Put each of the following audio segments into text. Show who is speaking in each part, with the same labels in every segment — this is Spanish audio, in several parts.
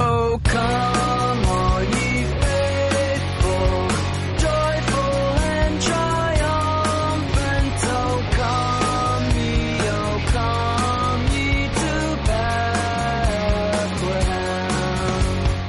Speaker 1: Oh, come all ye faithful, joyful and triumphant. Oh, come ye, oh, come ye to Bethlehem.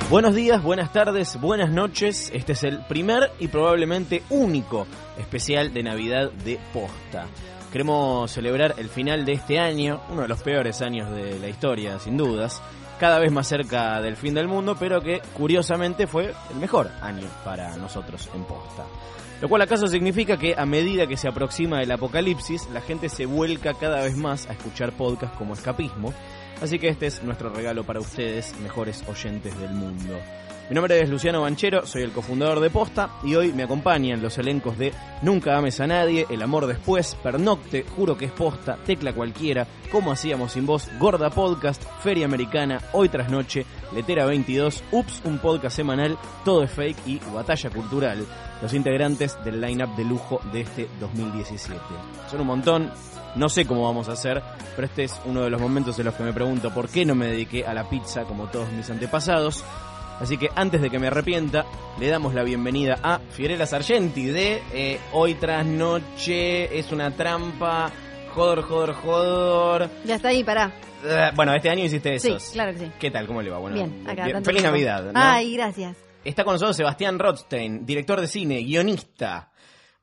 Speaker 2: Buenos días, buenas tardes, buenas noches. Este es el primer y probablemente único especial de Navidad de Posta. Queremos celebrar el final de este año, uno de los peores años de la historia, sin dudas, cada vez más cerca del fin del mundo, pero que curiosamente fue el mejor año para nosotros en Posta. Lo cual acaso significa que a medida que se aproxima el apocalipsis, la gente se vuelca cada vez más a escuchar podcasts como escapismo, Así que este es nuestro regalo para ustedes, mejores oyentes del mundo. Mi nombre es Luciano Banchero, soy el cofundador de Posta y hoy me acompañan los elencos de Nunca ames a nadie, El amor después, Pernocte, Juro que es Posta, Tecla cualquiera, Cómo hacíamos sin vos, Gorda Podcast, Feria Americana, Hoy tras noche, Letera 22, Ups, un podcast semanal, Todo es fake y Batalla Cultural, los integrantes del line-up de lujo de este 2017. Son un montón, no sé cómo vamos a hacer, pero este es uno de los momentos en los que me pregunto por qué no me dediqué a la pizza como todos mis antepasados. Así que antes de que me arrepienta, le damos la bienvenida a Fiorella Sargenti de eh, Hoy tras Noche, es una trampa, jodor, jodor, jodor.
Speaker 3: Ya está ahí, pará.
Speaker 2: Eh, Bueno, este año hiciste
Speaker 3: Sí,
Speaker 2: esos.
Speaker 3: claro que sí.
Speaker 2: ¿Qué tal? ¿Cómo le va? Bueno,
Speaker 3: bien, acá.
Speaker 2: bien.
Speaker 3: tanto
Speaker 2: Feliz
Speaker 3: tiempo.
Speaker 2: Navidad. ¿no?
Speaker 3: Ay, gracias.
Speaker 2: Está con nosotros Sebastián Rothstein, director de cine, guionista,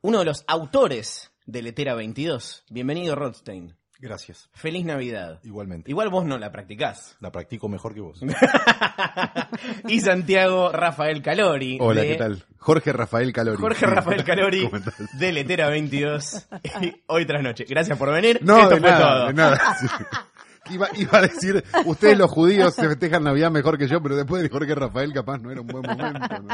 Speaker 2: uno de los autores de Letera 22. Bienvenido, Rothstein.
Speaker 4: Gracias.
Speaker 2: Feliz Navidad.
Speaker 4: Igualmente.
Speaker 2: Igual vos no la practicás.
Speaker 4: La practico mejor que vos.
Speaker 2: Y Santiago Rafael Calori.
Speaker 4: Hola,
Speaker 2: de-
Speaker 4: ¿qué tal? Jorge Rafael Calori.
Speaker 2: Jorge Rafael Calori
Speaker 4: ¿Cómo estás?
Speaker 2: de Letera 22. y Hoy tras noche. Gracias por venir.
Speaker 4: No,
Speaker 2: Esto
Speaker 4: de
Speaker 2: fue
Speaker 4: nada,
Speaker 2: todo.
Speaker 4: de nada. Sí. Iba, iba a decir, ustedes los judíos se festejan Navidad mejor que yo, pero después de Jorge Rafael capaz no era un buen momento. ¿no?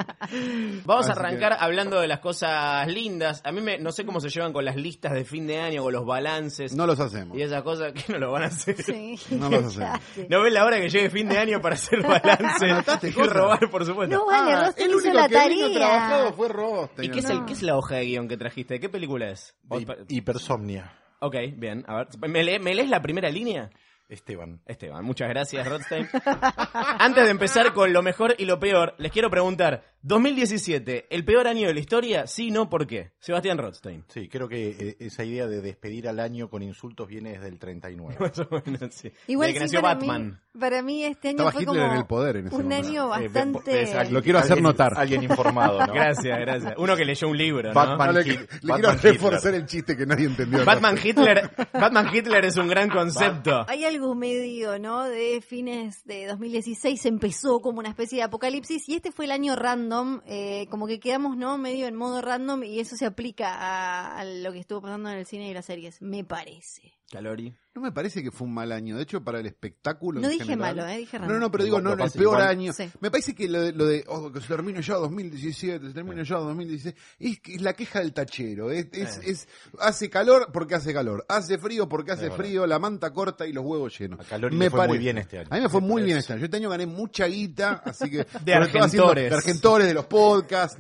Speaker 2: Vamos a
Speaker 4: Así
Speaker 2: arrancar hablando de las cosas lindas. A mí me, no sé cómo se llevan con las listas de fin de año, con los balances
Speaker 4: No los hacemos.
Speaker 2: y esas cosas que no lo van a hacer.
Speaker 3: Sí.
Speaker 4: No los hacemos.
Speaker 3: Ya sé.
Speaker 2: No ves la hora que llegue fin de año para hacer balances y
Speaker 4: cosas.
Speaker 2: robar, por supuesto.
Speaker 3: No, vale,
Speaker 4: Ah,
Speaker 3: Rosten
Speaker 4: el
Speaker 3: hizo
Speaker 4: único
Speaker 3: la
Speaker 4: que vino trabajado
Speaker 3: tarea.
Speaker 4: fue Rosten.
Speaker 2: ¿Y qué es, el- qué es la hoja de guión que trajiste? ¿De qué película es? Vos pa-
Speaker 5: Hipersomnia,
Speaker 2: Ok, bien. A ver, ¿me, le- me lees la primera línea?
Speaker 5: Esteban.
Speaker 2: Esteban, muchas gracias, Rothstein. Antes de empezar con lo mejor y lo peor, les quiero preguntar: 2017, ¿el peor año de la historia? Sí, no, ¿por qué? Sebastián Rothstein.
Speaker 5: Sí, creo que eh, esa idea de despedir al año con insultos viene desde el 39.
Speaker 2: Más o menos, sí.
Speaker 3: Igual
Speaker 2: Desde que
Speaker 3: sí,
Speaker 2: nació
Speaker 3: para
Speaker 2: Batman.
Speaker 3: Mí, para mí este año
Speaker 4: Estaba
Speaker 3: fue
Speaker 4: Hitler
Speaker 3: como
Speaker 4: en el poder en ese
Speaker 3: un
Speaker 4: momento.
Speaker 3: año bastante...
Speaker 5: Eh, ve-
Speaker 4: Lo quiero hacer
Speaker 5: alguien-
Speaker 4: notar.
Speaker 5: Alguien informado, ¿no?
Speaker 2: Gracias, gracias. Uno que leyó un libro, ¿no?
Speaker 5: Batman.
Speaker 4: No, le,
Speaker 5: Hit-
Speaker 4: le quiero
Speaker 5: Batman Hitler.
Speaker 4: reforzar el chiste que nadie entendió.
Speaker 2: Batman Hitler, Batman Hitler es un gran concepto.
Speaker 3: Hay algo medio, ¿no? De fines de 2016 empezó como una especie de apocalipsis y este fue el año random, eh, como que quedamos, ¿no? Medio en modo random y eso se aplica a, a lo que estuvo pasando en el cine y las series, me parece.
Speaker 2: Calori.
Speaker 4: No me parece que fue un mal año. De hecho, para el espectáculo.
Speaker 3: No
Speaker 4: en
Speaker 3: dije
Speaker 4: general-
Speaker 3: malo, eh, dije
Speaker 4: No,
Speaker 3: random.
Speaker 4: no, pero digo,
Speaker 5: Igual,
Speaker 4: no,
Speaker 5: lo
Speaker 4: no, el
Speaker 5: pasa
Speaker 4: peor
Speaker 5: igual.
Speaker 4: año.
Speaker 3: Sí.
Speaker 4: Me parece que lo de, lo de, oh, que se termino ya 2017, se termino ya 2016, es, que es la queja del tachero. Es, es, es- hace calor porque hace calor, hace frío porque hace
Speaker 5: verdad.
Speaker 4: frío, la manta corta y los huevos llenos.
Speaker 5: A Calori le fue muy bien este año.
Speaker 4: A mí me fue
Speaker 5: Me
Speaker 4: muy bien
Speaker 5: parece.
Speaker 4: este año. Yo este año gané mucha guita, así que. sobre todo
Speaker 2: argentores.
Speaker 4: haciendo- De argentores, de los podcasts.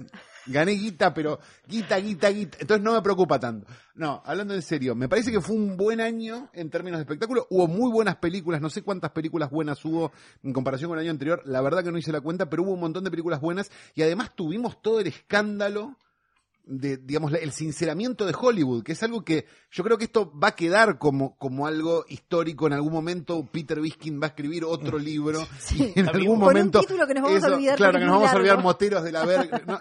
Speaker 4: Gané guita, pero guita, guita, guita. Entonces no me preocupa tanto. No, hablando en serio, me parece que fue un buen año en términos de espectáculo. Hubo muy buenas películas, no sé cuántas películas buenas hubo en comparación con el año anterior. La verdad que no hice la cuenta, pero hubo un montón de películas buenas. Y además tuvimos todo el escándalo de, digamos, la- el sinceramiento de Hollywood, que es algo que yo creo que esto va a quedar como, como algo histórico en algún momento. Peter Biskin va a escribir
Speaker 3: Mm.
Speaker 4: otro libro y en
Speaker 2: Con
Speaker 4: algún
Speaker 3: un
Speaker 4: momento.
Speaker 3: título que nos vamos a olvidar
Speaker 4: Claro,
Speaker 3: porque
Speaker 4: que
Speaker 3: es
Speaker 4: nos
Speaker 3: muy
Speaker 4: vamos a olvidar
Speaker 3: largo.
Speaker 4: moteros de la verga. ¿no?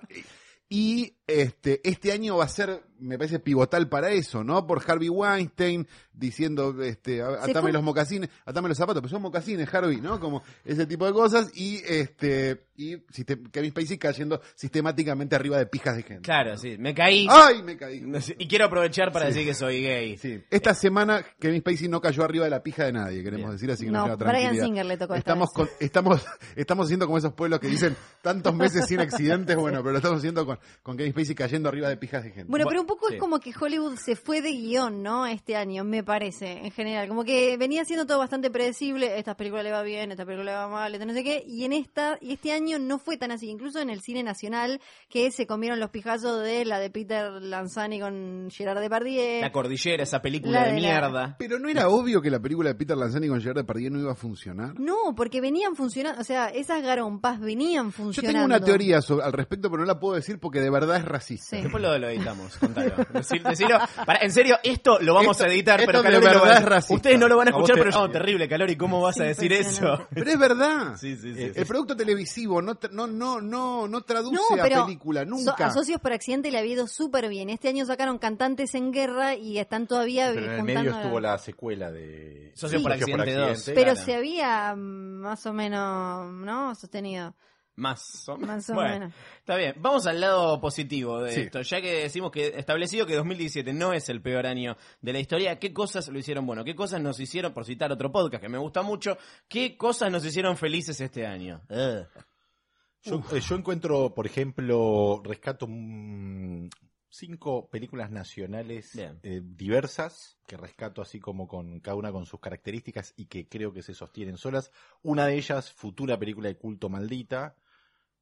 Speaker 4: Y este, este año va a ser, me parece, pivotal para eso, ¿no? Por Harvey Weinstein diciendo, este, a-
Speaker 3: Se
Speaker 4: atame
Speaker 3: fue-
Speaker 4: los mocasines, atame los zapatos, pero son mocasines, Harvey, ¿no? Como ese tipo de cosas. Y este, y sistem- Kevin Spacey cayendo sistemáticamente arriba de pijas de gente.
Speaker 2: Claro, sí. Me caí.
Speaker 4: ¡Ay, me caí!
Speaker 2: Y quiero aprovechar para decir que soy gay.
Speaker 4: Sí. Esta semana Kevin Spacey no cayó arriba de la pija de nadie, queremos
Speaker 2: Bien.
Speaker 4: decir, así que
Speaker 3: No,
Speaker 4: nos lleva
Speaker 3: Bryan
Speaker 4: tranquilidad.
Speaker 3: Singer le tocó esta
Speaker 4: estamos,
Speaker 3: vez.
Speaker 4: con- estamos, estamos haciendo como esos pueblos que dicen tantos meses sin accidentes, bueno, pero lo estamos haciendo con, con Kevin Spacey cayendo arriba de pijas de gente.
Speaker 3: Bueno,
Speaker 2: Bu-
Speaker 3: pero un poco
Speaker 2: sí.
Speaker 3: es como que Hollywood se fue de guión, ¿no? Este año, me parece, en general. Como que venía siendo todo bastante predecible. Esta película le va bien, esta película le va mal, esta no sé qué. Y en esta, y este año no fue tan así. Incluso en el cine nacional, que se comieron los pijazos de la de Peter Lanzani con Gerard Depardieu.
Speaker 2: La cordillera, esa película
Speaker 3: La
Speaker 2: de,
Speaker 3: de la-
Speaker 2: mierda.
Speaker 4: Pero no era obvio que la película de Peter Lanzani con Gerard Depardieu no iba a funcionar.
Speaker 3: No, porque venían funcionando, o sea, esas garompas venían
Speaker 4: Yo
Speaker 3: funcionando.
Speaker 4: tengo una teoría sobre- al respecto, pero no la puedo decir porque de verdad es racista.
Speaker 3: Sí.
Speaker 2: Después lo, lo editamos, contalo. Decir- decilo. Pará, en serio, esto lo vamos
Speaker 4: Esto-
Speaker 2: a editar,
Speaker 4: esto
Speaker 2: pero
Speaker 4: de
Speaker 2: Calori lo
Speaker 4: verdad
Speaker 2: va a-
Speaker 4: es racista.
Speaker 2: Ustedes no lo van a
Speaker 5: A vos
Speaker 2: escuchar,
Speaker 5: te-
Speaker 2: pero no, terrible, Calori, ¿cómo vas a decir eso?
Speaker 3: Impresionante.
Speaker 4: Pero es verdad.
Speaker 2: Sí, sí, sí.
Speaker 5: Eh,
Speaker 2: sí.
Speaker 4: El producto televisivo no, tra- no, no, no, no traduce
Speaker 3: No,
Speaker 4: a
Speaker 3: pero
Speaker 4: película,
Speaker 3: so-
Speaker 4: nunca.
Speaker 3: a Socios por Accidente le ha ido súper bien. Este año sacaron Cantantes en Guerra y están todavía
Speaker 5: Pero en el
Speaker 3: juntando
Speaker 5: medio
Speaker 3: la-
Speaker 5: estuvo la secuela de
Speaker 2: Socio por Accidente 2.
Speaker 3: Pero
Speaker 2: Claro.
Speaker 3: se había mm, más o menos, ¿no? Sostenido.
Speaker 2: Más o
Speaker 3: Más o
Speaker 2: Bueno,
Speaker 3: menos.
Speaker 2: Está bien, vamos al lado positivo de
Speaker 4: Sí.
Speaker 2: esto. Ya que decimos que establecido que 2017 no es el peor año de la historia, ¿qué cosas lo hicieron bueno? ¿Qué cosas nos hicieron, por citar otro podcast que me gusta mucho, qué cosas nos hicieron felices este año? Ugh.
Speaker 5: Eh. Yo, eh, yo encuentro, por ejemplo, rescato mm, cinco películas nacionales
Speaker 2: Bien.
Speaker 5: eh, diversas, que rescato así como con cada una con sus características y que creo que se sostienen solas. Una de ellas, futura película de culto maldita,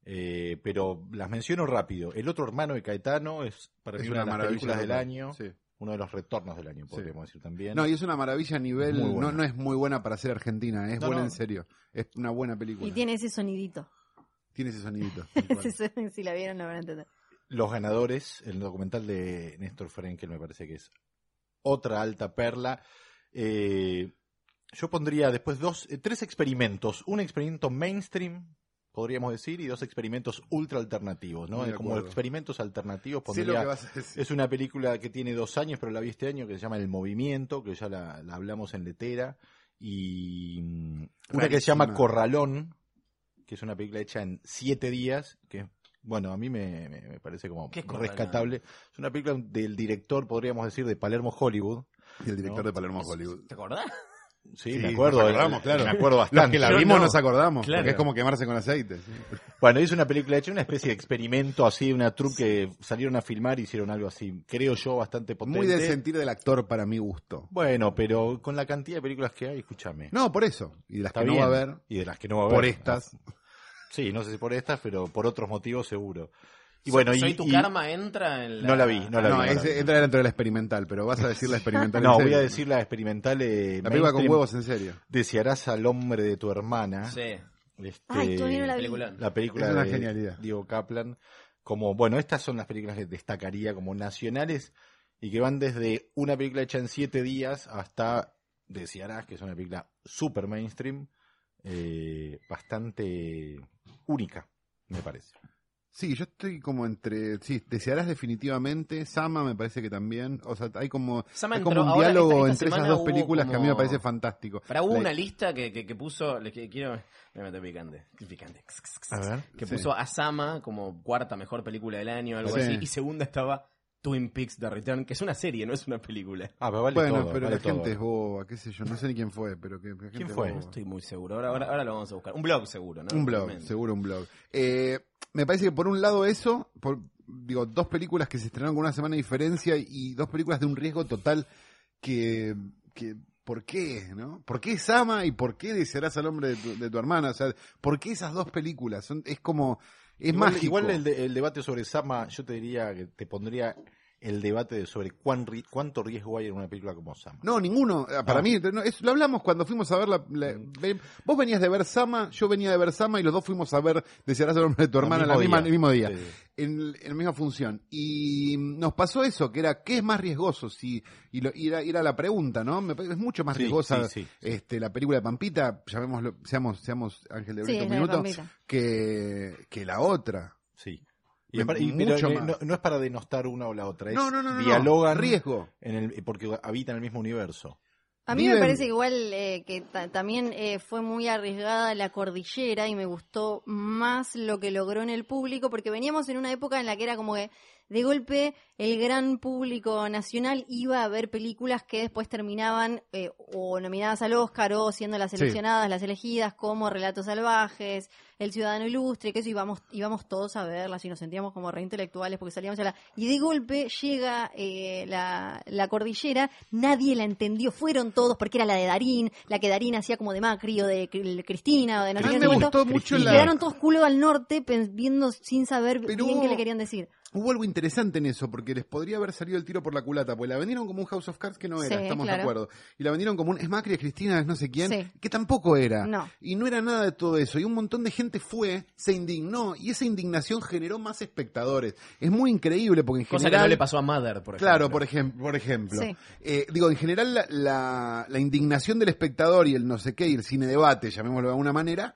Speaker 5: eh, pero las menciono rápido. El otro hermano de Caetano es para mí
Speaker 4: es una
Speaker 5: una, de las
Speaker 4: maravilla.
Speaker 5: películas del año,
Speaker 4: Sí.
Speaker 5: uno de los retornos del año,
Speaker 4: Sí.
Speaker 5: podríamos decir también.
Speaker 4: No, y es una maravilla a nivel.
Speaker 5: Muy
Speaker 4: No,
Speaker 5: buena.
Speaker 4: no es muy buena para ser argentina, ¿eh? es
Speaker 5: No,
Speaker 4: buena
Speaker 5: no.
Speaker 4: en serio. Es una buena película.
Speaker 3: Y tiene ese sonidito.
Speaker 4: Tiene ese sonidito.
Speaker 3: Ese son- si la vieron, la van a entender.
Speaker 5: Los ganadores, el documental de Néstor Frenkel me parece que es otra alta perla. Eh, yo pondría después dos, eh, tres experimentos. Un experimento mainstream, podríamos decir, y dos experimentos ultra alternativos, ¿no?
Speaker 4: Muy de
Speaker 5: Como
Speaker 4: acuerdo.
Speaker 5: experimentos alternativos
Speaker 4: Sé lo que
Speaker 5: pondría...
Speaker 4: vas a decir.
Speaker 5: Es una película que tiene dos años, pero la vi este año, que se llama El Movimiento, que ya la, la hablamos en Letera. Y mm, una que se llama
Speaker 4: Rarísima.
Speaker 5: Corralón, que es una película hecha en siete días, que bueno, a mí me, me- me parece como
Speaker 2: ¿Qué es Corralón?
Speaker 5: rescatable. Es una película del director, podríamos decir, de Palermo Hollywood.
Speaker 4: Y el director
Speaker 5: No.
Speaker 4: de Palermo Hollywood.
Speaker 2: ¿Te acordás?
Speaker 5: Sí,
Speaker 4: Sí,
Speaker 5: me acuerdo. eh,
Speaker 4: nos acordamos, claro.
Speaker 5: Me acuerdo
Speaker 4: Los
Speaker 5: bastante.
Speaker 4: que la
Speaker 2: Yo
Speaker 4: vimos
Speaker 2: no.
Speaker 4: nos acordamos,
Speaker 2: Claro.
Speaker 4: porque es como quemarse con aceite. sí.
Speaker 5: Bueno, es una película hecha, una especie de experimento así, una troupe que salieron a filmar y hicieron algo así, creo yo, bastante potente.
Speaker 4: Muy del sentir del actor para mi gusto.
Speaker 5: Bueno, pero con la cantidad de películas que hay, escúchame.
Speaker 4: No, por eso. Y las
Speaker 5: Está
Speaker 4: que no
Speaker 5: bien.
Speaker 4: va a haber,
Speaker 5: Y de las que no va a haber. ah.
Speaker 4: por estas.
Speaker 5: Sí, no sé si por estas, pero por otros motivos seguro. Y bueno,
Speaker 2: Soy
Speaker 5: y,
Speaker 2: tu
Speaker 5: y-
Speaker 2: karma entra en la...
Speaker 5: No la vi, no la
Speaker 4: No,
Speaker 5: vi,
Speaker 4: ese
Speaker 5: vi.
Speaker 4: entra dentro de la experimental, pero vas a decir la experimental. en
Speaker 5: No,
Speaker 4: serio.
Speaker 5: voy a decir la experimental eh,
Speaker 4: La película con
Speaker 5: mainstream,
Speaker 4: huevos en serio.
Speaker 5: Desearás al hombre de tu hermana.
Speaker 2: Sí,
Speaker 5: Este,
Speaker 3: Ay, todavía no la vi.
Speaker 2: peliculón.
Speaker 5: la película
Speaker 4: Es una
Speaker 5: de
Speaker 4: genialidad.
Speaker 5: Diego Kaplan. Como, bueno, estas son las películas que destacaría como nacionales y que van desde una película hecha en siete días hasta Desearás, que es una película super mainstream, eh, bastante única, me parece.
Speaker 4: Sí, yo estoy como entre. Sí, desearás definitivamente. Sama me parece que también. O sea, hay como,
Speaker 2: Sama
Speaker 4: hay como
Speaker 2: entró-
Speaker 4: un
Speaker 2: ahora,
Speaker 4: diálogo
Speaker 2: esta- esta
Speaker 4: entre esas
Speaker 2: semana
Speaker 4: dos
Speaker 2: hubo
Speaker 4: películas que a mí me
Speaker 2: como-
Speaker 4: parece fantástico.
Speaker 2: Para hubo
Speaker 4: La-
Speaker 2: una lista que, que, que puso, le que- quiero, me meto picante, picante,
Speaker 5: A ver.
Speaker 2: que
Speaker 4: Sí.
Speaker 2: puso a Sama como cuarta mejor película del año, algo
Speaker 4: Sí.
Speaker 2: así, y segunda estaba Twin Peaks The Return, que es una serie, no es una película.
Speaker 5: Ah, pero vale
Speaker 4: bueno,
Speaker 5: todo,
Speaker 4: pero
Speaker 5: vale
Speaker 4: la gente
Speaker 5: todo.
Speaker 4: es boba, qué sé yo. No sé ni quién fue, pero que, la gente
Speaker 5: ¿Quién
Speaker 4: es
Speaker 5: fue?
Speaker 4: boba.
Speaker 2: No estoy muy seguro, ahora, ahora, ahora lo vamos a buscar. Un blog seguro, ¿no?
Speaker 4: Un blog,
Speaker 2: Obviamente.
Speaker 4: seguro un blog. Eh, me parece que por un lado eso, por, digo, dos películas que se estrenaron con una semana de diferencia y dos películas de un riesgo total que, que ¿por qué? ¿no? ¿Por qué Sama y por qué desearás al hombre de tu, de tu hermana? O sea, ¿por qué esas dos películas? Son, es como, es
Speaker 5: igual,
Speaker 4: mágico.
Speaker 5: igual el, de- el debate sobre Sama, yo te diría que te pondría el debate de sobre cuán ri- cuánto riesgo hay en una película como Sama.
Speaker 4: No, ninguno. Eh, Para
Speaker 5: Ah. Mm.
Speaker 4: mí, no, es- lo hablamos cuando fuimos a ver la, la- ve- Vos venías de ver Sama, yo venía de ver Sama y los dos fuimos a ver Desearás al hombre de tu
Speaker 5: Al
Speaker 4: hermana la
Speaker 5: mismo
Speaker 4: misma-
Speaker 5: día.
Speaker 4: el mismo día.
Speaker 5: Sí.
Speaker 4: en, el- en la misma función. Y nos pasó eso, que era, ¿qué es más riesgoso? Si, y, lo, y era, y era la pregunta, ¿no? Me parece que es mucho más
Speaker 5: Sí,
Speaker 4: riesgosa
Speaker 5: sí, sí.
Speaker 4: Este, la película de Pampita, llamémoslo, seamos, seamos Ángel de
Speaker 3: Sí,
Speaker 4: Brito un
Speaker 3: la de
Speaker 4: minuto,
Speaker 3: Pampita.
Speaker 4: que, que la otra.
Speaker 5: Sí.
Speaker 4: Me-
Speaker 5: Y, apar- y-
Speaker 4: mucho
Speaker 5: pero, eh,
Speaker 4: más.
Speaker 5: no, no es para denostar una o la otra, es
Speaker 4: No, no, no, no, no.
Speaker 5: dialogan
Speaker 4: Riesgo.
Speaker 5: en el, porque habitan el mismo universo.
Speaker 3: A mí
Speaker 4: Viven-
Speaker 3: me parece que igual eh, que ta- también eh, fue muy arriesgada la cordillera y me gustó más lo que logró en el público porque veníamos en una época en la que era como que de golpe el gran público nacional iba a ver películas que después terminaban eh, o nominadas al Oscar o siendo las seleccionadas, las elegidas, como Relatos Salvajes, El Ciudadano Ilustre, que eso íbamos, íbamos todos a verlas y nos sentíamos como reintelectuales porque salíamos a la... Y de golpe llega eh, la, la cordillera, nadie la entendió, fueron todos porque era la de Darín, la que Darín hacía como de Macri o de Cri- Cristina o de no sé
Speaker 4: A mí
Speaker 3: qué,
Speaker 4: me
Speaker 3: no sé cuánto.
Speaker 4: gustó mucho
Speaker 3: Y
Speaker 4: la...
Speaker 3: quedaron todos culo al norte pen- viendo sin saber
Speaker 4: Pero
Speaker 3: bien
Speaker 4: hubo-
Speaker 3: qué le querían decir.
Speaker 4: Hubo algo interesante en eso, porque les podría haber salido el tiro por la culata, porque la vendieron como un House of Cards que no era,
Speaker 3: Sí,
Speaker 4: estamos de
Speaker 3: claro.
Speaker 4: acuerdo. Y la vendieron como un es Macri, es Cristina, es no sé quién,
Speaker 3: Sí.
Speaker 4: que tampoco era.
Speaker 3: No.
Speaker 4: Y no era nada de todo eso. Y un montón de gente fue, se indignó, y esa indignación generó más espectadores. Es muy increíble, porque en
Speaker 2: Cosa que
Speaker 4: general...
Speaker 2: no le pasó a Mother, por ejemplo.
Speaker 4: Claro, por, ejem- por ejemplo.
Speaker 3: Sí.
Speaker 4: Eh, digo, en general la, la- la indignación del espectador y el no sé qué, y el cine debate, llamémoslo de alguna manera,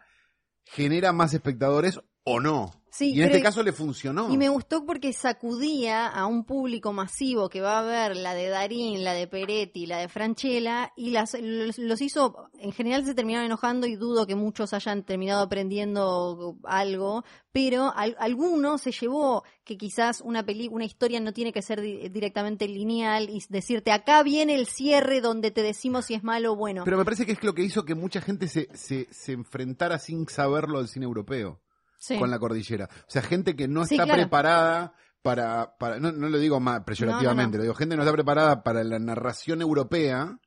Speaker 4: genera más espectadores o no.
Speaker 3: Sí,
Speaker 4: y en este
Speaker 3: creo-
Speaker 4: caso le funcionó.
Speaker 3: Y me gustó porque sacudía a un público masivo que va a ver la de Darín, la de Peretti, la de Franchella, y las, los, los hizo, en general se terminaron enojando y dudo que muchos hayan terminado aprendiendo algo, pero al- alguno se llevó que quizás una peli, una historia no tiene que ser di- directamente lineal y decirte, acá viene el cierre donde te decimos si es malo o bueno.
Speaker 4: Pero me parece que es lo que hizo que mucha gente se, se, se enfrentara sin saberlo al cine europeo
Speaker 3: Sí.
Speaker 4: con la cordillera. O sea, gente que no
Speaker 3: Sí,
Speaker 4: está
Speaker 3: claro.
Speaker 4: preparada para, para no, no lo digo más peyorativamente,
Speaker 3: No, no, no.
Speaker 4: lo digo, gente que no está preparada para la narración europea.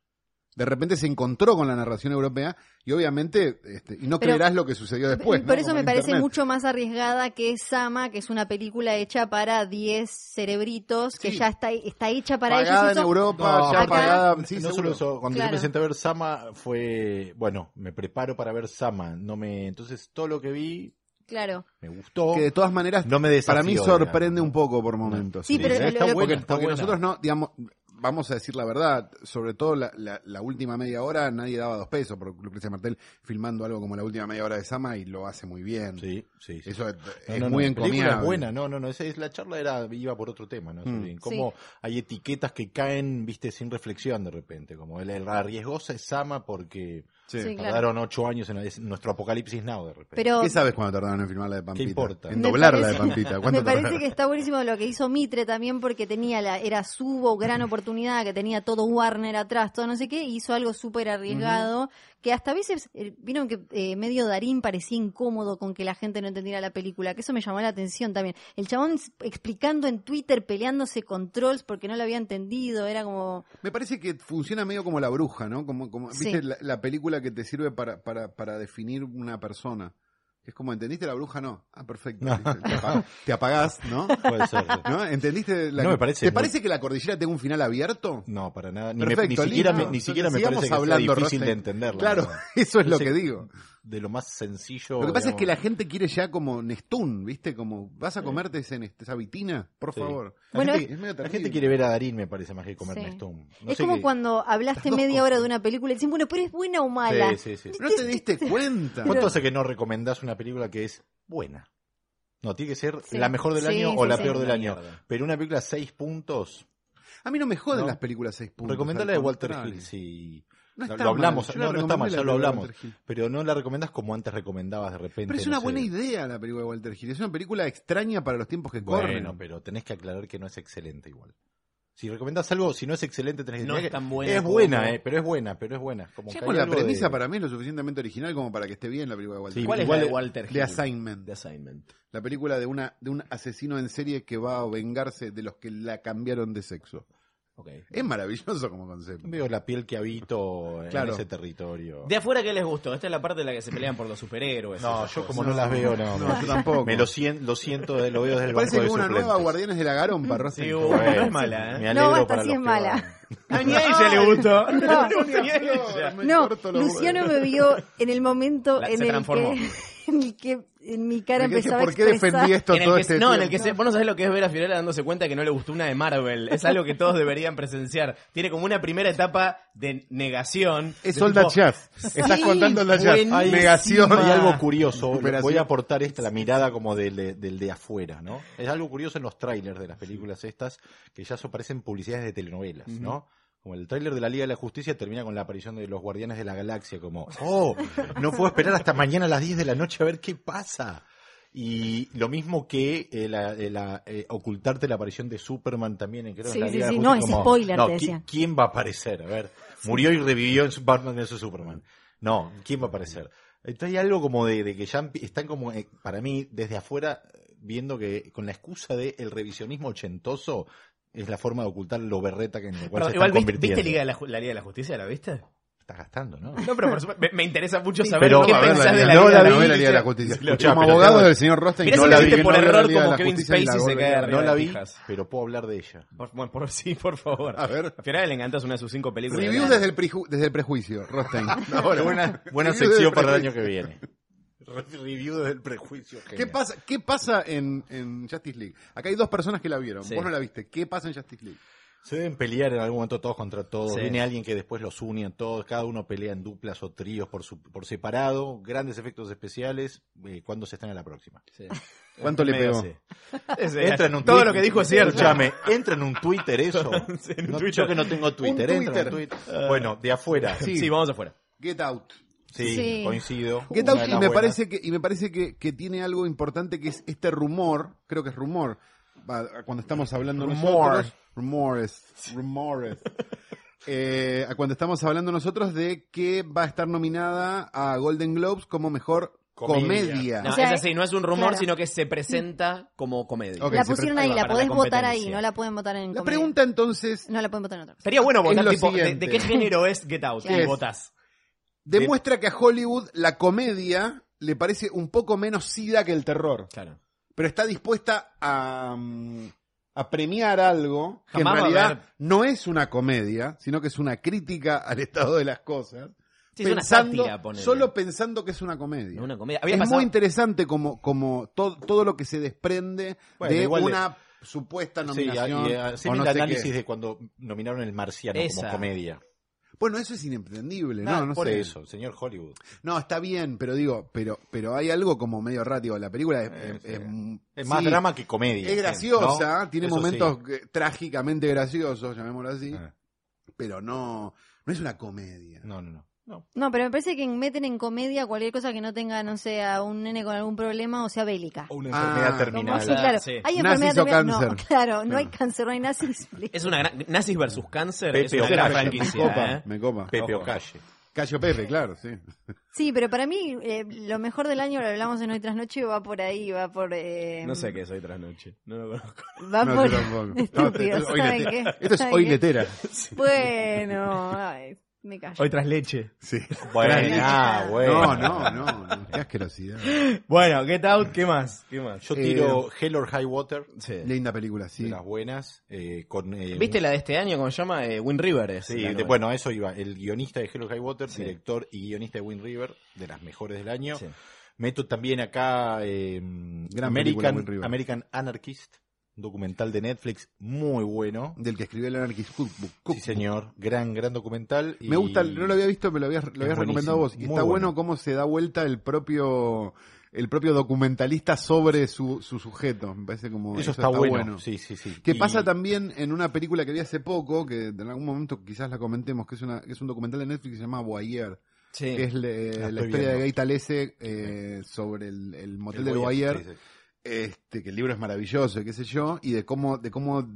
Speaker 4: De repente se encontró con la narración europea y obviamente, este, y no
Speaker 3: Pero-
Speaker 4: creerás lo que sucedió después.
Speaker 3: Por
Speaker 4: ¿no?
Speaker 3: eso
Speaker 4: Como
Speaker 3: me
Speaker 4: en
Speaker 3: parece
Speaker 4: Internet.
Speaker 3: mucho más arriesgada que Sama, que es una película hecha para 10 cerebritos, que
Speaker 4: Sí.
Speaker 3: ya está, está hecha para
Speaker 4: Pagada
Speaker 3: ellos.
Speaker 4: en Europa,
Speaker 5: No,
Speaker 4: ya
Speaker 3: acá-
Speaker 4: pagada. Sí,
Speaker 5: no
Speaker 4: seguro.
Speaker 5: solo eso, cuando yo
Speaker 3: Claro.
Speaker 5: me senté a ver Sama fue, bueno, me preparo para ver Sama, no me, entonces todo lo que vi
Speaker 3: Claro.
Speaker 5: me gustó.
Speaker 4: Que de todas maneras,
Speaker 5: No me desafió,
Speaker 4: para mí
Speaker 5: digamos.
Speaker 4: sorprende un poco por momentos.
Speaker 3: Sí, pero lo- lo-
Speaker 4: porque,
Speaker 5: buena, está
Speaker 4: porque
Speaker 5: buena.
Speaker 4: nosotros no, digamos, vamos a decir la verdad, sobre todo la, la- la última media hora nadie daba dos pesos por Lucrecia Martel filmando algo como la última media hora de Sama y lo hace muy bien.
Speaker 5: Sí, sí, sí.
Speaker 4: Eso es,
Speaker 5: No,
Speaker 4: es
Speaker 5: no, no,
Speaker 4: muy
Speaker 5: la película
Speaker 4: encomiable.
Speaker 5: es buena, no, no, no, esa es la charla era iba por otro tema, ¿no?
Speaker 4: Mm.
Speaker 5: Sobre Cómo hay etiquetas que caen, viste, sin reflexión de repente, como la, la riesgosa es Sama porque
Speaker 4: Sí.
Speaker 3: Sí. claro.
Speaker 5: tardaron ocho años en es nuestro apocalipsis now de repente.
Speaker 3: Pero
Speaker 4: ¿Qué sabes cuando tardaron en filmar la de Pampita?
Speaker 5: importa?
Speaker 4: En
Speaker 3: Me
Speaker 4: doblar la de
Speaker 3: parece-
Speaker 4: Pampita. ¿Cuánto
Speaker 3: me parece
Speaker 4: tardaron?
Speaker 3: que está buenísimo lo que hizo Mitre también porque tenía la era su gran oportunidad que tenía todo Warner atrás, todo no sé qué, y hizo algo súper arriesgado que hasta a veces eh, vieron que eh, medio Darín parecía incómodo con que la gente no entendiera la película, que eso me llamó la atención también. El chabón s- explicando en Twitter peleándose con trolls porque no lo había entendido, era como
Speaker 4: Me parece que funciona medio como la bruja, ¿no? Como, como
Speaker 3: Sí.
Speaker 4: ¿viste? La, la película que te sirve para, para, para definir una persona. Es como, ¿entendiste la bruja? No. Ah, perfecto.
Speaker 5: No.
Speaker 4: listo. Te, apa- te apagás, ¿no?
Speaker 5: Puede ser.
Speaker 4: ¿No? ¿Entendiste? La
Speaker 5: No, me parece
Speaker 4: ¿Te
Speaker 5: muy-
Speaker 4: parece que la cordillera tenga un final abierto?
Speaker 5: No, para nada. Ni, me-
Speaker 4: Perfecto,
Speaker 5: ni siquiera,
Speaker 4: listo.
Speaker 5: me, ni siquiera me
Speaker 4: Sigamos
Speaker 5: parece que
Speaker 4: hablando,
Speaker 5: sea difícil
Speaker 4: Rostein.
Speaker 5: de entenderla.
Speaker 4: Claro,
Speaker 5: ¿no?
Speaker 4: eso es lo
Speaker 5: Ese-
Speaker 4: que digo.
Speaker 5: De lo más sencillo.
Speaker 4: Lo que pasa es
Speaker 5: digamos.
Speaker 4: que la gente quiere ya como Nestún, ¿viste? Como, ¿vas a comerte ese nest- esa vitina? Por
Speaker 5: Sí.
Speaker 4: favor.
Speaker 5: La
Speaker 3: Bueno,
Speaker 5: gente-
Speaker 4: es medio
Speaker 5: la
Speaker 4: terrible.
Speaker 5: gente quiere ver a Darín, me parece, más que comer
Speaker 3: Sí.
Speaker 5: Nestum.
Speaker 3: es como cuando hablaste media hora de una película y dicen, bueno, pero es buena o mala.
Speaker 5: Sí, sí, sí.
Speaker 4: No te diste cuenta.
Speaker 5: ¿Cuánto hace que no recomendás una película que es buena? No, tiene que ser
Speaker 3: Sí.
Speaker 5: la mejor del
Speaker 3: Sí,
Speaker 5: año
Speaker 3: sí,
Speaker 5: o la
Speaker 3: sí.
Speaker 5: peor del
Speaker 2: Una
Speaker 5: año.
Speaker 2: mierda.
Speaker 5: Pero una película seis puntos,
Speaker 4: A mí no me joden
Speaker 5: No.
Speaker 4: las películas seis puntos.
Speaker 5: recomendala
Speaker 4: al
Speaker 5: de Walter
Speaker 4: contrario.
Speaker 5: Hill, sí.
Speaker 4: No
Speaker 5: Lo-
Speaker 4: está
Speaker 5: lo hablamos,
Speaker 4: mal. Yo
Speaker 5: no,
Speaker 4: la
Speaker 5: no está mal,
Speaker 4: recomendé
Speaker 5: ya
Speaker 4: la película
Speaker 5: lo
Speaker 4: de
Speaker 5: hablamos.
Speaker 4: Walter Hill.
Speaker 5: Pero no la recomendás como antes recomendabas de repente.
Speaker 4: Pero es
Speaker 5: no
Speaker 4: una
Speaker 5: sé.
Speaker 4: buena idea la película de Walter Hill. Es una película extraña para los tiempos que corren.
Speaker 5: Bueno, pero tenés que aclarar que no es excelente igual. Si recomendás algo, si no es excelente, tenés que
Speaker 2: No
Speaker 5: tenés
Speaker 2: es
Speaker 5: que-
Speaker 2: tan buena
Speaker 5: Es
Speaker 2: como-
Speaker 5: buena, eh, pero es buena, pero es buena. Como
Speaker 4: Ya
Speaker 5: que
Speaker 4: con
Speaker 5: hay
Speaker 4: la
Speaker 5: algo de-
Speaker 4: premisa para mí es lo suficientemente original como para que esté bien la película de Walter
Speaker 5: Sí,
Speaker 4: Hill.
Speaker 2: ¿Cuál es
Speaker 5: Igual
Speaker 2: la de
Speaker 5: de-
Speaker 2: Walter Hill?
Speaker 4: The Assignment.
Speaker 2: The Assignment.
Speaker 4: La película de una de un asesino en serie que va a vengarse de los que la cambiaron de sexo.
Speaker 2: Ok.
Speaker 4: Es maravilloso como concepto.
Speaker 5: Veo la piel que habito
Speaker 4: Claro.
Speaker 5: en ese territorio.
Speaker 2: De afuera, ¿qué les gustó? Esta es la parte en la que se pelean por los superhéroes.
Speaker 5: No,
Speaker 2: esas
Speaker 5: yo
Speaker 2: cosas.
Speaker 5: como no, las veo,
Speaker 4: No,
Speaker 5: no.
Speaker 4: yo tampoco.
Speaker 5: Me lo, sien- lo siento, de- lo veo desde
Speaker 4: Me
Speaker 5: el
Speaker 4: parece
Speaker 5: banco
Speaker 4: que
Speaker 5: de
Speaker 4: una nueva
Speaker 5: suplentes.
Speaker 4: Guardianes de la Garompa, Rosa.
Speaker 2: Sí, hubo- no es mala, ¿eh?
Speaker 5: Me
Speaker 3: No,
Speaker 5: alegro
Speaker 3: basta,
Speaker 5: para
Speaker 3: sí
Speaker 5: los
Speaker 3: es
Speaker 5: que
Speaker 3: mala.
Speaker 5: van.
Speaker 2: Ah, ni a ella le gustó.
Speaker 3: No,
Speaker 2: Ni a ella.
Speaker 4: Me
Speaker 3: No,
Speaker 4: corto los
Speaker 3: Luciano
Speaker 4: huevos.
Speaker 3: me vio en el momento
Speaker 2: La-
Speaker 3: en,
Speaker 2: se
Speaker 3: el
Speaker 2: transformó.
Speaker 3: que, en el que en mi cara
Speaker 4: Me quedé,
Speaker 3: empezaba
Speaker 4: ¿Por qué
Speaker 3: a expresar...
Speaker 4: defendí esto
Speaker 2: En el
Speaker 4: todo
Speaker 2: que-
Speaker 4: este
Speaker 2: no, en
Speaker 4: tiempo?
Speaker 2: el que se, vos no sabés lo que es ver a Fiorella dándose cuenta que no le gustó una de Marvel. Es algo que todos deberían presenciar. Tiene como una primera etapa de negación.
Speaker 4: Es
Speaker 2: De
Speaker 4: All That
Speaker 2: tipo,
Speaker 4: Jazz. Estás contando All That Jazz.
Speaker 2: buenísima.
Speaker 4: Negación.
Speaker 5: Hay algo curioso,
Speaker 4: Recuperación.
Speaker 5: voy a aportar esta, la mirada como del de, del de afuera, ¿no? Es algo curioso en los trailers de las películas estas, que ya so- parecen publicidades de telenovelas, ¿no? Como el tráiler de la Liga de la Justicia termina con la aparición de los Guardianes de la Galaxia, como, oh, no puedo esperar hasta mañana a las 10 de la noche a ver qué pasa. Y lo mismo que eh, la- eh, la, eh, ocultarte la aparición de Superman también. eh, Creo, en
Speaker 3: Sí,
Speaker 5: la
Speaker 3: sí,
Speaker 5: Liga de
Speaker 3: sí,
Speaker 5: la
Speaker 3: no,
Speaker 5: Justicia,
Speaker 3: es spoiler,
Speaker 5: no,
Speaker 3: te
Speaker 5: ¿qui-
Speaker 3: decía.
Speaker 5: ¿Quién va a aparecer? A ver, murió y revivió en su- Batman vs Superman. No, ¿quién va a aparecer? Entonces hay algo como de, de que ya empi- están como, eh, para mí, desde afuera, eh, viendo que con la excusa de el revisionismo ochentoso es la forma de ocultar lo berreta que en el cual
Speaker 2: Perdón,
Speaker 5: se
Speaker 2: igual,
Speaker 5: están
Speaker 2: ¿viste,
Speaker 5: convirtiendo.
Speaker 2: viste Liga de la, Ju- la Liga de la Justicia? ¿La viste?
Speaker 5: Estás gastando, ¿no?
Speaker 2: No, pero por supuesto, me, me interesa mucho
Speaker 3: Sí.
Speaker 2: saber
Speaker 5: Pero-
Speaker 2: qué
Speaker 5: a ver, la
Speaker 2: pensás
Speaker 5: Liga-
Speaker 2: de la
Speaker 4: no
Speaker 2: Liga
Speaker 4: la
Speaker 2: de
Speaker 4: vi,
Speaker 2: la
Speaker 4: la Liga de la
Speaker 2: Justicia.
Speaker 4: Justicia.
Speaker 5: Escuchá,
Speaker 4: Como
Speaker 5: pero
Speaker 4: abogado
Speaker 5: tengo-
Speaker 4: del señor Rothstein,
Speaker 2: Mirá
Speaker 4: no
Speaker 2: si
Speaker 4: la
Speaker 2: la
Speaker 4: vi.
Speaker 2: viste por
Speaker 4: no veo la
Speaker 2: error
Speaker 4: Liga de
Speaker 2: como
Speaker 4: la
Speaker 2: Kevin
Speaker 4: Justicia y la
Speaker 2: Spacey se
Speaker 4: vuelvo a
Speaker 2: cae
Speaker 4: ver.
Speaker 2: arriba.
Speaker 5: No la vi,
Speaker 2: Fijas.
Speaker 5: pero puedo hablar de ella.
Speaker 2: Por, bueno, por- sí, por favor.
Speaker 4: A ver.
Speaker 2: Al final le encantas una de sus cinco películas.
Speaker 4: Review
Speaker 2: de-
Speaker 4: desde el, preju- desde el prejuicio, Rothstein.
Speaker 5: Ahora, buena, buena
Speaker 4: Review del
Speaker 5: sección para el
Speaker 4: prejuicio.
Speaker 5: año que viene. Review del prejuicio.
Speaker 4: ¿Qué pasa, qué pasa en, en Justice League? Acá hay dos personas que la vieron.
Speaker 2: Sí.
Speaker 4: Vos no la viste. ¿Qué pasa en Justice League?
Speaker 5: Se deben pelear en algún momento todos contra todos.
Speaker 2: Sí.
Speaker 5: Viene alguien que después los une a todos. Cada uno pelea en duplas o tríos por, su- por separado. Grandes efectos especiales. Eh, ¿Cuándo se están en la próxima?
Speaker 2: Sí.
Speaker 4: ¿Cuánto le
Speaker 2: Medio
Speaker 4: pegó?
Speaker 2: así. Es- es-
Speaker 5: Entra en un
Speaker 2: todo
Speaker 5: Twitter-
Speaker 2: lo que dijo es cierto.
Speaker 5: Escúchame, entra en un Twitter eso.
Speaker 2: en un
Speaker 5: No,
Speaker 2: Twitter. Ah.
Speaker 5: Yo que no tengo Twitter. entra en un
Speaker 4: Twitter.
Speaker 5: Twitter. Bueno, de afuera.
Speaker 2: Sí. vamos afuera.
Speaker 4: Get out.
Speaker 5: Sí,
Speaker 3: Sí.
Speaker 5: coincido.
Speaker 4: Get
Speaker 5: Una
Speaker 4: out
Speaker 5: de
Speaker 4: y
Speaker 5: las
Speaker 4: me
Speaker 5: buenas.
Speaker 4: parece que, y me parece que, que tiene algo importante que es este rumor, creo que es rumor, va, cuando estamos hablando
Speaker 5: Rumor.
Speaker 4: nosotros. Rumores. Rumores. Eh, a cuando estamos hablando nosotros de que va a estar nominada a Golden Globes como mejor
Speaker 5: Comedia.
Speaker 4: comedia.
Speaker 2: No,
Speaker 3: O sea,
Speaker 2: es así, no es un rumor,
Speaker 3: claro.
Speaker 2: sino que se presenta como comedia.
Speaker 4: Ok.
Speaker 3: la
Speaker 4: se pre-
Speaker 3: pusieron
Speaker 2: ahí va,
Speaker 3: ahí, la
Speaker 2: para la
Speaker 3: podés votar ahí,
Speaker 2: competencia.
Speaker 3: no la pueden votar en
Speaker 4: La
Speaker 3: comedia.
Speaker 4: pregunta entonces
Speaker 3: No la pueden votar en otra. cosa.
Speaker 2: Sería bueno votar
Speaker 4: lo
Speaker 2: tipo, de,
Speaker 4: siguiente.
Speaker 2: de qué género es Get Out?
Speaker 4: Sí.
Speaker 2: Y votás.
Speaker 4: demuestra que a Hollywood la comedia le parece un poco menos sida que el terror,
Speaker 2: Claro.
Speaker 4: pero está dispuesta a, mm, a premiar algo que
Speaker 2: Jamás va
Speaker 4: en
Speaker 2: a
Speaker 4: realidad
Speaker 2: haber-
Speaker 4: no es una comedia, sino que es una crítica al estado de las cosas,
Speaker 2: Sí, es una
Speaker 4: pensando,
Speaker 2: sátira, ponele.
Speaker 4: solo pensando que es una comedia.
Speaker 2: Una comedia. Había
Speaker 4: es
Speaker 2: pasado-
Speaker 4: muy interesante como, como to- todo lo que se desprende
Speaker 5: Bueno,
Speaker 4: de
Speaker 5: igual de-
Speaker 4: una supuesta
Speaker 5: Sí,
Speaker 4: nominación.
Speaker 5: y, eh,
Speaker 4: o
Speaker 5: haceme
Speaker 4: no
Speaker 5: el
Speaker 4: sé
Speaker 5: análisis
Speaker 4: qué.
Speaker 5: de cuando nominaron el marciano
Speaker 2: Esa.
Speaker 5: como comedia.
Speaker 4: Bueno, eso es inentendible,
Speaker 5: Nah,
Speaker 4: ¿no? no
Speaker 5: por
Speaker 4: sé.
Speaker 5: eso, señor Hollywood.
Speaker 4: No, está bien, pero digo, pero, pero hay algo como medio rático. La película es, es-
Speaker 5: Eh, sí.
Speaker 4: es-
Speaker 5: Es más
Speaker 4: sí,
Speaker 5: drama que comedia.
Speaker 4: Es graciosa,
Speaker 5: ¿no?
Speaker 4: tiene
Speaker 5: Eso
Speaker 4: momentos
Speaker 5: sí.
Speaker 4: que- trágicamente graciosos, llamémoslo así,
Speaker 5: Ah.
Speaker 4: pero no, no es una comedia.
Speaker 5: No, no, no. No.
Speaker 3: No, pero me parece que meten en comedia cualquier cosa que no tenga, no sé, a un nene con algún problema o sea bélica.
Speaker 5: O una
Speaker 4: Ah,
Speaker 5: enfermedad
Speaker 3: Como
Speaker 5: terminal.
Speaker 3: sí, claro.
Speaker 2: Sí.
Speaker 4: Nazis
Speaker 3: Hay
Speaker 4: o
Speaker 3: enfermedad también. No,
Speaker 4: cáncer.
Speaker 3: claro, no hay cáncer, no hay nazis.
Speaker 2: Es una gran. Nazis versus Cáncer
Speaker 5: Pepe
Speaker 2: es una
Speaker 5: o
Speaker 2: gran
Speaker 5: Calle.
Speaker 4: me copa,
Speaker 2: franquicia. ¿eh?
Speaker 4: me copa.
Speaker 5: Pepe
Speaker 2: Ojo.
Speaker 5: o Calle.
Speaker 4: Cayo Pepe, claro, sí.
Speaker 3: Sí, pero para mí eh, lo mejor del año, lo hablamos en hoy tras noche, va por ahí, va por... eh,
Speaker 2: No sé qué soy tras noche. No lo conozco.
Speaker 3: Va
Speaker 4: No,
Speaker 3: por...
Speaker 4: yo tampoco.
Speaker 3: Estúpido,
Speaker 4: No, esto es hoy
Speaker 3: ¿saben
Speaker 4: letera.
Speaker 3: qué?
Speaker 4: Esto es
Speaker 3: ¿Saben
Speaker 4: hoy
Speaker 3: qué?
Speaker 4: letera.
Speaker 3: Bueno, ay, me callo.
Speaker 2: Hoy tras leche.
Speaker 4: Sí.
Speaker 5: Bueno, ah,
Speaker 4: No,
Speaker 5: bueno.
Speaker 4: no, no, no, qué asquerosidad.
Speaker 2: Bueno, Get Out, ¿qué más? ¿Qué más?
Speaker 5: Yo tiro Hell or High Water,
Speaker 2: Sí.
Speaker 4: Linda película, sí.
Speaker 5: Eh, de las buenas, eh, con... eh,
Speaker 2: ¿Viste
Speaker 5: un-
Speaker 2: la de este año? ¿Cómo se llama? Eh, Wind River. es
Speaker 5: Sí,
Speaker 2: la
Speaker 5: de-
Speaker 2: nueva.
Speaker 5: bueno, a eso iba. El guionista de Hello High Water,
Speaker 2: Sí.
Speaker 5: director y guionista de Wind River, de las mejores del año.
Speaker 2: Sí.
Speaker 5: Meto también acá eh,
Speaker 4: película,
Speaker 5: American,
Speaker 4: Wind River.
Speaker 5: American Anarchist, un documental de Netflix muy bueno.
Speaker 4: Del que escribió el Anarchist Cookbook.
Speaker 5: Sí, señor. Gran, gran documental. y-
Speaker 4: Me gusta, no lo había visto, me lo habías, lo habías
Speaker 5: buenísimo,
Speaker 4: recomendado vos. Y
Speaker 5: muy
Speaker 4: está bueno
Speaker 5: bueno.
Speaker 4: cómo se da vuelta el propio el propio documentalista sobre su, su sujeto. Me parece como.
Speaker 5: Eso está, bueno. Sí, sí, sí.
Speaker 4: Que
Speaker 5: Y-
Speaker 4: pasa también en una película que vi hace poco, que en algún momento quizás la comentemos, que es, una, que es un documental de Netflix que se llama Boyer,
Speaker 2: Sí.
Speaker 4: que es le- la,
Speaker 5: estoy
Speaker 4: historia de
Speaker 5: viendo.
Speaker 4: Gay Talese eh, sobre el, el motel
Speaker 5: el
Speaker 4: del
Speaker 5: Boyer,
Speaker 4: Boyer, este, que el libro es maravilloso, y qué sé yo, y de cómo, de cómo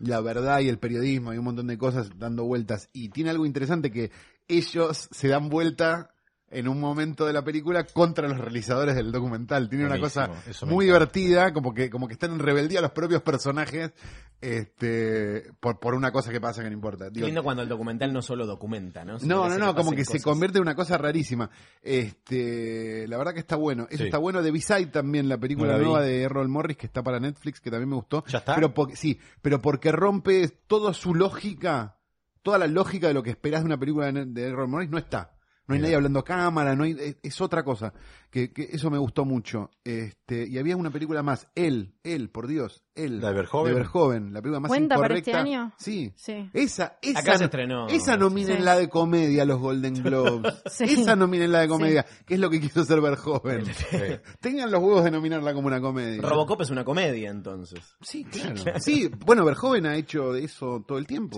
Speaker 4: la verdad y el periodismo y un montón de cosas dando vueltas. Y tiene algo interesante que ellos se dan vuelta en un momento de la película contra los realizadores del documental. Tiene
Speaker 5: Buenísimo,
Speaker 4: una cosa
Speaker 5: eso me
Speaker 4: muy
Speaker 5: encanta.
Speaker 4: divertida, como que, como que están en rebeldía los propios personajes, este, por, por una cosa que pasa que no importa. Digo,
Speaker 2: Lindo cuando el documental no solo documenta, ¿no? Sino
Speaker 4: no,
Speaker 2: que
Speaker 4: no,
Speaker 2: hace
Speaker 4: no, como
Speaker 2: pasen
Speaker 4: que se
Speaker 2: cosas.
Speaker 4: convierte en una cosa rarísima. Este, la verdad que está bueno. Eso
Speaker 5: Sí.
Speaker 4: está bueno. The Beside también, la película
Speaker 5: No la vi.
Speaker 4: nueva de Errol Morris que está para Netflix, que también me gustó.
Speaker 5: ¿Ya está?
Speaker 4: Pero porque, sí, pero porque rompe toda su lógica, toda la lógica de lo que esperás de una película de, de Errol Morris no está. No hay
Speaker 5: Mira.
Speaker 4: nadie hablando a cámara, no hay- es, es otra cosa. Que, que eso me gustó mucho. Este, y había una película más, él, él, por Dios, él.
Speaker 5: ¿La de Verhoeven?
Speaker 4: De Verhoeven, la película más
Speaker 3: ¿Cuenta para
Speaker 4: incorrecta.
Speaker 3: este año?
Speaker 4: Sí.
Speaker 3: Sí.
Speaker 4: Esa, esa.
Speaker 2: Acá se
Speaker 4: no-
Speaker 2: estrenó.
Speaker 4: Esa nominen
Speaker 3: Sí.
Speaker 4: la de comedia a los Golden Globes.
Speaker 3: Sí.
Speaker 4: Esa nominen la de comedia, que es lo que quiso hacer Verhoeven.
Speaker 5: Sí.
Speaker 4: Tengan los huevos de nominarla como una comedia.
Speaker 2: Robocop es una comedia, entonces.
Speaker 4: Sí, claro. Sí, bueno, Verhoeven ha hecho eso todo el tiempo.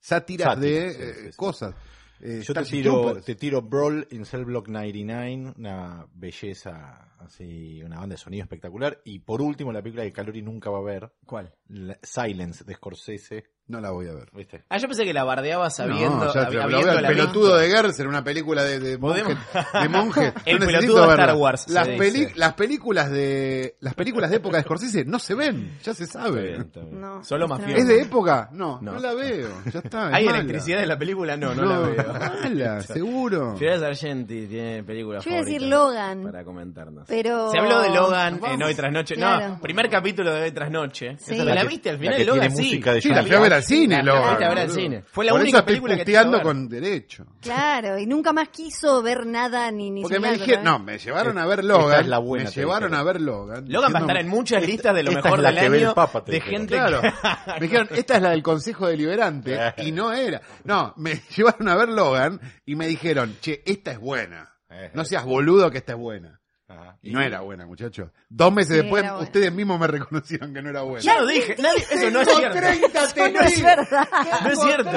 Speaker 4: Sátiras
Speaker 5: Sátiras,
Speaker 4: de
Speaker 5: sí,
Speaker 4: eh,
Speaker 5: sí, sí.
Speaker 4: cosas. eh,
Speaker 5: Yo te
Speaker 4: Starship
Speaker 5: tiro,
Speaker 4: Troopers.
Speaker 5: te tiro Brawl in Cell Block 99, una belleza, así, una banda de sonido espectacular. Y por último, la película que Calori nunca va a ver,
Speaker 2: ¿Cuál?
Speaker 5: la- Silence de Scorsese.
Speaker 4: No la voy a ver.
Speaker 5: ¿Viste?
Speaker 2: Ah, yo pensé que la bardeaba sabiendo.
Speaker 4: no, ya
Speaker 2: habi-
Speaker 4: te lo
Speaker 2: habiendo
Speaker 4: veo el
Speaker 2: la
Speaker 4: pelotudo
Speaker 2: visto.
Speaker 4: de Gertz en una película de, de
Speaker 2: Podemos-
Speaker 4: monjes. de monjes. No
Speaker 2: El
Speaker 4: necesito
Speaker 2: pelotudo de
Speaker 4: verla.
Speaker 2: Star Wars, se
Speaker 4: Las, peli-
Speaker 2: dice.
Speaker 4: las películas de las películas de época de Scorsese no se ven, ya se
Speaker 5: Está
Speaker 4: sabe.
Speaker 5: bien, está bien.
Speaker 3: No,
Speaker 2: Solo
Speaker 3: es
Speaker 2: mafioso.
Speaker 4: ¿Es de época? No,
Speaker 2: No.
Speaker 4: no, la veo. Ya está. es
Speaker 2: ¿Hay
Speaker 4: mala.
Speaker 2: electricidad en la película? No, no, la veo.
Speaker 4: Mala, seguro.
Speaker 2: Ciudad Sargenti tiene películas
Speaker 3: Yo iba a decir
Speaker 2: favoritas
Speaker 3: Logan.
Speaker 2: Para comentarnos.
Speaker 3: Pero.
Speaker 2: Se habló de Logan en
Speaker 3: Vamos.
Speaker 2: Hoy Tras Noche. No,
Speaker 3: Claro.
Speaker 2: primer capítulo de Hoy Tras Noche. Esa
Speaker 3: Sí.
Speaker 2: es
Speaker 3: La
Speaker 2: la,
Speaker 5: que-
Speaker 2: viste al
Speaker 5: la
Speaker 2: final
Speaker 5: que
Speaker 2: de Logan,
Speaker 5: tiene
Speaker 2: sí.
Speaker 5: música de
Speaker 4: Sí, la fui a ver al cine,
Speaker 2: La- la
Speaker 4: Logan.
Speaker 2: fuiste a ver al
Speaker 4: boludo.
Speaker 2: cine. Fue la
Speaker 4: Por
Speaker 2: única
Speaker 4: eso estoy
Speaker 2: película que te
Speaker 4: puteando
Speaker 2: hizo ver.
Speaker 4: con derecho.
Speaker 3: Claro, y nunca más quiso ver nada ni ni
Speaker 4: Porque me
Speaker 3: soñarlo,
Speaker 4: dijeron, no,
Speaker 3: ¿no?
Speaker 4: me llevaron a ver
Speaker 5: Esta
Speaker 4: Logan.
Speaker 5: es la buena,
Speaker 4: me
Speaker 5: te
Speaker 4: llevaron
Speaker 5: dijeron.
Speaker 4: a ver Logan.
Speaker 2: Logan va a
Speaker 4: diciendo-
Speaker 2: estar en muchas listas de lo
Speaker 5: esta
Speaker 2: mejor
Speaker 5: es la
Speaker 2: del
Speaker 5: que
Speaker 2: año.
Speaker 5: ve el Papa, te
Speaker 2: de
Speaker 5: dijeron.
Speaker 2: gente
Speaker 4: Claro.
Speaker 2: que-
Speaker 4: Me dijeron, esta es la del Consejo Deliberante. Y no era. No, me llevaron a ver Logan y me dijeron, che, esta es buena. No seas boludo que esta es buena.
Speaker 5: Ajá.
Speaker 4: Y no era buena, muchachos. Dos meses
Speaker 3: Sí,
Speaker 4: después,
Speaker 3: era buena.
Speaker 4: ustedes mismos me reconocieron que no era buena.
Speaker 2: Ya lo dije. Nadie, eso no es
Speaker 4: Tengo
Speaker 2: cierto.
Speaker 4: 30
Speaker 3: Eso no
Speaker 4: testigos.
Speaker 3: es verdad.
Speaker 2: No es cierto.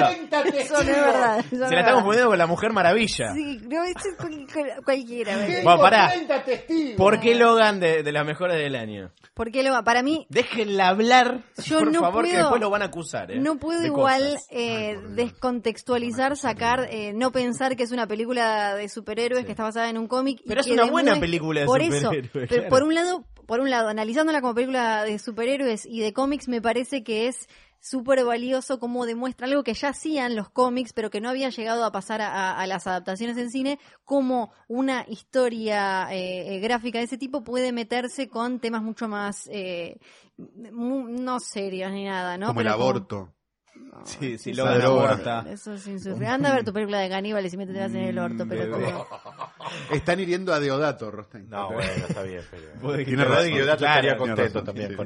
Speaker 3: Eso no es verdad. eso no
Speaker 2: Se la está
Speaker 3: verdad.
Speaker 2: confundiendo con la Mujer Maravilla.
Speaker 3: Sí, no, esto es cual- cual- cualquiera. ¿verdad?
Speaker 2: Bueno, pará.
Speaker 4: testigos.
Speaker 2: ¿Por qué Logan de, de las mejores del año?
Speaker 3: ¿Por qué lo va? Para mí,
Speaker 2: Déjenla hablar,
Speaker 3: Yo
Speaker 2: por
Speaker 3: no
Speaker 2: favor, que
Speaker 3: puedo-
Speaker 2: después lo van a acusar. ¿eh?
Speaker 3: no puedo
Speaker 2: de
Speaker 3: igual
Speaker 2: cosas.
Speaker 3: eh, descontextualizar, sacar, eh, no pensar que es una película de superhéroes que está basada en un cómic. y
Speaker 2: Pero es
Speaker 3: que
Speaker 2: una buena
Speaker 3: demuestra-
Speaker 2: película de
Speaker 3: por
Speaker 2: superhéroes,
Speaker 3: Eso,
Speaker 2: claro.
Speaker 3: pero por un lado, por un lado, analizándola como película de superhéroes y de cómics, me parece que es súper valioso como demuestra algo que ya hacían los cómics, pero que no había llegado a pasar a, a- a las adaptaciones en cine, como una historia eh, eh, gráfica de ese tipo puede meterse con temas mucho más, eh, mu- no serios ni nada, ¿no?
Speaker 4: Como el
Speaker 3: Pero
Speaker 4: aborto.
Speaker 2: Sí, sí,
Speaker 3: Eso
Speaker 2: Logan
Speaker 3: es
Speaker 4: droga.
Speaker 2: aborta.
Speaker 3: Eso es insufrible. Anda a ver tu película de caníbales y métete en el orto,
Speaker 2: Mm,
Speaker 3: pero
Speaker 2: bebé.
Speaker 3: como-
Speaker 4: Están hiriendo a Deodato, Rostein.
Speaker 5: No, Ah, bueno, está bien. Pero...
Speaker 2: Puede que-
Speaker 5: Tiene razón.
Speaker 2: Rodrigo
Speaker 4: Dato
Speaker 5: Claro,
Speaker 4: estaría
Speaker 5: tiene
Speaker 4: contento
Speaker 5: razón,
Speaker 4: también
Speaker 5: sí.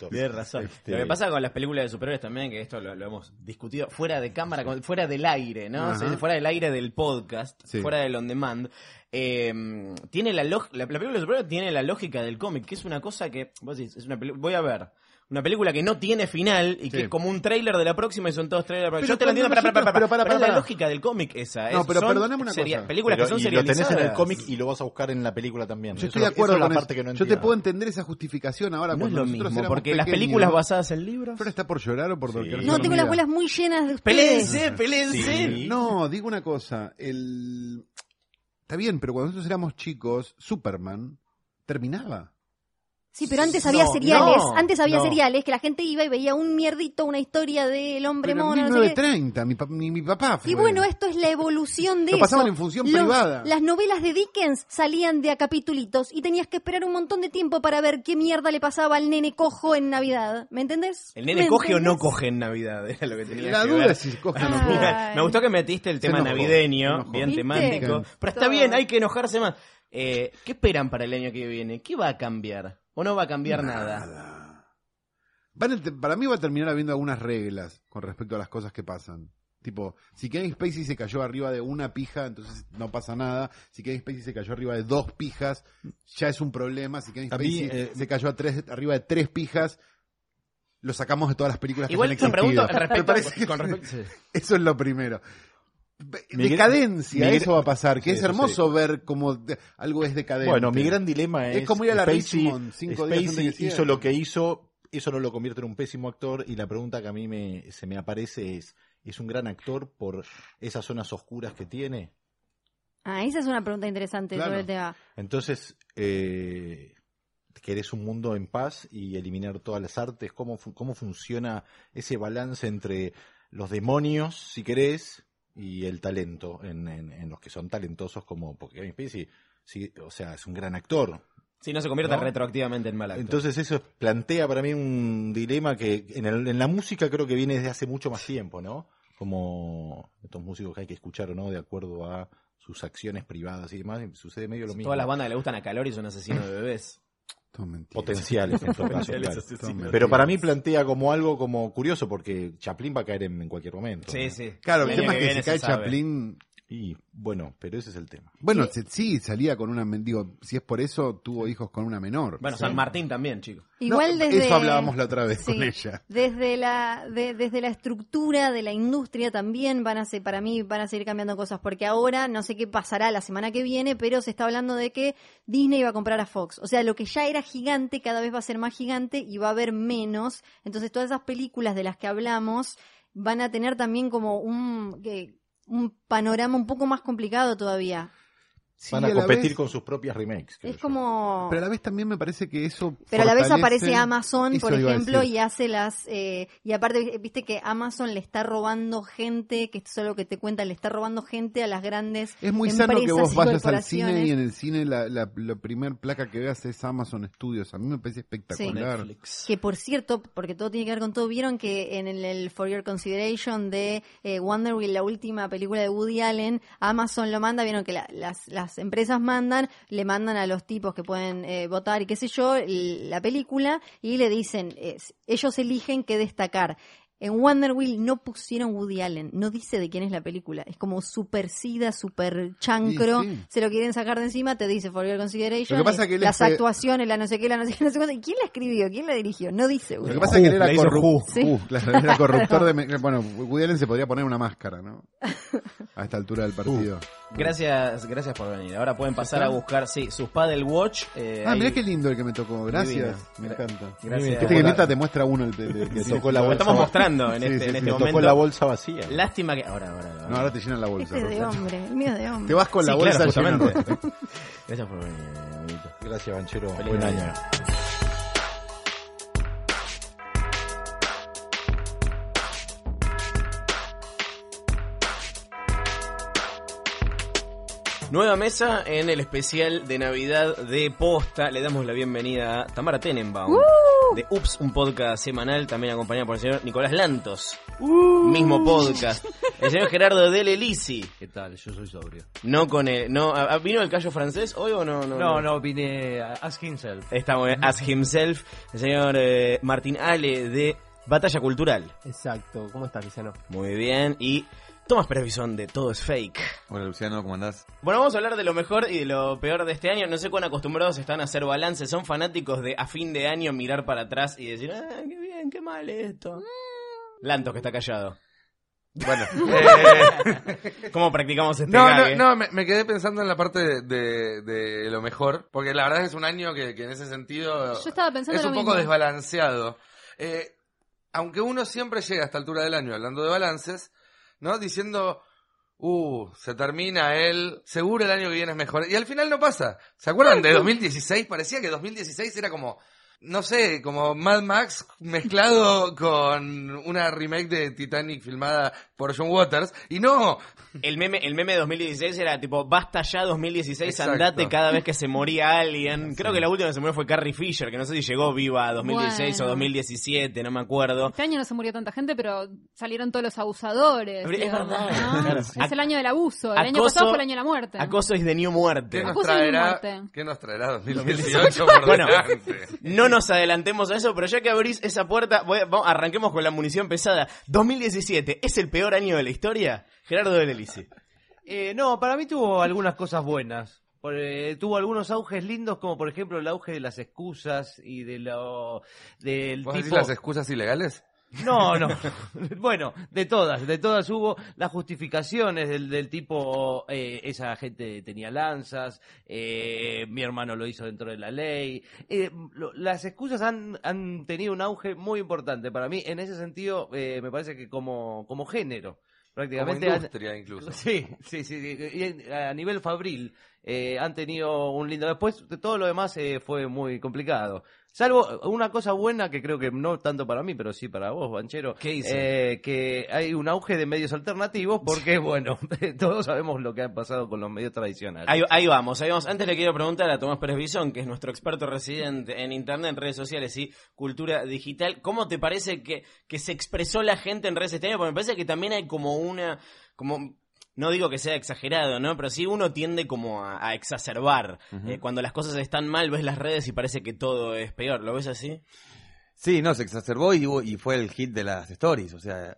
Speaker 4: con
Speaker 2: Tienes razón.
Speaker 5: Este-
Speaker 2: Lo que pasa con las películas de superhéroes también, que esto lo, lo hemos discutido fuera de cámara, con- fuera del aire, ¿no?
Speaker 4: Ajá.
Speaker 2: Se dice fuera del aire del podcast,
Speaker 4: Sí.
Speaker 2: fuera del on demand. Eh, tiene la, log- la, la película de superhéroes tiene la lógica del cómic, que es una cosa que, vos decís, es una peli- voy a ver. Una película que no tiene final y que
Speaker 4: Sí.
Speaker 2: es como un tráiler de la próxima y son todos trailers de la
Speaker 4: Pero
Speaker 2: próxima. Yo te lo
Speaker 4: cuando
Speaker 2: entiendo, para,
Speaker 4: nosotros-
Speaker 2: para, para,
Speaker 4: pero para, para,
Speaker 2: es la
Speaker 4: para.
Speaker 2: lógica del cómic esa.
Speaker 4: No,
Speaker 2: es-
Speaker 4: pero
Speaker 2: son
Speaker 4: perdoname una
Speaker 2: seria-
Speaker 4: cosa.
Speaker 2: Películas
Speaker 5: Pero-
Speaker 2: que son
Speaker 5: y lo tenés en el
Speaker 2: serializadas.
Speaker 5: cómic y lo vas a buscar en la película también.
Speaker 4: Yo
Speaker 5: Eso
Speaker 4: estoy
Speaker 5: es
Speaker 4: de
Speaker 5: lo-
Speaker 4: acuerdo
Speaker 5: esa es
Speaker 4: con
Speaker 5: la
Speaker 4: eso.
Speaker 5: parte que no
Speaker 4: Yo te
Speaker 5: entiendo.
Speaker 4: puedo entender esa justificación ahora
Speaker 2: No es
Speaker 4: cuando
Speaker 2: lo
Speaker 4: nosotros
Speaker 2: mismo,
Speaker 4: éramos
Speaker 2: porque las
Speaker 4: pequeños.
Speaker 2: películas basadas en libros.
Speaker 4: Flor está por llorar o por
Speaker 5: Sí.
Speaker 4: dormir.
Speaker 3: No, tengo las bolas muy llenas de ustedes.
Speaker 2: Peleense, peleense.
Speaker 5: Sí.
Speaker 4: No, digo una cosa. El... Está bien, pero cuando nosotros éramos chicos, Superman terminaba.
Speaker 3: Sí, pero antes había
Speaker 2: No,
Speaker 3: seriales.
Speaker 2: no,
Speaker 3: antes había
Speaker 2: no.
Speaker 3: seriales que la gente iba y veía un mierdito, una historia del hombre
Speaker 4: Pero
Speaker 3: mono.
Speaker 4: en
Speaker 3: no sé qué.
Speaker 4: 1930, mi, pa- mi, mi papá fue.
Speaker 3: Y bueno, esto es la evolución de
Speaker 4: Lo
Speaker 3: eso.
Speaker 4: pasaban en función privada.
Speaker 3: Las novelas de Dickens salían de a capitulitos y tenías que esperar un montón de tiempo para ver qué mierda le pasaba al nene cojo en Navidad. ¿Me entendés?
Speaker 2: ¿El nene
Speaker 3: ¿Me
Speaker 2: coge o no
Speaker 3: entendés?
Speaker 2: coge en Navidad? Era lo que tenía
Speaker 4: La
Speaker 2: que
Speaker 4: duda
Speaker 2: ver.
Speaker 4: es si cogen o no
Speaker 3: Ah.
Speaker 4: cogen.
Speaker 3: Ay.
Speaker 2: Me gustó que metiste el tema
Speaker 4: enojó, se
Speaker 2: navideño,
Speaker 4: enojó.
Speaker 2: bien
Speaker 3: ¿Viste?
Speaker 2: temático. Pero está
Speaker 3: Todo.
Speaker 2: bien, hay que enojarse más. Eh, ¿Qué esperan para el año que viene? ¿Qué va a cambiar? ¿O no va a cambiar nada?
Speaker 4: Van a te- para mí va a terminar habiendo algunas reglas con respecto a las cosas que pasan. Tipo, si Kevin Spacey se cayó arriba de una pija, entonces no pasa nada. Si Kevin Spacey se cayó arriba de dos pijas, ya es un problema. Si Kevin
Speaker 5: A mí,
Speaker 4: Spacey
Speaker 5: eh,
Speaker 4: se cayó a tres, arriba de tres pijas, lo sacamos de todas las películas que
Speaker 2: Igual
Speaker 4: hayan
Speaker 2: te pregunto
Speaker 4: existido.
Speaker 2: respecto,
Speaker 4: Me parece-
Speaker 2: con respecto- sí.
Speaker 4: Eso es lo primero. Be-
Speaker 5: Mi gr-
Speaker 4: decadencia,
Speaker 5: mi gr-
Speaker 4: eso va a pasar, que
Speaker 5: Sí,
Speaker 4: es
Speaker 5: eso
Speaker 4: hermoso ver como de- algo es decadente.
Speaker 5: Bueno, mi gran dilema es.
Speaker 4: Es como ir a la
Speaker 5: Spacey-
Speaker 4: Richmond, cinco días antes
Speaker 5: Spacey
Speaker 4: que cierre.
Speaker 5: hizo lo que hizo, eso no lo convierte en un pésimo actor. Y la pregunta que a mí me, se me aparece es: ¿es un gran actor por esas zonas oscuras que tiene?
Speaker 3: Ah, esa es una pregunta interesante
Speaker 4: Claro.
Speaker 3: sobre el tema.
Speaker 5: Entonces, eh, ¿querés un mundo en paz y eliminar todas las artes? ¿Cómo, fu- ¿Cómo funciona ese balance entre los demonios, si querés, y el talento en, en- en los que son talentosos como porque Kevin Spacey? sí, o sea, es un gran actor.
Speaker 2: Sí, no se convierte
Speaker 5: ¿No?
Speaker 2: retroactivamente en mal actor.
Speaker 5: Entonces eso plantea para mí un dilema que en, el- en la música creo que viene desde hace mucho más tiempo, ¿no? Como estos músicos que hay que escuchar o no de acuerdo a sus acciones privadas y demás, y sucede medio lo mismo.
Speaker 2: Todas las bandas que le gustan a Calori son asesinos de bebés.
Speaker 4: Todo mentira.
Speaker 5: potenciales en todo caso,
Speaker 2: Potenciales
Speaker 5: claro.
Speaker 2: asesinos.
Speaker 4: Todo mentira.
Speaker 5: Pero para mí plantea como algo como curioso porque Chaplin va a caer en, en cualquier momento.
Speaker 2: Sí,
Speaker 5: ¿no?
Speaker 2: sí.
Speaker 4: Claro, el
Speaker 2: año
Speaker 4: tema es que
Speaker 2: viene
Speaker 4: si
Speaker 2: se
Speaker 4: cae
Speaker 2: sabe.
Speaker 4: Chaplin,
Speaker 5: Y Y bueno, pero ese es el tema.
Speaker 4: Bueno, se- sí, salía con una. men- Digo, si es por eso, tuvo hijos con una menor.
Speaker 2: Bueno,
Speaker 4: Sí.
Speaker 2: San Martín también, chicos.
Speaker 3: Igual
Speaker 4: No,
Speaker 3: desde.
Speaker 4: Eso hablábamos la otra vez
Speaker 3: Sí.
Speaker 4: con ella.
Speaker 3: Desde la, de- desde la estructura de la industria también van a ser, para mí, van a seguir cambiando cosas, porque ahora no sé qué pasará la semana que viene, pero se está hablando de que Disney va a comprar a Fox. O sea, lo que ya era gigante cada vez va a ser más gigante y va a haber menos. Entonces, todas esas películas de las que hablamos van a tener también como un, que- un panorama un poco más complicado todavía.
Speaker 4: Sí,
Speaker 5: Van a
Speaker 4: la
Speaker 5: competir
Speaker 4: vez-
Speaker 5: con sus propias remakes. creo
Speaker 3: Es
Speaker 5: yo.
Speaker 3: como...
Speaker 4: Pero a la vez también me parece que eso.
Speaker 3: Pero a la vez
Speaker 4: fortalece-
Speaker 3: aparece Amazon,
Speaker 4: Eso
Speaker 3: por
Speaker 4: iba a
Speaker 3: ejemplo,
Speaker 4: decir.
Speaker 3: y hace las... eh, y aparte, vi- viste que Amazon le está robando gente, que esto es lo que te cuenta, le está robando gente a las grandes...
Speaker 4: Es muy sano que
Speaker 3: empresas
Speaker 4: vos
Speaker 3: y
Speaker 4: vayas al
Speaker 3: corporaciones.
Speaker 4: cine y en el cine la, la, la primer placa que veas es Amazon Studios. A mí me parece espectacular.
Speaker 2: Netflix.
Speaker 3: Que por cierto, porque todo tiene que ver con todo, vieron que en el, el For Your Consideration de eh, Wonder Wheel, la última película de Woody Allen, Amazon lo manda, vieron que la- las, las empresas mandan, le mandan a los tipos que pueden eh, votar y qué sé yo, l- la película y le dicen, es- ellos eligen qué destacar. En Wonder Wheel no pusieron Woody Allen, no dice de quién es la película, es como super sida, super chancro,
Speaker 4: Sí, sí.
Speaker 3: se lo quieren sacar de encima, te dice For Your Consideration,
Speaker 4: Lo que pasa
Speaker 3: y
Speaker 4: que él
Speaker 3: las
Speaker 4: espe-
Speaker 3: actuaciones, la no sé qué, la no sé qué, no sé cuánto. ¿Y quién la escribió? ¿Quién la dirigió? No dice.
Speaker 4: Lo que
Speaker 3: boludo.
Speaker 4: pasa es que él
Speaker 2: Ju,
Speaker 4: era,
Speaker 2: la Uh, hizo
Speaker 4: corru-
Speaker 2: Ju.
Speaker 3: Sí.
Speaker 4: Ju, claro, era corruptor de... me- Bueno, Woody Allen se podría poner una máscara, ¿no? A esta altura del
Speaker 2: Uh.
Speaker 4: partido.
Speaker 2: Gracias, gracias por venir. Ahora pueden pasar a buscar, sí, sus Paddle Watch. eh,
Speaker 4: Ah, mirá
Speaker 2: ahí-
Speaker 4: qué lindo el que me tocó. Gracias.
Speaker 2: Divino.
Speaker 4: Me encanta.
Speaker 2: Gracias.
Speaker 4: Viste Este que Mirta te muestra uno el, el- el que
Speaker 5: Me
Speaker 4: tiene-
Speaker 5: tocó la
Speaker 2: Lo
Speaker 5: bolsa.
Speaker 2: estamos mostrando en
Speaker 4: Sí,
Speaker 2: este,
Speaker 4: sí,
Speaker 2: en
Speaker 4: sí,
Speaker 2: este
Speaker 5: Me
Speaker 2: momento.
Speaker 5: tocó la bolsa vacía.
Speaker 2: Lástima que. Ahora, ahora, ahora.
Speaker 4: No, ahora te llenan la bolsa.
Speaker 3: Este es de
Speaker 4: Rosa.
Speaker 3: hombre, el mío es de hombre.
Speaker 4: Te vas con la
Speaker 2: Sí,
Speaker 4: bolsa
Speaker 2: claro,
Speaker 4: llena.
Speaker 2: justamente. Gracias por venir, amiguito.
Speaker 5: Gracias, Banchero.
Speaker 2: Feliz
Speaker 5: Buen
Speaker 2: Navidad.
Speaker 5: año.
Speaker 2: Nueva mesa en el especial de Navidad de Posta. Le damos la bienvenida a Tamara Tenenbaum de Ups, un podcast semanal, también acompañada por el señor Nicolás Lantos. Mismo podcast. El señor Gerardo Del Elisi.
Speaker 6: ¿Qué tal? Yo soy sobrio.
Speaker 2: No con el, no, ¿a- a- ¿Vino el callo francés hoy o no? No,
Speaker 6: No, no, vine a Ask Himself.
Speaker 2: Está muy bien. As himself, el señor eh, Martín Ale de Batalla Cultural.
Speaker 6: Exacto. ¿Cómo estás, Luciano?
Speaker 2: Muy bien. Y Tomás Pérez Bisón de Todo es Fake.
Speaker 7: Hola Luciano, ¿cómo andás?
Speaker 2: Bueno, vamos a hablar de lo mejor y de lo peor de este año. No sé cuán acostumbrados están a hacer balance. Son fanáticos de a fin de año mirar para atrás y decir, ah, qué bien, qué mal esto. Lantos que está callado.
Speaker 7: Bueno, eh,
Speaker 2: ¿Cómo practicamos este
Speaker 7: no, no,
Speaker 2: gague?
Speaker 7: no, me, me quedé pensando en la parte de, de- de lo mejor, porque la verdad es un año que, que en ese sentido
Speaker 3: Yo estaba pensando
Speaker 7: es
Speaker 3: lo
Speaker 7: un
Speaker 3: mismo.
Speaker 7: poco desbalanceado. Eh, aunque uno siempre llega a esta altura del año hablando de balances, ¿no? Diciendo, uh, se termina el, seguro el año que viene es mejor. Y al final no pasa. ¿Se acuerdan de 2016? Parecía que 2016 era como, no sé, como Mad Max mezclado con una remake de Titanic filmada por John Waters. Y no,
Speaker 2: El meme, el meme de 2016 era tipo, basta ya 2016,
Speaker 7: Exacto.
Speaker 2: andate cada vez que se moría alguien. Creo que la última que se murió fue Carrie Fisher, que no sé si llegó viva a 2016 o
Speaker 8: Bueno.
Speaker 2: 2017, no me acuerdo.
Speaker 8: Este año no se murió tanta gente, pero salieron todos los abusadores.
Speaker 2: Es
Speaker 8: digo,
Speaker 2: verdad.
Speaker 8: ¿no?
Speaker 2: Claro.
Speaker 8: Es el año del abuso. El año
Speaker 2: Acoso-
Speaker 8: pasado fue el año de la muerte.
Speaker 2: Acoso es de New Muerte.
Speaker 7: ¿Qué nos
Speaker 8: Acusa de
Speaker 7: traerá,
Speaker 8: muerte.
Speaker 7: ¿qué nos traerá 2018 por
Speaker 2: Bueno.
Speaker 7: delante?
Speaker 2: No nos adelantemos a eso, pero ya que abrís esa puerta, voy a- vamos- arranquemos con la munición pesada. 2017, ¿es el peor año de la historia? Gerardo de Lelice.
Speaker 6: Eh, no, para mí tuvo algunas cosas buenas. Por, eh, tuvo algunos auges lindos, como por ejemplo el auge de las excusas y de lo. del
Speaker 7: ¿Vos decís
Speaker 6: tipo.
Speaker 7: las excusas ilegales?
Speaker 6: No, no. bueno, de todas, de todas hubo las justificaciones del, del tipo, eh, esa gente tenía lanzas, eh, mi hermano lo hizo dentro de la ley. Eh, lo- las excusas han, han tenido un auge muy importante para mí. En ese sentido, eh, me parece que como, como género,
Speaker 7: Como
Speaker 6: prácticamente. han-
Speaker 7: industria incluso.
Speaker 6: Sí, sí, sí, sí. Y en- a nivel fabril eh, han tenido un lindo. Después de todo lo demás eh, fue muy complicado. Salvo una cosa buena que creo que no tanto para mí, pero sí para vos, Banchero.
Speaker 2: ¿Qué hice?
Speaker 6: eh, que hay un auge de medios alternativos porque, bueno, todos sabemos lo que ha pasado con los medios tradicionales.
Speaker 2: Ahí, ahí vamos, ahí vamos. Antes le quiero preguntar a Tomás Pérez Bisón, que es nuestro experto residente en Internet, en redes sociales y cultura digital, ¿cómo te parece que, que se expresó la gente en redes este año? Porque me parece que también hay como una... como no digo que sea exagerado, ¿no? Pero sí uno tiende como a, a exacerbar. Eh, cuando las cosas están mal, ves las redes y parece que todo es peor. ¿Lo ves así?
Speaker 9: Sí, no, se exacerbó y, hubo- y fue el hit de las stories. O sea,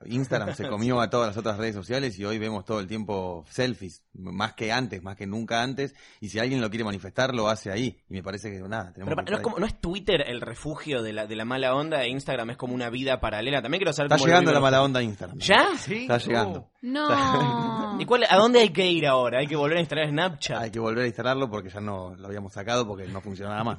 Speaker 9: Instagram se comió a todas las otras redes sociales y hoy vemos todo el tiempo selfies, más que antes, más que nunca antes. Y si alguien lo quiere manifestar, lo hace ahí. Y me parece que nada, tenemos
Speaker 2: Pero pa-
Speaker 9: que
Speaker 2: no, es
Speaker 9: estar
Speaker 2: como-
Speaker 9: ahí.
Speaker 2: no es Twitter el refugio de la, de la mala onda e Instagram es como una vida paralela. También quiero saber
Speaker 9: Está
Speaker 2: cómo lo
Speaker 9: llegando la
Speaker 2: viven
Speaker 9: mala onda a Instagram.
Speaker 2: ¿Ya? Uh.
Speaker 9: Está llegando.
Speaker 8: No.
Speaker 2: ¿Y cuál, a dónde hay que ir ahora? ¿Hay que volver a instalar
Speaker 9: Hay
Speaker 2: Snapchat?
Speaker 9: que volver a instalarlo porque ya no lo habíamos sacado porque no funcionaba más.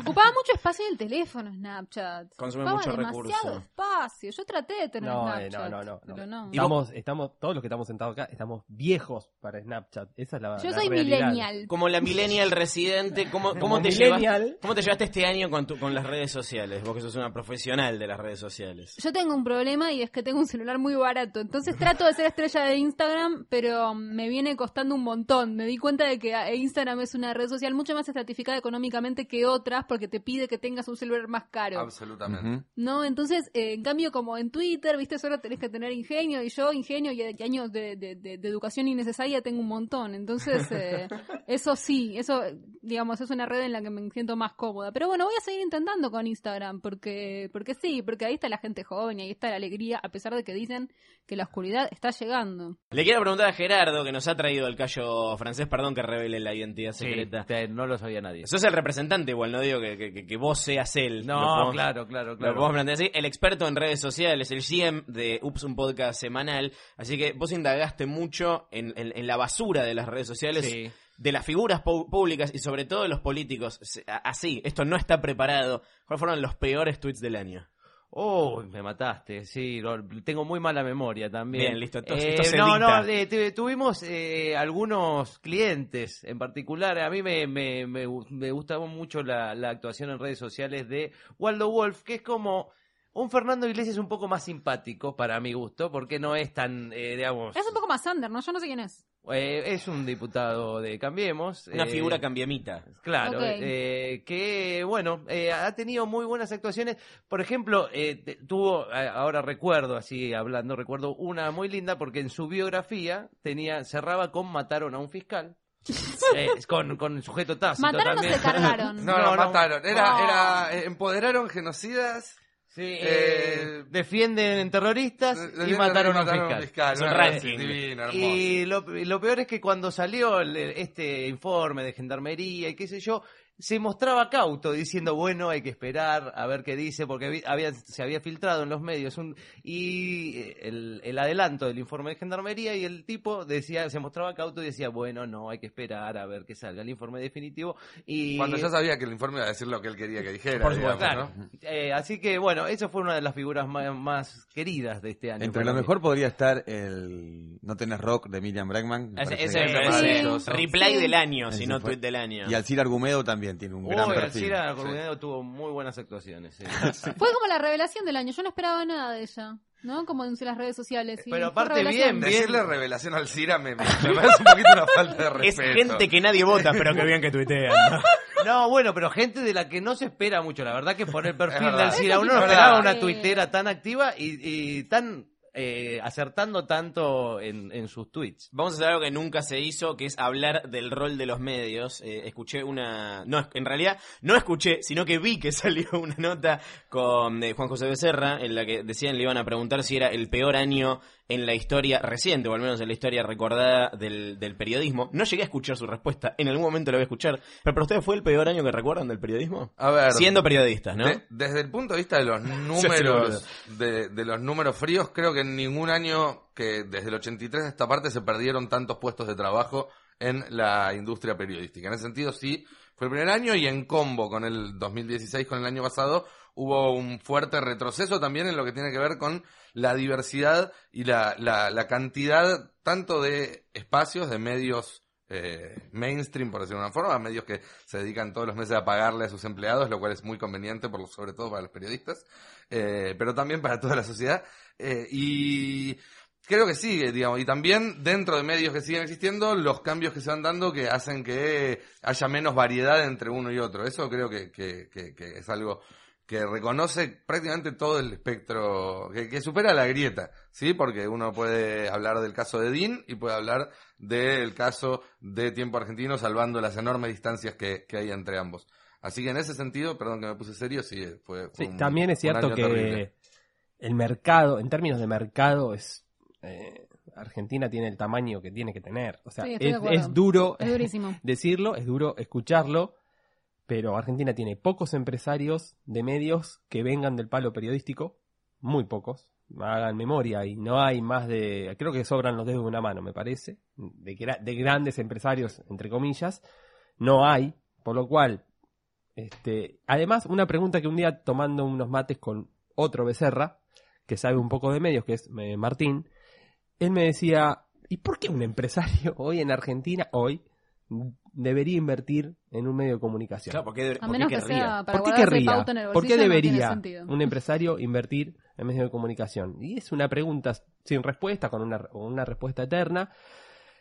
Speaker 8: Ocupaba mucho espacio en el teléfono Snapchat.
Speaker 2: Consume
Speaker 8: Ocupaba
Speaker 2: mucho
Speaker 8: demasiado
Speaker 2: recurso.
Speaker 8: espacio. Yo traté de tener
Speaker 10: No, eh,
Speaker 8: Snapchat.
Speaker 10: no, no, no, no.
Speaker 8: pero no.
Speaker 10: Estamos, estamos, todos los que estamos sentados acá, estamos viejos para Snapchat. Esa es la
Speaker 8: Yo
Speaker 10: la
Speaker 8: soy
Speaker 10: realidad.
Speaker 8: millennial.
Speaker 2: Como la millennial residente, ¿cómo, cómo
Speaker 10: Como
Speaker 2: te,
Speaker 10: millennial.
Speaker 2: llevas- ¿cómo te llevaste este año con, tu- con las redes sociales? Vos que sos una profesional de las redes sociales.
Speaker 8: Yo tengo un problema y es que tengo un celular muy barato. Entonces trato de ser estrella de Instagram, pero me viene costando un montón. Me di cuenta de que ah, Instagram es una red social mucho más estratificada económicamente que otras porque te pide que tengas un celular más caro.
Speaker 7: Absolutamente.
Speaker 9: Ujú.
Speaker 8: ¿No? Entonces, eh, en cambio, como en Twitter, viste, solo tenés que tener ingenio y yo ingenio y, y años de, de- de- de educación innecesaria tengo un montón. Entonces, eh, eso sí, eso, eh, digamos, es una red en la que me siento más cómoda. Pero bueno, voy a seguir intentando con Instagram porque, porque sí, porque ahí está la gente joven y ahí está la alegría, a pesar de que dicen que la oscuridad está llegando.
Speaker 2: Le quiero preguntar a Gerardo, que nos ha traído el callo francés, perdón que revele la identidad
Speaker 6: Sí,
Speaker 2: secreta.
Speaker 6: te- no lo sabía nadie.
Speaker 2: Sos el representante igual, no digo que, que- que- que vos seas él. Lo
Speaker 6: No,
Speaker 2: podemos-
Speaker 6: claro, claro,
Speaker 2: Lo podemos
Speaker 6: claro.
Speaker 2: plantear así. El experto en redes sociales, el GM de Ups, un podcast semanal. Así que vos indagaste mucho en, en- en la basura de las redes sociales,
Speaker 6: Sí.
Speaker 2: de las figuras pu- públicas y sobre todo de los políticos. Se- a- Así, esto no está preparado. ¿Cuáles fueron los peores tweets del año?
Speaker 6: Oh, me mataste, sí, lo- tengo muy mala memoria también.
Speaker 2: Bien, listo, entonces
Speaker 6: Eh,
Speaker 2: esto se
Speaker 6: no,
Speaker 2: edita.
Speaker 6: no, eh, tu- tuvimos eh, algunos clientes en particular. A mí me, me, me, gu- me gustaba mucho la, la actuación en redes sociales de Waldo Wolf, que es como un Fernando Iglesias un poco más simpático para mi gusto, porque no es tan, eh, digamos,
Speaker 8: Es un poco más under, ¿no? Yo no sé quién es.
Speaker 6: eh, es un diputado de Cambiemos.
Speaker 2: Una
Speaker 6: eh,
Speaker 2: figura cambiamita.
Speaker 6: Claro,
Speaker 8: Ok.
Speaker 6: eh, que bueno, eh, ha tenido muy buenas actuaciones. Por ejemplo, eh, te- tuvo, eh, ahora recuerdo, así hablando, recuerdo una muy linda porque en su biografía tenía cerraba con mataron a un fiscal, Eh, con, con sujeto tácito
Speaker 8: Mataron o
Speaker 6: también.
Speaker 8: se cargaron.
Speaker 7: No, no,
Speaker 6: No, no.
Speaker 7: mataron. Era,
Speaker 8: No.
Speaker 7: era, eh, empoderaron genocidas,
Speaker 6: Sí, eh,
Speaker 7: Eh,
Speaker 6: defienden terroristas
Speaker 7: eh,
Speaker 6: y mataron a un
Speaker 7: mataron
Speaker 6: fiscal.
Speaker 2: Es un
Speaker 7: una
Speaker 2: ranking.
Speaker 7: cosa divina, hermosa.
Speaker 6: Y lo, lo peor es que cuando salió el- este informe de gendarmería y qué sé yo, se mostraba cauto diciendo, bueno, hay que esperar a ver qué dice, porque vi- había, se había filtrado en los medios un, y eh, el, el adelanto del informe de gendarmería y el tipo decía, se mostraba cauto y decía, bueno, no, hay que esperar a ver que salga el informe definitivo. eh, Y
Speaker 7: Cuando ya sabía que el informe iba a decir lo que él quería que dijera.
Speaker 2: Por supuesto,
Speaker 7: digamos, ¿no?
Speaker 6: Eh, así que bueno, esa fue una de las figuras más, más queridas de este año.
Speaker 9: Entre lo
Speaker 6: para mí.
Speaker 9: mejor podría estar el No tenés rock de Miriam Bregman. me
Speaker 2: Ese,
Speaker 9: parece
Speaker 2: ese
Speaker 9: que-
Speaker 2: me
Speaker 7: Sí.
Speaker 2: parece
Speaker 7: Sí.
Speaker 2: reply del año, si
Speaker 9: Ese
Speaker 2: no
Speaker 9: fue.
Speaker 2: tweet del año.
Speaker 9: Y Alcira Argumedo también tiene un
Speaker 6: Uy,
Speaker 9: gran perfil.
Speaker 6: Alcira Coronado tuvo muy buenas actuaciones. sí.
Speaker 8: Fue como la revelación del año. Yo no esperaba nada de ella, ¿no? Como en las redes sociales. y
Speaker 6: Pero
Speaker 8: fue
Speaker 6: aparte bien,
Speaker 8: revelación.
Speaker 6: bien.
Speaker 7: Decirle revelación al Cira me, me parece un poquito una falta de
Speaker 2: Es
Speaker 7: respeto.
Speaker 2: gente que nadie vota, pero que bien que tuitean. ¿no?
Speaker 6: No, bueno, pero gente de la que no se espera mucho. La verdad que por el perfil
Speaker 7: verdad.
Speaker 6: del Cira
Speaker 8: Eso
Speaker 6: uno no
Speaker 7: es
Speaker 6: esperaba
Speaker 8: verdad.
Speaker 6: una tuitera tan activa y, y tan eh, acertando tanto en, en sus tweets.
Speaker 2: Vamos a hacer algo que nunca se hizo, que es hablar del rol de los medios. Eh, escuché una... No, en realidad no escuché, sino que vi que salió una nota con eh, Juan José Becerra, en la que decían, le iban a preguntar si era el peor año en la historia reciente, o al menos en la historia recordada del, del periodismo. No llegué a escuchar su respuesta, en algún momento la voy a escuchar. Pero para ustedes fue el peor año que recuerdan del periodismo.
Speaker 7: A ver.
Speaker 2: Siendo periodistas, ¿no?
Speaker 7: de- desde el punto de vista de los números, de, de los números fríos, creo que en ningún año que desde el 83 a esta parte se perdieron tantos puestos de trabajo en la industria periodística. En ese sentido, sí, fue el primer año y en combo con el 2016, con el año pasado, hubo un fuerte retroceso también en lo que tiene que ver con la diversidad y la, la, la cantidad tanto de espacios, de medios eh, mainstream, por decirlo de una forma, medios que se dedican todos los meses a pagarle a sus empleados, lo cual es muy conveniente, por, lo- sobre todo para los periodistas, eh, pero también para toda la sociedad. Eh, y creo que sigue, digamos, y también dentro de medios que siguen existiendo, los cambios que se van dando que hacen que haya menos variedad entre uno y otro. Eso creo que, que- que- que es algo que reconoce prácticamente todo el espectro, que, que supera la grieta, ¿sí? Porque uno puede hablar del caso de Dean y puede hablar del caso de Tiempo Argentino, salvando las enormes distancias que, que hay entre ambos. Así que en ese sentido, perdón que me puse serio, sí, fue, fue
Speaker 10: Sí,
Speaker 7: un-
Speaker 10: también es
Speaker 7: un
Speaker 10: cierto
Speaker 7: año
Speaker 10: que
Speaker 7: terrible.
Speaker 10: el mercado, en términos de mercado, es eh, Argentina tiene el tamaño que tiene que tener. O sea,
Speaker 8: Sí, estoy de
Speaker 10: es,
Speaker 8: acuerdo.
Speaker 10: es duro
Speaker 8: Es durísimo.
Speaker 10: decirlo, es duro escucharlo, pero Argentina tiene pocos empresarios de medios que vengan del palo periodístico, muy pocos. Hagan memoria y no hay más de, creo que sobran los dedos de una mano, me parece, de, gra- de grandes empresarios, entre comillas, no hay, por lo cual este, además, una pregunta que un día tomando unos mates con otro becerra, que sabe un poco de medios, que es eh, Martín, él me decía, ¿y por qué un empresario hoy en Argentina, hoy, debería invertir en un medio de comunicación?
Speaker 2: Claro, porque,
Speaker 8: A
Speaker 2: porque
Speaker 8: menos que
Speaker 2: querría.
Speaker 8: sea para
Speaker 10: ¿Por qué
Speaker 8: guardarse
Speaker 10: querría?
Speaker 8: pauta en el
Speaker 10: ¿Por qué
Speaker 8: bolsillo, no tiene
Speaker 10: debería
Speaker 8: sentido.
Speaker 10: un empresario invertir en medios de comunicación? Y es una pregunta sin respuesta, con una, con una respuesta eterna.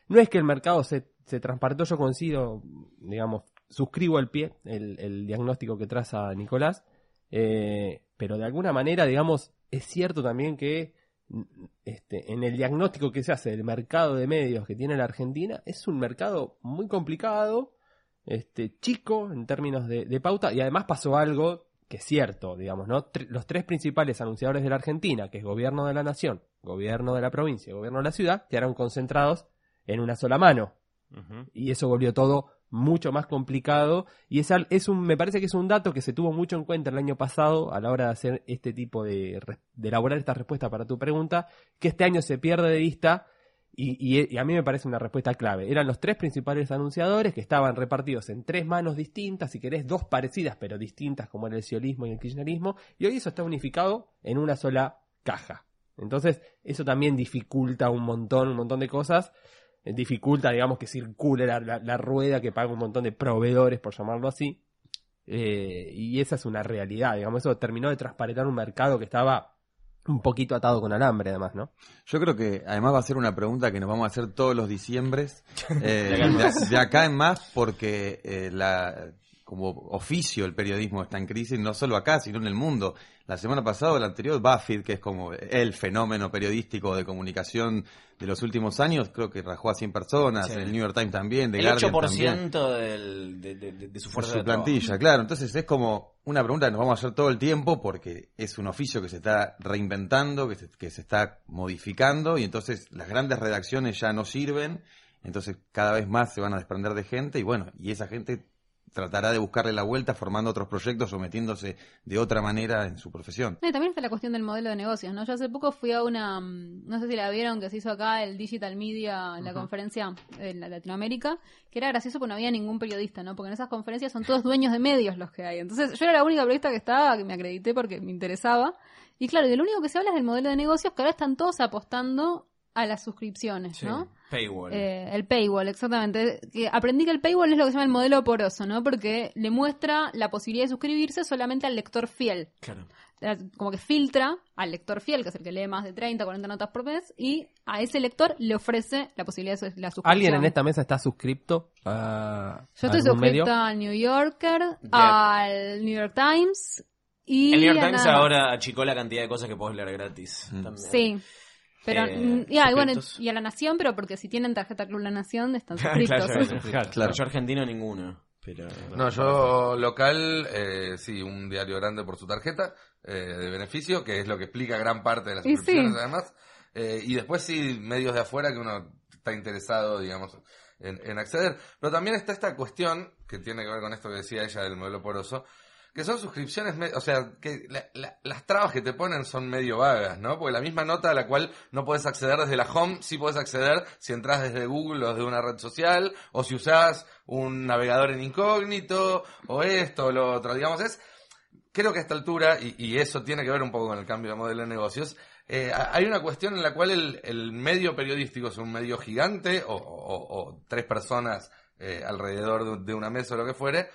Speaker 10: No es que el mercado se, se transparentó, yo coincido, digamos, suscribo al pie el, el diagnóstico que traza Nicolás, eh, pero de alguna manera, digamos, es cierto también que mm, este, en el diagnóstico que se hace del mercado de medios que tiene la Argentina, es un mercado muy complicado, este, chico en términos de, de pauta, y además pasó algo que es cierto, digamos, ¿no? Tre- los tres principales anunciadores de la Argentina, que es gobierno de la nación, gobierno de la provincia y gobierno de la ciudad, quedaron concentrados en una sola mano y eso volvió todo mucho más complicado y es, al- es un me parece que es un dato que se tuvo mucho en cuenta el año pasado a la hora de hacer este tipo de, re- de elaborar esta respuesta para tu pregunta que este año se pierde de vista y, y- y a mí me parece una respuesta clave eran los tres principales anunciadores que estaban repartidos en tres manos distintas si querés dos parecidas pero distintas como era el ciolismo y el kirchnerismo y hoy eso está unificado en una sola caja entonces eso también dificulta un montón un montón de cosas eh, dificulta, digamos, que circule la, la- la rueda que paga un montón de proveedores, por llamarlo así. Eh, y esa es una realidad, digamos, eso terminó de transparentar un mercado que estaba un poquito atado con alambre, además, ¿no?
Speaker 9: Yo creo que además va a ser una pregunta que nos vamos a hacer todos los diciembres, eh, de, de acá en más, porque eh, la, como oficio el periodismo está en crisis, no solo acá, sino en el mundo. La semana pasada, o la anterior, Buffett, que es como el fenómeno periodístico de comunicación de los últimos años, creo que rajó a 100 personas,
Speaker 2: Sí.
Speaker 9: el New York Times también, The
Speaker 2: El
Speaker 9: Guardian
Speaker 2: 8%
Speaker 9: también.
Speaker 2: del- de, de- de- de su
Speaker 9: Por
Speaker 2: fuerza
Speaker 9: su
Speaker 2: de trabajo.
Speaker 9: plantilla, claro. Entonces es como una pregunta que nos vamos a hacer todo el tiempo porque es un oficio que se está reinventando, que se, que se está modificando y entonces las grandes redacciones ya no sirven, entonces cada vez más se van a desprender de gente y bueno, y esa gente tratará de buscarle la vuelta formando otros proyectos o metiéndose de otra manera en su profesión.
Speaker 8: No, y también está la cuestión del modelo de negocios, ¿no? Yo hace poco fui a una, mm, no sé si la vieron, que se hizo acá el Digital Media, la conferencia en la- Latinoamérica, que era gracioso porque no había ningún periodista, ¿no? Porque en esas conferencias son todos dueños de medios los que hay. Entonces yo era la única periodista que estaba, que me acredité porque me interesaba. Y claro, y de lo único que se habla es del modelo de negocios, que ahora están todos apostando a las suscripciones,
Speaker 2: Sí,
Speaker 8: ¿no?
Speaker 2: Paywall.
Speaker 8: Eh, el paywall, exactamente. Que aprendí que el paywall es lo que se llama el modelo poroso, ¿no? Porque le muestra la posibilidad de suscribirse solamente al lector fiel.
Speaker 2: Claro.
Speaker 8: Eh, Como que filtra al lector fiel, que es el que lee más de 30, 40 notas por mes, y a ese lector le ofrece la posibilidad de su- la suscripción.
Speaker 10: ¿Alguien en esta mesa está suscripto a,
Speaker 8: Yo
Speaker 10: a
Speaker 8: estoy
Speaker 10: algún medio?
Speaker 8: suscrita al New Yorker,
Speaker 2: Ya.
Speaker 8: al New York Times y.
Speaker 2: el New York
Speaker 8: a
Speaker 2: Times
Speaker 8: nada más.
Speaker 2: ahora achicó la cantidad de cosas que podés leer gratis.
Speaker 9: Mm.
Speaker 2: también.
Speaker 8: Sí. Pero,
Speaker 2: Eh,
Speaker 8: mm, y, ah, y bueno,
Speaker 2: suscriptos.
Speaker 8: y a la Nación, pero porque si tienen tarjeta Club La Nación, están
Speaker 2: Claro,
Speaker 8: suscritos.
Speaker 2: bueno.
Speaker 10: Claro.
Speaker 9: Claro.
Speaker 2: Yo argentino ninguno. Pero...
Speaker 7: No, yo local, eh, sí, un diario grande por su tarjeta eh, de beneficio, que es lo que explica gran parte de las
Speaker 8: Y sí.
Speaker 7: suscripciones además. Eh, y después sí, medios de afuera que uno está interesado, digamos, en, en acceder. Pero también está esta cuestión, que tiene que ver con esto que decía ella del modelo poroso, que son suscripciones, me- o sea, que la- la- las trabas que te ponen son medio vagas, ¿no? Porque la misma nota a la cual no puedes acceder desde la home, sí puedes acceder si entras desde Google o desde una red social, o si usás un navegador en incógnito, o esto, o lo otro, digamos, es... Creo que a esta altura, y, y eso tiene que ver un poco con el cambio de modelo de negocios, eh, ha- hay una cuestión en la cual el, el medio periodístico es un medio gigante, o, o- o- o tres personas eh, alrededor de- de una mesa o lo que fuere,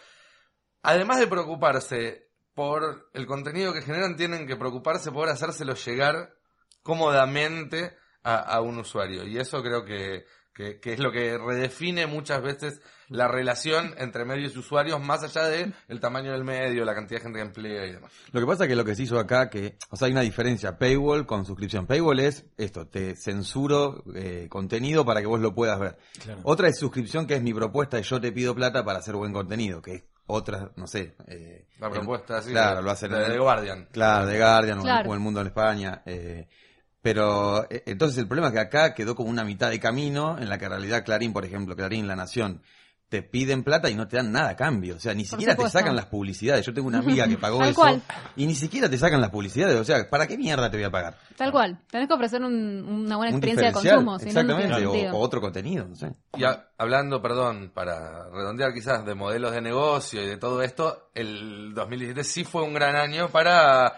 Speaker 7: además de preocuparse por el contenido que generan, tienen que preocuparse por hacérselo llegar cómodamente a, a un usuario. Y eso creo que, que- que es lo que redefine muchas veces la relación entre medios y usuarios, más allá de el tamaño del medio, la cantidad de gente que emplea y demás.
Speaker 9: Lo que pasa es que lo que se hizo acá, que, o sea, hay una diferencia, paywall con suscripción. Paywall es esto, te censuro eh, contenido para que vos lo puedas ver.
Speaker 2: Claro.
Speaker 9: Otra es suscripción que es mi propuesta y yo te pido plata para hacer buen contenido, que es otras, no sé. eh,
Speaker 7: La propuesta, sí,
Speaker 9: Claro,
Speaker 7: de-
Speaker 9: lo hacen.
Speaker 7: de
Speaker 9: en-
Speaker 7: The Guardian.
Speaker 9: Claro, de Guardian o en-
Speaker 8: Claro.
Speaker 9: o El Mundo en España. eh, pero eh, entonces el problema es que acá quedó como una mitad de camino en la que en realidad Clarín, por ejemplo, Clarín, La Nación, te piden plata y no te dan nada a cambio. O sea, ni siquiera te
Speaker 8: supuesto.
Speaker 9: sacan las publicidades. Yo tengo una amiga que pagó
Speaker 8: Tal
Speaker 9: eso
Speaker 8: cual.
Speaker 9: y ni siquiera te sacan las publicidades. O sea, ¿para qué mierda te voy a pagar?
Speaker 8: Tal cual. Tenés que ofrecer un- una buena
Speaker 9: Un
Speaker 8: experiencia de
Speaker 9: diferencial,
Speaker 8: consumo. si no, no tiene
Speaker 9: Exactamente, o-
Speaker 8: sentido.
Speaker 9: o otro contenido, no sé.
Speaker 7: Y ha- hablando, perdón, para redondear quizás de modelos de negocio y de todo esto, el 2017 sí fue un gran año para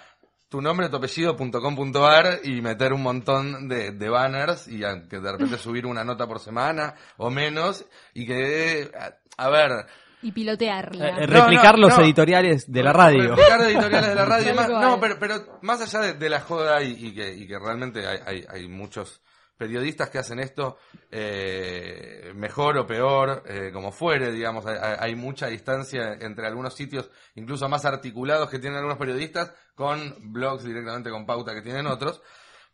Speaker 7: tu nombre, tu apellido.com.ar y meter un montón de, de banners y a- que de repente subir una nota por semana o menos y que, a, a ver,
Speaker 8: Y pilotearla.
Speaker 10: Eh, eh,
Speaker 7: No,
Speaker 10: replicar
Speaker 7: no,
Speaker 10: los
Speaker 7: no.
Speaker 10: editoriales de la radio.
Speaker 7: Replicar editoriales de la radio. y
Speaker 8: Tal
Speaker 7: más-
Speaker 8: cual.
Speaker 7: no, pero, pero más allá de, de la joda y, y que, y que realmente hay, hay- hay muchos periodistas que hacen esto eh, mejor o peor, eh, como fuere, digamos, hay, hay- hay mucha distancia entre algunos sitios, incluso más articulados que tienen algunos periodistas, con blogs directamente con pauta que tienen otros.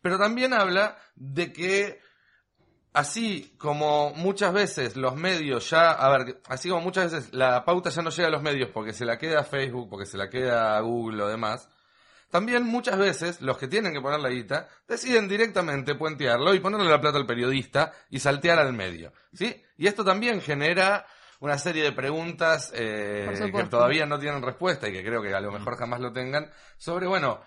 Speaker 7: Pero también habla de que Así como muchas veces los medios ya, a ver, así como muchas veces la pauta ya no llega a los medios porque se la queda Facebook, porque se la queda Google o demás, también muchas veces los que tienen que poner la guita deciden directamente puentearlo y ponerle la plata al periodista y saltear al medio, ¿sí? Y esto también genera una serie de preguntas eh,
Speaker 8: Por
Speaker 7: que
Speaker 8: supuesto.
Speaker 7: todavía no tienen respuesta y que creo que a lo mejor jamás lo tengan sobre, bueno,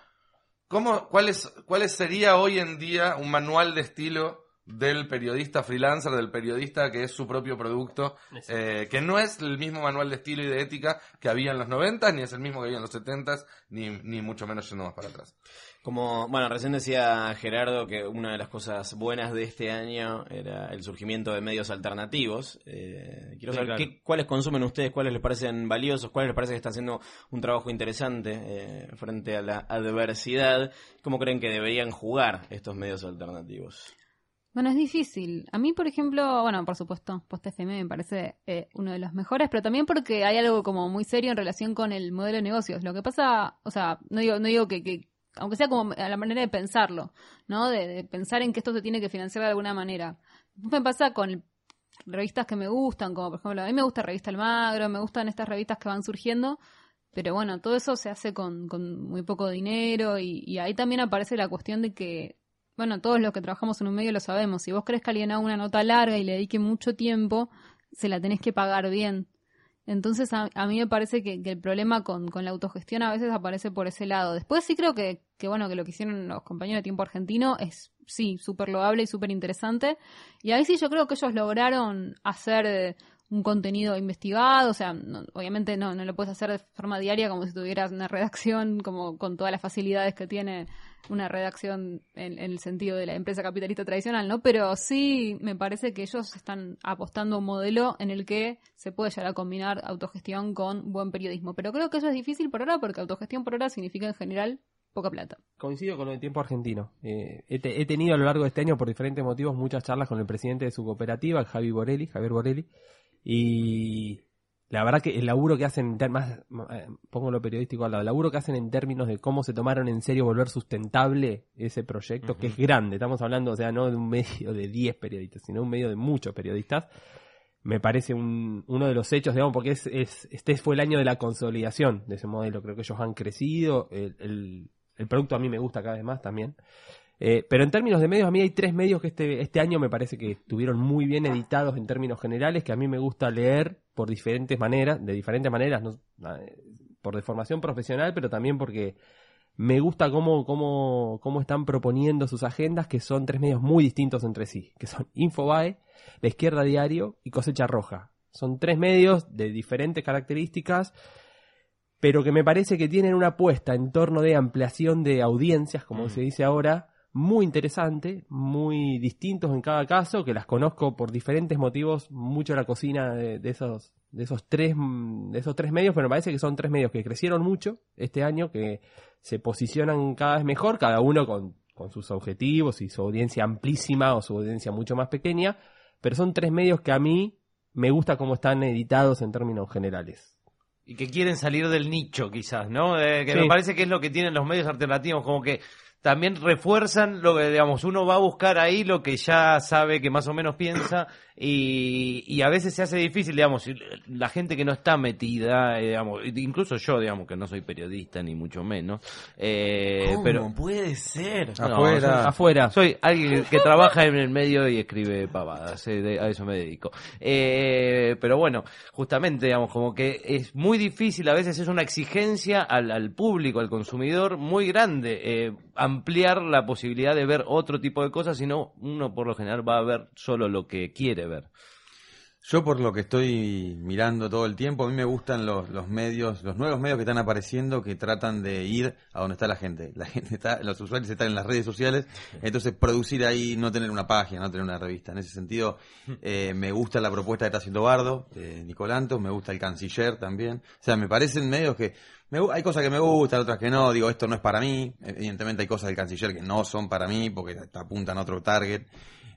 Speaker 7: ¿Cómo, cuál, es, ¿Cuál sería hoy en día un manual de estilo del periodista freelancer, del periodista que es su propio producto, eh, que no es el mismo manual de estilo y de ética que había en los 90, ni es el mismo que había en los 70, ni, ni mucho menos yendo más para atrás?
Speaker 2: Como, bueno, recién decía Gerardo que una de las cosas buenas de este año era el surgimiento de medios alternativos. Eh, quiero
Speaker 10: Sí,
Speaker 2: saber
Speaker 10: claro.
Speaker 2: qué- cuáles consumen ustedes, cuáles les parecen valiosos, cuáles les parece que está haciendo un trabajo interesante eh, frente a la adversidad. ¿Cómo creen que deberían jugar estos medios alternativos?
Speaker 8: Bueno, es difícil. A mí, por ejemplo, bueno, por supuesto, Post FM me parece eh, uno de los mejores, pero también porque hay algo como muy serio en relación con el modelo de negocios. Lo que pasa, o sea, no digo, no digo que, que- aunque sea como a la manera de pensarlo, ¿no? De, de pensar en que esto se tiene que financiar de alguna manera. Me pasa con revistas que me gustan, como por ejemplo, a mí me gusta Revista Almagro, me gustan estas revistas que van surgiendo, pero bueno, todo eso se hace con, con muy poco dinero y, y ahí también aparece la cuestión de que bueno, todos los que trabajamos en un medio lo sabemos. Si vos crees que alguien haga una nota larga y le dedique mucho tiempo, se la tenés que pagar bien. Entonces, a, a mí me parece que, que el problema con, con la autogestión a veces aparece por ese lado. Después sí creo que, que bueno, que lo que hicieron los compañeros de Tiempo Argentino es, sí, súper loable y súper interesante. Y ahí sí yo creo que ellos lograron hacer eh, un contenido investigado, o sea, no- obviamente no, no lo puedes hacer de forma diaria como si tuvieras una redacción, como con todas las facilidades que tiene una redacción en, en el sentido de la empresa capitalista tradicional, ¿no? Pero sí me parece que ellos están apostando a un modelo en el que se puede llegar a combinar autogestión con buen periodismo. Pero creo que eso es difícil por ahora porque autogestión por ahora significa en general poca plata.
Speaker 10: Coincido con lo del tiempo argentino. Eh, he, te- he tenido a lo largo de este año, por diferentes motivos, muchas charlas con el presidente de su cooperativa, el Javi Borelli, Javier Borelli, y la verdad que el laburo que hacen, en ter- más, eh, pongo lo periodístico al lado, el laburo que hacen en términos de cómo se tomaron en serio volver sustentable ese proyecto, que es grande, estamos hablando, o sea, no de un medio de 10 periodistas, sino un medio de muchos periodistas, me parece un- uno de los hechos, digamos, porque es, es- este fue el año de la consolidación de ese modelo. Creo que ellos han crecido, el, el- el producto a mí me gusta cada vez más también. Eh, pero en términos de medios, a mí hay tres medios que este, este año me parece que estuvieron muy bien editados en términos generales, que a mí me gusta leer por diferentes maneras, de diferentes maneras, no, eh, por deformación profesional, pero también porque me gusta cómo, cómo, cómo están proponiendo sus agendas, que son tres medios muy distintos entre sí, que son Infobae, la Izquierda Diario y Cosecha Roja. Son tres medios de diferentes características, pero que me parece que tienen una apuesta en torno de ampliación de audiencias, como se dice ahora, muy interesante, muy distintos en cada caso, que las conozco por diferentes motivos, mucho la cocina de, de esos de esos tres mm, de esos tres medios, pero me parece que son tres medios que crecieron mucho este año, que se posicionan cada vez mejor, cada uno con, con sus objetivos y su audiencia amplísima o su audiencia mucho más pequeña, pero son tres medios que a mí me gusta cómo están editados en términos generales.
Speaker 6: Y que quieren salir del nicho, quizás, ¿no? Eh, que me
Speaker 10: Sí.
Speaker 6: parece que es lo que tienen los medios alternativos, como que ta- también refuerzan lo que, digamos, uno va a buscar ahí lo que ya sabe que más o menos piensa y, y a veces se hace difícil, digamos, y la gente que no está metida, eh, digamos, incluso yo, digamos, que no soy periodista ni mucho menos, eh,
Speaker 2: ¿Cómo
Speaker 6: pero...
Speaker 2: puede ser?
Speaker 6: No,
Speaker 9: Afuera.
Speaker 6: soy-
Speaker 10: Afuera.
Speaker 6: Soy alguien que trabaja en el medio y escribe pavadas, eh, de- a eso me dedico. Eh, pero bueno, justamente, digamos, como que es muy difícil, a veces es una exigencia al, al público, al consumidor, muy grande, eh, ampliar la posibilidad de ver otro tipo de cosas, sino uno por lo general va a ver solo lo que quiere ver.
Speaker 9: Yo por lo que estoy mirando todo el tiempo, a mí me gustan los, los medios, los nuevos medios que están apareciendo que tratan de ir a donde está la gente. La gente está, los usuarios están en las redes sociales, entonces producir ahí, no tener una página, no tener una revista. En ese sentido, eh, me gusta la propuesta que está haciendo Bardo, de Nicolantos, me gusta el canciller también. O sea, me parecen medios que me gu- hay cosas que me gustan, otras que no, digo, esto no es para mí. Evidentemente hay cosas del canciller que no son para mí porque te- te apuntan a otro target.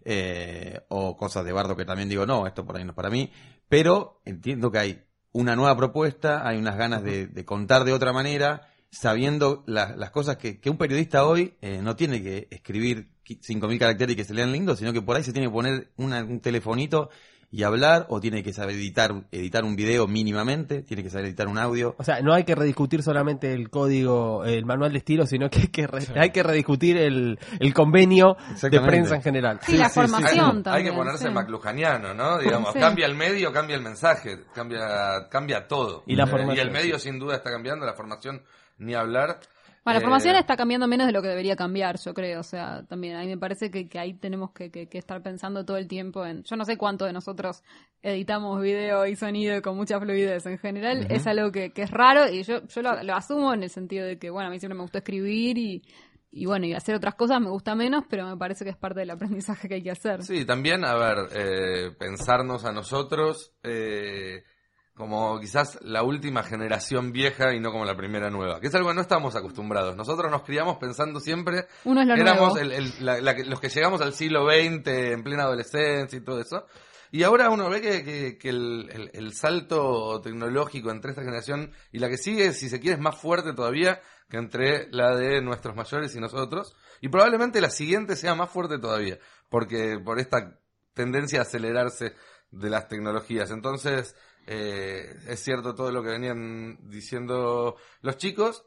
Speaker 9: Eh, o cosas de Bardo que también digo, no, esto por ahí no es para mí. Pero entiendo que hay una nueva propuesta, hay unas ganas de, de contar de otra manera, sabiendo la- las cosas que, que un periodista hoy eh, no tiene que escribir qui- 5.000 caracteres y que se lean lindos, sino que por ahí se tiene que poner una- un telefonito y hablar, o tiene que saber editar, editar un video mínimamente, tiene que saber editar un audio.
Speaker 10: O sea, no hay que rediscutir solamente el código, el manual de estilo, sino que hay que, re- hay que rediscutir el, el convenio de
Speaker 9: Exactamente.
Speaker 10: prensa en general.
Speaker 8: Sí, la
Speaker 7: Hay,
Speaker 8: formación también.
Speaker 7: hay que ponerse
Speaker 8: sí.
Speaker 7: maclujaniano, ¿no? Digamos,
Speaker 8: Sí.
Speaker 7: cambia el medio, cambia el mensaje, cambia, cambia todo.
Speaker 10: Y la
Speaker 7: Eh,
Speaker 10: formación,
Speaker 7: el medio sin duda está cambiando, la formación ni hablar.
Speaker 8: Bueno, la
Speaker 7: Eh,
Speaker 8: formación está cambiando menos de lo que debería cambiar, yo creo. O sea, también a mí me parece que, que ahí tenemos que, que- que estar pensando todo el tiempo en... Yo no sé cuánto de nosotros editamos video y sonido con mucha fluidez. En general es algo que, que es raro y yo, yo lo, lo asumo en el sentido de que, bueno, a mí siempre me gustó escribir y, y bueno, y hacer otras cosas me gusta menos, pero me parece que es parte del aprendizaje que hay que hacer.
Speaker 7: Sí, también, a ver, eh, pensarnos a nosotros eh, como quizás la última generación vieja y no como la primera nueva, que es algo que no estamos acostumbrados. Nosotros nos criamos pensando siempre,
Speaker 8: Uno es lo
Speaker 7: éramos
Speaker 8: nuevo.
Speaker 7: el- el- la- la que- los que llegamos al siglo XX en plena adolescencia y todo eso. Y ahora uno ve que, que- que el, el- el salto tecnológico entre esta generación y la que sigue, si se quiere, es más fuerte todavía que entre la de nuestros mayores y nosotros. Y probablemente la siguiente sea más fuerte todavía, porque por esta tendencia a acelerarse de las tecnologías. Entonces, eh, es cierto todo lo que venían diciendo los chicos.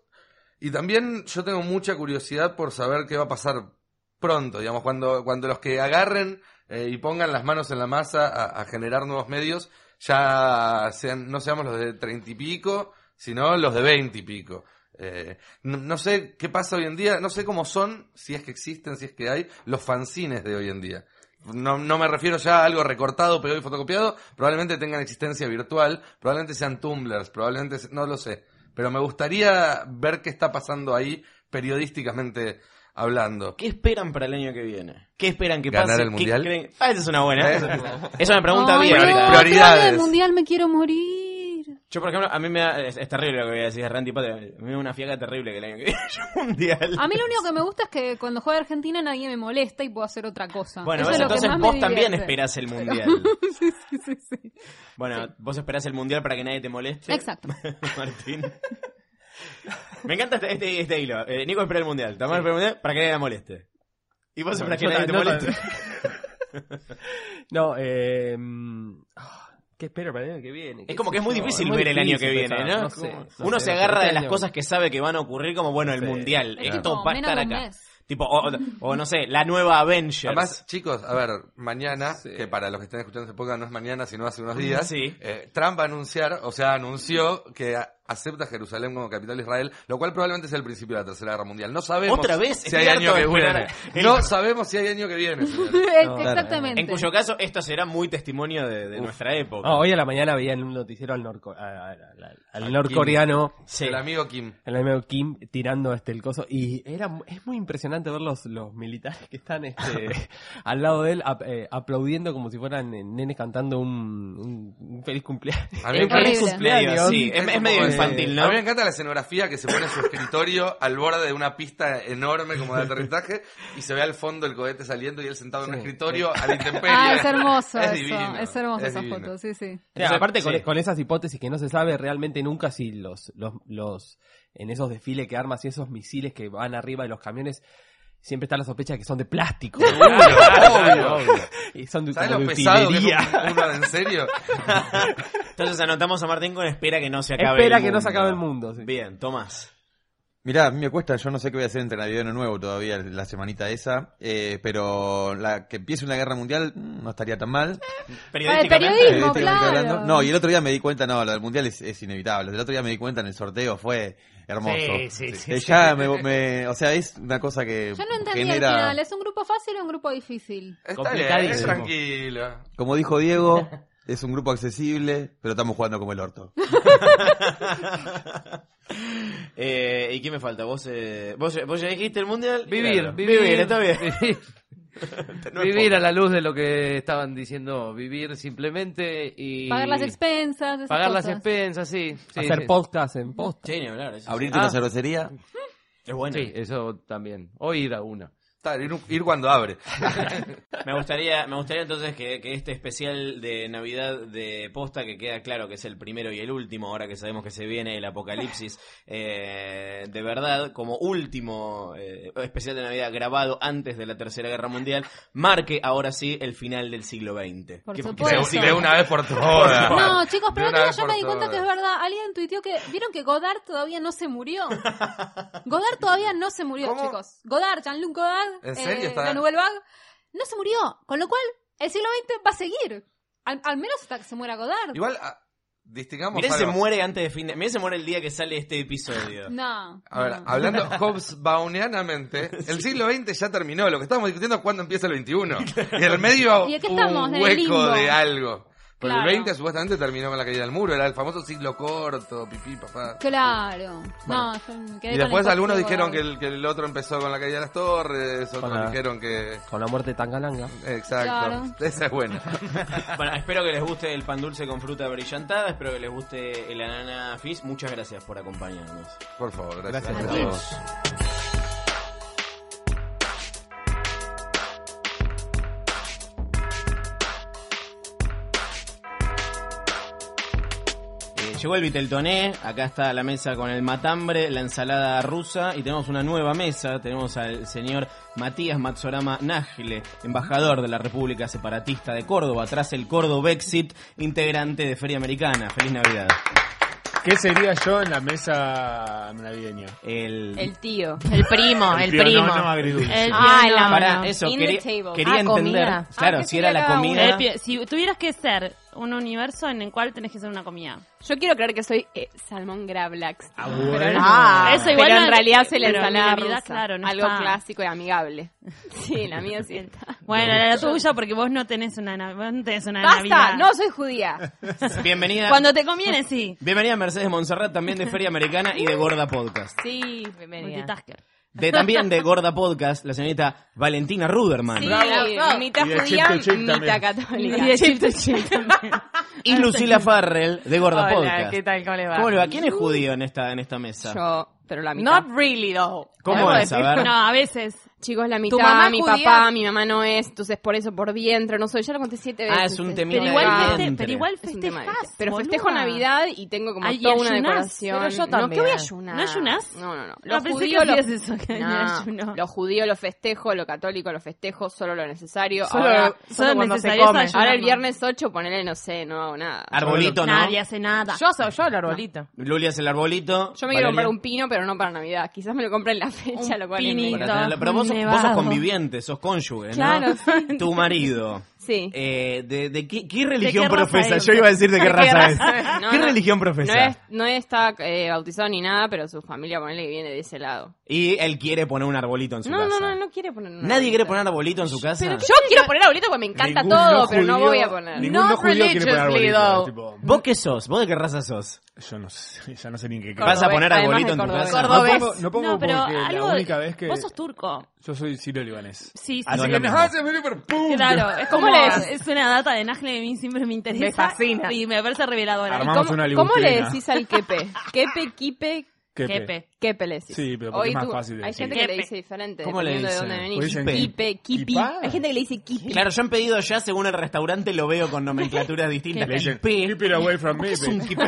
Speaker 7: Y también yo tengo mucha curiosidad por saber qué va a pasar pronto, digamos, cuando, cuando los que agarren eh, y pongan las manos en la masa a, a generar nuevos medios, ya sean, no seamos los de treinta y pico, sino los de veinte y pico. Eh, no, no sé qué pasa hoy en día, no sé cómo son, si es que existen, si es que hay, los fanzines de hoy en día. No, no me refiero ya a algo recortado, pegado y fotocopiado, probablemente tengan existencia virtual, probablemente sean tumblers, probablemente, se- no lo sé. Pero me gustaría ver qué está pasando ahí periodísticamente hablando.
Speaker 2: ¿Qué esperan para el año que viene? ¿Qué esperan que
Speaker 7: ¿Ganar
Speaker 2: pase?
Speaker 7: el
Speaker 2: ¿Qué
Speaker 7: Mundial?
Speaker 2: creen? Ah, esa es una buena.
Speaker 7: ¿Eh?
Speaker 2: Esa es una pregunta
Speaker 8: Ay, no,
Speaker 2: abierta.
Speaker 7: Priori-
Speaker 8: otra vez,
Speaker 7: Prioridades.
Speaker 8: mundial me quiero morir.
Speaker 2: Yo, por ejemplo, a mí me da, es, es terrible lo que voy a decir, Randy Patria. Me da una fiaca terrible que el año que viene haya un mundial.
Speaker 8: A mí lo único que me gusta es que cuando juega Argentina nadie me molesta y puedo hacer otra cosa.
Speaker 2: Bueno,
Speaker 8: Eso
Speaker 2: ves,
Speaker 8: es lo que
Speaker 2: entonces
Speaker 8: más me
Speaker 2: vos también
Speaker 8: divierte.
Speaker 2: esperás el mundial.
Speaker 8: sí, sí, sí, sí.
Speaker 2: Bueno, vos esperás el mundial para que nadie te moleste.
Speaker 8: Exacto.
Speaker 2: Martín. Me encanta este, este, este hilo. Eh, Nico espera el mundial. Tamar espera el mundial para que nadie la moleste. Y vos esperás que
Speaker 10: yo
Speaker 2: nadie te
Speaker 10: ta- no
Speaker 2: moleste.
Speaker 10: No, eh, mm, ah, ¿qué espero para el año que viene?
Speaker 2: Es como que es
Speaker 10: sé
Speaker 2: muy
Speaker 10: yo,
Speaker 2: difícil
Speaker 10: es muy
Speaker 2: ver el año que
Speaker 10: difícil
Speaker 2: viene,
Speaker 10: pensar,
Speaker 2: ¿no?
Speaker 10: no sé,
Speaker 2: Como- Uno
Speaker 10: no sé, este
Speaker 2: se
Speaker 10: los
Speaker 2: agarra de
Speaker 10: tres
Speaker 2: las
Speaker 10: años.
Speaker 2: cosas que sabe que van a ocurrir, como bueno, el
Speaker 10: Sí.
Speaker 2: mundial.
Speaker 8: Es
Speaker 2: Esto
Speaker 8: como
Speaker 2: va a
Speaker 8: menos de
Speaker 2: estar
Speaker 8: un
Speaker 2: acá.
Speaker 8: mes.
Speaker 2: Tipo, o, o no sé, la nueva Avengers.
Speaker 7: Además, chicos, a ver, mañana, que para los que estén escuchando este podcast no es mañana, sino hace unos días,
Speaker 2: Sí.
Speaker 7: eh, Trump va a anunciar, o sea, anunció que a- acepta Jerusalén como capital de Israel, lo cual probablemente sea el principio de la Tercera Guerra Mundial. No sabemos
Speaker 2: Otra vez,
Speaker 7: si
Speaker 2: estoy
Speaker 7: hay año
Speaker 2: harto de
Speaker 7: que viene.
Speaker 2: esperar.
Speaker 7: No sabemos si hay año que viene. señores.
Speaker 8: Exactamente.
Speaker 2: en cuyo caso, esto será muy testimonio de, de nuestra época.
Speaker 10: Ah, hoy a la mañana veía en un noticiero al, norco- a- a- a- al norcoreano,
Speaker 2: Sí.
Speaker 7: El amigo Kim.
Speaker 10: el amigo Kim, tirando este el coso. Y era mu- es muy impresionante ver los, los militares que están este, al lado de él ap- eh, aplaudiendo como si fueran eh, nenes cantando un, un- un feliz cumpleaños.
Speaker 7: A mí
Speaker 2: Es
Speaker 7: me
Speaker 2: un feliz
Speaker 8: Horrible.
Speaker 2: cumpleaños, sí. Es, es
Speaker 7: como-
Speaker 2: medio
Speaker 7: eh,
Speaker 2: infantil,
Speaker 7: A
Speaker 2: ¿no?
Speaker 7: mí me encanta la escenografía que se pone en su escritorio al borde de una pista enorme como de aterrizaje y se ve al fondo el cohete saliendo y él sentado en un escritorio a la intemperie.
Speaker 8: Ah, es hermoso
Speaker 7: Es
Speaker 8: eso.
Speaker 7: divino,
Speaker 8: es hermosa
Speaker 7: es
Speaker 8: esa
Speaker 7: divino.
Speaker 8: foto, sí, sí.
Speaker 10: O sea, aparte con,
Speaker 2: sí.
Speaker 10: con esas hipótesis que no se sabe realmente nunca si los, los, los en esos desfiles que armas y esos misiles que van arriba de los camiones siempre está la sospecha de que son de plástico.
Speaker 7: Obvio, obvio.
Speaker 10: y son de,
Speaker 7: ¿Sabes
Speaker 10: como
Speaker 7: lo
Speaker 10: de
Speaker 7: pesado que es
Speaker 10: utilería.
Speaker 7: un- uno en serio?
Speaker 2: Entonces anotamos a Martín con espera que no se acabe
Speaker 10: Espera
Speaker 2: el
Speaker 10: que
Speaker 2: mundo.
Speaker 10: no se acabe el mundo. sí.
Speaker 2: Bien, Tomás.
Speaker 9: Mirá, a mí me cuesta, yo no sé qué voy a hacer entre Navidad y Año Nuevo todavía, la semanita esa, eh, pero la que empiece una guerra mundial mm, no estaría tan mal. Eh,
Speaker 2: Periodísticamente.
Speaker 8: Ah, periodismo. Mismo,
Speaker 9: Periodísticamente
Speaker 8: claro.
Speaker 9: No, y el otro día me di cuenta, no, lo del mundial es, es inevitable. El otro día me di cuenta en el sorteo, fue hermoso.
Speaker 6: Sí, sí, sí,
Speaker 9: Eh, ya me, me- o sea, es una cosa que
Speaker 8: Yo no entendí
Speaker 9: genera,
Speaker 8: al final, ¿es un grupo fácil o un grupo difícil?
Speaker 7: Está bien, es
Speaker 6: Complicadísimo.
Speaker 7: tranquilo.
Speaker 9: como dijo Diego, es un grupo accesible, pero estamos jugando como el orto.
Speaker 2: Eh, ¿Y qué me falta? ¿Vos, eh, vos, vos ya dijiste el mundial?
Speaker 6: Vivir,
Speaker 2: Claro.
Speaker 6: vivir,
Speaker 2: está bien.
Speaker 6: vivir. Vivir a la luz de lo que estaban diciendo, vivir simplemente y...
Speaker 8: Pagar las expensas, esas
Speaker 6: Pagar las
Speaker 8: cosas.
Speaker 6: expensas, sí. sí,
Speaker 10: Hacer
Speaker 6: sí.
Speaker 10: podcast en post.
Speaker 2: Sí, ni hablar. eso
Speaker 9: Abrirte
Speaker 2: sí.
Speaker 9: una
Speaker 6: Ah.
Speaker 9: cervecería,
Speaker 2: Es bueno.
Speaker 6: Sí, eso también. O ir a una.
Speaker 7: Está, ir, ir cuando abre.
Speaker 2: Me gustaría, me gustaría entonces que, que este especial de Navidad de posta, que queda claro que es el primero y el último, ahora que sabemos que se viene el apocalipsis, eh, de verdad, como último eh, especial de Navidad grabado antes de la Tercera Guerra Mundial, marque ahora sí el final del siglo XX.
Speaker 8: Por
Speaker 2: ¿Qué-
Speaker 8: supuesto.
Speaker 7: De,
Speaker 8: Por eso.
Speaker 7: de una vez por todas.
Speaker 8: No, chicos,
Speaker 7: De
Speaker 8: pero
Speaker 7: una
Speaker 8: otro día
Speaker 7: vez
Speaker 8: yo
Speaker 7: por
Speaker 8: me di cuenta
Speaker 7: todas.
Speaker 8: que es verdad. Alguien tuiteó que. ¿Vieron que Godard todavía no se murió? Godard todavía no se murió,
Speaker 7: ¿Cómo?
Speaker 8: chicos. Godard, Jean-Luc Godard,
Speaker 7: ¿En serio está?
Speaker 8: la Nouvelle Vague, no se murió. Con lo cual, el siglo XX va a seguir. Al, al menos hasta que se muera Godard.
Speaker 7: Igual, ah, distingamos
Speaker 2: Mirá, se
Speaker 7: algo.
Speaker 2: muere antes de fin de... Mirá, se muere el día que sale este episodio.
Speaker 8: No.
Speaker 7: A ver,
Speaker 8: no.
Speaker 7: hablando Hobbesbaunianamente, el siglo XX ya terminó. Lo que estamos discutiendo es cuándo empieza el XXI. Y en el medio
Speaker 8: ¿Y de qué
Speaker 7: hubo
Speaker 8: estamos?
Speaker 7: un
Speaker 8: En el
Speaker 7: hueco
Speaker 8: limbo.
Speaker 7: de algo. Pero
Speaker 8: Claro.
Speaker 7: el 20 supuestamente terminó con la caída del muro. Era el famoso siglo corto, pipí, papá.
Speaker 8: Claro. No, yo me quedé
Speaker 7: Y
Speaker 8: con
Speaker 7: después
Speaker 8: el
Speaker 7: algunos
Speaker 8: concepto
Speaker 7: dijeron que
Speaker 8: Godard.
Speaker 7: el, que el otro empezó con la caída de las torres, otros
Speaker 10: Con la-
Speaker 7: dijeron que...
Speaker 10: Con la muerte de Tangalanga.
Speaker 7: Exacto. Esa es buena.
Speaker 2: Bueno, espero que les guste el pan dulce con fruta brillantada, espero que les guste el anana fizz. Muchas gracias por acompañarnos.
Speaker 7: Por favor,
Speaker 4: Gracias
Speaker 7: gracias.
Speaker 4: a
Speaker 7: todos.
Speaker 4: todos.
Speaker 2: Eh, Llegó el Viteltoné, acá está la mesa con el matambre, la ensalada rusa y tenemos una nueva mesa. Tenemos al señor Matías Matsorama Nájile, embajador de la República Separatista de Córdoba, tras el Córdobexit, integrante de Feria Americana. Feliz Navidad.
Speaker 11: ¿Qué sería yo en la mesa navideña?
Speaker 2: El,
Speaker 12: El tío. El primo, el, primo.
Speaker 11: pionono agridulce.
Speaker 12: El
Speaker 2: Ah,
Speaker 12: pionono.
Speaker 2: la- Pará, eso,
Speaker 12: In the
Speaker 2: quería,
Speaker 12: table.
Speaker 2: quería
Speaker 12: Ah,
Speaker 2: entender.
Speaker 12: comida.
Speaker 2: Claro,
Speaker 8: Ah, ¿qué
Speaker 2: si era
Speaker 8: sería
Speaker 2: la
Speaker 8: cada uno?
Speaker 12: El
Speaker 2: comida.
Speaker 12: pi- si tuvieras que ser un universo en el cual tenés que ser una comida.
Speaker 8: Yo quiero creer que soy eh, salmón Gravlax.
Speaker 11: Ah,
Speaker 8: Pero
Speaker 11: bueno.
Speaker 8: no.
Speaker 12: Ah, Eso igual
Speaker 8: Pero
Speaker 12: no-
Speaker 8: en realidad hace la
Speaker 12: pero en
Speaker 8: ensalada
Speaker 12: Navidad,
Speaker 8: rusa.
Speaker 12: claro, no
Speaker 8: algo
Speaker 12: está.
Speaker 8: clásico y amigable. Sí, la mía sienta.
Speaker 12: Bueno, la tuya porque vos no tenés una, nav- vos no tenés una
Speaker 8: Basta,
Speaker 12: Navidad.
Speaker 8: no soy judía.
Speaker 2: Bienvenida.
Speaker 12: Cuando te conviene, sí.
Speaker 2: Bienvenida Mercedes Monserrat, también de Feria Americana y de Gorda Podcast.
Speaker 8: Sí,
Speaker 12: Multitasker.
Speaker 2: De también de Gorda Podcast, la señorita Valentina Ruderman.
Speaker 8: mitad
Speaker 11: Y de judía, chip to chip mitad también.
Speaker 8: católica.
Speaker 2: Y Lucila Farrell, de Gorda
Speaker 12: Hola,
Speaker 2: Podcast.
Speaker 12: ¿qué tal? ¿Cómo le va?
Speaker 2: ¿Cómo le va? ¿Quién es judío en esta, en esta mesa?
Speaker 8: Yo, pero la mitad.
Speaker 12: Not really, though.
Speaker 2: ¿Cómo
Speaker 12: Debo
Speaker 2: es? A
Speaker 12: decir-
Speaker 2: ver.
Speaker 12: No, a veces.
Speaker 8: Chicos, la
Speaker 12: ¿Tu mamá
Speaker 8: mitad, mi
Speaker 12: judía?
Speaker 8: papá, mi mamá no es, entonces por eso por vientre, no soy, ya lo conté siete veces.
Speaker 2: Ah, es un temita
Speaker 12: Pero
Speaker 2: de
Speaker 12: igual,
Speaker 8: Ah,
Speaker 12: feste-
Speaker 2: vientre.
Speaker 12: pero igual
Speaker 8: es un tema de-
Speaker 12: festejas,
Speaker 8: Pero festejo
Speaker 12: boluda.
Speaker 8: Navidad y tengo como
Speaker 12: Ay, y
Speaker 8: toda una
Speaker 12: ayunás,
Speaker 8: decoración.
Speaker 12: pero yo
Speaker 8: No, ¿qué voy a
Speaker 12: también.
Speaker 8: ayunar?
Speaker 12: ¿No ayunás?
Speaker 8: No, no, no.
Speaker 12: No,
Speaker 8: Los
Speaker 12: Ah, pensé que
Speaker 8: judíos
Speaker 12: hacías
Speaker 8: lo-
Speaker 12: eso, que
Speaker 8: No,
Speaker 12: no ayuno.
Speaker 8: Los judíos lo festejo, lo católico lo festejo, solo lo necesario.
Speaker 12: Solo-
Speaker 8: ahora,
Speaker 12: solo
Speaker 8: solo cuando se
Speaker 12: necesario es
Speaker 8: come.
Speaker 12: ayunar,
Speaker 8: Ahora el
Speaker 12: ¿no?
Speaker 8: viernes 8, ponele, no sé, no hago nada.
Speaker 2: Arbolito, ¿no?
Speaker 12: Nadie hace nada.
Speaker 11: Yo soy yo el arbolito.
Speaker 2: Lulia es el arbolito.
Speaker 8: Yo me quiero
Speaker 2: Valeria-
Speaker 8: comprar un pino, pero no para Navidad. Quizás me lo compre en la fecha, lo cual es
Speaker 12: pinito.
Speaker 2: Para
Speaker 8: negro.
Speaker 2: tenerlo- Pero vos, sos- vos sos
Speaker 12: Nevado.
Speaker 2: conviviente, sos cónyuge, ¿no?
Speaker 8: Claro, sí.
Speaker 2: Tu marido.
Speaker 8: Sí.
Speaker 2: Eh, de, de qué, qué
Speaker 12: qué
Speaker 2: religión
Speaker 12: raza
Speaker 2: profesa?
Speaker 12: es?
Speaker 2: Yo iba a decir de qué
Speaker 12: ¿De qué
Speaker 2: raza es.
Speaker 12: raza
Speaker 8: No,
Speaker 2: ¿Qué
Speaker 8: no.
Speaker 2: religión
Speaker 8: No,
Speaker 2: profesa?
Speaker 8: es, no está eh, bautizado ni nada, pero su familia, ponele, que viene de ese lado.
Speaker 2: Y él quiere poner un arbolito en su
Speaker 8: No,
Speaker 2: casa.
Speaker 8: no, no, no quiere poner una
Speaker 2: ¿Nadie quiere
Speaker 8: bolita.
Speaker 2: poner arbolito en su casa?
Speaker 13: Ah.
Speaker 8: Yo quiero poner arbolito porque me encanta
Speaker 11: Ningún
Speaker 8: todo,
Speaker 11: no
Speaker 8: pero no
Speaker 11: judío-
Speaker 8: voy a poner.
Speaker 11: Ningún no
Speaker 12: Not
Speaker 11: judío quiere poner
Speaker 12: religiously,
Speaker 11: arbolito.
Speaker 12: though.
Speaker 11: tipo,
Speaker 2: ¿Vos qué sos? ¿Vos de qué raza sos?
Speaker 11: yo no sé, ya no sé ni en qué
Speaker 2: ¿Vas a
Speaker 8: Cordobés,
Speaker 2: poner
Speaker 8: además
Speaker 2: arbolito
Speaker 8: de
Speaker 2: en tu
Speaker 8: cordobés.
Speaker 2: casa?
Speaker 11: No pongo, no pongo
Speaker 12: No, pero
Speaker 11: porque
Speaker 12: algo.
Speaker 11: la única vez que
Speaker 12: Vos sos turco.
Speaker 11: yo soy sirio libanés.
Speaker 12: Sí, sí.
Speaker 2: Ah, no,
Speaker 12: sí.
Speaker 2: no, no.
Speaker 12: Claro, es como
Speaker 8: ¿Cómo lees?
Speaker 12: es una data de Nagle a mí siempre me interesa.
Speaker 8: Me fascina.
Speaker 12: Y me parece reveladora.
Speaker 11: Armamos
Speaker 8: ¿Cómo,
Speaker 11: una
Speaker 8: cómo le
Speaker 11: libustrina.
Speaker 8: decís al quepe? Quepe, quipe,
Speaker 11: Quepe.
Speaker 12: Quepe.
Speaker 8: quepe le decís.
Speaker 11: Sí, pero porque es más fácil de
Speaker 8: Hay
Speaker 11: decir.
Speaker 8: gente que le
Speaker 12: Quepe.
Speaker 8: dice diferente,
Speaker 2: ¿Cómo le
Speaker 8: dependiendo de dónde
Speaker 2: dicen?
Speaker 8: venís.
Speaker 11: Pues dicen
Speaker 8: Quipe, quipi.
Speaker 11: quipá.
Speaker 8: Hay gente que le dice quipi.
Speaker 2: Claro, yo han pedido ya según el restaurante, lo veo con nomenclaturas distintas.
Speaker 11: Le dicen,
Speaker 2: Quipé.
Speaker 11: keep it away from me.
Speaker 2: ¿Qué es un
Speaker 11: baby".
Speaker 2: quipé?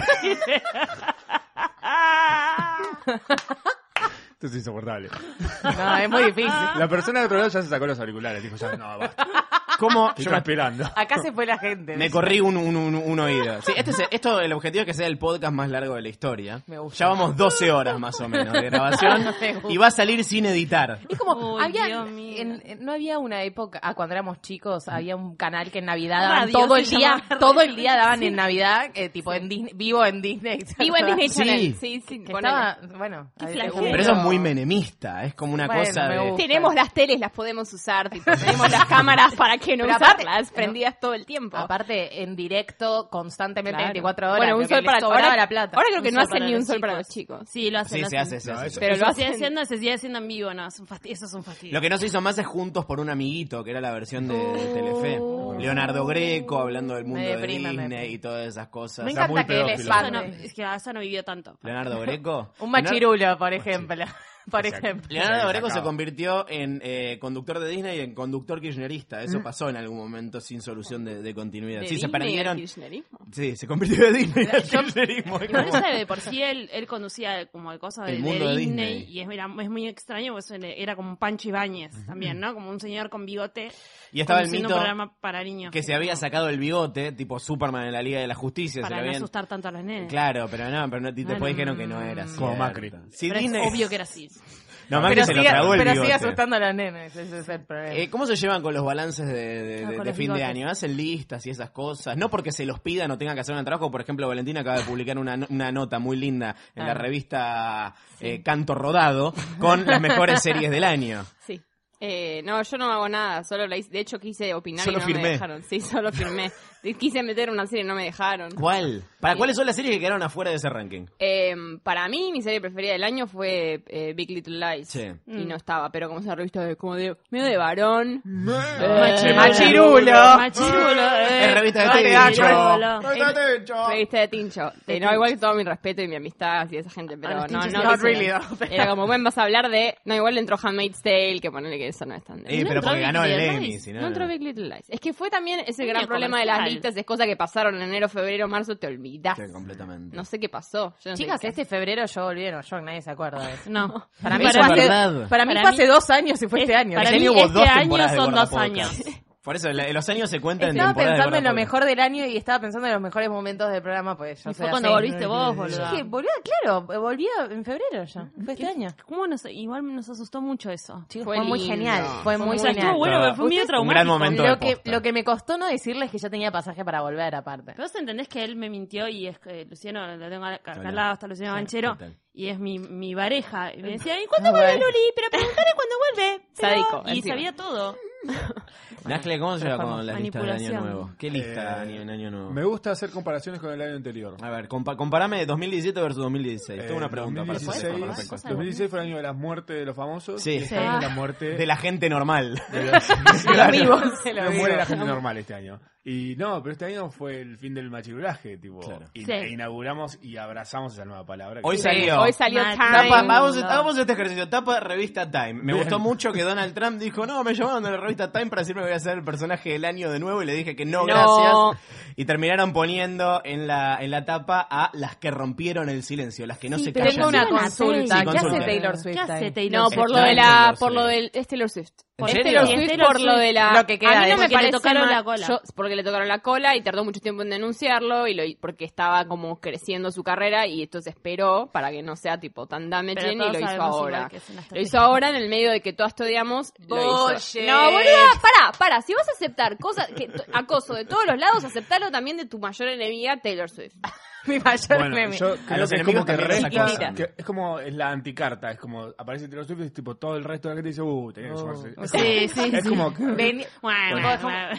Speaker 11: Entonces Eso es insoportable.
Speaker 13: No, es muy difícil.
Speaker 11: La persona de otro lado ya se sacó los auriculares. Dijo, ya no, basta.
Speaker 2: ¿Cómo?
Speaker 11: Estoy
Speaker 2: Yo me-
Speaker 11: transpirando.
Speaker 13: Acá se fue la gente.
Speaker 2: Me corrí un, un, un- un oído. Sí, este es- esto, el objetivo es que sea el podcast más largo de la historia. Ya vamos 12 horas más o menos de grabación.
Speaker 13: Me gusta.
Speaker 2: y va a salir sin editar.
Speaker 13: Es como,
Speaker 12: Uy,
Speaker 13: había,
Speaker 12: Dios
Speaker 13: en- en- no había una época, ah, cuando éramos
Speaker 2: Mm.
Speaker 13: chicos, había un canal que en Navidad
Speaker 12: Radio
Speaker 13: daban todo
Speaker 12: se
Speaker 13: el día,
Speaker 12: llamaba.
Speaker 13: todo el día daban
Speaker 12: Sí.
Speaker 13: en Navidad, eh, tipo en Disney, vivo en Disney.
Speaker 12: Vivo en Disney
Speaker 13: Sí.
Speaker 12: Channel.
Speaker 2: Sí.
Speaker 12: Sí, sí,
Speaker 13: Que
Speaker 12: ponele.
Speaker 13: estaba, bueno,
Speaker 12: Qué
Speaker 13: ahí-
Speaker 12: flagelo.
Speaker 2: Pero eso es muy menemista. Es como una
Speaker 13: Bueno,
Speaker 2: cosa
Speaker 13: me
Speaker 2: de.
Speaker 13: gusta.
Speaker 12: Tenemos las teles, las podemos usar, tipo, tenemos las cámaras para que no
Speaker 13: Pero aparte-
Speaker 12: usarlas, prendidas todo el tiempo.
Speaker 13: Aparte, en directo, constantemente,
Speaker 12: Claro.
Speaker 13: 24 horas.
Speaker 12: Bueno, un
Speaker 13: lo que
Speaker 12: sol
Speaker 13: les
Speaker 12: para
Speaker 13: sobraba
Speaker 12: ahora-
Speaker 13: la plata.
Speaker 12: Ahora creo que no
Speaker 13: sol
Speaker 12: hacen
Speaker 13: para
Speaker 12: ni
Speaker 13: los
Speaker 12: un sol para los
Speaker 13: chicos.
Speaker 12: chicos. Sí, lo hacen.
Speaker 2: Sí,
Speaker 12: lo
Speaker 2: se
Speaker 12: hacen.
Speaker 2: hace, se hace, se
Speaker 12: Pero
Speaker 2: hace.
Speaker 12: lo sigue haciendo, se sigue haciendo en vivo, no, es un fasti- eso es un fastidio.
Speaker 2: Lo que nos hizo más es Juntos por un Amiguito, que era la versión de, de Telefe. Leonardo Greco hablando del mundo
Speaker 12: Uh. Me
Speaker 2: de
Speaker 12: deprime, me
Speaker 2: Disney y todas esas cosas.
Speaker 13: Me Está encanta muy que él es pedófilo.
Speaker 12: Eso no,
Speaker 13: padre.
Speaker 12: es que eso no vivió tanto.
Speaker 2: Leonardo Greco.
Speaker 13: Un machirulo, por ejemplo. Por ejemplo.
Speaker 2: Leonardo Greco se convirtió en eh, conductor de Disney y en conductor kirchnerista. Eso pasó en algún momento sin solución de, de continuidad.
Speaker 12: Mm. De
Speaker 2: sí, se
Speaker 12: Disney al
Speaker 2: perdieron.
Speaker 12: kirchnerismo.
Speaker 2: Sí, se convirtió de Disney al kirchnerismo. Es
Speaker 12: Pero
Speaker 2: como-
Speaker 12: él sabe, de por sí él, él conducía como cosas de,
Speaker 2: El
Speaker 12: de
Speaker 2: mundo de
Speaker 12: Disney,
Speaker 2: Disney.
Speaker 12: y es, era- es muy extraño, pues él era como un Pancho Ibáñez también, ¿no? Como un señor con bigote.
Speaker 2: Y estaba el
Speaker 12: conduciendo
Speaker 2: mito
Speaker 12: un programa para niños.
Speaker 2: que se había sacado el bigote, tipo Superman en la Liga de la Justicia. se
Speaker 12: Para
Speaker 2: lo
Speaker 12: no
Speaker 2: habían-
Speaker 12: asustar tanto a los nenes.
Speaker 2: Claro, pero no, pero no- y después
Speaker 12: Bueno,
Speaker 2: dijeron que no era así.
Speaker 11: Como Macri.
Speaker 2: Sí,
Speaker 12: Pero
Speaker 2: Disney-
Speaker 12: es obvio que era así.
Speaker 2: No, Macri se lo
Speaker 13: sigue-
Speaker 2: tragó el
Speaker 13: pero sigue
Speaker 2: bigote.
Speaker 13: asustando a los nenes, ese es el problema.
Speaker 2: Eh, ¿Cómo se llevan con los balances de, de-
Speaker 13: Ah,
Speaker 2: de-
Speaker 13: con
Speaker 2: de
Speaker 13: los
Speaker 2: fin de
Speaker 13: bigotes.
Speaker 2: año? ¿Hacen listas y esas cosas? No porque se los pidan o tengan que hacer un trabajo. Por ejemplo, Valentina acaba de publicar una, no- una nota muy linda en la
Speaker 12: Ah.
Speaker 2: revista eh, Canto Rodado con las mejores series del año.
Speaker 12: Sí. Eh, no, yo no hago nada, solo la hice- de hecho quise opinar
Speaker 2: Solo
Speaker 12: y no
Speaker 2: firmé.
Speaker 12: me dejaron. Sí, solo firmé. Quise meter una serie y no me dejaron.
Speaker 2: ¿Cuál? ¿Para cuáles son las series que quedaron afuera de ese ranking?
Speaker 12: Eh, para mí, mi serie preferida del año fue eh, Big Little Lies.
Speaker 2: Sí.
Speaker 12: Y no estaba, pero como es una revista de, como de, medio de varón.
Speaker 2: Eh,
Speaker 12: Machirulo.
Speaker 2: machirulo.
Speaker 12: Machirulo. eh.
Speaker 2: Es revista de
Speaker 12: Machirulo.
Speaker 2: tincho.
Speaker 12: Eh, Revista de tincho. Ah, Eh, no, igual que todo mi respeto y mi amistad hacia esa gente, pero
Speaker 13: A los
Speaker 12: no,
Speaker 13: tinchos
Speaker 12: no.
Speaker 13: not
Speaker 12: quise-
Speaker 13: really, though, pero-
Speaker 12: Era como, bueno, vas a hablar de... No, igual entró Handmaid's Tale, que ponele que eso no es tan...
Speaker 2: Eh,
Speaker 12: No
Speaker 2: pero
Speaker 12: entró
Speaker 2: porque
Speaker 12: Big
Speaker 2: ganó el
Speaker 12: Little
Speaker 2: Emmy,
Speaker 12: Lies.
Speaker 2: si no,
Speaker 12: No entró
Speaker 2: no.
Speaker 12: Big Little Lies. Es que fue también ese
Speaker 13: Niño
Speaker 12: gran problema de las
Speaker 13: comercial.
Speaker 12: listas, es cosa que pasaron en enero, febrero, marzo, te olvidas.
Speaker 2: Sí, completamente.
Speaker 12: No sé qué pasó. yo no sé
Speaker 13: Chicas,
Speaker 12: qué-
Speaker 13: este febrero yo volví a Nueva York, nadie se acuerda de eso.
Speaker 12: No.
Speaker 13: Para mí,
Speaker 2: Eso
Speaker 13: fue, hace,
Speaker 2: es verdad.
Speaker 13: para mí
Speaker 12: Para
Speaker 13: fue
Speaker 12: mí-
Speaker 13: hace dos años y fue este año.
Speaker 12: para
Speaker 2: Ese
Speaker 12: mí
Speaker 2: año hubo
Speaker 12: este
Speaker 2: dos
Speaker 12: año
Speaker 2: temporadas de
Speaker 12: son
Speaker 2: Gorda
Speaker 12: dos
Speaker 2: Podcast. Por eso la- los años se cuentan en
Speaker 13: Estaba
Speaker 2: temporadas de
Speaker 13: pensando en
Speaker 2: Gorda
Speaker 13: lo
Speaker 2: Podcast.
Speaker 13: mejor del año y estaba pensando en los mejores momentos del programa, pues yo
Speaker 12: Y
Speaker 13: soy
Speaker 12: fue cuando
Speaker 13: así.
Speaker 12: volviste vos, boluda.
Speaker 13: Dije, boluda, claro, eh, volví a- en febrero ya, fue este año.
Speaker 12: ¿Cómo nos, igual nos asustó mucho eso.
Speaker 13: fue muy genial, fue muy
Speaker 12: o sea,
Speaker 13: genial.
Speaker 12: Estuvo bueno, pero fue
Speaker 13: Un
Speaker 12: medio
Speaker 13: gran
Speaker 12: traumático.
Speaker 2: momento. de
Speaker 13: Lo que,
Speaker 2: posta.
Speaker 13: lo que me costó no decirles que yo tenía pasaje para volver, aparte.
Speaker 12: Pero vos entendés que él me mintió y es que Luciano, lo tengo acá
Speaker 2: Hola.
Speaker 12: al lado, está Luciano Banchero,
Speaker 2: ¿Qué tal?
Speaker 12: y es mi, mi pareja. Y me decía, ¿y cuándo vuelve Luli? Pero preguntale cuándo vuelve. Pero-
Speaker 13: Sádico,
Speaker 12: Y
Speaker 13: encima.
Speaker 12: sabía todo.
Speaker 2: Nazcle, ¿cómo se lleva con la lista del año
Speaker 12: Manipulación.
Speaker 2: nuevo? ¿Qué lista
Speaker 11: Eh,
Speaker 2: de en año nuevo?
Speaker 11: Me gusta hacer comparaciones con el año anterior.
Speaker 2: A ver, compa- comparame 2017 versus 2016. Tengo una
Speaker 11: Eh,
Speaker 2: pregunta para hacer
Speaker 11: 2016,
Speaker 2: con respecto a esto.
Speaker 11: 2016 fue el año de la muerte de los famosos.
Speaker 2: Sí.
Speaker 11: Y este
Speaker 2: Sí.
Speaker 11: año es la muerte
Speaker 2: De la gente normal.
Speaker 11: Claro.
Speaker 13: vivos, de los
Speaker 11: No muere
Speaker 13: vivos.
Speaker 11: la gente normal este año. Y no, pero este año fue el fin del machirulaje, tipo.
Speaker 2: Claro.
Speaker 11: in-
Speaker 12: Sí.
Speaker 11: e inauguramos y abrazamos esa nueva palabra. que-
Speaker 2: Hoy salió.
Speaker 12: Hoy salió
Speaker 13: Mal.
Speaker 12: Time.
Speaker 2: Tapa, hagamos, hagamos este ejercicio. Tapa revista Time. Me gustó mucho que Donald Trump dijo, no, me llamaron de la revista Time para decirme que voy a ser el personaje del año de nuevo y le dije que
Speaker 12: No.
Speaker 2: no, gracias. Y terminaron poniendo en la, en la tapa a las que rompieron el silencio, las que no
Speaker 12: Sí,
Speaker 2: se
Speaker 12: pero
Speaker 2: callan.
Speaker 13: Tengo una
Speaker 12: Sí,
Speaker 13: consulta.
Speaker 2: sí,
Speaker 13: ¿Qué hace
Speaker 2: consulta.
Speaker 13: Taylor Swift?
Speaker 12: ¿Qué hace
Speaker 13: ahí?
Speaker 12: Taylor
Speaker 1: No,
Speaker 12: Swift?
Speaker 1: por lo de
Speaker 2: Taylor
Speaker 1: la,
Speaker 2: Swift.
Speaker 1: por lo del, es Taylor Swift.
Speaker 2: ¿En
Speaker 12: Es
Speaker 2: serio?
Speaker 12: Taylor
Speaker 1: Es
Speaker 12: Swift
Speaker 1: Taylor
Speaker 12: por lo de la...
Speaker 13: Lo que queda
Speaker 12: a mí
Speaker 13: de-
Speaker 12: no me
Speaker 13: porque
Speaker 12: parece
Speaker 13: le
Speaker 12: tocaron
Speaker 13: mal.
Speaker 12: la cola.
Speaker 1: Yo- porque le tocaron la cola y tardó mucho tiempo en denunciarlo y lo, porque estaba como creciendo su carrera y entonces esperó para que no sea tipo tan
Speaker 12: Pero
Speaker 1: damaging y
Speaker 12: todos
Speaker 1: lo hizo
Speaker 12: sabemos
Speaker 1: ahora.
Speaker 12: igual que es una
Speaker 1: Lo hizo
Speaker 12: estrategia.
Speaker 1: ahora en el medio de que todas estudiamos. Lo hizo.
Speaker 13: Bullshit.
Speaker 1: No, boluda, pará, pará. Si vas a aceptar cosas, que, to- acoso de todos los lados, aceptalo también de tu mayor enemiga, Taylor Swift.
Speaker 13: Mi mayor
Speaker 11: Bueno,
Speaker 13: meme.
Speaker 11: yo creo
Speaker 2: los
Speaker 11: que es
Speaker 2: enemigos
Speaker 11: como que
Speaker 2: también los
Speaker 11: resta-
Speaker 2: acosan.
Speaker 11: que es como es la anticarta, es como aparece Taylor Swift y tipo todo el resto de la gente dice, uh, tenía que sumarse. Es como-
Speaker 12: Sí, sí,
Speaker 11: Es
Speaker 12: sí.
Speaker 11: como que-
Speaker 13: Vení-
Speaker 12: Bueno,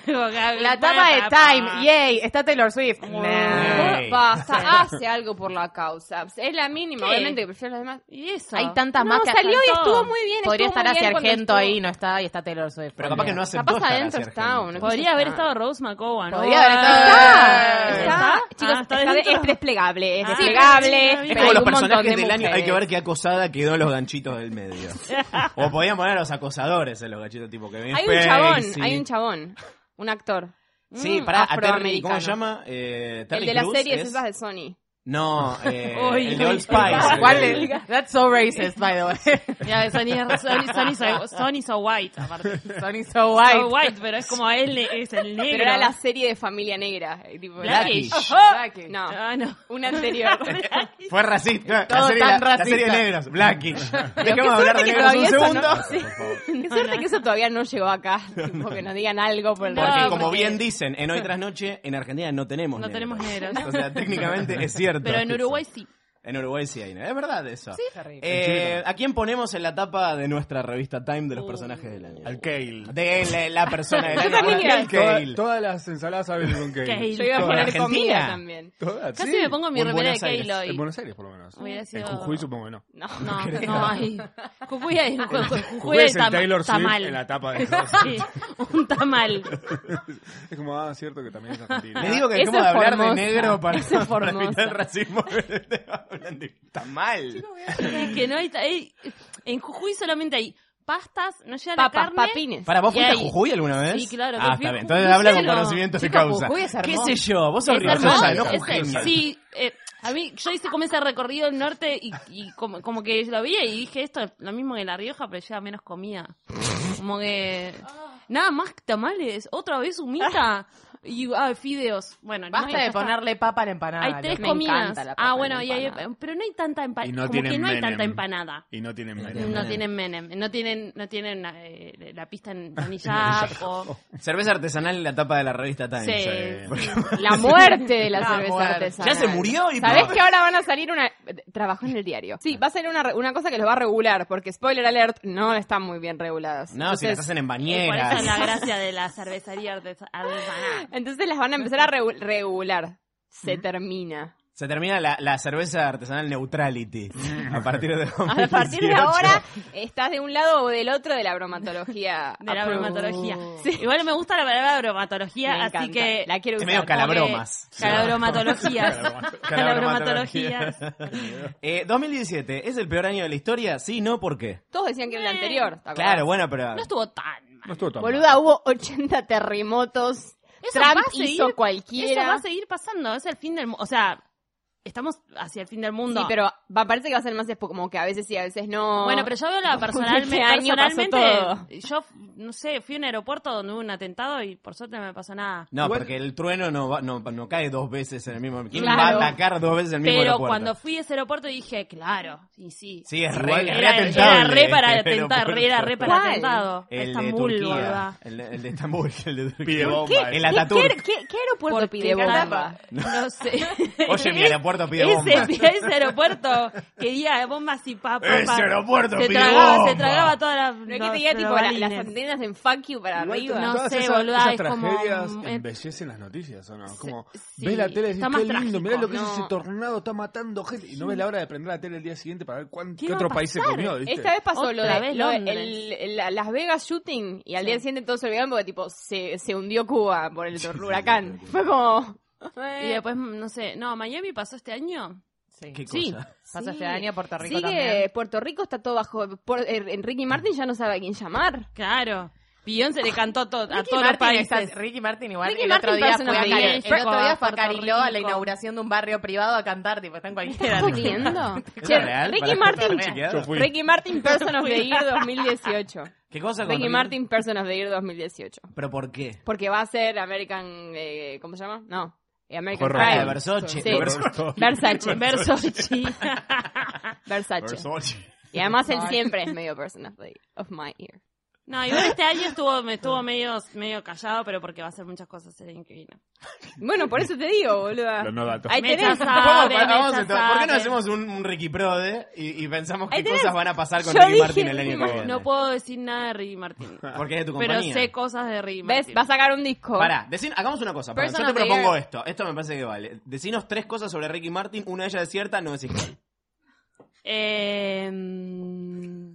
Speaker 12: bueno,
Speaker 13: La tapa de Time, yay, está Taylor Swift. Nah.
Speaker 2: Ey.
Speaker 1: Basta, hace algo por la causa. Es la mínima,
Speaker 12: ¿Qué?
Speaker 1: obviamente, que prefiero a los demás.
Speaker 12: Y eso.
Speaker 13: Hay tantas
Speaker 1: No,
Speaker 13: más que
Speaker 1: salió y
Speaker 13: hacen todo.
Speaker 1: estuvo muy bien.
Speaker 13: Podría
Speaker 1: estuvo
Speaker 13: estar
Speaker 1: muy
Speaker 13: hacia
Speaker 1: bien cuando
Speaker 13: Argento
Speaker 1: estuvo.
Speaker 13: ahí, no está, y está Taylor Swift.
Speaker 2: Pero capaz que no aceptó
Speaker 1: Capaz
Speaker 2: estar
Speaker 1: adentro
Speaker 2: hacia
Speaker 1: está,
Speaker 2: Argentina.
Speaker 1: una cosa
Speaker 12: Podría haber
Speaker 1: está.
Speaker 12: estado Rose McCowan.
Speaker 13: Podría haber estado-
Speaker 1: Está,
Speaker 13: Eh,
Speaker 1: está,
Speaker 12: ¿está?
Speaker 1: chicos,
Speaker 12: Ah, está
Speaker 1: está de-
Speaker 12: dentro.
Speaker 1: es desplegable, es
Speaker 12: Ah,
Speaker 1: desplegable.
Speaker 12: sí, sí, sí.
Speaker 2: Es
Speaker 1: pero hay
Speaker 2: como los
Speaker 1: un montón
Speaker 2: personajes
Speaker 1: de
Speaker 2: del año, hay que ver
Speaker 1: mujeres.
Speaker 2: qué acosada quedó en los ganchitos del medio. o podían poner a los acosadores en los ganchitos, tipo que
Speaker 1: Hay un chabón, hay un chabón, un actor.
Speaker 2: Sí,
Speaker 1: Mm,
Speaker 2: pará, a Terry,
Speaker 1: afroamericano.
Speaker 2: ¿cómo se llama? Eh, Terry
Speaker 1: El de las
Speaker 2: Crews
Speaker 1: series
Speaker 2: es-
Speaker 1: esas de Sony.
Speaker 2: No, eh,
Speaker 13: Uy,
Speaker 2: el de Old
Speaker 13: uy.
Speaker 2: Spice.
Speaker 13: ¿Cuál
Speaker 2: El-
Speaker 13: es? That's so racist, by the way.
Speaker 12: Ya, Sony, Sony, Sony so, Sony so white, aparte.
Speaker 13: Sony so white.
Speaker 12: So white, pero es como él es el negro.
Speaker 1: Pero era la serie de familia negra. eh, tipo,
Speaker 12: Blackish.
Speaker 1: Blackish. No,
Speaker 12: Ah,
Speaker 1: una anterior.
Speaker 2: Fue racista.
Speaker 1: Todo
Speaker 2: la serie,
Speaker 1: tan
Speaker 2: la- la serie de
Speaker 1: racista.
Speaker 2: negros, Blackish.
Speaker 1: Pero qué
Speaker 2: Dejemos hablar de
Speaker 1: suerte que
Speaker 2: negros un segundo.
Speaker 1: todavía eso no- Qué suerte que eso todavía no llegó acá. tipo, que nos digan algo por el
Speaker 2: Porque,
Speaker 1: racismo.
Speaker 2: como bien dicen, en Hoy Tras Noche, en Argentina no tenemos
Speaker 12: No
Speaker 2: negros.
Speaker 12: tenemos negros.
Speaker 2: O sea, técnicamente es cierto.
Speaker 12: Pero en Uruguay sí.
Speaker 2: En Uruguay sí hay, ¿no? Es verdad eso.
Speaker 12: Sí.
Speaker 2: Eh, ¿A quién ponemos en la tapa de nuestra revista Time de los personajes del año? Al Kale. De la, la persona del año. Al Kale.
Speaker 11: Toda- Todas las ensaladas saben con kale.
Speaker 12: Kale. Yo iba a poner
Speaker 11: Todas.
Speaker 12: comida
Speaker 11: Argentina.
Speaker 12: también.
Speaker 11: Todas,
Speaker 12: Casi
Speaker 11: sí.
Speaker 12: me pongo mi
Speaker 11: O en
Speaker 12: remera de
Speaker 11: Buenos Aires.
Speaker 12: Kale hoy.
Speaker 11: En Buenos Aires, por lo menos.
Speaker 12: Hubiera sido-
Speaker 11: En Jujuy supongo que no.
Speaker 12: No, no,
Speaker 11: creo.
Speaker 12: no hay. Jujuy hay. Jujuy,
Speaker 11: Jujuy es el
Speaker 12: tama-
Speaker 11: Taylor Swift
Speaker 12: tamal.
Speaker 11: en la tapa de-
Speaker 12: Sí, un tamal.
Speaker 11: Es como, ah, cierto que también es argentino.
Speaker 2: Le digo que
Speaker 12: Eso
Speaker 2: dejemos de
Speaker 12: es
Speaker 2: hablar
Speaker 12: Formosa.
Speaker 2: de negro para,
Speaker 12: Eso es
Speaker 2: para
Speaker 12: Formosa.
Speaker 2: evitar el racismo. Hablan de- Está mal.
Speaker 12: Es que no hay, hay- En Jujuy solamente hay pastas, no llega la
Speaker 1: Papas,
Speaker 12: carne.
Speaker 1: papines.
Speaker 2: Para, ¿vos
Speaker 12: y
Speaker 2: fuiste a
Speaker 12: hay-
Speaker 2: Jujuy alguna vez?
Speaker 12: Sí, claro. que
Speaker 2: Ah,
Speaker 12: fui
Speaker 2: está
Speaker 12: a
Speaker 2: bien.
Speaker 12: Jujuy.
Speaker 2: Entonces habla con
Speaker 12: Cielo.
Speaker 2: conocimiento de
Speaker 12: Chicos,
Speaker 2: causa.
Speaker 12: Jujuy es
Speaker 2: ¿Qué
Speaker 12: hermoso.
Speaker 2: sé yo? Vos sos
Speaker 12: Es
Speaker 2: riojana,
Speaker 12: hermoso,
Speaker 2: no
Speaker 12: es-
Speaker 2: jujeña.
Speaker 12: Sí, eh, a mí, yo hice como ese recorrido del norte y, y como, como que lo vi y dije esto es lo mismo que La Rioja, pero lleva menos comida. Como que. Nada más que tamales, otra vez humita y ah, fideos. Bueno,
Speaker 13: Basta
Speaker 12: listo,
Speaker 13: de
Speaker 12: ya está.
Speaker 13: ponerle papa a la empanada.
Speaker 12: Hay tres
Speaker 13: Me
Speaker 12: comidas.
Speaker 13: encanta la papa
Speaker 12: Ah,
Speaker 13: en
Speaker 12: bueno,
Speaker 13: la
Speaker 12: y hay,
Speaker 13: empanada.
Speaker 12: pero no hay tanta empanada.
Speaker 11: Y no
Speaker 12: como que
Speaker 11: tienen
Speaker 12: no hay tanta
Speaker 11: Menem.
Speaker 12: empanada.
Speaker 11: Y no tienen menem.
Speaker 12: No tienen menem, no tienen, no tienen eh, la pista en Anillaco.
Speaker 2: Cerveza artesanal en la tapa de la revista Time.
Speaker 12: Sí,
Speaker 1: La muerte de la
Speaker 12: La
Speaker 1: cerveza
Speaker 12: muerte.
Speaker 1: artesanal.
Speaker 12: Ya se murió y-
Speaker 1: ¿Sabés que ahora van a salir una. Trabajó en el diario. Sí, va a salir una, re- una cosa que los va a regular, porque spoiler alert, no están muy bien reguladas.
Speaker 2: No, si las hacen en
Speaker 12: Eh, Por
Speaker 2: bañeras.
Speaker 12: eso es la gracia de la cervecería artes- artesanal.
Speaker 1: Entonces las van a empezar a regu- regular. Se termina.
Speaker 2: Se termina la, la cerveza artesanal neutrality. a partir de
Speaker 1: A partir de
Speaker 2: 2018.
Speaker 1: ahora estás de un lado o del otro de la bromatología.
Speaker 12: De la
Speaker 1: Approved.
Speaker 12: bromatología. Igual me gusta la palabra bromatología,
Speaker 1: Me
Speaker 12: así
Speaker 1: encanta.
Speaker 12: que.
Speaker 1: La quiero
Speaker 2: Es
Speaker 1: usar.
Speaker 2: medio calabromas.
Speaker 12: Como que- Calabromatologías. Calabromatologías.
Speaker 2: Eh, 2017, ¿es el peor año de la historia? Sí, no, ¿por qué?
Speaker 1: Todos decían que era el anterior. ¿te acordás?
Speaker 2: Claro, bueno, pero...
Speaker 12: No estuvo tan.
Speaker 2: No estuvo tan
Speaker 1: Boluda, hubo 80 terremotos.
Speaker 12: Eso
Speaker 1: Trump
Speaker 12: va a seguir-
Speaker 1: hizo cualquiera.
Speaker 12: Eso va a seguir pasando. Es el fin del mundo. O sea, estamos hacia el fin del mundo.
Speaker 1: Sí, pero va, parece que va a ser más espo- como que a veces sí, a veces no.
Speaker 12: Bueno, pero yo veo la
Speaker 1: Este
Speaker 12: personalmente.
Speaker 1: año pasó todo.
Speaker 12: personalmente yo, no sé, fui a un aeropuerto donde hubo un atentado y por suerte no me pasó nada.
Speaker 2: No, porque el trueno no, va- no, no cae dos veces en el mismo... ¿Quién
Speaker 12: Claro.
Speaker 2: va a atacar dos veces en el mismo
Speaker 12: Pero
Speaker 2: aeropuerto?
Speaker 12: cuando fui a ese aeropuerto dije, claro, sí, sí.
Speaker 2: Sí, es re,
Speaker 12: Igual
Speaker 2: es
Speaker 12: era,
Speaker 2: re
Speaker 12: era
Speaker 2: atentable
Speaker 12: re para
Speaker 2: este
Speaker 12: atentado,
Speaker 2: aeropuerto.
Speaker 12: era re para
Speaker 1: ¿Cuál?
Speaker 12: atentado.
Speaker 2: El de
Speaker 12: Estambul,
Speaker 2: Turquía.
Speaker 12: boluda.
Speaker 2: El, el de Estambul, el de Turquía.
Speaker 1: ¿Qué,
Speaker 2: El
Speaker 1: qué,
Speaker 2: Ataturk.
Speaker 1: qué- qué aeropuerto
Speaker 12: Porque,
Speaker 1: pide
Speaker 12: caramba,
Speaker 1: bomba?
Speaker 12: No sé.
Speaker 2: Oye, mi aeropuerto pide bombas.
Speaker 12: Ese, ese aeropuerto quería bombas y papas.
Speaker 2: Ese aeropuerto
Speaker 12: se
Speaker 2: pide
Speaker 12: tragaba, Se
Speaker 2: bombas.
Speaker 12: tragaba todas las.
Speaker 1: No hay que
Speaker 12: los-
Speaker 1: te diga, tipo,
Speaker 12: los
Speaker 1: la- las
Speaker 12: balines.
Speaker 1: antenas en fuck you para arriba.
Speaker 12: No
Speaker 11: Todas
Speaker 12: sé,
Speaker 11: esas,
Speaker 12: boluda,
Speaker 11: esas
Speaker 12: es como,
Speaker 11: tragedias
Speaker 12: mm,
Speaker 11: embellecen las noticias, ¿o no? Como,
Speaker 12: sí,
Speaker 11: ves la tele y decís,
Speaker 12: está más
Speaker 11: qué lindo,
Speaker 12: trágico,
Speaker 11: mirá lo que
Speaker 12: no.
Speaker 11: es ese tornado, está matando gente. Y no ves la hora de prender la tele el día siguiente para ver cuán-
Speaker 12: ¿Qué
Speaker 11: qué,
Speaker 12: va a
Speaker 11: otro país se
Speaker 12: pasar?
Speaker 11: comió, ¿viste?
Speaker 1: Esta vez pasó lo
Speaker 12: Otra
Speaker 1: de
Speaker 12: vez
Speaker 1: lo de-
Speaker 12: Londres.
Speaker 1: el- el- la- Las Vegas shooting y al día siguiente todos se olvidaron porque tipo se, se hundió Cuba por el huracán. Fue como...
Speaker 12: Y después, no sé. No, Miami pasó este año.
Speaker 13: Sí.
Speaker 2: ¿Qué
Speaker 12: Sí.
Speaker 2: cosa?
Speaker 13: Pasa
Speaker 12: Sí.
Speaker 13: este año a Puerto Rico
Speaker 1: Sigue,
Speaker 13: también.
Speaker 1: Puerto Rico está todo bajo... por- eh, Enrique Martin ya no sabe a quién llamar.
Speaker 12: Claro. Beyoncé le cantó a, to- a
Speaker 13: Ricky
Speaker 12: todos los
Speaker 13: Martin
Speaker 12: países.
Speaker 13: está- Ricky Martin igual.
Speaker 1: Ricky
Speaker 13: el,
Speaker 1: Martin
Speaker 13: otro día
Speaker 1: parece
Speaker 13: fue
Speaker 1: una
Speaker 13: a Cari-
Speaker 1: película.
Speaker 13: el otro día fue a
Speaker 12: Puerto
Speaker 13: Cariló a la
Speaker 12: Rico.
Speaker 13: inauguración de un barrio privado a cantar, tipo, está en cualquiera.
Speaker 1: ¿Estás jodiendo?
Speaker 2: ¿Eso
Speaker 1: Che,
Speaker 2: es real?
Speaker 1: Ricky
Speaker 2: Pará,
Speaker 1: Martin,
Speaker 2: ¿está chequeado? Yo fui.
Speaker 1: Ricky Martin Person of the Year 2018.
Speaker 2: ¿Qué cosa con
Speaker 1: Ricky
Speaker 2: Ricky?
Speaker 1: Martin Person of the Year 2018.
Speaker 2: ¿Pero por qué?
Speaker 1: Porque va a ser American... eh, ¿Cómo se llama? No. eh, American
Speaker 2: Horror. Ah,
Speaker 1: Crime.
Speaker 2: de Versace.
Speaker 1: Sí.
Speaker 2: De
Speaker 1: Versace.
Speaker 2: Versace.
Speaker 12: Versace.
Speaker 1: Versace. Y además él siempre es medio person of, the- of my ear.
Speaker 12: No, igual este año estuvo, me estuvo medio, medio callado, pero porque va a hacer muchas cosas el año que viene.
Speaker 1: Bueno, por eso te digo, boluda.
Speaker 11: Los no datos.
Speaker 1: Ahí
Speaker 12: Mecha
Speaker 1: tenés.
Speaker 12: sabe,
Speaker 2: Vamos, pará,
Speaker 12: mecha
Speaker 2: vamos entonces. ¿Por qué no
Speaker 12: sabe.
Speaker 2: hacemos un, un Ricky Prode y, y pensamos qué
Speaker 1: Ahí tenés.
Speaker 2: cosas van a pasar con
Speaker 1: Yo
Speaker 2: Ricky
Speaker 1: dije
Speaker 2: Martin el año
Speaker 1: Ricky
Speaker 2: que viene?
Speaker 12: No puedo decir nada de Ricky Martin.
Speaker 2: Porque es de tu
Speaker 12: Pero
Speaker 2: compañía.
Speaker 12: sé cosas de Ricky Martin.
Speaker 1: ¿Ves? Va a sacar un disco.
Speaker 2: Pará, decin- hagamos una cosa. pará,
Speaker 1: Person
Speaker 2: yo te
Speaker 1: of the
Speaker 2: propongo
Speaker 1: year.
Speaker 2: esto. Esto me parece que vale. Decinos tres cosas sobre Ricky Martin, una de ellas es cierta, no decís cuál.
Speaker 12: Eh, mm,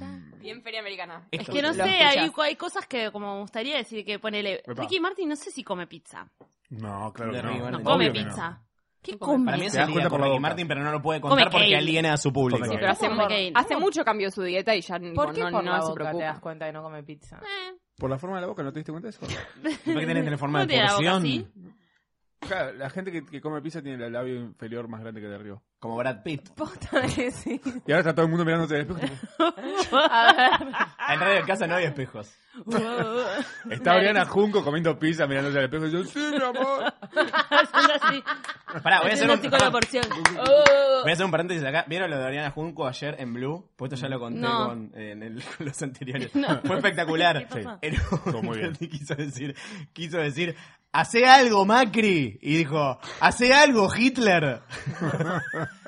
Speaker 2: Mm.
Speaker 1: Bien feria americana.
Speaker 12: es que no sé,
Speaker 1: Lo
Speaker 12: hay,
Speaker 1: escuchás.
Speaker 12: hay cosas que como me gustaría decir que ponele...
Speaker 11: Epa.
Speaker 12: Ricky Martin no sé si come pizza.
Speaker 11: No, claro
Speaker 2: De
Speaker 11: que no.
Speaker 2: Ricky Martin.
Speaker 12: No
Speaker 2: Obvio
Speaker 12: come
Speaker 11: que no.
Speaker 12: pizza. ¿Qué come?
Speaker 2: Para mí es
Speaker 11: Te das
Speaker 2: el
Speaker 11: cuenta por
Speaker 2: con
Speaker 11: la
Speaker 2: Ricky
Speaker 11: boca.
Speaker 2: Martin, pero no lo puede
Speaker 12: Come
Speaker 2: contar porque
Speaker 12: cake.
Speaker 2: aliena a su
Speaker 11: Come
Speaker 2: público.
Speaker 11: cake.
Speaker 1: Pero hace,
Speaker 12: Como que-
Speaker 1: hace mucho cambió su dieta y ya
Speaker 13: ¿Por qué
Speaker 1: no,
Speaker 13: por
Speaker 1: no
Speaker 13: la
Speaker 1: se
Speaker 13: boca te das
Speaker 1: preocupa.
Speaker 13: cuenta que no come pizza?
Speaker 12: Eh,
Speaker 11: Por la forma de la boca, ¿no te diste cuenta de eso?
Speaker 2: ¿Por qué tenés en forma
Speaker 12: ¿Cómo
Speaker 2: de
Speaker 12: tiene la boca
Speaker 2: porción?
Speaker 12: así?
Speaker 11: Claro, la gente que, que come pizza tiene el labio inferior más grande que el de arriba.
Speaker 2: Como Brad Pitt.
Speaker 11: Y ahora está todo el mundo mirándose al espejo.
Speaker 12: A
Speaker 2: En radio en casa no hay espejos.
Speaker 12: ver.
Speaker 11: Está Oriana Junco comiendo pizza mirándose al espejo y yo, sí, mi amor.
Speaker 12: Haciendo así.
Speaker 2: Pará, voy a hacer
Speaker 12: Haciendo
Speaker 2: un-
Speaker 12: así con la porción. Oh.
Speaker 2: Voy a hacer un paréntesis acá. ¿Vieron lo de Oriana Junco ayer en Blue? Pues esto ya lo conté
Speaker 12: No.
Speaker 2: con, eh, en el- con los anteriores.
Speaker 12: No.
Speaker 2: Fue espectacular.
Speaker 12: ¿Qué pasó?
Speaker 2: Era un-
Speaker 11: Estuvo muy bien.
Speaker 2: Quiso decir, quiso decir, hace algo Macri. Y dijo, hace algo Hitler.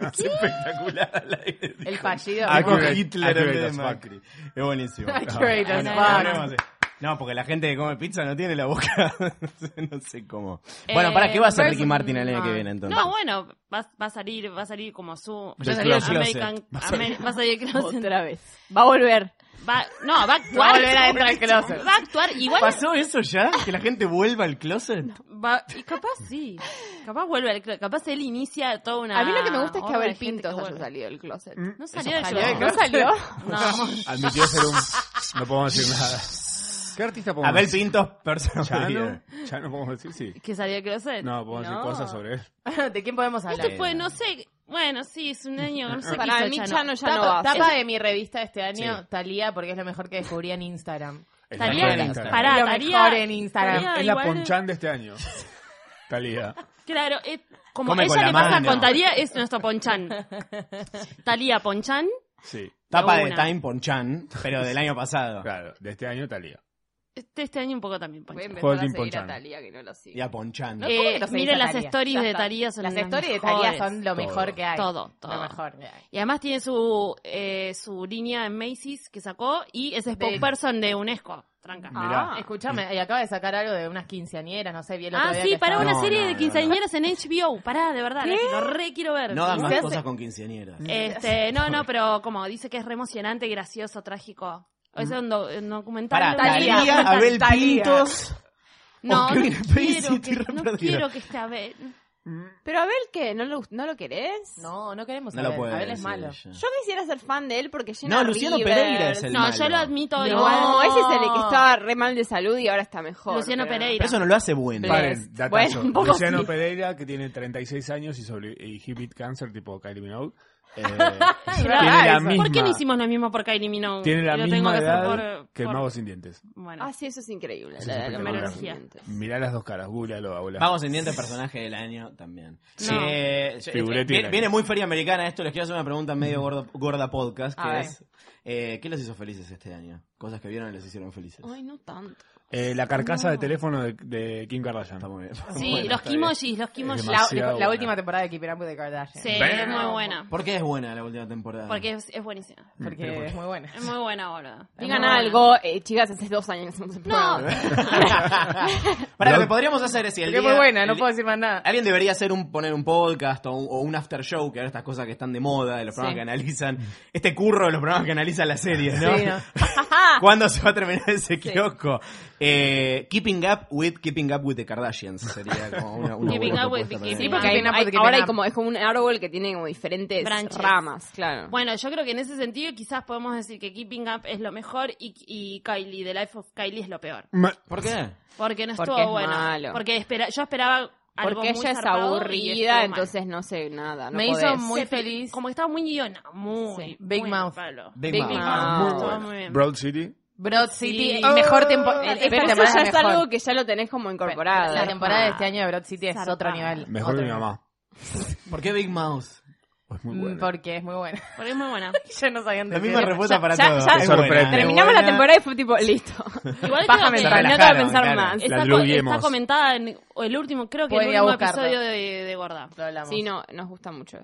Speaker 2: es espectacular al aire.
Speaker 13: El fallido.
Speaker 2: Dijo
Speaker 11: Accurate,
Speaker 2: Hitler en vez de
Speaker 11: accurate as
Speaker 2: Macri. Es buenísimo. Ah,
Speaker 13: Accurate
Speaker 2: No,
Speaker 13: as
Speaker 2: no,
Speaker 13: fuck.
Speaker 2: no, no, no, No, porque la gente que come pizza no tiene la boca. no sé cómo.
Speaker 12: Eh,
Speaker 2: Bueno, para ¿qué va a hacer Ricky
Speaker 12: versus-
Speaker 2: Martin el año
Speaker 13: Ah.
Speaker 2: que
Speaker 12: no.
Speaker 2: viene entonces?
Speaker 12: No, bueno, va, va a salir, va a salir como su
Speaker 2: a salir del closet.
Speaker 12: American,
Speaker 2: Va a salir-
Speaker 12: Amer- va a salir del closet.
Speaker 1: Otra vez. Va a volver.
Speaker 12: Va- no, va a actuar.
Speaker 1: Va a volver adentro del closet.
Speaker 12: Va a actuar igual.
Speaker 2: ¿Pasó eso ya? ¿Que la gente vuelva al closet?
Speaker 12: va- y capaz sí. Capaz vuelve al closet. Capaz él inicia toda una.
Speaker 1: A mí lo que me gusta es que
Speaker 12: ola de
Speaker 1: Abel
Speaker 12: gente
Speaker 1: Pintos haya
Speaker 12: que vuelve.
Speaker 1: salido del closet.
Speaker 2: Mm.
Speaker 12: No salió del
Speaker 1: ¿Salió del
Speaker 12: closet.
Speaker 1: ¿No salió?
Speaker 12: No.
Speaker 11: Admitió ser un. No podemos decir nada. ¿Qué artista podemos
Speaker 2: Abel
Speaker 11: decir?
Speaker 2: Pintos, persona
Speaker 11: Chano.
Speaker 2: preferida.
Speaker 11: Chano podemos decir, sí.
Speaker 12: Que salió del closet.
Speaker 11: No, podemos decir cosas sobre él.
Speaker 13: ¿De quién podemos hablar?
Speaker 12: Esto fue, no sé. Bueno, sí, es un año. No sé qué
Speaker 1: Para
Speaker 12: hizo
Speaker 1: mí Chano
Speaker 12: Chano.
Speaker 1: ya no va.
Speaker 13: Tapa,
Speaker 1: a
Speaker 13: tapa
Speaker 1: ser.
Speaker 13: de mi revista este año,
Speaker 2: Sí.
Speaker 13: Talía, porque es lo mejor que descubrí en Instagram.
Speaker 11: Es la
Speaker 12: Talía,
Speaker 11: mejor en Instagram.
Speaker 12: pará,
Speaker 13: Lo
Speaker 12: Talía-
Speaker 13: mejor en Instagram.
Speaker 12: Talía
Speaker 11: Es la
Speaker 12: igual-
Speaker 11: ponchan de este año. Talía.
Speaker 12: Claro, es, como
Speaker 2: Come con
Speaker 12: ella
Speaker 2: la
Speaker 12: le pasa
Speaker 2: mano.
Speaker 12: con Talía, es nuestro Ponchan. Talía Ponchan.
Speaker 11: Sí,
Speaker 2: Tapa
Speaker 12: De
Speaker 2: de
Speaker 12: una.
Speaker 2: Time Ponchan, pero del año pasado.
Speaker 11: claro. De este año, Talía.
Speaker 12: Este, este año un poco también
Speaker 1: Voy a
Speaker 12: Ponchan.
Speaker 1: empezar a
Speaker 11: Joaquín
Speaker 1: seguir
Speaker 11: Ponchano.
Speaker 1: a Talía, que no lo sigue.
Speaker 2: Y a Ponchan. Eh,
Speaker 13: No, ¿cómo que no seguís
Speaker 12: miren
Speaker 13: a
Speaker 12: las
Speaker 13: Talía?
Speaker 12: stories
Speaker 13: Ya
Speaker 12: de
Speaker 13: está.
Speaker 12: Talía son
Speaker 13: Las
Speaker 12: las
Speaker 13: stories de
Speaker 12: mejores.
Speaker 13: Talía son lo mejor que hay.
Speaker 12: Todo, todo.
Speaker 13: Lo mejor que hay.
Speaker 12: Y además tiene su, eh, su línea en Macy's que sacó y es spokesperson de UNESCO. Tranca.
Speaker 11: Mirá.
Speaker 13: Escuchame, Ah, y acaba de sacar algo de unas quinceañeras, no sé, bien el otro
Speaker 12: Ah,
Speaker 13: día
Speaker 12: sí,
Speaker 13: que
Speaker 12: para
Speaker 13: estaba-
Speaker 12: una
Speaker 2: No,
Speaker 12: serie
Speaker 2: no,
Speaker 12: de
Speaker 2: no,
Speaker 12: quinceañeras en HBO. Pará, de verdad, la que lo re quiero ver.
Speaker 2: No dan
Speaker 12: Sí.
Speaker 2: más
Speaker 13: se hace-
Speaker 2: cosas con quinceañeras.
Speaker 12: Este, no, no, pero como dice que es re emocionante, gracioso, trágico. Es un, do- un documental.
Speaker 2: Para
Speaker 12: de una-
Speaker 13: Talía.
Speaker 2: Talía, Mm. Abel
Speaker 13: Talía.
Speaker 2: Pintos.
Speaker 12: No,
Speaker 2: o
Speaker 12: no
Speaker 2: Kevin Spacey,
Speaker 12: quiero,
Speaker 2: estoy
Speaker 12: que,
Speaker 2: re
Speaker 12: no
Speaker 2: perdido.
Speaker 12: quiero que esté Abel.
Speaker 1: Pero Abel, ¿qué? ¿No lo, ¿No lo querés?
Speaker 13: No, no queremos
Speaker 2: Mm. No
Speaker 13: saber.
Speaker 2: lo puede
Speaker 13: Abel es
Speaker 2: decir
Speaker 13: malo.
Speaker 2: ella.
Speaker 1: Yo quisiera ser fan de él porque llena
Speaker 2: No, Luciano
Speaker 1: River.
Speaker 2: Pereira es el
Speaker 12: No,
Speaker 2: malo.
Speaker 12: yo lo admito
Speaker 1: No,
Speaker 12: igual.
Speaker 1: ese es el que estaba re mal de salud y ahora está mejor.
Speaker 12: Luciano
Speaker 1: pero-
Speaker 12: Pereira.
Speaker 2: Pero eso no lo hace bueno.
Speaker 1: Vale.
Speaker 11: Paren, datazo.
Speaker 1: Bueno, un poco
Speaker 11: Luciano
Speaker 1: sí.
Speaker 11: Pereira, que tiene 36 años y, sobre, y he beat cancer tipo Kylie Minogue. eh,
Speaker 12: Ay,
Speaker 11: tiene
Speaker 12: ¿verdad?
Speaker 11: la
Speaker 12: ¿Por qué
Speaker 11: misma-
Speaker 12: no hicimos lo mismo por Kylie Minogue?
Speaker 11: Tiene la
Speaker 12: Y lo tengo
Speaker 11: misma
Speaker 12: que
Speaker 11: edad
Speaker 12: hacer por,
Speaker 11: que el
Speaker 12: por-
Speaker 11: Mago Sin Dientes.
Speaker 12: Bueno,
Speaker 1: Ah, sí, eso es increíble.
Speaker 11: Eso
Speaker 1: la-
Speaker 11: es
Speaker 1: la- la-
Speaker 11: espectacular.
Speaker 1: los dientes.
Speaker 11: Mirá las dos caras, googlealo, abuela.
Speaker 2: Vamos en diente personaje del año también.
Speaker 12: Sí.
Speaker 2: Eh, yo-
Speaker 11: Figuretti
Speaker 2: eh,
Speaker 11: del
Speaker 2: viene,
Speaker 11: año.
Speaker 2: viene muy feria americana esto, les quiero hacer una pregunta medio gordo- gorda podcast,
Speaker 13: A
Speaker 2: que
Speaker 13: ver.
Speaker 2: es, eh, ¿qué los hizo felices este año? Cosas que vieron y les hicieron felices.
Speaker 1: Ay, no tanto.
Speaker 11: Eh, la carcasa de teléfono de, de Kim Kardashian.
Speaker 2: Está muy bien.
Speaker 12: sí,
Speaker 2: Bueno,
Speaker 12: los
Speaker 2: está bien.
Speaker 12: kimojis, los kimojis.
Speaker 13: La,
Speaker 11: Demasiado
Speaker 13: la
Speaker 11: buena.
Speaker 13: última temporada de Keeping Up with the Kardashians.
Speaker 12: Sí, es muy buena.
Speaker 2: ¿Por qué es buena la última
Speaker 11: Ah.
Speaker 2: temporada?
Speaker 12: Porque es, es buenísima.
Speaker 13: Porque es muy buena.
Speaker 12: Es muy buena, boludo.
Speaker 1: Digan
Speaker 12: Muy buena.
Speaker 1: algo, eh, chicas, hace dos años que hacemos el
Speaker 12: No,
Speaker 1: programa.
Speaker 2: Para lo que podríamos hacer es si el
Speaker 13: Porque es
Speaker 2: día-
Speaker 13: muy buena, no
Speaker 2: el-
Speaker 13: puedo decir más nada.
Speaker 2: Alguien debería hacer un poner un podcast o un, o un after show, que ahora estas cosas que están de moda, de los programas que analizan, este curro de los programas que analizan las series, ¿no?
Speaker 13: Sí, ¿no?
Speaker 2: ¿Cuándo se va a terminar ese kiosco? Eh, keeping up with Keeping up with the Kardashians sería como una, una
Speaker 12: Keeping
Speaker 2: buena
Speaker 12: up with the
Speaker 2: propuesta para
Speaker 12: Keeping
Speaker 2: mí.
Speaker 13: porque
Speaker 1: Hay-
Speaker 13: tiene-
Speaker 1: hay-
Speaker 13: porque
Speaker 1: ahora
Speaker 13: tiene-
Speaker 1: hay como, es como un árbol que tiene como diferentes
Speaker 12: Branches.
Speaker 1: ramas, claro.
Speaker 12: Bueno, yo creo que en ese sentido quizás podemos decir que Keeping Up es lo mejor y, y Kylie, The Life of Kylie es lo peor.
Speaker 11: Ma-
Speaker 2: ¿Por qué?
Speaker 12: Porque no
Speaker 1: Porque
Speaker 12: estuvo
Speaker 1: es
Speaker 12: bueno.
Speaker 1: malo.
Speaker 12: Porque espera, yo esperaba algo
Speaker 1: Porque
Speaker 12: muy
Speaker 1: ella es
Speaker 12: zarpado y estuvo
Speaker 1: aburrida,
Speaker 12: mal.
Speaker 1: entonces no sé nada. No
Speaker 13: Me hizo
Speaker 1: podés.
Speaker 13: muy
Speaker 12: Se-
Speaker 13: feliz.
Speaker 12: Como que estaba muy guiona, muy.
Speaker 13: Sí, Big
Speaker 12: muy
Speaker 13: Mouth.
Speaker 12: palo.
Speaker 2: Big,
Speaker 1: Big
Speaker 2: Mouth.
Speaker 1: Mouth.
Speaker 12: Ah,
Speaker 11: muy
Speaker 12: estaba
Speaker 11: buena.
Speaker 12: muy bien.
Speaker 11: Broad City.
Speaker 13: Broad City,
Speaker 12: Sí.
Speaker 13: mejor temporada.
Speaker 1: Ah. Oh, Pero eso ya es algo que ya lo tenés como incorporado.
Speaker 13: La temporada de este año de Broad City es
Speaker 12: Zarpada.
Speaker 13: otro nivel.
Speaker 11: Mejor
Speaker 13: otro
Speaker 11: que mi
Speaker 13: nivel.
Speaker 11: mamá.
Speaker 2: ¿Por qué Big Mouth?
Speaker 11: Es
Speaker 13: Mm,
Speaker 11: muy buena.
Speaker 13: Porque es muy buena.
Speaker 12: Porque es muy buena.
Speaker 13: Yo no sabía
Speaker 2: La
Speaker 13: dónde
Speaker 2: misma
Speaker 13: era.
Speaker 2: respuesta para
Speaker 1: ya-
Speaker 2: todos.
Speaker 1: ya-
Speaker 2: Es buena, es
Speaker 11: sorprendente.
Speaker 1: Terminamos la
Speaker 2: buena.
Speaker 1: temporada y fue tipo, listo.
Speaker 12: Igual creo
Speaker 13: Bájame
Speaker 12: que
Speaker 13: el radio.
Speaker 1: No te voy
Speaker 12: está,
Speaker 1: a
Speaker 2: relajaron,
Speaker 1: pensar
Speaker 2: claro.
Speaker 1: más.
Speaker 11: La
Speaker 12: co-
Speaker 11: druguemos.
Speaker 12: está comentada en el último, creo que
Speaker 13: Pueden
Speaker 12: el
Speaker 13: ir a
Speaker 12: último
Speaker 13: buscarla.
Speaker 12: episodio de, de Gorda.
Speaker 13: Lo hablamos.
Speaker 1: Sí, no, nos gusta mucho.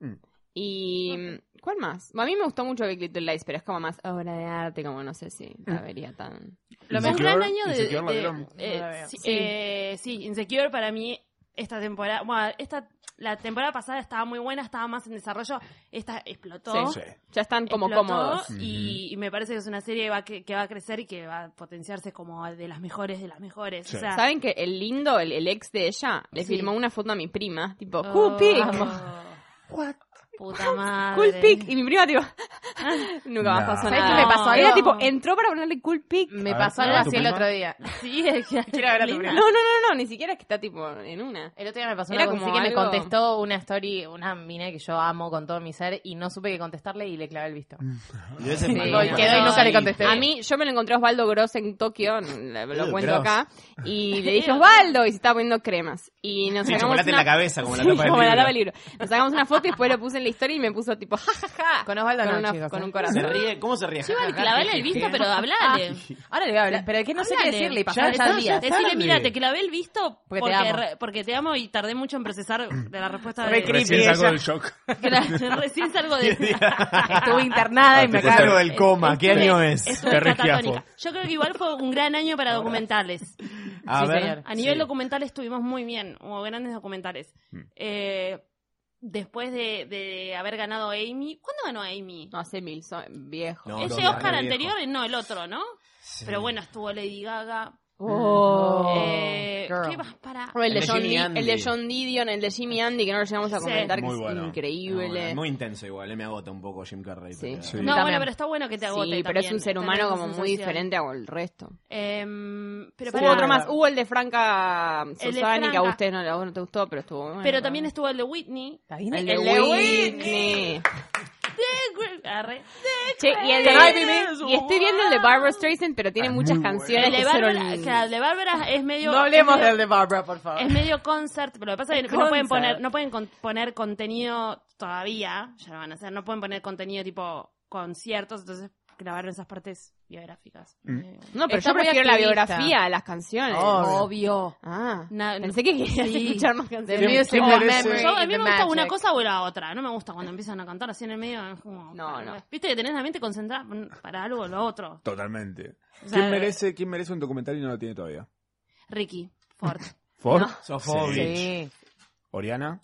Speaker 11: Mm.
Speaker 1: Y. ¿Cuál más? A mí me gustó mucho Big Little Lies, pero es como más obra de arte, como no sé si
Speaker 11: Mm.
Speaker 1: la vería tan.
Speaker 12: Lo
Speaker 11: Insecure,
Speaker 12: mejor gran año de.
Speaker 11: Insecure la
Speaker 12: de-
Speaker 11: vieron.
Speaker 12: eh,
Speaker 13: No la veo.
Speaker 12: sí,
Speaker 13: Sí.
Speaker 12: eh, sí, Insecure para mí, esta temporada. Bueno, esta, la temporada pasada estaba muy buena, estaba más en desarrollo. Esta explotó.
Speaker 11: Sí.
Speaker 1: Ya están como
Speaker 12: explotó
Speaker 1: cómodos.
Speaker 12: Y, y me parece que es una serie que va, que, que va a crecer y que va a potenciarse como de las mejores de las mejores.
Speaker 11: Sí.
Speaker 12: O sea,
Speaker 1: ¿Saben que el lindo, el, el ex de ella, le
Speaker 12: Sí.
Speaker 1: filmó una foto a mi prima? Tipo,
Speaker 12: oh,
Speaker 1: "Who pig?"
Speaker 12: amo. Puta madre.
Speaker 1: Cool pic. Y mi prima, tipo, nunca más
Speaker 12: No.
Speaker 1: pasó
Speaker 12: ¿Sabes
Speaker 1: nada.
Speaker 12: qué me pasó
Speaker 1: Era
Speaker 12: algo?
Speaker 1: tipo, entró para ponerle cool pic.
Speaker 12: Me A ver, pasó ¿a algo ver tu así el prima? otro día. Sí, es que- Quiero ver a tu
Speaker 1: No,
Speaker 12: prima.
Speaker 1: no, no, no, ni siquiera es que está tipo en una.
Speaker 12: El otro día me pasó
Speaker 1: Era
Speaker 12: una cosa
Speaker 1: como
Speaker 12: así que me
Speaker 1: algo-
Speaker 12: contestó una story, una mina que yo amo con todo mi ser y no supe qué contestarle y le clavé el visto.
Speaker 2: Mm. Y ese
Speaker 12: Sí,
Speaker 2: es
Speaker 12: quedó y nunca le contesté.
Speaker 1: A mí, yo me lo encontré a Osvaldo Gross en Tokio, lo, lo
Speaker 2: Eh,
Speaker 1: cuento
Speaker 2: Gross.
Speaker 1: acá, y le dije, Osvaldo, y se estaba poniendo cremas. Y nos
Speaker 2: Sí,
Speaker 1: sacamos
Speaker 2: chocolate en
Speaker 1: una-
Speaker 2: la cabeza, como la
Speaker 1: Sí,
Speaker 2: tapa del
Speaker 1: como la
Speaker 2: libro.
Speaker 1: tapa del libro. Nos sacamos una foto y después lo puse en la historia y me puso tipo, jajaja, con Osvaldo con,
Speaker 12: no,
Speaker 1: una-
Speaker 12: chicos,
Speaker 1: con
Speaker 12: eh.
Speaker 1: un corazón.
Speaker 2: Se ríe, ¿cómo se ríe?
Speaker 12: Yo iba a clavarle el visto, pero hablale. Ahora le voy a hablar. Pero que no
Speaker 13: sé qué decirle y pasar
Speaker 12: el
Speaker 13: ya el día.
Speaker 12: Decirle,
Speaker 13: Tarde.
Speaker 12: mira, te clavé el visto
Speaker 13: Porque te
Speaker 12: porque, porque,
Speaker 13: amo.
Speaker 12: re- porque te amo y tardé mucho en procesar de la respuesta
Speaker 2: Re
Speaker 12: de...
Speaker 2: creepy
Speaker 11: Recién salgo
Speaker 2: ella.
Speaker 11: del shock.
Speaker 12: Claro, recién salgo de...
Speaker 13: Estuve internada y me
Speaker 2: Te Ah, salgo
Speaker 13: acabo
Speaker 2: del coma, ¿qué año es?
Speaker 12: Estuve catatónica. Yo creo que igual fue un gran año para documentales.
Speaker 2: A
Speaker 12: Sí,
Speaker 2: ver.
Speaker 12: señor. A nivel
Speaker 2: Sí.
Speaker 12: documental estuvimos muy bien, hubo grandes documentales.
Speaker 2: Mm.
Speaker 12: Eh, después de, de haber ganado Amy, ¿cuándo ganó Amy?
Speaker 1: No, hace mil, viejo.
Speaker 2: No,
Speaker 12: Ese
Speaker 2: no,
Speaker 12: Oscar
Speaker 2: no,
Speaker 12: anterior, no, el otro, ¿no? Pero bueno, estuvo Lady Gaga.
Speaker 1: Oh,
Speaker 12: Eh,
Speaker 1: girl.
Speaker 12: ¿Qué vas para?
Speaker 1: O el, de
Speaker 2: El de
Speaker 1: John
Speaker 2: Jimmy
Speaker 1: Di-
Speaker 2: Andy.
Speaker 1: el de John Didion, el de Jimmy Andy, que no lo llegamos a
Speaker 12: Sí.
Speaker 1: comentar, que
Speaker 2: Muy
Speaker 1: es
Speaker 2: bueno.
Speaker 1: increíble.
Speaker 2: No, bueno, muy intenso igual, eh, me agota un poco Jim Carrey. pero-
Speaker 12: No, bueno, pero está bueno que te agote
Speaker 1: Sí, pero es
Speaker 12: también,
Speaker 1: un ser
Speaker 12: tener
Speaker 1: humano
Speaker 12: esa
Speaker 1: como muy
Speaker 12: sensación.
Speaker 1: diferente al resto.
Speaker 12: Em, pero
Speaker 1: Hubo
Speaker 12: pará.
Speaker 1: otro más. Hubo el de Franca Susani, que a
Speaker 12: Franca.
Speaker 1: usted no, a vos no te gustó, pero estuvo bueno.
Speaker 12: Pero también estuvo el de Whitney.
Speaker 1: el de Whitney.
Speaker 12: The Gre- Arre. The
Speaker 1: Che, y, el de-
Speaker 12: Gre- Gre-
Speaker 1: y estoy viendo el de Barbara Streisand, pero
Speaker 12: Ah,
Speaker 1: tiene muchas canciones
Speaker 12: El de
Speaker 1: que son-
Speaker 12: Bárbara, o sea, el de Bárbara es medio...
Speaker 13: No hablemos
Speaker 12: es medio-
Speaker 13: del de Barbara, por favor.
Speaker 12: Es medio concert, pero lo que pasa es que
Speaker 13: Concert.
Speaker 12: no pueden poner, no pueden con- poner contenido todavía, ya lo van a hacer, no pueden poner contenido tipo conciertos, entonces grabaron esas partes biográficas.
Speaker 13: Mm.
Speaker 12: Eh,
Speaker 1: No, pero
Speaker 12: Está
Speaker 1: yo
Speaker 12: muy
Speaker 1: prefiero la
Speaker 12: activista.
Speaker 1: biografía a las canciones.
Speaker 12: Obvio.
Speaker 1: Ah,
Speaker 12: Na-
Speaker 1: pensé que querías
Speaker 12: Sí.
Speaker 1: escuchar más canciones.
Speaker 12: The
Speaker 13: music,
Speaker 12: Oh,
Speaker 13: the memory,
Speaker 12: yo- a mí
Speaker 13: the
Speaker 12: me gusta
Speaker 13: magic.
Speaker 12: una cosa o la otra. No me gusta cuando empiezan a cantar así en el medio. es como-
Speaker 1: No, no.
Speaker 12: Viste que tenés la mente concentrada para algo o lo otro.
Speaker 11: Totalmente.
Speaker 12: O sea,
Speaker 11: ¿Quién merece, ¿Quién merece un documental y no lo tiene todavía?
Speaker 12: Ricky Ford.
Speaker 11: ¿Ford?
Speaker 2: Sofovich.
Speaker 11: ¿Oriana?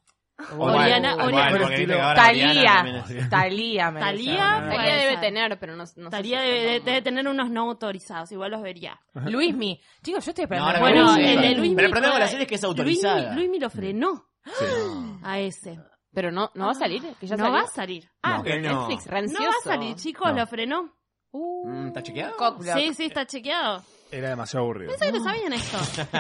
Speaker 12: Oriana,
Speaker 11: Igual,
Speaker 12: Oriana.
Speaker 11: porque viste que ahora Oriana también es-
Speaker 13: Talía. Talía, me
Speaker 12: Talía,
Speaker 1: Talía
Speaker 12: puede
Speaker 1: debe
Speaker 12: ser.
Speaker 1: tener, pero no, no sé
Speaker 12: Talía
Speaker 1: si-
Speaker 12: debe, debe tener unos no autorizados, igual los vería.
Speaker 13: Luismi. Chicos, yo estoy
Speaker 2: No,
Speaker 13: esperando.
Speaker 2: ahora
Speaker 13: Bueno,
Speaker 2: vamos a
Speaker 12: el
Speaker 2: ver.
Speaker 12: de Luismi
Speaker 2: Pero el problema
Speaker 12: fue-
Speaker 2: con la serie es que es autorizada.
Speaker 12: Luis, Luismi lo frenó
Speaker 2: Sí.
Speaker 12: a ese.
Speaker 1: Pero no, no va a salir. Que ya
Speaker 12: no
Speaker 1: salió.
Speaker 12: va a salir.
Speaker 1: Ah,
Speaker 2: No,
Speaker 1: pero
Speaker 2: que no.
Speaker 1: Netflix,
Speaker 12: No
Speaker 1: rancioso.
Speaker 12: va a salir, chicos,
Speaker 2: No.
Speaker 12: lo frenó.
Speaker 2: Mm, ¿Está chequeado?
Speaker 12: Sí, sí, está chequeado.
Speaker 11: Era demasiado aburrido.
Speaker 12: Pensé que no sabían esto.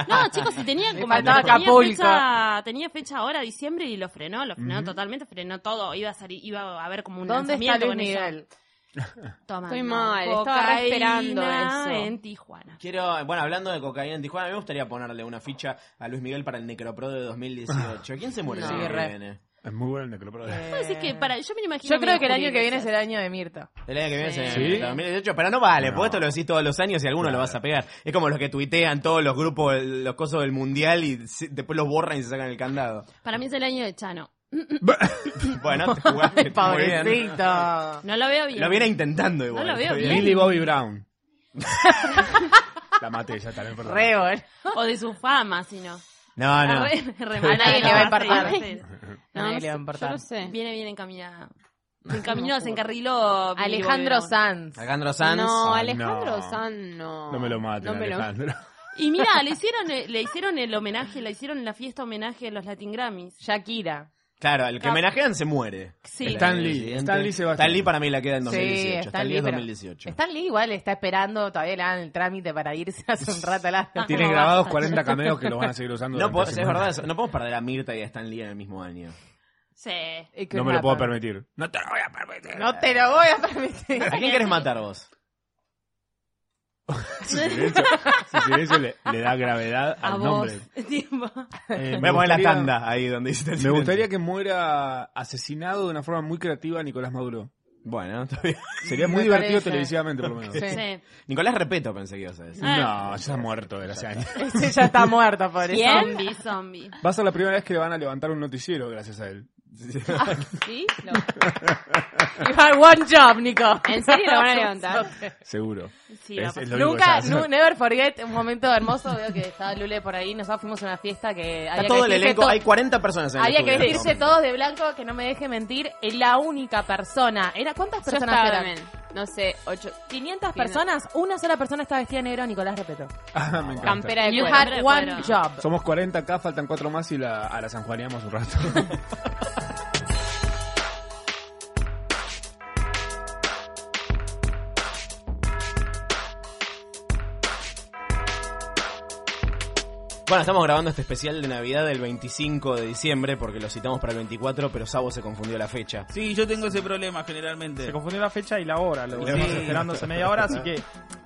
Speaker 12: No, chicos, si tenían como
Speaker 13: faltaba
Speaker 12: tenía
Speaker 13: Acapulco.
Speaker 12: fecha, tenía fecha ahora, diciembre, y lo frenó, lo frenó totalmente, frenó todo. Iba a salir, iba a haber como un
Speaker 13: ¿Dónde está
Speaker 12: lanzamiento
Speaker 13: Luis
Speaker 12: con eso.
Speaker 13: Miguel?
Speaker 12: Tomando
Speaker 1: Estoy mal, estaba re esperando
Speaker 12: cocaína
Speaker 1: eso.
Speaker 12: en Tijuana.
Speaker 2: Quiero, bueno, hablando de cocaína en Tijuana, a mí me gustaría ponerle una ficha a Luis Miguel para el Necropro de 2018. ¿Quién se muere el
Speaker 13: Sí,
Speaker 2: año que
Speaker 13: re.
Speaker 2: viene?
Speaker 11: Es muy bueno el necropro.
Speaker 12: Puedo decir que para, yo me lo imagino
Speaker 13: Yo creo
Speaker 12: medio
Speaker 13: que el año que viene es
Speaker 12: Julio
Speaker 13: el año de Mirta.
Speaker 2: El año que viene se-
Speaker 11: ¿Sí?
Speaker 2: 2018, pero no vale,
Speaker 11: No.
Speaker 2: porque esto lo decís todos los años y alguno lo vas a pegar. Es como los que tuitean todos los grupos, el- los cosos del mundial y se- después los borran y se sacan el candado.
Speaker 12: Iglesias. Para mí es el año de Chano.
Speaker 2: Bueno, te jugaste muy bien.
Speaker 13: Pobrecito.
Speaker 12: No lo veo bien.
Speaker 2: Lo viene intentando
Speaker 12: No
Speaker 2: igual.
Speaker 12: lo veo
Speaker 2: está
Speaker 12: bien.
Speaker 11: Millie Bobby Brown. La maté ya, también, perdón.
Speaker 13: Re bueno.
Speaker 12: O de su fama, si no.
Speaker 2: No, no.
Speaker 12: Re- remata
Speaker 13: A nadie
Speaker 12: la
Speaker 13: le va a
Speaker 12: base,
Speaker 13: importar.
Speaker 12: ¿viste?
Speaker 13: No,
Speaker 1: No,
Speaker 13: nadie le
Speaker 1: no
Speaker 13: va a
Speaker 1: sé, yo
Speaker 13: importar.
Speaker 1: no sé.
Speaker 12: Viene bien encaminada. Se encaminó, se encarriló.
Speaker 13: Alejandro
Speaker 12: Sanz.
Speaker 13: Sanz.
Speaker 2: Alejandro Sanz.
Speaker 1: No,
Speaker 11: Ah,
Speaker 1: Alejandro
Speaker 11: no.
Speaker 1: San no.
Speaker 11: No me lo maten,
Speaker 1: No me lo-
Speaker 11: Alejandro.
Speaker 12: Y mira, le hicieron, le hicieron el homenaje, le hicieron la fiesta homenaje a los Latin Grammys.
Speaker 13: Shakira.
Speaker 2: Claro, el que
Speaker 12: Cap-
Speaker 2: homenajean se muere.
Speaker 12: Sí.
Speaker 2: El año
Speaker 11: Stan Lee,
Speaker 2: siguiente.
Speaker 11: Stan Lee se va a-
Speaker 2: Stan Lee para mí la queda en 2018.
Speaker 13: Sí,
Speaker 2: Stan Lee es
Speaker 13: pero-
Speaker 2: 2018.
Speaker 13: Stan Lee igual está esperando, todavía le dan el trámite para irse hace un rato a la...
Speaker 11: Tiene grabados 40 cameos que los van a seguir usando.
Speaker 2: No,
Speaker 11: durante este
Speaker 2: podemos-
Speaker 11: la
Speaker 2: es
Speaker 11: semana.
Speaker 2: verdad, eso, no podemos perder a Mirta y a Stan Lee en el mismo año.
Speaker 12: Sí.
Speaker 13: It could
Speaker 11: No me lo puedo
Speaker 13: happen.
Speaker 11: permitir. No te lo voy a permitir.
Speaker 13: No te lo voy a permitir.
Speaker 2: ¿A quién querés matar vos?
Speaker 11: Su silencio, su silencio le, le da gravedad al
Speaker 12: A vos.
Speaker 11: nombre.
Speaker 12: Tipo,
Speaker 11: Eh,
Speaker 2: Voy
Speaker 11: me
Speaker 2: a poner la
Speaker 11: gustaría-
Speaker 2: tanda ahí donde hiciste el
Speaker 11: Me
Speaker 2: silencio.
Speaker 11: gustaría que muera asesinado de una forma muy creativa Nicolás Maduro.
Speaker 2: Bueno, está bien.
Speaker 11: Sería muy
Speaker 13: Me
Speaker 11: divertido
Speaker 13: parece.
Speaker 11: televisivamente, por lo menos.
Speaker 13: Sí.
Speaker 12: sí.
Speaker 2: Nicolás Repeto pensé que ibas a decir.
Speaker 11: No, ya ha muerto de hace años.
Speaker 13: Ese ya está muerto, por eso.
Speaker 12: Zombie, zombie.
Speaker 11: Va a ser la primera vez que le van a levantar un noticiero gracias a él.
Speaker 1: ¿Sí? Lo-
Speaker 13: You had one job, Nico.
Speaker 1: ¿En serio lo van a levantar?
Speaker 11: Seguro.
Speaker 12: Sí, va a
Speaker 11: Es- es
Speaker 12: pasar.
Speaker 11: lo único
Speaker 13: pues. Nunca,
Speaker 11: que sabe hacer.
Speaker 13: nu- never forget, un momento hermoso, veo que estaba Lule por ahí, nosotros fuimos a una fiesta que
Speaker 2: Está
Speaker 13: había
Speaker 2: todo
Speaker 13: que
Speaker 2: el
Speaker 13: vestirse
Speaker 2: elenco,
Speaker 13: to-
Speaker 2: hay 40 personas en el
Speaker 13: había que
Speaker 2: estudio en este
Speaker 13: vestirse
Speaker 2: momento.
Speaker 13: todos de blanco, que no me deje mentir, es la única persona. Era ¿Cuántas
Speaker 1: Yo
Speaker 13: personas
Speaker 1: estaba
Speaker 13: eran?
Speaker 1: también. No sé, ocho.
Speaker 13: 500 personas, una sola persona estaba vestida de negro, Nicolás Repeto.
Speaker 11: Ah, me encanta.
Speaker 1: Campera de
Speaker 13: You
Speaker 1: cuero.
Speaker 13: had
Speaker 12: de
Speaker 13: one
Speaker 12: cuero.
Speaker 13: job.
Speaker 11: Somos 40 acá, faltan 4 más y la, a la sanjuaneamos un rato.
Speaker 2: Bueno, estamos grabando este especial de Navidad del 25 de diciembre porque lo citamos para el 24, pero Sabo se confundió la fecha.
Speaker 14: Sí, yo tengo ese problema generalmente.
Speaker 11: Se confundió la fecha y la hora, lo
Speaker 14: Sí.
Speaker 11: estamos esperando hace media hora, así que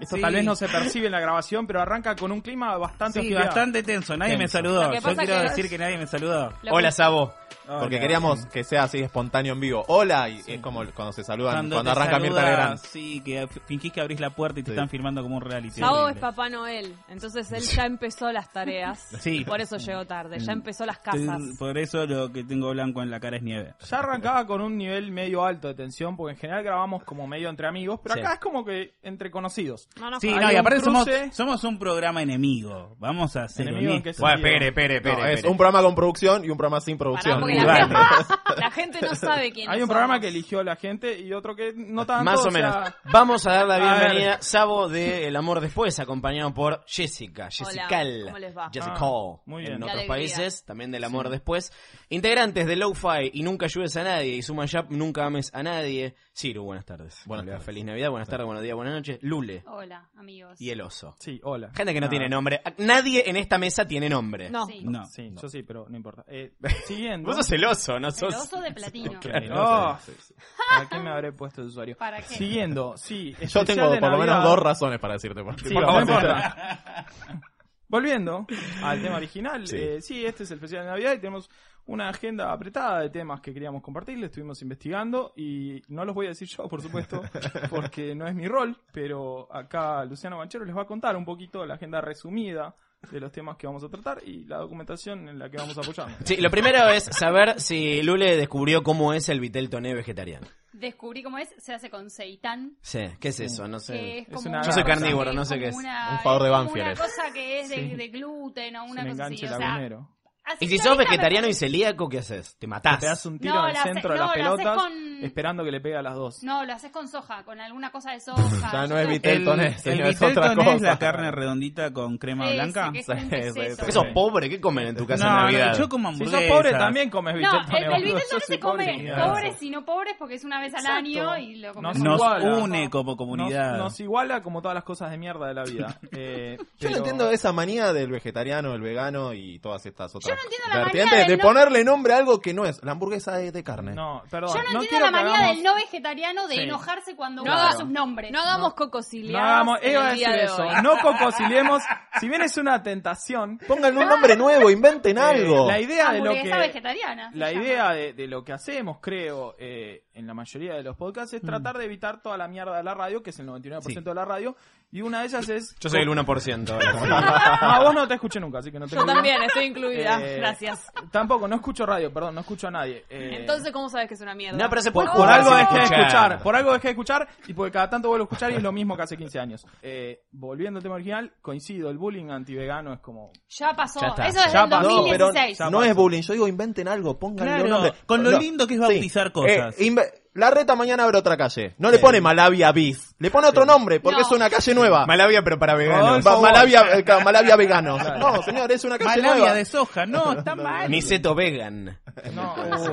Speaker 11: esto
Speaker 14: Sí.
Speaker 11: tal vez no se percibe en la grabación, pero arranca con un clima bastante
Speaker 14: Sí,
Speaker 11: hostigado.
Speaker 14: bastante tenso. Nadie me
Speaker 11: Tenso.
Speaker 14: saludó.
Speaker 11: Lo que
Speaker 14: Yo
Speaker 11: pasa
Speaker 14: quiero
Speaker 11: que-
Speaker 14: decir que nadie me saludó.
Speaker 11: Lo que- Hola,
Speaker 15: Sabo.
Speaker 14: Hola.
Speaker 15: Porque queríamos que sea así espontáneo en vivo. Hola, y eh, es como cuando se saludan, cuando,
Speaker 14: te
Speaker 15: arranca
Speaker 14: saluda,
Speaker 15: Mirta Legrand.
Speaker 14: Sí, que f- fingís que abrís la puerta y te
Speaker 15: Sí.
Speaker 14: están filmando como un reality.
Speaker 13: Sabo es
Speaker 14: Horrible.
Speaker 13: Papá Noel, entonces él ya empezó las tareas.
Speaker 14: Sí.
Speaker 13: Por eso llegó tarde, ya empezó las
Speaker 14: Te-
Speaker 13: casas.
Speaker 14: Por eso lo que tengo blanco en la cara es nieve.
Speaker 11: Ya arrancaba con un nivel medio alto de tensión, porque en general grabamos como medio entre amigos, pero
Speaker 14: Sí.
Speaker 11: acá es como que entre conocidos.
Speaker 14: Sí,
Speaker 11: Hay
Speaker 14: no, y
Speaker 11: un
Speaker 14: aparte somos,
Speaker 11: cruce,
Speaker 14: somos un programa enemigo. Vamos a ser
Speaker 11: ¿Enemigo en qué
Speaker 14: honestos.
Speaker 15: Bueno, espere, espere, espere. es un programa con producción y un programa sin producción.
Speaker 11: porque
Speaker 13: La gente no sabe quién
Speaker 11: Hay un programa que eligió la gente y otro que no tanto.
Speaker 2: Más o
Speaker 11: sea,
Speaker 2: menos. Vamos a dar la
Speaker 11: A ver.
Speaker 2: bienvenida, Sabo, de El Amor Después, acompañado por Jessica, Jessical,
Speaker 11: ¿cómo les va?
Speaker 2: Jessica,
Speaker 11: Ah, muy bien.
Speaker 2: en
Speaker 11: Qué
Speaker 2: otros
Speaker 11: alegría.
Speaker 2: países, también del Amor Después. Integrantes de Lo-Fi y Nunca Ayudes a Nadie y Suma Yap, Nunca Ames a Nadie. Ciro, buenas tardes. Buenas Feliz Navidad, buenas tardes, buenos días, buenas noches. Lule
Speaker 8: Hola, amigos.
Speaker 2: y El Oso.
Speaker 11: Sí, hola.
Speaker 2: Gente que no,
Speaker 11: No.
Speaker 2: tiene nombre. Nadie en esta mesa tiene nombre.
Speaker 8: No.
Speaker 11: Sí,
Speaker 14: No.
Speaker 11: yo sí, pero no importa. Eh, siguiendo.
Speaker 2: Vos sos el oso, no sos...
Speaker 11: de
Speaker 13: platino.
Speaker 16: Oh.
Speaker 11: Claro. ¿Para qué me habré puesto de usuario?
Speaker 13: ¿Para qué?
Speaker 11: Siguiendo, sí.
Speaker 15: Yo
Speaker 11: especial
Speaker 15: tengo
Speaker 11: de
Speaker 15: por lo menos
Speaker 11: Navidad.
Speaker 15: dos razones para decirte por qué.
Speaker 11: Sí,
Speaker 15: Por
Speaker 11: no
Speaker 15: favor,
Speaker 11: importa. Volviendo al tema original,
Speaker 15: Sí.
Speaker 11: eh, sí, este es el Festival de Navidad y tenemos una agenda apretada de temas que queríamos compartirles, estuvimos investigando y no los voy a decir yo, por supuesto, porque no es mi rol, pero acá Luciano Banchero les va a contar un poquito la agenda resumida de los temas que vamos a tratar y la documentación en la que vamos apoyando.
Speaker 2: Sí, lo primero es saber si Lule descubrió cómo es el vitel toné vegetariano.
Speaker 17: Descubrí cómo es, se hace con seitan.
Speaker 2: Sí, ¿qué es eso? No
Speaker 17: que
Speaker 2: sé.
Speaker 17: es como
Speaker 2: Yo soy
Speaker 17: una-
Speaker 2: carnívoro, no sé
Speaker 17: como
Speaker 2: qué es.
Speaker 17: una- es como Una cosa que es de,
Speaker 2: Sí.
Speaker 17: de gluten o una cosa
Speaker 2: un
Speaker 17: así.
Speaker 2: enganche
Speaker 17: O sea,
Speaker 2: lagunero.
Speaker 17: así
Speaker 2: Y si
Speaker 17: que
Speaker 2: sos
Speaker 17: ahorita me-
Speaker 2: vegetariano y celíaco, ¿qué haces? Te matás.
Speaker 11: Te das un tiro
Speaker 17: No,
Speaker 11: en el
Speaker 17: la hace-
Speaker 11: centro de
Speaker 17: no,
Speaker 11: las
Speaker 17: la haces
Speaker 11: pelotas
Speaker 17: con-
Speaker 11: esperando que le pegue a las dos.
Speaker 17: No, lo haces con soja, con alguna cosa de soja.
Speaker 15: Ya no es vitel toné, señor,
Speaker 14: El
Speaker 15: es
Speaker 14: vitel
Speaker 15: otra
Speaker 14: toné es
Speaker 15: cosa.
Speaker 14: la carne redondita con crema
Speaker 17: Sí,
Speaker 14: blanca.
Speaker 17: sí, que es un queso.
Speaker 2: Porque sos pobre, ¿qué comen en tu casa
Speaker 14: No,
Speaker 2: en
Speaker 14: no,
Speaker 2: Navidad?
Speaker 14: yo como
Speaker 2: Si sos
Speaker 14: hamburguesas.
Speaker 2: pobre, también
Speaker 11: comes
Speaker 17: eh, No, el, el vitel no se come
Speaker 14: Claro.
Speaker 17: pobres sino pobres porque es una vez al año y lo comemos.
Speaker 14: Nos, une como comunidad.
Speaker 11: Nos, nos iguala como todas las cosas de mierda de la vida. Eh,
Speaker 15: Yo no
Speaker 11: pero-
Speaker 15: entiendo esa manía del vegetariano, el vegano y todas estas otras
Speaker 17: entiendo la manía
Speaker 15: vertientes
Speaker 17: del
Speaker 15: de
Speaker 17: no-
Speaker 15: ponerle nombre a algo que no es. La hamburguesa es de carne.
Speaker 11: No,
Speaker 17: Yo
Speaker 11: perdón.
Speaker 17: no, entiendo
Speaker 11: quiero
Speaker 17: la
Speaker 11: que
Speaker 17: manía
Speaker 11: hagamos-
Speaker 17: del no vegetariano de
Speaker 11: Sí.
Speaker 17: enojarse cuando
Speaker 11: No
Speaker 17: usa
Speaker 11: haga-
Speaker 17: sus nombres.
Speaker 13: No hagamos cocosiliadas
Speaker 11: No hagamos,
Speaker 13: en
Speaker 11: iba a
Speaker 13: el
Speaker 11: decir
Speaker 13: día de
Speaker 11: eso.
Speaker 13: hoy.
Speaker 11: No cococilemos. Si bien es una tentación. eh,
Speaker 15: Pónganle un nombre nuevo, inventen algo.
Speaker 11: La idea
Speaker 13: Ah,
Speaker 11: de lo
Speaker 17: Hamburguesa
Speaker 11: que.
Speaker 17: Ah, vegetariana. se
Speaker 11: La
Speaker 17: llama.
Speaker 11: idea de, de lo que hacemos, creo, eh, en la mayoría de los podcasts
Speaker 14: Mm.
Speaker 11: es tratar de evitar toda la mierda de la radio, que es el 99% de la radio, y una de ellas es...
Speaker 2: Yo soy el 1%.
Speaker 11: Ah, vos no te escuché nunca, así que no te
Speaker 13: Yo
Speaker 11: incluyo.
Speaker 13: también, estoy incluida.
Speaker 11: Eh,
Speaker 13: Gracias.
Speaker 11: Tampoco, no escucho radio, perdón, no escucho a nadie. Eh,
Speaker 13: Entonces, ¿cómo sabes que es una mierda?
Speaker 2: No, pero se
Speaker 11: por,
Speaker 2: puede
Speaker 11: por
Speaker 2: jugar
Speaker 11: algo
Speaker 2: sin
Speaker 11: dejé de
Speaker 2: escuchar.
Speaker 11: escuchar, por algo dejé de escuchar y porque cada tanto vuelvo a escuchar y es lo mismo que hace 15 años. Eh, volviendo al tema original, coincido, el bullying antivegano es como...
Speaker 17: Ya pasó.
Speaker 11: Ya está.
Speaker 17: Eso es
Speaker 11: Ya
Speaker 17: del
Speaker 11: pasó,
Speaker 17: 2016.
Speaker 15: pero
Speaker 11: Ya
Speaker 15: no
Speaker 11: pasó.
Speaker 15: es bullying. Yo digo, inventen algo, pónganle
Speaker 14: Claro,
Speaker 15: un nombre.
Speaker 14: con lo
Speaker 15: No,
Speaker 14: lindo que es
Speaker 15: sí.
Speaker 14: bautizar cosas.
Speaker 15: Eh, inve- la reta mañana abre otra calle. No le pone Malavia Bis. Le pone otro nombre porque
Speaker 2: No.
Speaker 15: es una calle nueva.
Speaker 2: Malavia, pero para veganos.
Speaker 15: Va- Malavia, eh, claro, Malavia Vegano. No, señor, es una calle
Speaker 14: Malavia
Speaker 15: nueva.
Speaker 14: de soja, no, está mal.
Speaker 2: Niceto Vegan.
Speaker 11: es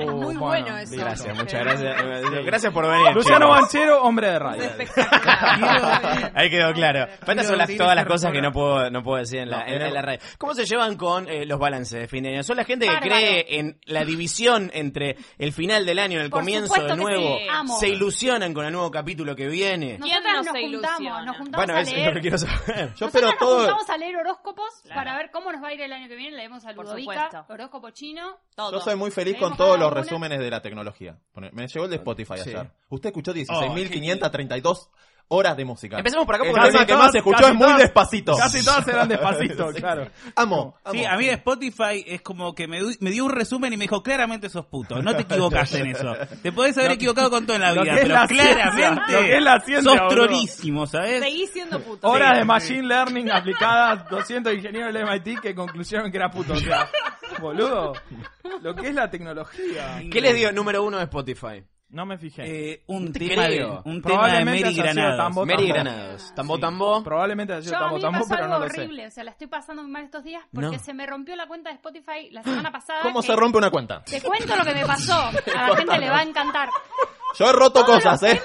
Speaker 11: muy
Speaker 13: bueno eso.
Speaker 2: Gracias, muchas gracias. Gracias por venir.
Speaker 11: Luciano
Speaker 2: chicos.
Speaker 11: Banchero, hombre de radio.
Speaker 2: Ahí quedó claro. Estas son las-
Speaker 11: decir
Speaker 2: todas las
Speaker 11: esta
Speaker 2: cosas que
Speaker 11: persona.
Speaker 2: no puedo, no puedo decir en la,
Speaker 11: No,
Speaker 2: en
Speaker 11: pero-
Speaker 2: la radio. ¿Cómo se llevan con eh, los balances de fin de año? Son la gente que
Speaker 17: Bárbaro.
Speaker 2: cree en la división entre el final del año y el
Speaker 17: Por
Speaker 2: comienzo
Speaker 17: supuesto
Speaker 2: del
Speaker 17: que
Speaker 2: nuevo.
Speaker 17: sí. Amo.
Speaker 2: Se ilusionan con el nuevo capítulo que viene.
Speaker 13: ¿Quién no
Speaker 17: Nosotras nos
Speaker 13: se
Speaker 17: juntamos,
Speaker 13: ilusiona?
Speaker 17: nos juntamos
Speaker 2: Bueno,
Speaker 17: a
Speaker 2: eso es lo
Speaker 17: leer.
Speaker 2: que quiero saber.
Speaker 15: Yo
Speaker 17: Nosotras nos juntamos a leer horóscopos para ver cómo nos va a ir el año que viene. Leemos a
Speaker 13: Por
Speaker 17: Ludovica, horóscopo chino, todo.
Speaker 15: Yo soy muy feliz
Speaker 17: Leemos
Speaker 15: con todos
Speaker 17: cada
Speaker 15: los
Speaker 17: una.
Speaker 15: resúmenes de la tecnología. Pone- Me llegó el de Spotify
Speaker 2: Sí.
Speaker 15: ayer. Usted escuchó
Speaker 14: Oh,
Speaker 15: 16.532 horas de música.
Speaker 2: Empecemos por acá,
Speaker 15: El
Speaker 2: porque
Speaker 15: tema
Speaker 2: casi
Speaker 15: que
Speaker 2: todas-
Speaker 15: más se escuchó
Speaker 2: casi
Speaker 15: es muy
Speaker 2: todas-
Speaker 15: despacito.
Speaker 11: Casi todas eran despacito,
Speaker 15: Sí.
Speaker 11: claro.
Speaker 15: Amo, amo.
Speaker 14: Sí, a mí de Spotify es como que me, du- me dio un resumen y me dijo, claramente sos puto, no te equivocaste en eso. Te podés haber
Speaker 11: Lo-
Speaker 14: equivocado con todo en la
Speaker 11: lo
Speaker 14: vida,
Speaker 11: que es
Speaker 14: pero
Speaker 11: la ciencia,
Speaker 14: claramente
Speaker 11: lo que es la ciencia,
Speaker 14: sos
Speaker 11: boludo.
Speaker 14: tronísimo, ¿sabes?
Speaker 13: Seguís siendo puto.
Speaker 11: Horas
Speaker 14: Sí.
Speaker 11: de Machine Learning aplicadas, 200 ingenieros del MIT que concluyeron que era puto. O sea, boludo, lo que es la tecnología.
Speaker 2: ¿Qué les dio número uno de Spotify?
Speaker 11: No me fijé.
Speaker 14: Eh, un
Speaker 2: Te
Speaker 14: tema de-
Speaker 2: creo.
Speaker 14: un tema de
Speaker 11: Probablemente
Speaker 14: Mary
Speaker 11: haya sido
Speaker 14: Granados.
Speaker 11: Tambo
Speaker 2: Mary
Speaker 11: Tambo.
Speaker 2: Granados. Tambo Tambo.
Speaker 11: Probablemente haya
Speaker 17: Yo
Speaker 11: sido
Speaker 17: a
Speaker 11: Tambo
Speaker 17: mí me
Speaker 11: Tambo,
Speaker 17: pasó
Speaker 11: pero
Speaker 17: algo
Speaker 11: no lo sé.
Speaker 17: horrible, o sea, la estoy pasando muy mal estos días porque
Speaker 11: No.
Speaker 17: se me rompió la cuenta de Spotify la semana pasada.
Speaker 15: ¿Cómo
Speaker 17: que-
Speaker 15: se rompe una cuenta?
Speaker 17: Te cuento lo que me pasó, a la gente le va a encantar.
Speaker 15: Yo he roto
Speaker 17: Todos
Speaker 15: cosas,
Speaker 17: los
Speaker 15: ¿eh?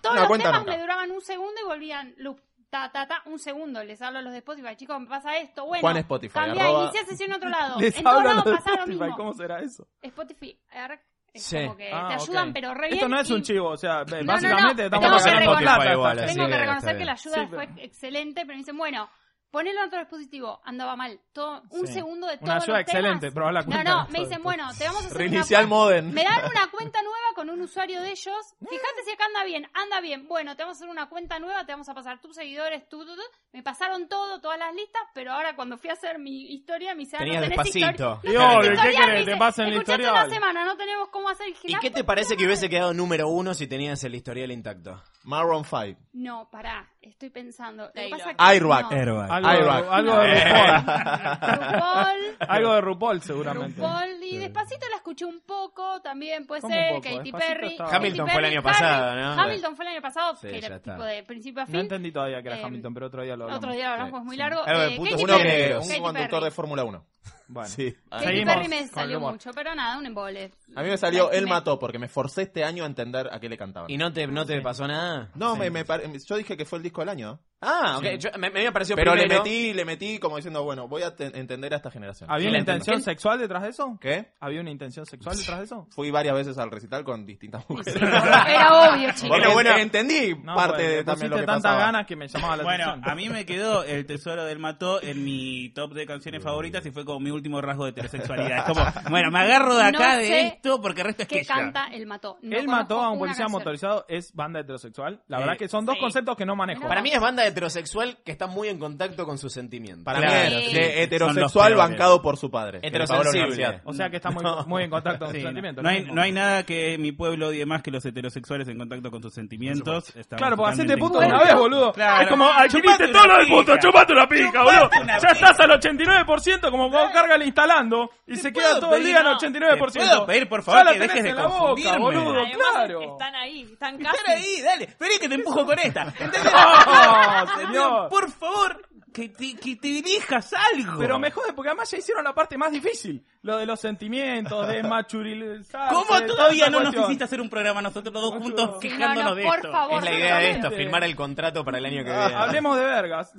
Speaker 17: Todos
Speaker 15: Una
Speaker 17: los
Speaker 15: cuenta
Speaker 17: temas
Speaker 15: nunca.
Speaker 17: me duraban un segundo y volvían loop. ta, ta, ta, un segundo, les hablo a los de Spotify, chicos, me pasa esto, bueno,
Speaker 15: Juan Spotify,
Speaker 17: cambia,
Speaker 15: arroba-
Speaker 17: inicia sesión en otro lado,
Speaker 11: Les
Speaker 17: en todos
Speaker 11: hablan
Speaker 17: lados
Speaker 11: de
Speaker 17: pasa lo
Speaker 11: Spotify,
Speaker 17: mismo.
Speaker 11: ¿Cómo será eso?
Speaker 17: Spotify, ar- es
Speaker 11: Sí.
Speaker 17: como que
Speaker 11: Ah,
Speaker 17: te
Speaker 11: ok.
Speaker 17: ayudan, pero re bien.
Speaker 11: Esto no es
Speaker 17: y-
Speaker 11: un chivo, o
Speaker 17: No,
Speaker 11: sea,
Speaker 17: no, no,
Speaker 11: básicamente
Speaker 17: tengo
Speaker 11: estamos
Speaker 17: que
Speaker 11: ganando
Speaker 17: reconocer-
Speaker 11: plata. está
Speaker 17: Tengo que
Speaker 11: bien.
Speaker 17: reconocer que la ayuda
Speaker 11: Sí,
Speaker 17: fue excelente, pero me dicen, bueno, ponelo en otro dispositivo, andaba mal, todo, un
Speaker 11: Sí.
Speaker 17: segundo de todo.
Speaker 11: Una ayuda excelente, pero la
Speaker 17: No,
Speaker 11: cuenta.
Speaker 17: no, me dicen, bueno, te vamos a hacer una
Speaker 15: Reiniciar modem.
Speaker 17: me dan una cuenta nueva con un usuario de ellos. Fíjate si acá anda bien, anda bien. Bueno, te vamos a hacer una cuenta nueva, te vamos a pasar tus seguidores, tú, tú, tú. Me pasaron todo, todas las listas, pero ahora cuando fui a hacer mi historia, me hicieron.
Speaker 2: Tenías
Speaker 17: no tenés
Speaker 2: despacito.
Speaker 17: histori- no
Speaker 2: Y
Speaker 17: tenés
Speaker 2: obvio, ¿qué
Speaker 17: historial,
Speaker 2: querés?
Speaker 17: me
Speaker 2: Te
Speaker 17: dice,
Speaker 2: pasan el
Speaker 17: "Escuchate
Speaker 2: historial".
Speaker 17: una semana, no tenemos cómo hacer el
Speaker 2: ¿Y qué te parece que hubiese quedado número uno si tenías el historial intacto?
Speaker 15: Maroon 5.
Speaker 17: No, pará, estoy pensando. Lo que pasa es que-
Speaker 15: Airbag.
Speaker 17: no.
Speaker 11: Algo,
Speaker 15: Airbag.
Speaker 11: algo de
Speaker 17: RuPaul.
Speaker 11: RuPaul. algo de RuPaul, seguramente.
Speaker 17: RuPaul, y despacito la escuché un poco, también puede
Speaker 11: ¿Cómo
Speaker 17: ser,
Speaker 11: un poco?
Speaker 17: Katy
Speaker 11: Despacito
Speaker 17: Perry.
Speaker 11: estaba-
Speaker 17: Katy
Speaker 11: Hamilton
Speaker 17: Perry,
Speaker 11: fue el año
Speaker 17: Harry-
Speaker 11: pasado, ¿no?
Speaker 17: Hamilton fue el año pasado,
Speaker 11: Sí,
Speaker 17: que era
Speaker 11: ya está.
Speaker 17: tipo de principio a fin.
Speaker 11: No entendí todavía que era
Speaker 17: Eh,
Speaker 11: Hamilton, pero otro día lo hablamos.
Speaker 17: Otro día lo hablamos, es muy largo.
Speaker 15: Eh,
Speaker 17: Eh,
Speaker 15: puto,
Speaker 17: Katy
Speaker 15: uno
Speaker 17: Perry,
Speaker 15: negro,
Speaker 17: Katy
Speaker 15: un conductor
Speaker 17: Perry.
Speaker 15: de Fórmula 1.
Speaker 11: Bueno.
Speaker 15: Sí.
Speaker 17: Katy Perry me salió mucho, pero nada, un embole.
Speaker 15: A mí me salió
Speaker 17: Lástima.
Speaker 15: Él mató porque me forcé este año a entender a qué le cantaban.
Speaker 2: ¿Y no te, no te pasó nada?
Speaker 15: No, me, me pare- yo dije que fue el disco del año. ¿eh?
Speaker 2: Ah, ok. Yo- me, me había parecido
Speaker 15: Pero le
Speaker 2: primero.
Speaker 15: metí, le metí como diciendo, bueno, voy a te- entender a esta generación.
Speaker 11: ¿Había
Speaker 15: Y
Speaker 11: una
Speaker 15: la entiendo.
Speaker 11: intención sexual detrás de eso?
Speaker 15: ¿Qué?
Speaker 11: ¿Había una intención sexual detrás de eso?
Speaker 15: Fui varias veces al recital con distintas mujeres.
Speaker 11: era obvio, chico.
Speaker 15: Porque
Speaker 11: Bueno,
Speaker 15: entendí
Speaker 11: No,
Speaker 15: parte
Speaker 11: pues,
Speaker 15: de
Speaker 11: le
Speaker 15: Eh, también lo
Speaker 11: pusiste
Speaker 15: que
Speaker 11: tanta
Speaker 15: pasaba.
Speaker 11: ganas que me llamaba la
Speaker 14: bueno,
Speaker 11: atención.
Speaker 14: a mí me quedó El Tesoro del Mató en mi top de canciones favoritas y fue como mi último rasgo de heterosexualidad. Es como, bueno, me agarro de acá
Speaker 17: No
Speaker 14: de
Speaker 17: sé
Speaker 14: esto porque el resto es
Speaker 17: ¿Qué
Speaker 14: que
Speaker 17: canta El Mató? No
Speaker 11: Él
Speaker 17: conozco
Speaker 11: mató a un
Speaker 17: una
Speaker 11: policía
Speaker 17: canción.
Speaker 11: motorizado, es banda heterosexual. La
Speaker 2: Eh,
Speaker 11: verdad que son dos conceptos que no manejo.
Speaker 2: Para mí es banda heterosexual que está muy en contacto con sus sentimientos.
Speaker 15: Para mí es de heterosexual bancado por su padre. que le pagó la
Speaker 2: Heterosensible.
Speaker 15: universidad.
Speaker 11: O sea que está muy, muy en contacto con sus sentimientos.
Speaker 14: No
Speaker 11: lo
Speaker 14: hay,
Speaker 11: mismo.
Speaker 14: no hay nada que mi pueblo odie más que los heterosexuales en contacto con sus sentimientos. Estamos
Speaker 11: Claro, porque hacete
Speaker 14: totalmente
Speaker 11: puto
Speaker 14: en
Speaker 11: una
Speaker 14: contra.
Speaker 11: vez, boludo.
Speaker 14: Claro.
Speaker 11: Es como, ay, chupiste
Speaker 14: Chupate
Speaker 11: todo
Speaker 14: una
Speaker 11: lo del puto,
Speaker 14: pija.
Speaker 11: chupate una pija,
Speaker 14: Chupate
Speaker 11: boludo.
Speaker 14: una
Speaker 11: Ya estás al 89% como cuando carga el instalando y se queda
Speaker 14: puedo
Speaker 11: todo el día en
Speaker 14: pedir, no.
Speaker 11: 89%.
Speaker 14: Te puedo pedir, por favor,
Speaker 11: Ya la
Speaker 14: que dejes
Speaker 11: tenés
Speaker 14: de
Speaker 11: en la boca,
Speaker 14: confundirme.
Speaker 11: boludo,
Speaker 14: Además,
Speaker 11: claro.
Speaker 13: Están ahí, están
Speaker 14: Están
Speaker 13: casi.
Speaker 14: ahí, dale. Vení que te empujo con esta. ¿Entendés?
Speaker 11: No, señor.
Speaker 14: Por favor, que te, que te dirijas algo.
Speaker 11: Pero me jode porque además ya hicieron la parte más difícil. Lo de los sentimientos, de machurilizar.
Speaker 14: ¿Cómo todavía no nos hiciste hacer un programa nosotros los dos juntos
Speaker 11: Sí, no,
Speaker 14: quejándonos
Speaker 11: no,
Speaker 14: de
Speaker 11: por
Speaker 14: esto?
Speaker 11: favor,
Speaker 2: Es la idea de esto,
Speaker 11: Exactamente.
Speaker 2: firmar el contrato para el año que viene.
Speaker 11: Ah, hablemos de vergas.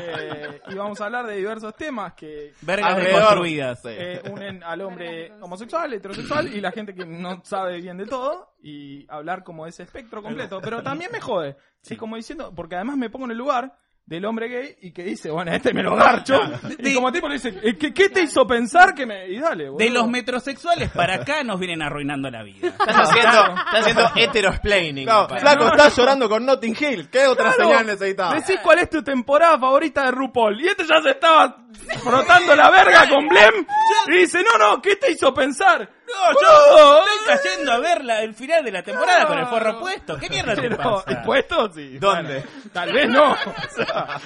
Speaker 11: Eh, y vamos a hablar de diversos temas que
Speaker 14: Vergas
Speaker 11: alrededor,
Speaker 14: reconstruidas.
Speaker 11: eh, unen al hombre homosexual, heterosexual y la gente que no sabe bien de todo y hablar como ese espectro completo. Pero también me jode. Es como diciendo, porque además me pongo en el lugar del hombre gay y que dice, bueno, este me lo garcho. Y como tipo le dice, eh, ¿qué, qué te hizo pensar que me...? Y dale, boludo.
Speaker 14: De los metrosexuales para acá nos vienen arruinando la vida.
Speaker 2: Estás haciendo, estás haciendo heterosplaining.
Speaker 15: No,
Speaker 2: Para-
Speaker 15: flaco, estás llorando con Notting Hill. ¿Qué otra
Speaker 11: Claro.
Speaker 15: señal necesitabas?
Speaker 11: Decís cuál es tu temporada favorita de RuPaul. Y este ya se estaba frotando la verga con Blem. Y dice, no, no, ¿qué te hizo pensar?
Speaker 14: No, yo estoy cayendo a ver la- el final de la temporada con el forro puesto. ¿Qué mierda te
Speaker 11: Pero,
Speaker 14: pasa?
Speaker 11: ¿Puesto? Sí.
Speaker 15: ¿Dónde?
Speaker 11: Bueno, tal vez no. O sea,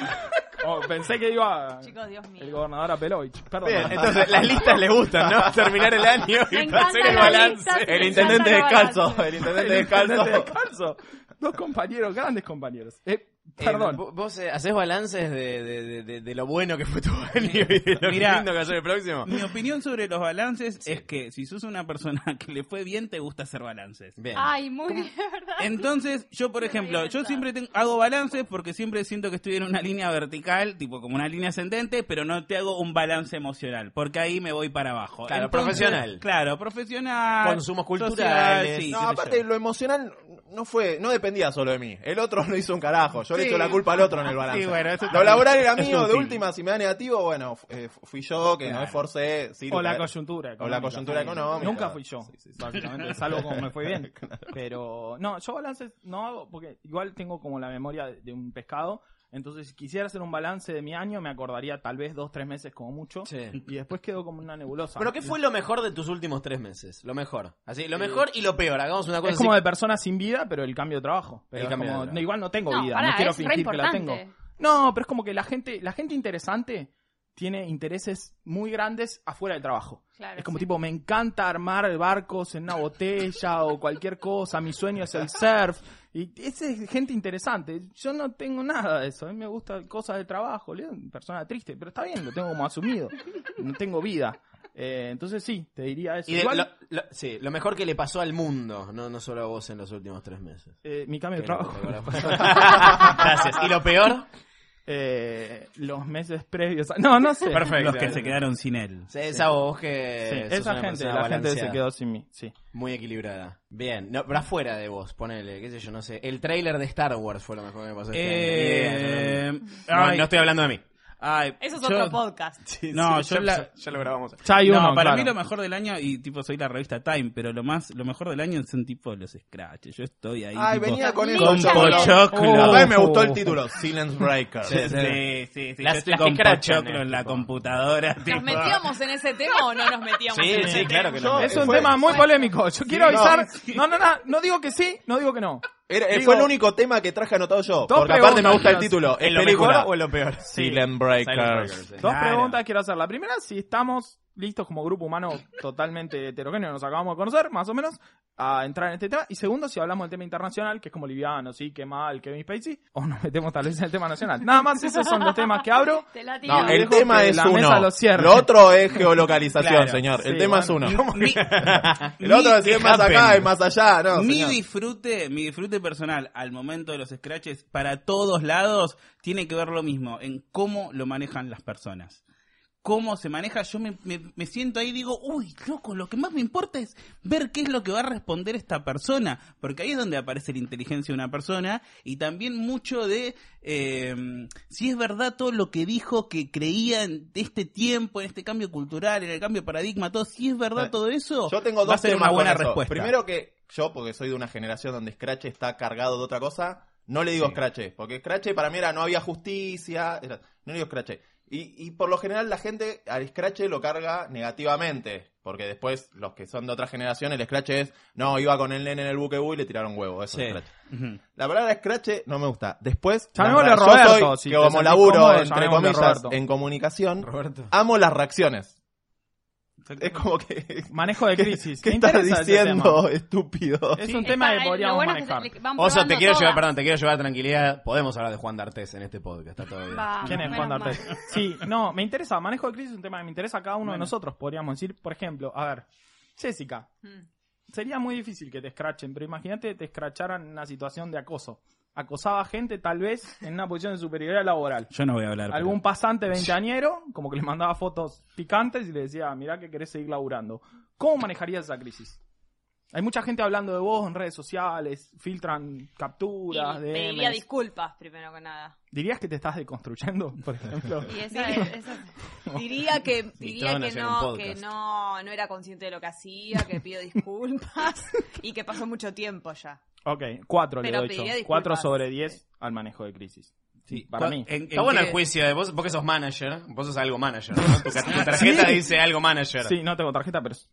Speaker 11: oh, pensé que iba
Speaker 13: Chicos, Dios mío.
Speaker 11: el gobernador Apelovich. Perdón.
Speaker 2: Bien, entonces las listas les gustan, ¿no? Terminar el año
Speaker 17: Me
Speaker 2: y
Speaker 17: encantan
Speaker 2: hacer el
Speaker 17: las
Speaker 2: balance.
Speaker 17: listas, me
Speaker 15: El intendente
Speaker 17: encanta la
Speaker 15: descalzo.
Speaker 17: balanza.
Speaker 15: El
Speaker 11: El
Speaker 15: intendente descalzo.
Speaker 11: intendente descalzo. Dos compañeros, grandes compañeros. Eh,
Speaker 2: Eh,
Speaker 11: perdón.
Speaker 2: vo- vos eh, haces balances de, de- de- de- de lo bueno que fue tu año y de lo
Speaker 14: Mirá.
Speaker 2: lindo que va a ser el próximo.
Speaker 14: Mi opinión sobre los balances es que si sos una persona que le fue bien, te gusta hacer balances.
Speaker 2: Bien.
Speaker 17: Ay, muy bien, ¿verdad?
Speaker 14: Entonces, yo por ejemplo, yo siempre tengo- hago balances porque siempre siento que estoy en una línea vertical, tipo como una línea ascendente, pero no te hago un balance emocional, porque ahí me voy para abajo.
Speaker 2: Claro, profesional.
Speaker 14: Claro, profesional.
Speaker 2: Consumos
Speaker 14: social,
Speaker 2: culturales.
Speaker 14: sí,
Speaker 15: No,
Speaker 14: qué sé
Speaker 15: aparte
Speaker 14: yo.
Speaker 15: lo emocional no fue, no dependía solo de mí. El otro no hizo un carajo. Yo le echo la culpa al otro en el balance.
Speaker 14: Sí, bueno, eso
Speaker 15: lo
Speaker 14: también
Speaker 15: laboral era
Speaker 14: es
Speaker 15: mío, de
Speaker 14: útil.
Speaker 15: última, si me da negativo, bueno, fu- eh, fu- fui yo que no
Speaker 14: Claro.
Speaker 15: esforcé. sí,
Speaker 11: o la
Speaker 15: eh,
Speaker 11: coyuntura económica.
Speaker 15: O la coyuntura económica.
Speaker 11: Nunca fui yo, básicamente, salvo como me fue bien. Pero, no, yo balances no hago, porque igual tengo como la memoria de de un pescado, entonces si quisiera hacer un balance de mi año, me acordaría tal vez dos, tres meses como mucho,
Speaker 2: Sí.
Speaker 11: y después quedo como una nebulosa.
Speaker 2: Pero ¿qué fue lo mejor de tus últimos tres meses? Lo mejor. Así, lo mejor y lo peor. Hagamos una cosa
Speaker 11: Es como
Speaker 2: así.
Speaker 11: de persona sin vida, pero el cambio de trabajo. Pero
Speaker 2: El
Speaker 11: es
Speaker 2: cambio de
Speaker 11: como,
Speaker 2: trabajo.
Speaker 11: no, igual no tengo
Speaker 17: No,
Speaker 11: vida,
Speaker 17: pará,
Speaker 11: no quiero
Speaker 17: es re
Speaker 11: fingir que la tengo.
Speaker 17: importante.
Speaker 11: No, pero es como que la gente, la gente interesante tiene intereses muy grandes afuera del trabajo.
Speaker 17: Claro,
Speaker 11: es como
Speaker 17: sí.
Speaker 11: tipo, me encanta armar barcos en una botella o cualquier cosa, mi sueño es el surf. Y esa es gente interesante. Yo no tengo nada de eso. A mí me gusta cosas de trabajo. Leo, persona triste, pero está bien, lo tengo como asumido. No tengo vida. Eh, entonces sí, te diría eso.
Speaker 2: Y de-
Speaker 11: Igual,
Speaker 2: lo, lo- sí, lo mejor que le pasó al mundo, no, no solo a vos en los últimos tres meses.
Speaker 11: eh, mi cambio de
Speaker 2: Que no
Speaker 11: trabajo.
Speaker 2: te acordás. Gracias. ¿Y lo peor?
Speaker 11: Eh, los meses previos. a- No, no sé.
Speaker 14: Perfecto. Los que se quedaron sin él.
Speaker 2: Sí, esa vos que
Speaker 11: Sí,
Speaker 2: sos
Speaker 11: esa
Speaker 2: una
Speaker 11: gente,
Speaker 2: persona
Speaker 11: la gente
Speaker 2: balanceada.
Speaker 11: se quedó sin mí. Sí.
Speaker 2: Muy equilibrada. Bien, no, pero afuera de vos, ponele, qué sé yo, no sé. El tráiler de Star Wars fue lo mejor que me pasó. este
Speaker 14: Eh,
Speaker 2: año. Ni idea, yo no- no,
Speaker 14: ay.
Speaker 2: no estoy hablando de mí.
Speaker 14: Ay,
Speaker 13: Eso es
Speaker 14: yo-
Speaker 13: otro podcast.
Speaker 14: No, yo la-
Speaker 15: ya lo grabamos.
Speaker 14: no,
Speaker 11: uno,
Speaker 14: para
Speaker 11: claro.
Speaker 14: mí lo mejor del año, y tipo soy la revista Time, pero lo más, lo mejor del año son tipo los scratches. Yo estoy ahí.
Speaker 15: Ay,
Speaker 14: tipo,
Speaker 15: venía con eso,
Speaker 14: Con
Speaker 15: ya lo-
Speaker 14: pochoclo.
Speaker 15: Oh. Ay, me gustó el título, Silence Breaker.
Speaker 14: Sí, sí, sí, sí,
Speaker 15: Las-
Speaker 14: yo estoy
Speaker 15: las eh,
Speaker 14: con
Speaker 15: que crachan,
Speaker 14: pochoclo en la computadora. tipo.
Speaker 13: ¿Nos metíamos en ese tema o no nos metíamos
Speaker 14: Sí,
Speaker 13: en
Speaker 14: sí,
Speaker 13: ese
Speaker 14: claro
Speaker 13: tema?
Speaker 14: que no.
Speaker 11: es un
Speaker 14: Fue-
Speaker 11: tema muy polémico. Yo quiero
Speaker 15: no,
Speaker 11: avisar. No, no, no, no digo que sí, no digo que no.
Speaker 15: Era- eh,
Speaker 11: Digo-
Speaker 15: fue el único tema que traje anotado yo.
Speaker 11: Dos
Speaker 15: Porque aparte me
Speaker 11: preguntas,
Speaker 15: gusta el
Speaker 11: no sé.
Speaker 15: título. ¿Es
Speaker 11: ¿En lo
Speaker 15: película
Speaker 11: mejor
Speaker 15: o en lo peor? Silent Breakers.
Speaker 11: Dos preguntas quiero hacer. La primera, si estamos listos como grupo humano totalmente heterogéneo, nos acabamos de conocer, más o menos, a entrar en este tema. Y segundo, si hablamos del tema internacional, que es como liviano, sí, qué mal, Kevin Spacey, o nos metemos tal vez en el tema nacional. Nada más, esos son los temas que abro.
Speaker 17: Te la tiro.
Speaker 15: No, el
Speaker 11: Dejo
Speaker 15: tema
Speaker 11: que
Speaker 15: es
Speaker 11: la
Speaker 15: uno.
Speaker 11: mesa lo cierre.
Speaker 15: otro es geolocalización,
Speaker 14: Claro,
Speaker 15: señor. El
Speaker 14: sí,
Speaker 15: tema
Speaker 14: bueno.
Speaker 15: es uno.
Speaker 14: Mi-
Speaker 15: el otro es si
Speaker 14: mi
Speaker 15: es más
Speaker 14: happen.
Speaker 15: acá, es más allá. No,
Speaker 14: mi
Speaker 15: señor.
Speaker 14: disfrute, mi disfrute personal al momento de los scratches para todos lados tiene que ver lo mismo en cómo lo manejan las personas. Cómo se maneja, yo me, me- me siento ahí y digo, uy, loco, lo que más me importa es ver qué es lo que va a responder esta persona, porque ahí es donde aparece la inteligencia de una persona y también mucho de eh, si es verdad todo lo que dijo que creía en este tiempo, en este cambio cultural, en el cambio de paradigma, todo, si es verdad todo eso,
Speaker 15: Yo tengo
Speaker 14: va a
Speaker 15: dos
Speaker 14: ser una
Speaker 15: temas con
Speaker 14: buena
Speaker 15: eso.
Speaker 14: respuesta.
Speaker 15: Primero que yo, porque soy de una generación donde Scratch está cargado de otra cosa, no le digo Scratch, porque Scratch para mí era no había justicia, era- no le digo Scratch. Y, y por lo general la gente al Scratch lo carga negativamente, porque después los que son de otra generación, el Scratch es, no, iba con el nene en el buquebú y le tiraron huevo, eso es Scratch. La palabra Scratch no me gusta. Después, la
Speaker 11: Llamémosle
Speaker 15: verdad,
Speaker 11: Roberto,
Speaker 15: yo soy,
Speaker 11: si
Speaker 15: que
Speaker 11: te
Speaker 15: como
Speaker 11: sentís
Speaker 15: laburo,
Speaker 11: cómodo,
Speaker 15: entre
Speaker 11: llamémosle
Speaker 15: comillas,
Speaker 11: Roberto.
Speaker 15: en comunicación, amo las reacciones. Es como que...
Speaker 11: Manejo de crisis.
Speaker 15: ¿Qué
Speaker 11: Me
Speaker 15: estás
Speaker 11: interesa ese
Speaker 15: diciendo,
Speaker 11: tema.
Speaker 15: estúpido?
Speaker 11: Es un tema que podríamos
Speaker 17: eh, bueno es que
Speaker 11: manejar.
Speaker 17: se le- van
Speaker 2: Oso, te
Speaker 17: probando
Speaker 2: quiero llevar,
Speaker 17: todas.
Speaker 2: perdón, te quiero llevar tranquilidad. Podemos hablar de Juan D'Artes en este podcast, está todo bien.
Speaker 17: Vamos,
Speaker 11: ¿Quién es
Speaker 17: menos
Speaker 11: Juan
Speaker 17: mal.
Speaker 11: D'Artes? Sí, no, me interesa. Manejo de crisis es un tema que me interesa a cada uno de nosotros. Podríamos decir, por ejemplo, a ver, Jessica,
Speaker 16: Mm.
Speaker 11: sería muy difícil que te escrachen, pero imagínate te escracharan en una situación de acoso. Acosaba gente, tal vez, en una posición de superioridad laboral.
Speaker 14: Yo no voy a hablar.
Speaker 11: Algún pasante veinteañero, como que le mandaba fotos picantes y le decía, mirá que querés seguir laburando. ¿Cómo manejarías esa crisis? Hay mucha gente hablando de vos en redes sociales, filtran capturas,
Speaker 13: Y pediría
Speaker 11: DMs.
Speaker 13: disculpas primero que nada.
Speaker 11: ¿Dirías que te estás deconstruyendo, por ejemplo?
Speaker 17: Y esa es-
Speaker 13: Diría,
Speaker 17: esa es-
Speaker 13: diría que
Speaker 11: Y
Speaker 13: diría
Speaker 11: todos
Speaker 13: que
Speaker 11: hacían un
Speaker 13: no
Speaker 11: podcast.
Speaker 13: que no no era consciente de lo que hacía, que pido disculpas y que pasó mucho tiempo ya.
Speaker 11: Ok, cuatro le
Speaker 13: Pero
Speaker 11: doy yo.
Speaker 13: pediría disculpas.
Speaker 11: Cuatro sobre diez al manejo de crisis. Sí, para mí.
Speaker 2: Está bueno el juicio de vos, porque sos manager, vos sos algo manager, ¿no? tu, tar- tu tarjeta
Speaker 11: Sí.
Speaker 2: dice algo manager.
Speaker 11: Sí, no tengo tarjeta, pero sí.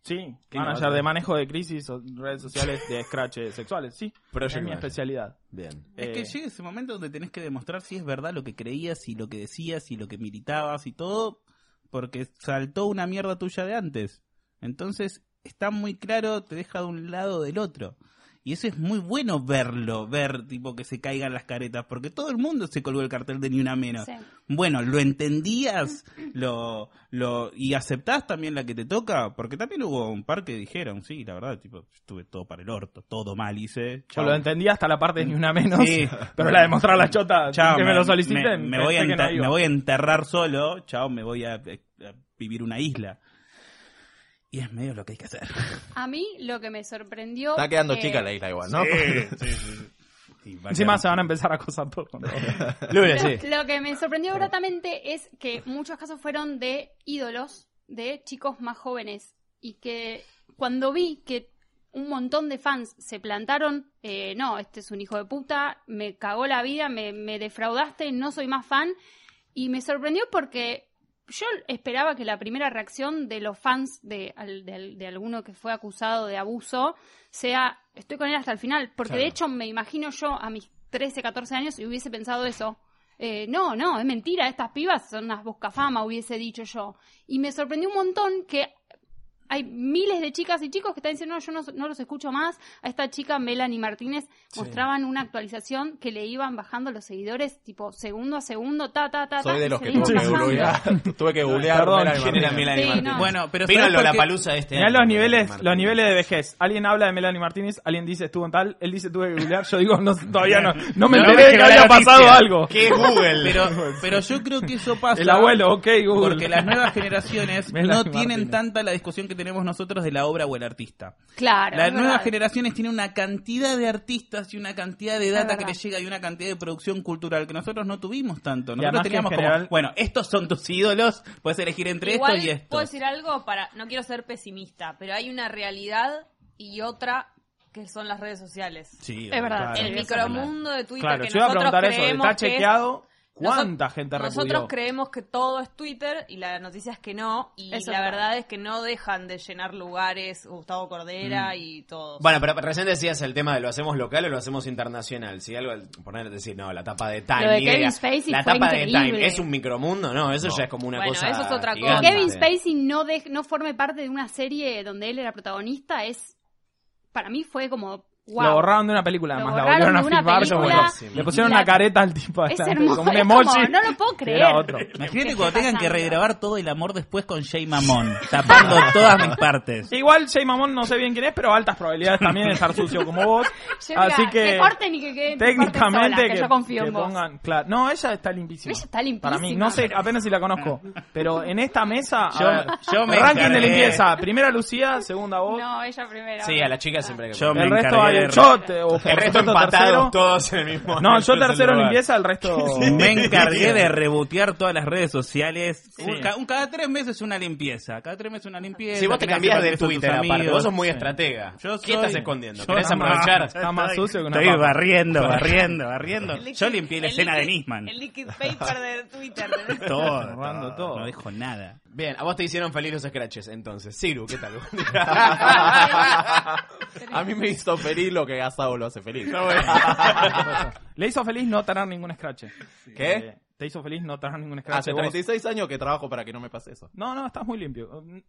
Speaker 2: ¿Qué
Speaker 11: Manager
Speaker 2: innovador?
Speaker 11: de manejo de crisis, o redes sociales de
Speaker 15: eh,
Speaker 11: scratches sexuales, sí.
Speaker 2: Project
Speaker 11: es mi
Speaker 2: manager.
Speaker 11: especialidad. Eh,
Speaker 2: Bien.
Speaker 14: Es que llega ese momento donde tenés que demostrar si es verdad lo que creías, si lo que decías, si lo que militabas y todo, porque saltó una mierda tuya de antes. Entonces, está muy claro, te deja de un lado o del otro. Y eso es muy bueno verlo, ver tipo que se caigan las caretas, porque todo el mundo se colgó el cartel de ni una menos.
Speaker 17: Sí.
Speaker 14: Bueno, lo entendías, lo, lo, y aceptás también la que te toca, porque también hubo un par que dijeron, sí, la verdad, tipo, estuve todo para el orto, todo mal hice.
Speaker 11: Yo
Speaker 14: chau.
Speaker 11: lo entendí hasta la parte de ni una menos,
Speaker 14: Sí.
Speaker 11: pero la de mostrar la chota,
Speaker 14: Chao,
Speaker 11: que me, lo soliciten.
Speaker 14: me- me voy a
Speaker 11: pensé que no
Speaker 14: enter-
Speaker 11: iba.
Speaker 14: me voy a enterrar solo, chao, me voy a, eh, a vivir una isla. Y es medio lo que hay que hacer.
Speaker 17: A mí lo que me sorprendió.
Speaker 15: Está quedando
Speaker 17: eh,
Speaker 15: chica la isla igual, ¿no?
Speaker 11: Encima se van a empezar a acosar por
Speaker 17: lo, lo que me sorprendió gratamente es que muchos casos fueron de ídolos, de chicos más jóvenes. Y que cuando vi que un montón de fans se plantaron, eh, no, este es un hijo de puta, me cagó la vida, me, me defraudaste, no soy más fan. Y me sorprendió porque yo esperaba que la primera reacción de los fans de, al- de al- de alguno que fue acusado de abuso sea, estoy con él hasta el final. Porque de hecho me imagino yo a mis 13, 14 años y hubiese pensado eso. Eh, no, no, es mentira, estas pibas son unas buscafamas, hubiese dicho yo. Y me sorprendió un montón que hay miles de chicas y chicos que están diciendo, no, yo no, no los escucho más. A esta chica, Melanie Martínez,
Speaker 15: Sí.
Speaker 17: mostraban una actualización que le iban bajando los seguidores, tipo, segundo a segundo, ta, ta, ta, ta,
Speaker 15: Soy
Speaker 17: y
Speaker 15: de los
Speaker 17: se
Speaker 15: que
Speaker 17: le iban
Speaker 15: tuve que
Speaker 17: bajando.
Speaker 15: googlear. Tuve que googlear.
Speaker 11: Perdón,
Speaker 15: Melanie
Speaker 11: ¿quién era
Speaker 15: Martínez.
Speaker 11: Melanie Sí, Martínez? no.
Speaker 14: Bueno, pero
Speaker 15: Vino
Speaker 11: ¿sabes por
Speaker 15: la
Speaker 11: qué?
Speaker 15: palusa de este
Speaker 11: Mirá
Speaker 15: año.
Speaker 11: los niveles, los niveles de vejez. Alguien habla de Melanie Martínez, alguien dice estuvo en tal, él dice tuve que googlear, yo digo no, todavía no, no me
Speaker 14: No,
Speaker 11: enteré
Speaker 14: no,
Speaker 11: de que
Speaker 14: la
Speaker 11: había
Speaker 14: noticia.
Speaker 11: pasado algo.
Speaker 14: ¿Qué es Google? Pero- pero yo creo que eso pasa.
Speaker 11: El abuelo, ok, Google.
Speaker 14: Porque las nuevas generaciones
Speaker 11: Melanie
Speaker 14: no tienen
Speaker 11: Martínez.
Speaker 14: tanta la discusión que tenemos nosotros de la obra o el artista.
Speaker 17: Claro.
Speaker 14: Las
Speaker 17: es
Speaker 14: nuevas
Speaker 17: verdad.
Speaker 14: generaciones tienen una cantidad de artistas y una cantidad de
Speaker 17: Es
Speaker 14: data que
Speaker 17: verdad.
Speaker 14: les llega y una cantidad de producción cultural que nosotros no tuvimos tanto.
Speaker 11: además
Speaker 14: Nosotros
Speaker 11: que en
Speaker 14: teníamos
Speaker 11: general-
Speaker 14: como, bueno, estos son tus ídolos, puedes elegir entre
Speaker 13: Igual,
Speaker 14: esto y esto.
Speaker 13: puedo
Speaker 17: pues,
Speaker 13: decir algo para, no quiero ser pesimista, pero hay una realidad y otra que son las redes sociales.
Speaker 11: Sí,
Speaker 13: es verdad.
Speaker 11: claro.
Speaker 13: el micromundo de Twitter
Speaker 11: Claro,
Speaker 13: que
Speaker 11: yo iba a
Speaker 13: nosotros
Speaker 11: preguntar eso,
Speaker 13: creemos
Speaker 11: ¿está
Speaker 13: que es-
Speaker 11: chequeado? ¿Cuánta
Speaker 13: Noso-
Speaker 11: gente
Speaker 13: Nosotros
Speaker 11: repudió?
Speaker 13: creemos que todo es Twitter y la noticia es que no. Y
Speaker 17: Eso
Speaker 13: la
Speaker 17: está.
Speaker 13: verdad es que no dejan de llenar lugares Gustavo Cordera
Speaker 2: Mm.
Speaker 13: y todos.
Speaker 2: Bueno, pero recién decías el tema de lo hacemos local o lo hacemos internacional. Si algo, poner, decir, no, la tapa de Time.
Speaker 17: Lo de
Speaker 2: ni
Speaker 17: Kevin
Speaker 2: idea.
Speaker 17: Spacey
Speaker 2: la
Speaker 17: fue
Speaker 2: tapa de Time
Speaker 17: increíble.
Speaker 2: es un micromundo, no, eso ya es como una
Speaker 13: Bueno,
Speaker 2: cosa.
Speaker 13: eso es otra
Speaker 17: Que
Speaker 2: gigante.
Speaker 17: Kevin Spacey no, dej- no forme parte de una serie donde él era protagonista es. Para mí fue como. ¡Wow!
Speaker 11: Lo borraron de una película,
Speaker 17: Lo
Speaker 11: además la
Speaker 17: borraron
Speaker 11: volvieron a
Speaker 17: de una
Speaker 11: filmar, yo,
Speaker 17: película.
Speaker 11: bueno, le pusieron
Speaker 17: Y
Speaker 11: una
Speaker 17: la-
Speaker 11: careta al tipo
Speaker 17: Es
Speaker 11: adelante,
Speaker 17: hermoso,
Speaker 11: como un
Speaker 17: es como,
Speaker 11: emoji.
Speaker 17: no lo puedo
Speaker 11: que era
Speaker 17: creer.
Speaker 11: otro.
Speaker 14: Imagínate
Speaker 11: ¿Qué
Speaker 14: cuando
Speaker 11: está
Speaker 14: tengan que
Speaker 11: pasando?
Speaker 14: regrabar todo el amor después con Jay Mamón, tapando todas mis partes.
Speaker 11: Igual Jay Mamón no sé bien quién es, pero altas probabilidades también de estar sucio como vos.
Speaker 17: Yo, mira,
Speaker 11: Así que
Speaker 17: corten y que queden
Speaker 11: técnicamente
Speaker 17: sola, que,
Speaker 11: que,
Speaker 17: yo confío
Speaker 11: que
Speaker 17: en vos.
Speaker 11: pongan, claro, no, ella está limpísima.
Speaker 17: Ella está limpísima.
Speaker 11: Para mí, no sé, apenas si la conozco. Pero en esta mesa, a
Speaker 14: Yo-
Speaker 11: ver,
Speaker 14: yo me
Speaker 11: ranking de
Speaker 14: encargué.
Speaker 11: limpieza. Primera Lucía, segunda vos.
Speaker 17: No, ella primero.
Speaker 2: Sí, a la chica siempre hay que
Speaker 14: Yo me
Speaker 11: el resto
Speaker 14: encargué
Speaker 11: hay
Speaker 14: de-
Speaker 11: el shot. eh, o por
Speaker 2: El resto
Speaker 11: supuesto
Speaker 2: empatados
Speaker 11: tercero.
Speaker 2: todos en el mismo.
Speaker 11: No, yo
Speaker 14: en el
Speaker 11: tercero en
Speaker 14: lugar.
Speaker 11: limpieza, el resto.
Speaker 14: Me encargué de rebotear todas las redes sociales.
Speaker 11: Sí.
Speaker 14: Un ca- un- cada tres meses una limpieza. Cada tres meses una limpieza.
Speaker 2: Si vos te
Speaker 14: Tenés
Speaker 2: cambiás
Speaker 14: que
Speaker 2: de
Speaker 14: hacer tus
Speaker 2: Twitter aparte,
Speaker 14: amigos.
Speaker 2: vos sos muy
Speaker 14: Sí.
Speaker 2: estratega.
Speaker 14: Yo soy-
Speaker 2: ¿Qué estás escondiendo?
Speaker 14: yo-
Speaker 2: ¿Querés
Speaker 14: Está más-
Speaker 2: aprovechar?
Speaker 14: está
Speaker 11: más
Speaker 14: Estoy-
Speaker 11: sucio que una
Speaker 14: Estoy
Speaker 11: papa.
Speaker 14: barriendo, barriendo, barriendo.
Speaker 13: El
Speaker 14: Yo limpié la
Speaker 13: el
Speaker 14: escena de
Speaker 13: liquid-
Speaker 14: Nisman.
Speaker 13: El liquid paper de Twitter.
Speaker 14: Todo,
Speaker 11: Borrando todo.
Speaker 14: No dejo nada.
Speaker 2: Bien, a vos te hicieron feliz los scratches, entonces. Siru, ¿qué tal?
Speaker 15: A mí me hizo feliz lo que Gasao lo hace feliz.
Speaker 11: Le hizo feliz no tener ningún scratch.
Speaker 15: ¿Qué?
Speaker 11: Eh, Te hizo feliz no tener ningún scratch.
Speaker 15: Hace
Speaker 11: vos.
Speaker 15: 36 años que trabajo para que no me pase eso.
Speaker 11: No, no, estás muy limpio. Mm,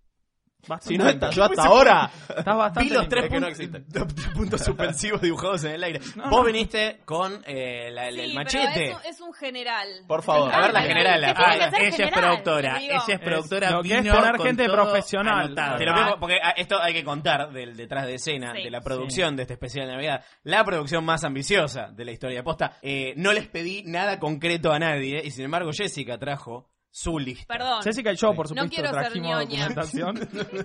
Speaker 11: Bastante
Speaker 15: Si no,
Speaker 11: limpio.
Speaker 15: yo hasta ahora
Speaker 11: Estás bastante
Speaker 2: Vi los
Speaker 11: limpio.
Speaker 2: tres
Speaker 15: Es que no
Speaker 2: puntos,
Speaker 15: existe.
Speaker 2: tres puntos suspensivos dibujados en el aire.
Speaker 11: No,
Speaker 2: Vos
Speaker 11: no.
Speaker 2: viniste con eh, la- el, el
Speaker 13: Sí, pero
Speaker 2: machete.
Speaker 13: es un, es un general.
Speaker 15: Por favor.
Speaker 2: A ver, la
Speaker 13: Ah,
Speaker 2: general.
Speaker 13: ¿qué
Speaker 2: la-
Speaker 13: tiene que
Speaker 2: Ah,
Speaker 13: ser
Speaker 14: Ella es
Speaker 13: general?
Speaker 14: productora.
Speaker 13: Te digo.
Speaker 14: Ella es productora.
Speaker 11: lo que es
Speaker 14: vino
Speaker 11: tener
Speaker 14: con
Speaker 11: gente
Speaker 14: todo
Speaker 11: profesional.
Speaker 14: anotado.
Speaker 2: Te lo pongo porque ah, esto hay que contar del detrás de escena,
Speaker 13: Sí.
Speaker 2: de la producción de este especial de Navidad. La producción más ambiciosa de la historia de posta. Eh, no les pedí nada concreto a nadie y sin embargo Jessica trajo su lista.
Speaker 13: Perdón.
Speaker 11: Jessica y yo, por supuesto,
Speaker 13: quiero ser
Speaker 11: trajimos
Speaker 13: ñoña.
Speaker 11: documentación.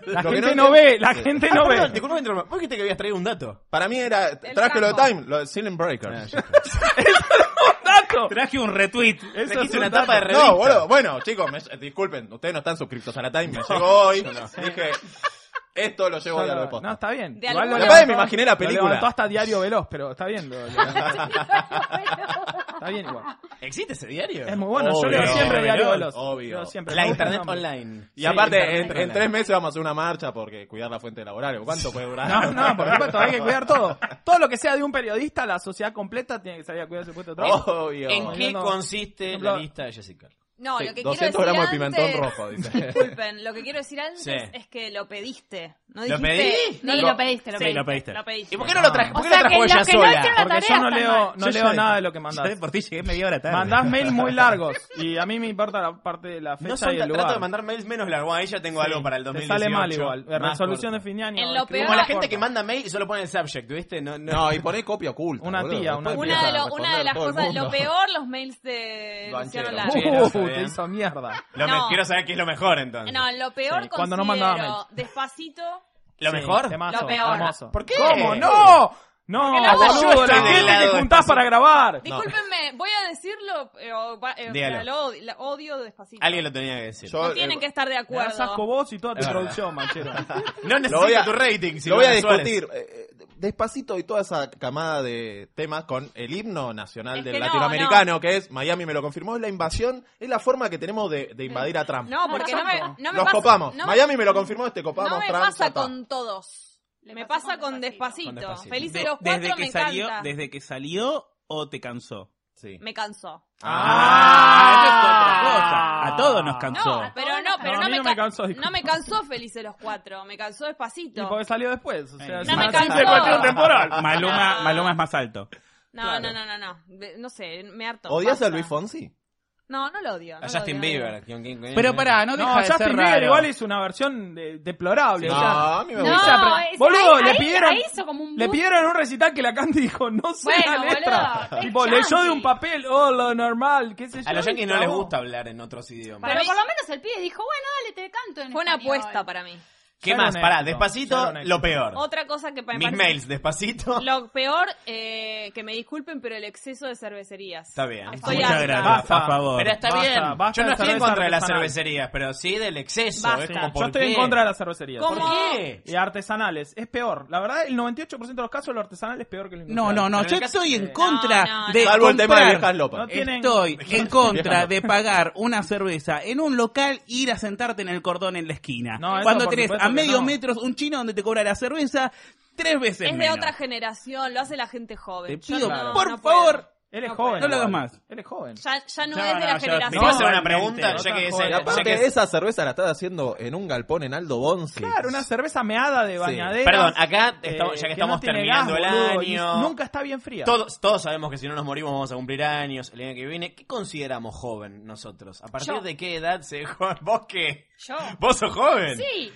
Speaker 11: La
Speaker 15: Lo que no
Speaker 11: gente no
Speaker 15: entiendo-
Speaker 11: ve, la
Speaker 15: Sí.
Speaker 11: gente
Speaker 2: Ah,
Speaker 11: no
Speaker 2: perdón,
Speaker 11: ve.
Speaker 2: disculpame interrumpir. Vos dijiste que habías traído un dato.
Speaker 15: Para mí era. Traje lo de Time, lo de Silent Breaker.
Speaker 14: Traje un retweet.
Speaker 11: Eso
Speaker 2: Trajiste
Speaker 11: es
Speaker 2: una
Speaker 11: un dato.
Speaker 2: tapa de revista.
Speaker 15: No, boludo, bueno, chicos, me- disculpen, ustedes no están suscritos a la Time, me llegó hoy. Dije, esto lo llevo hoy a lo de
Speaker 11: No,
Speaker 15: posta.
Speaker 11: está bien.
Speaker 13: De
Speaker 11: Igual lo
Speaker 13: alguna-
Speaker 15: Capaz que me
Speaker 11: levantó-
Speaker 15: imaginé la
Speaker 11: lo levantó
Speaker 15: película.
Speaker 11: hasta Diario Veloz, pero está bien. lo- lo- está bien igual.
Speaker 2: ¿Existe ese diario?
Speaker 11: Es muy bueno, yo
Speaker 15: Obvio.
Speaker 11: leo siempre
Speaker 15: Obvio.
Speaker 11: Diario Veloz.
Speaker 15: Obvio.
Speaker 11: Leo siempre.
Speaker 2: La
Speaker 11: Me gusta el
Speaker 2: internet
Speaker 11: nombre.
Speaker 2: online.
Speaker 15: Y
Speaker 11: Sí,
Speaker 15: aparte, en,
Speaker 11: internet
Speaker 15: en
Speaker 11: online.
Speaker 15: tres meses vamos a hacer una marcha porque cuidar la fuente laboral. ¿Cuánto puede durar?
Speaker 11: No, no, por supuesto, hay que cuidar todo. Todo lo que sea de un periodista, la sociedad completa tiene que salir a cuidar su puesto de trabajo.
Speaker 15: Obvio.
Speaker 2: ¿En qué
Speaker 11: No, no.
Speaker 2: consiste la
Speaker 11: Ejemplo-
Speaker 2: lista de Jessica?
Speaker 13: No,
Speaker 15: Sí,
Speaker 13: lo que quiero
Speaker 15: 200
Speaker 13: decir
Speaker 15: gramos de
Speaker 13: antes-
Speaker 15: pimentón rojo, dice.
Speaker 13: Disculpen, lo que quiero decir antes
Speaker 2: Sí.
Speaker 13: es que lo pediste. No
Speaker 2: ¿Lo
Speaker 13: dijiste,
Speaker 2: pedí?
Speaker 13: No,
Speaker 17: Sí, lo pediste, lo
Speaker 14: Sí,
Speaker 17: pediste.
Speaker 14: lo pediste.
Speaker 13: Lo pediste.
Speaker 2: ¿Y por qué no lo trajo?
Speaker 17: O
Speaker 2: ¿Por qué
Speaker 17: sea
Speaker 2: lo
Speaker 17: que
Speaker 2: trajo
Speaker 17: los
Speaker 2: ella
Speaker 17: que no hicieron
Speaker 2: sola?
Speaker 17: la
Speaker 11: Porque yo
Speaker 17: tarea
Speaker 11: no
Speaker 17: están
Speaker 11: leo,
Speaker 17: mal.
Speaker 11: no leo nada de lo que mandás.
Speaker 14: Yo por ti llegué media hora tarde.
Speaker 11: Mandás mail muy largos y a mí me importa la parte de la fecha
Speaker 2: No son
Speaker 11: y el
Speaker 2: tan-
Speaker 11: lugar.
Speaker 2: trato de mandar mails menos largo. A ella tengo
Speaker 11: Sí,
Speaker 2: algo para el
Speaker 11: te
Speaker 2: 2018.
Speaker 11: sale mal igual. Eh,
Speaker 2: Más
Speaker 11: Resolución
Speaker 2: corto.
Speaker 11: de fin de año.
Speaker 13: En lo
Speaker 11: escribo
Speaker 13: peor-
Speaker 2: Como la
Speaker 11: más
Speaker 2: gente que
Speaker 11: corto.
Speaker 2: manda mail y solo pone el subject, ¿viste? No, no.
Speaker 15: No, y poné copia oculta.
Speaker 11: Una
Speaker 15: boludo.
Speaker 11: tía, una
Speaker 15: Después
Speaker 11: tía.
Speaker 13: Una de,
Speaker 15: empieza
Speaker 13: lo-
Speaker 15: a
Speaker 13: una de
Speaker 15: responder
Speaker 13: las
Speaker 15: todo el
Speaker 13: cosas,
Speaker 15: mundo.
Speaker 13: lo peor, los mails de
Speaker 15: Banchero.
Speaker 13: Luciano
Speaker 2: Sí,
Speaker 13: Largo.
Speaker 2: no, está
Speaker 11: Uh, te
Speaker 2: bien.
Speaker 11: hizo mierda.
Speaker 2: Lo
Speaker 13: No.
Speaker 2: me- quiero saber qué es lo mejor entonces.
Speaker 13: No, lo peor
Speaker 11: Sí,
Speaker 13: considero
Speaker 11: cuando no mandaba
Speaker 13: despacito.
Speaker 2: ¿Lo
Speaker 11: Sí,
Speaker 2: mejor?
Speaker 11: temazo,
Speaker 13: Lo peor.
Speaker 11: hermoso.
Speaker 2: ¿Por qué?
Speaker 11: ¿Cómo? ¡No! No,
Speaker 13: Porque la-
Speaker 11: boludo,
Speaker 2: Yo
Speaker 11: la
Speaker 2: estoy del
Speaker 11: gente
Speaker 2: lado
Speaker 11: que
Speaker 2: de
Speaker 11: juntás
Speaker 2: Espacito.
Speaker 11: para grabar.
Speaker 13: Discúlpenme, voy a decirlo, eh, o va- eh, o sea,
Speaker 2: Dígalo.
Speaker 13: lo, odio- la odio de despacito.
Speaker 2: Alguien lo tenía que decir.
Speaker 15: Yo,
Speaker 13: No
Speaker 15: eh,
Speaker 13: tienen que estar de
Speaker 11: Me das asco
Speaker 13: acuerdo.
Speaker 11: vos y toda tu
Speaker 2: Es verdad.
Speaker 11: producción, manchero.
Speaker 2: No necesito
Speaker 15: voy a-
Speaker 2: tu rating.
Speaker 15: lo voy a
Speaker 2: Silvana Suárez.
Speaker 15: discutir eh, eh, despacito y toda esa camada de temas con el himno nacional
Speaker 13: Es
Speaker 15: del
Speaker 13: que no,
Speaker 15: latinoamericano, que es Miami me lo confirmó, es la invasión, es la forma que tenemos de, de invadir a Trump.
Speaker 13: No, porque no me, no me
Speaker 15: Nos
Speaker 13: pasa,
Speaker 15: copamos.
Speaker 13: no me-
Speaker 15: Miami me lo confirmó, este copamos
Speaker 13: no me
Speaker 15: Trump. ya
Speaker 13: pasa
Speaker 15: está.
Speaker 13: con todos.
Speaker 17: Le
Speaker 13: Me
Speaker 17: pasó
Speaker 13: pasa con despacito.
Speaker 2: Con Despacito.
Speaker 13: Feliz
Speaker 14: De-
Speaker 13: de, los cuatro
Speaker 14: desde que
Speaker 13: me
Speaker 14: salió,
Speaker 13: encanta.
Speaker 14: desde que salió o te cansó.
Speaker 15: Sí.
Speaker 13: Me cansó.
Speaker 15: Ah,
Speaker 14: Ah, eso es otra cosa. A todos nos cansó.
Speaker 13: Pero no,
Speaker 11: No,
Speaker 13: pero
Speaker 11: a
Speaker 13: no,
Speaker 11: mí
Speaker 13: me,
Speaker 11: no me
Speaker 13: ca-
Speaker 11: cansó, disculpa.
Speaker 13: no me cansó Felices los Cuatro, me cansó
Speaker 11: Y
Speaker 13: Despacito.
Speaker 11: porque salió después. O sea,
Speaker 13: No
Speaker 11: es
Speaker 13: me
Speaker 11: una-
Speaker 13: cansó.
Speaker 11: de cualquier temporal.
Speaker 14: Maluma, Maluma es más alto.
Speaker 13: No, no, no, no, no, De- no sé, me harto.
Speaker 15: ¿Odias a
Speaker 13: basta.
Speaker 15: Luis Fonsi?
Speaker 13: No, no lo odio. no
Speaker 15: A
Speaker 13: lo
Speaker 15: Justin
Speaker 13: odio.
Speaker 15: Bieber.
Speaker 11: Pero pará, no
Speaker 15: deja de
Speaker 11: Justin
Speaker 15: ser
Speaker 11: Bieber
Speaker 15: raro.
Speaker 11: igual hizo una versión de- deplorable.
Speaker 15: Sí.
Speaker 11: o sea,
Speaker 15: No, a mí me
Speaker 11: hizo
Speaker 15: gusta.
Speaker 11: apre-
Speaker 17: No, es-
Speaker 11: boludo,
Speaker 17: ahí-
Speaker 11: le
Speaker 17: ahí-
Speaker 11: pidieron.
Speaker 17: ahí hizo como un
Speaker 11: le
Speaker 17: bus.
Speaker 11: pidieron en un recital que la canta y dijo, no sé
Speaker 17: Bueno,
Speaker 11: la letra.
Speaker 17: boludo,
Speaker 11: tipo,
Speaker 17: es
Speaker 11: leyó de
Speaker 17: yankee.
Speaker 11: un papel, oh, lo normal, qué sé yo.
Speaker 2: A los
Speaker 11: y
Speaker 2: yankees no les
Speaker 11: clavó.
Speaker 2: gusta hablar en otros idiomas.
Speaker 17: Pero por lo menos el pibe dijo, bueno, dale, te canto en
Speaker 13: Fue una
Speaker 17: español.
Speaker 13: apuesta para mí.
Speaker 2: ¿Qué
Speaker 11: Ya
Speaker 2: más?
Speaker 11: era un
Speaker 2: Pará,
Speaker 11: éxito, ya era
Speaker 2: despacito,
Speaker 11: un éxito.
Speaker 2: lo peor.
Speaker 13: Otra cosa que me
Speaker 2: Mis
Speaker 13: parece-
Speaker 2: mails, despacito.
Speaker 13: Lo peor, eh, que me disculpen, pero el exceso de cervecerías.
Speaker 2: Está bien.
Speaker 13: Estoy
Speaker 2: Muchas
Speaker 13: harta.
Speaker 2: gracias,
Speaker 11: Basta.
Speaker 2: por favor. Pero está
Speaker 11: Basta,
Speaker 2: bien.
Speaker 11: basta
Speaker 2: Yo no
Speaker 11: de
Speaker 2: estoy en
Speaker 11: cerveza
Speaker 2: contra de las
Speaker 11: artesanal.
Speaker 2: cervecerías, pero sí del exceso.
Speaker 11: Basta.
Speaker 2: Es como,
Speaker 11: Yo
Speaker 2: ¿por
Speaker 11: estoy
Speaker 2: qué?
Speaker 11: en contra de las cervecerías.
Speaker 2: ¿Por qué?
Speaker 11: Y artesanales. Es peor. La verdad, el 98% de los casos lo artesanal es peor que lo
Speaker 14: No,
Speaker 11: industrial.
Speaker 14: no, no, yo estoy en contra de
Speaker 11: Salvo el tema de
Speaker 14: comprar.
Speaker 11: viejas lopas. No tienen-
Speaker 14: Estoy en
Speaker 11: Viejas
Speaker 14: contra
Speaker 11: lopas.
Speaker 14: de pagar una cerveza en un local e ir a sentarte en el cordón en la esquina.
Speaker 11: No, eso
Speaker 14: Cuando
Speaker 11: por
Speaker 14: tenés
Speaker 11: supuesto
Speaker 14: a
Speaker 11: que
Speaker 14: medio
Speaker 11: no.
Speaker 14: metros un chino donde te cobra la cerveza tres veces
Speaker 13: Es de
Speaker 14: menos.
Speaker 13: otra generación, lo hace la gente joven.
Speaker 14: Te
Speaker 13: Yo
Speaker 14: pido,
Speaker 13: no,
Speaker 14: por
Speaker 13: no puedo.
Speaker 14: favor.
Speaker 11: Él es
Speaker 13: No
Speaker 11: joven.
Speaker 14: No lo hagas
Speaker 11: igual.
Speaker 14: más.
Speaker 11: Él es joven.
Speaker 13: Ya, ya no,
Speaker 11: No,
Speaker 13: es de
Speaker 11: no,
Speaker 13: la
Speaker 11: yo-
Speaker 13: generación.
Speaker 11: No,
Speaker 15: ¿Me puedo hacer una
Speaker 11: realmente,
Speaker 15: pregunta?
Speaker 11: no
Speaker 15: Ya
Speaker 11: tan
Speaker 15: que, es-
Speaker 11: joven.
Speaker 15: ya
Speaker 11: Aparte,
Speaker 15: que es- esa cerveza la estás haciendo en un galpón en Aldo Bonce.
Speaker 11: Claro, una cerveza meada de bañadera. eh,
Speaker 2: Perdón, acá estamos- ya que estamos terminando el año.
Speaker 11: Nunca está bien fría.
Speaker 2: Todos, todos sabemos que si no nos morimos vamos a cumplir años el año que viene. ¿Qué consideramos joven nosotros? ¿A partir
Speaker 17: Yo.
Speaker 2: de qué edad se joven? ¿Vos qué?
Speaker 17: Yo.
Speaker 2: ¿Vos sos joven?
Speaker 17: Sí.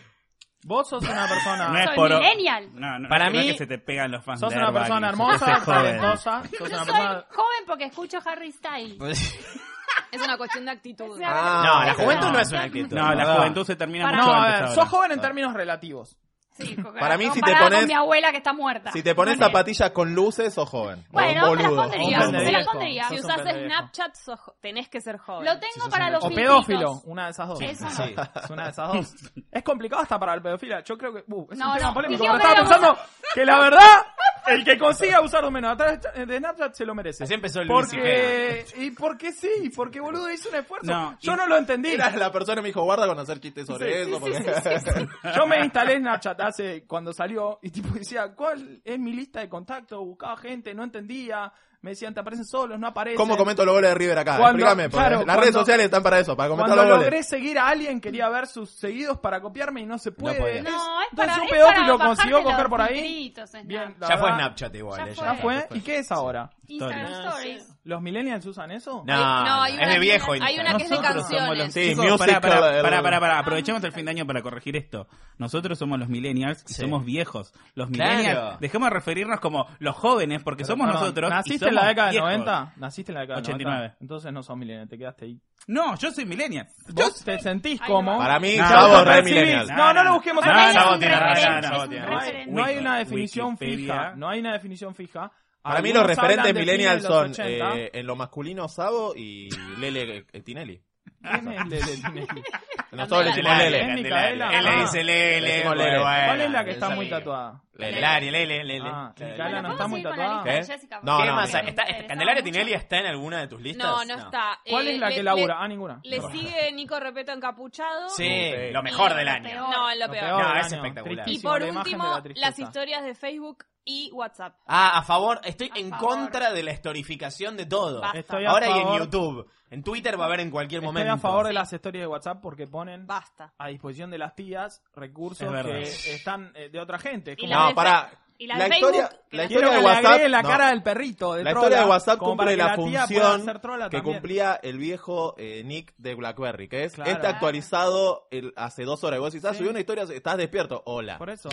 Speaker 11: Vos sos una persona.
Speaker 14: No es
Speaker 17: Soy
Speaker 14: por-
Speaker 17: millennial.
Speaker 14: No, no,
Speaker 2: Para
Speaker 14: no es
Speaker 2: mí,
Speaker 14: que se te pegan los fans
Speaker 11: Sos
Speaker 14: de
Speaker 11: una
Speaker 14: Airbag
Speaker 11: persona
Speaker 14: y se-
Speaker 11: hermosa,
Speaker 14: sos joven.
Speaker 11: talentosa. Sos
Speaker 17: Yo
Speaker 11: una
Speaker 17: soy
Speaker 11: persona.
Speaker 17: joven porque escucho Harry Styles.
Speaker 13: Es una cuestión de actitud.
Speaker 17: Ah,
Speaker 2: No, la juventud no es una actitud.
Speaker 14: No, la
Speaker 2: ¿verdad?
Speaker 14: juventud se termina
Speaker 11: Para-
Speaker 14: mucho
Speaker 11: no, a
Speaker 14: antes
Speaker 11: ver,
Speaker 14: ahora. Ah.
Speaker 11: sos joven en términos relativos.
Speaker 17: Sí,
Speaker 15: Para mí, si te
Speaker 17: comparada con
Speaker 15: pones-
Speaker 17: mi abuela que está muerta.
Speaker 15: Si te pones zapatillas con luces, o joven.
Speaker 17: Bueno,
Speaker 15: o un
Speaker 17: me las
Speaker 15: boludo.
Speaker 17: pondría,
Speaker 15: O un
Speaker 17: me
Speaker 15: boludo.
Speaker 17: las pondría.
Speaker 13: Si
Speaker 11: Sos un
Speaker 13: usas
Speaker 11: pendejo.
Speaker 13: Snapchat, sos jo- tenés que ser joven.
Speaker 17: Lo tengo para los
Speaker 11: O
Speaker 17: filtritos.
Speaker 11: pedófilo, una de esas dos.
Speaker 17: Sí, Eso no.
Speaker 11: Sí, es una de esas dos. Es complicado hasta para el pedófilo. Yo creo que. uh, es
Speaker 17: No,
Speaker 11: un tema
Speaker 17: no,
Speaker 11: polémico.
Speaker 17: dijimos
Speaker 11: Pero
Speaker 17: que
Speaker 11: estaba
Speaker 17: lo vamos
Speaker 11: pensando que la verdad, el que consiga usar un menos atrás de Snapchat se lo merece.
Speaker 2: Así empezó el
Speaker 11: Porque. ¿Y porque sí? Porque boludo hizo un esfuerzo.
Speaker 14: No,
Speaker 11: Yo no lo entendí.
Speaker 15: Mira, la persona me dijo, guarda con hacer chistes sobre
Speaker 11: Sí, sí,
Speaker 15: eso. porque...
Speaker 11: Yo me instalé Snapchat hace cuando salió y tipo decía, ¿cuál es mi lista de contacto? Buscaba gente, no entendía. Me decían, te aparecen solos, no aparecen.
Speaker 15: ¿Cómo comento los goles de River acá?
Speaker 11: Cuando-
Speaker 15: Explícame. porque
Speaker 11: claro,
Speaker 15: las
Speaker 11: cuando-
Speaker 15: redes sociales están para eso, para comentar
Speaker 11: Cuando
Speaker 15: los goles.
Speaker 11: logré seguir a alguien, quería ver sus seguidos para copiarme y no se puede.
Speaker 15: podía.
Speaker 17: No, es para,
Speaker 11: Entonces un
Speaker 17: es para
Speaker 11: pedófilo
Speaker 17: bajarte
Speaker 11: consiguió
Speaker 17: los
Speaker 11: coger por ahí.
Speaker 17: filtritos, Snapchat.
Speaker 11: Bien, la
Speaker 2: Ya fue
Speaker 11: verdad,
Speaker 2: Snapchat igual.
Speaker 17: Ya
Speaker 2: eh,
Speaker 11: Ya fue. ¿Y qué es ahora?
Speaker 17: Instagram Stories.
Speaker 11: ¿Los millennials usan eso?
Speaker 2: No, no,
Speaker 13: hay
Speaker 2: es
Speaker 13: una
Speaker 2: de viejo.
Speaker 13: que- hay
Speaker 2: Instagram.
Speaker 13: una que es de
Speaker 14: Nosotros somos los
Speaker 13: canciones.
Speaker 15: Sí,
Speaker 14: chicos, pará,
Speaker 15: musical,
Speaker 14: pará,
Speaker 15: el-
Speaker 14: pará, pará, pará, aprovechemos el fin de año para corregir esto. Nosotros somos los millennials y somos viejos. Los
Speaker 2: Claro.
Speaker 14: millennials, dejemos de referirnos como los jóvenes porque somos
Speaker 11: Perdón,
Speaker 14: nosotros. y
Speaker 11: ¿Naciste
Speaker 14: somos
Speaker 11: en la década
Speaker 14: viejos.
Speaker 11: de 90? ¿Naciste en la década
Speaker 14: 89.
Speaker 11: de 90? Entonces no sos millennial, te quedaste ahí.
Speaker 14: No, yo soy millennial. Yo
Speaker 11: ¿Vos te sentís como?
Speaker 15: Para mí,
Speaker 14: No,
Speaker 15: Sabo
Speaker 11: Vos
Speaker 15: re
Speaker 11: recibís-
Speaker 15: millennial.
Speaker 11: No, no lo busquemos
Speaker 17: Para
Speaker 14: Ah,
Speaker 11: acá.
Speaker 17: mí es un
Speaker 11: Sabo tiene razón,
Speaker 17: referente,
Speaker 11: Sabo
Speaker 17: es un
Speaker 11: tiene razón.
Speaker 17: referente.
Speaker 11: No hay una definición
Speaker 14: Wikipedia.
Speaker 11: fija. No hay una definición fija.
Speaker 15: Para mí
Speaker 11: Algunos
Speaker 15: los referentes
Speaker 11: hablan de
Speaker 15: millennials
Speaker 11: fines de
Speaker 15: son
Speaker 11: los 80.
Speaker 15: eh, en lo masculino Sabo y Lele eh, Tinelli.
Speaker 11: ¿Quién es Lele?
Speaker 15: Nosotros le decimos
Speaker 11: Candelaria,
Speaker 15: Lele.
Speaker 11: Candelaria.
Speaker 15: Él le dice
Speaker 2: Lele,
Speaker 15: decimos
Speaker 2: bueno,
Speaker 15: Lele.
Speaker 2: bueno,
Speaker 11: ¿Cuál Ah. es la que
Speaker 2: él
Speaker 11: está muy
Speaker 2: sabía.
Speaker 11: tatuada?
Speaker 2: Lele, Lele, Lele, Lele.
Speaker 11: Ah,
Speaker 2: Lele.
Speaker 11: Candelaria no
Speaker 17: Bueno,
Speaker 11: está
Speaker 17: ¿podemos
Speaker 11: muy
Speaker 17: seguir con la
Speaker 11: tatuada.
Speaker 17: lista de
Speaker 15: ¿Eh?
Speaker 17: Jessica?
Speaker 15: No,
Speaker 2: ¿Qué
Speaker 15: no,
Speaker 2: más?
Speaker 15: no.
Speaker 2: ¿Está- está- ¿Candelaria Tinelli está en alguna de tus listas?
Speaker 13: No, no está.
Speaker 11: ¿Cuál
Speaker 13: Eh,
Speaker 11: es la
Speaker 13: le-
Speaker 11: que
Speaker 13: le-
Speaker 11: labura? Ah, ninguna.
Speaker 13: Le sigue Nico Repeto encapuchado.
Speaker 2: Sí,
Speaker 15: Sí.
Speaker 2: lo mejor del
Speaker 17: Lo
Speaker 2: año.
Speaker 17: peor.
Speaker 13: No, lo
Speaker 11: Lo
Speaker 13: peor.
Speaker 11: peor
Speaker 2: No,
Speaker 11: del
Speaker 2: es
Speaker 11: año.
Speaker 2: espectacular.
Speaker 13: Y
Speaker 11: Tristísimo,
Speaker 13: por
Speaker 11: la imagen de
Speaker 13: último,
Speaker 11: la tristeza.
Speaker 13: las historias de Facebook y WhatsApp.
Speaker 2: Ah, a favor, estoy en
Speaker 17: favor.
Speaker 2: contra de la estorificación de todo.
Speaker 13: Basta.
Speaker 11: Estoy a
Speaker 2: Ahora y en
Speaker 11: favor-
Speaker 2: YouTube. En Twitter va a haber en cualquier
Speaker 11: Estoy
Speaker 2: momento.
Speaker 11: a favor de las historias de WhatsApp porque ponen
Speaker 13: Basta.
Speaker 11: a disposición de las tías recursos
Speaker 14: Es verdad.
Speaker 11: que están eh, de otra gente. Es
Speaker 13: Y
Speaker 11: como-
Speaker 13: la
Speaker 15: No,
Speaker 13: de
Speaker 15: pará.
Speaker 13: Fe- y la
Speaker 15: La
Speaker 13: de
Speaker 15: historia-
Speaker 13: Facebook, que
Speaker 15: la
Speaker 13: la
Speaker 11: Quiero
Speaker 15: historia
Speaker 11: que
Speaker 15: de
Speaker 11: le
Speaker 15: WhatsApp,
Speaker 11: agregue la
Speaker 15: no.
Speaker 11: cara del perrito. De
Speaker 15: La
Speaker 11: trola,
Speaker 15: historia de WhatsApp
Speaker 11: como
Speaker 15: cumple
Speaker 11: para que
Speaker 15: la,
Speaker 11: la tía pueda hacer
Speaker 15: función
Speaker 11: trola
Speaker 15: que
Speaker 11: también.
Speaker 15: cumplía el viejo eh, Nick de BlackBerry, que es
Speaker 11: Claro.
Speaker 15: este actualizado el- hace dos horas. Y vos quizás
Speaker 11: Sí.
Speaker 15: subí una historia, estás despierto. Hola.
Speaker 11: Por eso.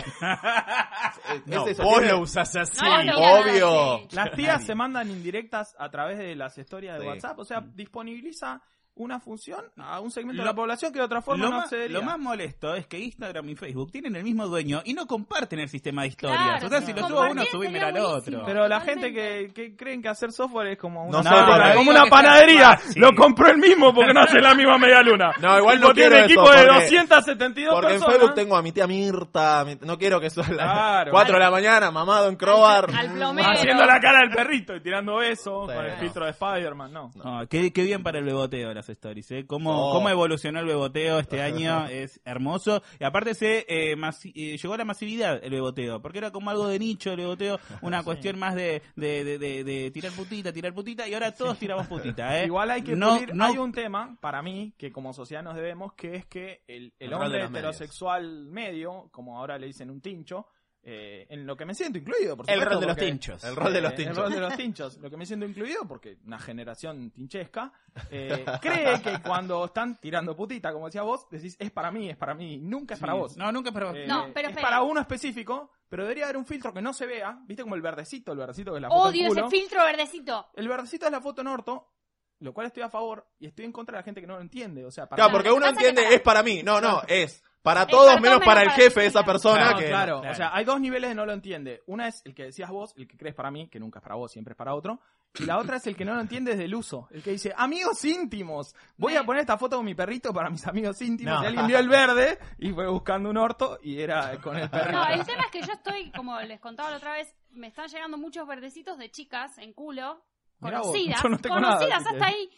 Speaker 15: Eh,
Speaker 2: No,
Speaker 15: es eso,
Speaker 2: vos
Speaker 15: tiene-
Speaker 2: lo usás así.
Speaker 13: No, no, no.
Speaker 15: Obvio.
Speaker 11: Las tías se mandan indirectas a través de las historias de
Speaker 15: Sí.
Speaker 11: WhatsApp. O sea, disponibiliza una función a un segmento de
Speaker 14: Lo-
Speaker 11: la población que de otra forma
Speaker 14: Lo,
Speaker 11: no
Speaker 14: más,
Speaker 11: accedería.
Speaker 14: lo más molesto es que Instagram y Facebook tienen el mismo dueño y no comparten el sistema de historias.
Speaker 17: Claro,
Speaker 14: o sea,
Speaker 17: sí.
Speaker 14: si lo subo a uno,
Speaker 17: Compartir
Speaker 14: subímela
Speaker 17: sería
Speaker 14: al
Speaker 17: buenísimo.
Speaker 14: otro.
Speaker 11: Pero la gente
Speaker 17: Totalmente.
Speaker 11: que, que creen que hacer software es como una,
Speaker 15: No sé, pero
Speaker 11: como
Speaker 14: digo
Speaker 11: una
Speaker 14: que
Speaker 11: panadería.
Speaker 14: está fácil.
Speaker 11: Lo compró el mismo porque no hace la misma media luna.
Speaker 15: No, igual
Speaker 11: Tipo,
Speaker 15: no
Speaker 11: tiene
Speaker 15: quiero
Speaker 11: equipo
Speaker 15: eso,
Speaker 11: de
Speaker 15: porque-
Speaker 11: 272
Speaker 15: Porque en
Speaker 11: personas.
Speaker 15: Facebook tengo a mi tía Mirta, a mi- no quiero que sea las
Speaker 11: Claro.
Speaker 15: 4 de la mañana, mamado en Croar.
Speaker 13: Al plomero.
Speaker 11: Haciendo la cara del perrito y tirando besos
Speaker 15: Sí,
Speaker 11: con el
Speaker 15: no.
Speaker 11: filtro de Spider-Man, no.
Speaker 14: Ah, qué, qué bien para el beboteo la las stories. ¿eh? Cómo,
Speaker 15: Oh.
Speaker 14: cómo evolucionó el beboteo este año es hermoso. Y aparte se eh, masi- eh, llegó a la masividad el beboteo, porque era como algo de nicho el beboteo, una cuestión más de, de, de, de- de tirar putita, tirar putita, y ahora todos tiramos putita. ¿eh?
Speaker 11: Igual hay que
Speaker 14: no,
Speaker 11: pulir-
Speaker 14: no
Speaker 11: hay un tema, para mí, que como sociedad nos debemos, que es que el, el
Speaker 14: El rol de
Speaker 11: hombre
Speaker 14: los medios.
Speaker 11: heterosexual medio, como ahora le dicen un tincho, eh, en lo que me siento incluido, por
Speaker 14: El
Speaker 11: supuesto,
Speaker 14: rol de los
Speaker 11: porque-
Speaker 14: tinchos. El rol de los
Speaker 11: eh,
Speaker 14: tinchos.
Speaker 11: El rol de los tinchos. Lo que me siento incluido, porque una generación tinchesca, eh, cree que cuando están tirando putita, como decía vos, decís, es para mí, es para mí, nunca es para
Speaker 14: Sí.
Speaker 11: vos. Eh,
Speaker 14: No, nunca es para vos. No, pero
Speaker 11: es
Speaker 17: espera.
Speaker 11: para uno específico, pero debería haber un filtro que no se vea, viste como el verdecito, el verdecito que es la foto en
Speaker 17: Odio ese
Speaker 11: culo.
Speaker 17: filtro verdecito.
Speaker 11: El verdecito es la foto en orto, lo cual estoy a favor y estoy en contra de la gente que no lo entiende. O sea, para
Speaker 15: Claro, porque uno entiende, es para mí. No, no, es para todos menos para el jefe de esa persona
Speaker 11: Claro,
Speaker 15: que.
Speaker 11: claro. o sea, hay dos niveles de no lo entiende. Una es el que decías vos, el que crees para mí, que nunca es para vos, siempre es para otro. Y la otra es el que no lo entiende desde el uso. El que dice, amigos íntimos, voy a poner esta foto con mi perrito para mis amigos íntimos.
Speaker 15: No.
Speaker 11: Y alguien vio el verde y fue buscando un orto y era con el perrito.
Speaker 17: No, el tema es que yo estoy, como les contaba la otra vez, me están llegando muchos verdecitos de chicas en culo,
Speaker 15: Mirá vos,
Speaker 17: conocidas,
Speaker 15: yo no tengo nada,
Speaker 17: conocidas
Speaker 15: así que-
Speaker 17: hasta ahí.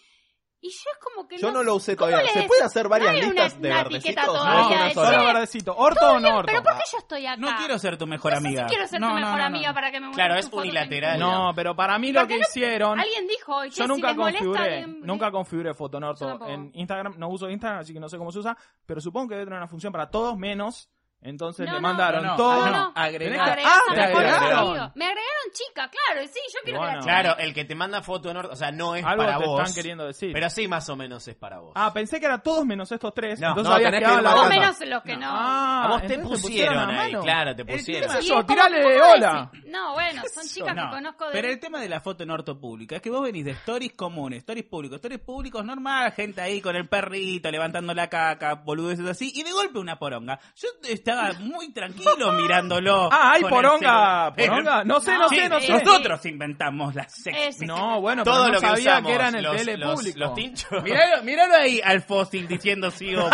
Speaker 17: Y yo es como que
Speaker 15: Yo no lo usé
Speaker 17: ¿Cómo
Speaker 15: todavía.
Speaker 17: les
Speaker 15: ¿Se
Speaker 17: des-
Speaker 15: puede hacer varias
Speaker 17: no hay
Speaker 15: listas
Speaker 17: una-
Speaker 15: de
Speaker 17: una
Speaker 15: verdecitos?
Speaker 17: etiqueta
Speaker 15: No,
Speaker 17: todavía
Speaker 15: una
Speaker 17: de
Speaker 15: sola.
Speaker 17: che,
Speaker 11: verdecito, orto
Speaker 17: todo
Speaker 11: o no
Speaker 17: bien,
Speaker 11: orto.
Speaker 17: Pero ¿por qué yo estoy acá?
Speaker 14: No quiero ser tu mejor amiga.
Speaker 17: quiero ser tu mejor amiga para que me muestres
Speaker 14: Claro,
Speaker 17: tus
Speaker 14: es
Speaker 17: fotos en
Speaker 14: unilateral.
Speaker 17: culo.
Speaker 11: No, pero para mí lo que hicieron.
Speaker 17: Alguien dijo hoy que
Speaker 11: Yo
Speaker 17: si
Speaker 11: nunca
Speaker 17: les molesta,
Speaker 11: configuré,
Speaker 17: den-
Speaker 11: nunca configuré
Speaker 17: Yo
Speaker 11: Fotonorto
Speaker 17: tampoco.
Speaker 11: en Instagram, no uso Instagram, así que no sé cómo se usa, pero supongo que debe tener una función para todos menos, entonces
Speaker 17: No, no.
Speaker 11: le mandaron
Speaker 14: No, no,
Speaker 11: todo.
Speaker 14: no, no.
Speaker 11: Tenés
Speaker 14: Agregar.
Speaker 11: que-
Speaker 14: Agregar.
Speaker 11: Ah,
Speaker 17: Me
Speaker 11: te agregaron.
Speaker 17: agregaron, me agregaron chica, claro, y sí, yo quiero que la chica-
Speaker 2: Claro, el que te manda foto en orden, o sea, no es
Speaker 11: Algo
Speaker 2: para
Speaker 11: te
Speaker 2: vos.
Speaker 11: están queriendo decir.
Speaker 2: Pero sí, más o menos es para vos.
Speaker 11: Ah, pensé que era todos menos estos tres,
Speaker 2: No,
Speaker 11: entonces
Speaker 2: no,
Speaker 11: habías
Speaker 2: tenés que
Speaker 11: quedado
Speaker 2: ir
Speaker 11: la
Speaker 2: más
Speaker 11: otra.
Speaker 17: menos los que no.
Speaker 11: Ah,
Speaker 2: a vos te
Speaker 11: entonces te
Speaker 2: pusieron,
Speaker 11: pusieron a
Speaker 2: ahí,
Speaker 11: mano.
Speaker 2: claro, te
Speaker 11: El
Speaker 2: pusieron.
Speaker 11: tema
Speaker 17: Y
Speaker 11: es
Speaker 17: es como,
Speaker 11: tirale
Speaker 17: ¿cómo
Speaker 11: de
Speaker 17: decís?
Speaker 11: hola.
Speaker 17: No, bueno, son chicas
Speaker 14: No,
Speaker 17: que conozco de...
Speaker 14: Pero el tema de la foto en orto pública es que vos venís de stories comunes, stories públicos, stories públicos normal, gente ahí con el perrito levantando la caca, boludeces así, y de golpe una poronga. Yo estaba muy tranquilo mirándolo.
Speaker 11: Ah, hay
Speaker 14: con el
Speaker 11: poronga,
Speaker 14: celular.
Speaker 11: poronga. No sé, no
Speaker 14: Sí,
Speaker 11: sé, no sé.
Speaker 14: Nosotros inventamos la
Speaker 17: Eh,
Speaker 14: sex.
Speaker 11: No, bueno, pero no sabía que era en el tele público.
Speaker 14: Miralo, miralo ahí al fósil diciendo sí, obvio.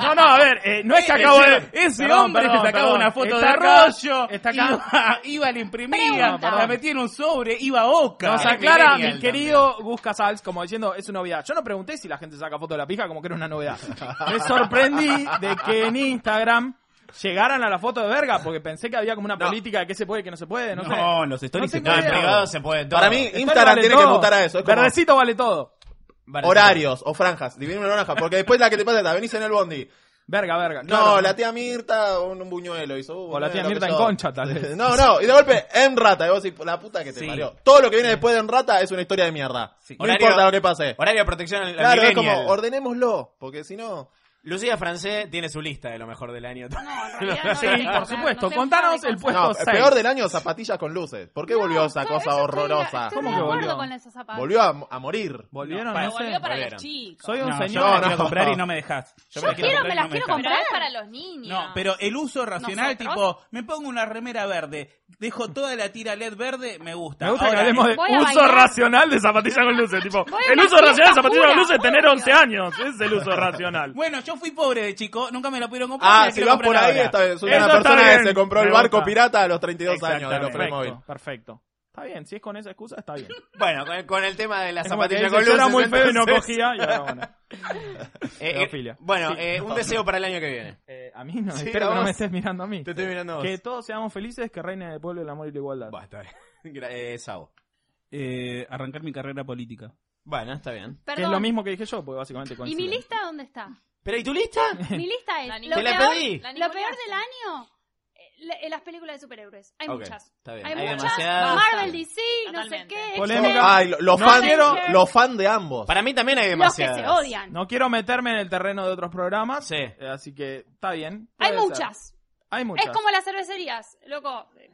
Speaker 14: No, no, a ver, eh,
Speaker 11: no es que acabo de-
Speaker 14: Ese
Speaker 11: Perdón,
Speaker 14: hombre
Speaker 11: perdón,
Speaker 14: que sacaba
Speaker 11: perdón.
Speaker 14: una foto
Speaker 11: Está
Speaker 14: de
Speaker 11: acá,
Speaker 14: rollo,
Speaker 11: está acá.
Speaker 14: Iba, iba, la imprimía,
Speaker 11: Pregunta.
Speaker 14: la metía en un sobre, iba a Oca.
Speaker 11: Nos aclara mi querido Gus Casals como diciendo, es una novedad. Yo no pregunté si la gente saca foto de la pija como que era una novedad. Me sorprendí de que en Instagram llegaran a la foto de verga porque pensé que había como una política de qué se puede y qué no se puede. No, sé.
Speaker 14: No, en los stories se
Speaker 11: tengo
Speaker 14: puede.
Speaker 11: idea.
Speaker 14: En privado se puede todo.
Speaker 15: Para mí,
Speaker 11: Stories
Speaker 15: Instagram
Speaker 11: vale
Speaker 15: tiene que
Speaker 11: todo.
Speaker 15: votar a eso. Es como
Speaker 11: Verdecito vale todo.
Speaker 15: horarios o franjas. Divino una naranja. Porque después la que te pasa es la venís en el bondi.
Speaker 11: Verga, verga.
Speaker 15: No,
Speaker 11: claro.
Speaker 15: la tía Mirta un, un buñuelo hizo. uh,
Speaker 11: O la tía
Speaker 15: lo que
Speaker 11: Mirta en
Speaker 15: yo.
Speaker 11: concha, tal vez.
Speaker 15: No, no, y de golpe, en rata. Y vos decís, la puta que te
Speaker 2: Sí.
Speaker 15: parió. Todo lo que viene después de en rata es una historia de mierda. No
Speaker 2: Horario-
Speaker 15: importa lo que pase.
Speaker 2: Horario de protección al, al
Speaker 15: Claro, es
Speaker 2: millennial.
Speaker 15: como, ordenémoslo, porque si no...
Speaker 2: Lucía Francé tiene su lista de lo mejor del año.
Speaker 11: Sí, por supuesto. Contanos el puesto
Speaker 15: No, el
Speaker 11: seis.
Speaker 15: peor del año, zapatillas con luces. ¿Por qué volvió esa cosa horrorosa?
Speaker 11: estoy ¿Cómo de que acuerdo volvió? con
Speaker 17: esos zapatos.
Speaker 15: Volvió a, a morir.
Speaker 11: ¿Volvieron
Speaker 15: No,
Speaker 11: a ese?
Speaker 15: volvió para
Speaker 14: los Volvieron.
Speaker 17: chicos.
Speaker 11: Soy un
Speaker 14: No,
Speaker 11: señor.
Speaker 14: yo me las quiero comprar y no me dejas.
Speaker 11: Yo
Speaker 14: me las
Speaker 11: quiero,
Speaker 14: comprar y
Speaker 11: me
Speaker 14: no
Speaker 11: las quiero
Speaker 14: dejas.
Speaker 11: comprar.
Speaker 13: es para los niños.
Speaker 14: No, pero el uso racional,
Speaker 13: ¿Nosotros?
Speaker 14: tipo, me pongo una remera verde, dejo toda la tira LED verde, me gusta.
Speaker 11: Me gusta que
Speaker 14: Ahora,
Speaker 11: hablemos de
Speaker 14: voy a
Speaker 11: uso
Speaker 14: bailar.
Speaker 11: racional de zapatillas con luces. Tipo,
Speaker 14: Voy a
Speaker 11: el
Speaker 14: una
Speaker 11: uso racional
Speaker 14: fiesta
Speaker 11: de zapatillas con
Speaker 14: pura,
Speaker 11: luces es tener 11 años. Ese es el uso racional.
Speaker 14: Bueno, yo fui pobre de chico, nunca me lo pudieron comprar.
Speaker 15: Ah,
Speaker 14: me
Speaker 15: si
Speaker 14: quiero
Speaker 15: vas
Speaker 14: comprar
Speaker 15: por ahí,
Speaker 14: ahora.
Speaker 15: está bien. Soy una persona que se compró el barco pirata a los 32 años de los
Speaker 11: Exactamente.
Speaker 15: Playmobil.
Speaker 11: Perfecto. Está bien, si es con esa excusa, está bien.
Speaker 2: Bueno, con, con el tema de las
Speaker 11: Es como que
Speaker 2: zapatillas
Speaker 11: dice,
Speaker 2: con
Speaker 11: yo
Speaker 2: luces.
Speaker 11: era muy feo y no
Speaker 2: entonces-
Speaker 11: cogía, y ahora bueno.
Speaker 2: Eh, eh,
Speaker 11: Pedofilia.
Speaker 2: bueno,
Speaker 11: Sí.
Speaker 2: eh, un deseo para el año que viene.
Speaker 11: a mí No,
Speaker 2: Sí,
Speaker 11: espero
Speaker 2: a
Speaker 11: que no me
Speaker 2: vos.
Speaker 11: estés mirando a mí.
Speaker 2: Te estoy mirando a vos.
Speaker 11: Que todos seamos felices, que reine en el pueblo el amor y la igualdad.
Speaker 2: Basta. Gra- eh, Sabo.
Speaker 14: Eh, arrancar mi carrera política.
Speaker 2: Bueno, está bien.
Speaker 11: Que es lo mismo que dije yo, porque básicamente
Speaker 17: ¿Y mi
Speaker 11: coincide.
Speaker 17: lista dónde está?
Speaker 2: ¿Pero y tu lista?
Speaker 17: Mi lista es.
Speaker 11: Te
Speaker 17: lo
Speaker 11: la
Speaker 17: peor,
Speaker 11: pedí.
Speaker 17: lo peor del año. eh, le- Las películas de superhéroes. Hay
Speaker 15: Ok,
Speaker 17: muchas.
Speaker 15: está bien.
Speaker 17: Hay,
Speaker 15: Hay
Speaker 17: muchas.
Speaker 15: demasiadas.
Speaker 17: Marvel, DC, no sé qué. X-Men.
Speaker 15: Ay, lo- los
Speaker 11: No
Speaker 15: fans
Speaker 11: quiero-
Speaker 15: los fan de ambos.
Speaker 2: Para mí también hay
Speaker 17: Los que demasiadas. se odian.
Speaker 11: No quiero meterme en el terreno de otros programas. eh, Así que está bien. puede
Speaker 17: Hay
Speaker 11: ser.
Speaker 17: muchas.
Speaker 11: Hay muchas. Mm.
Speaker 17: Es como las cervecerías, loco. eh,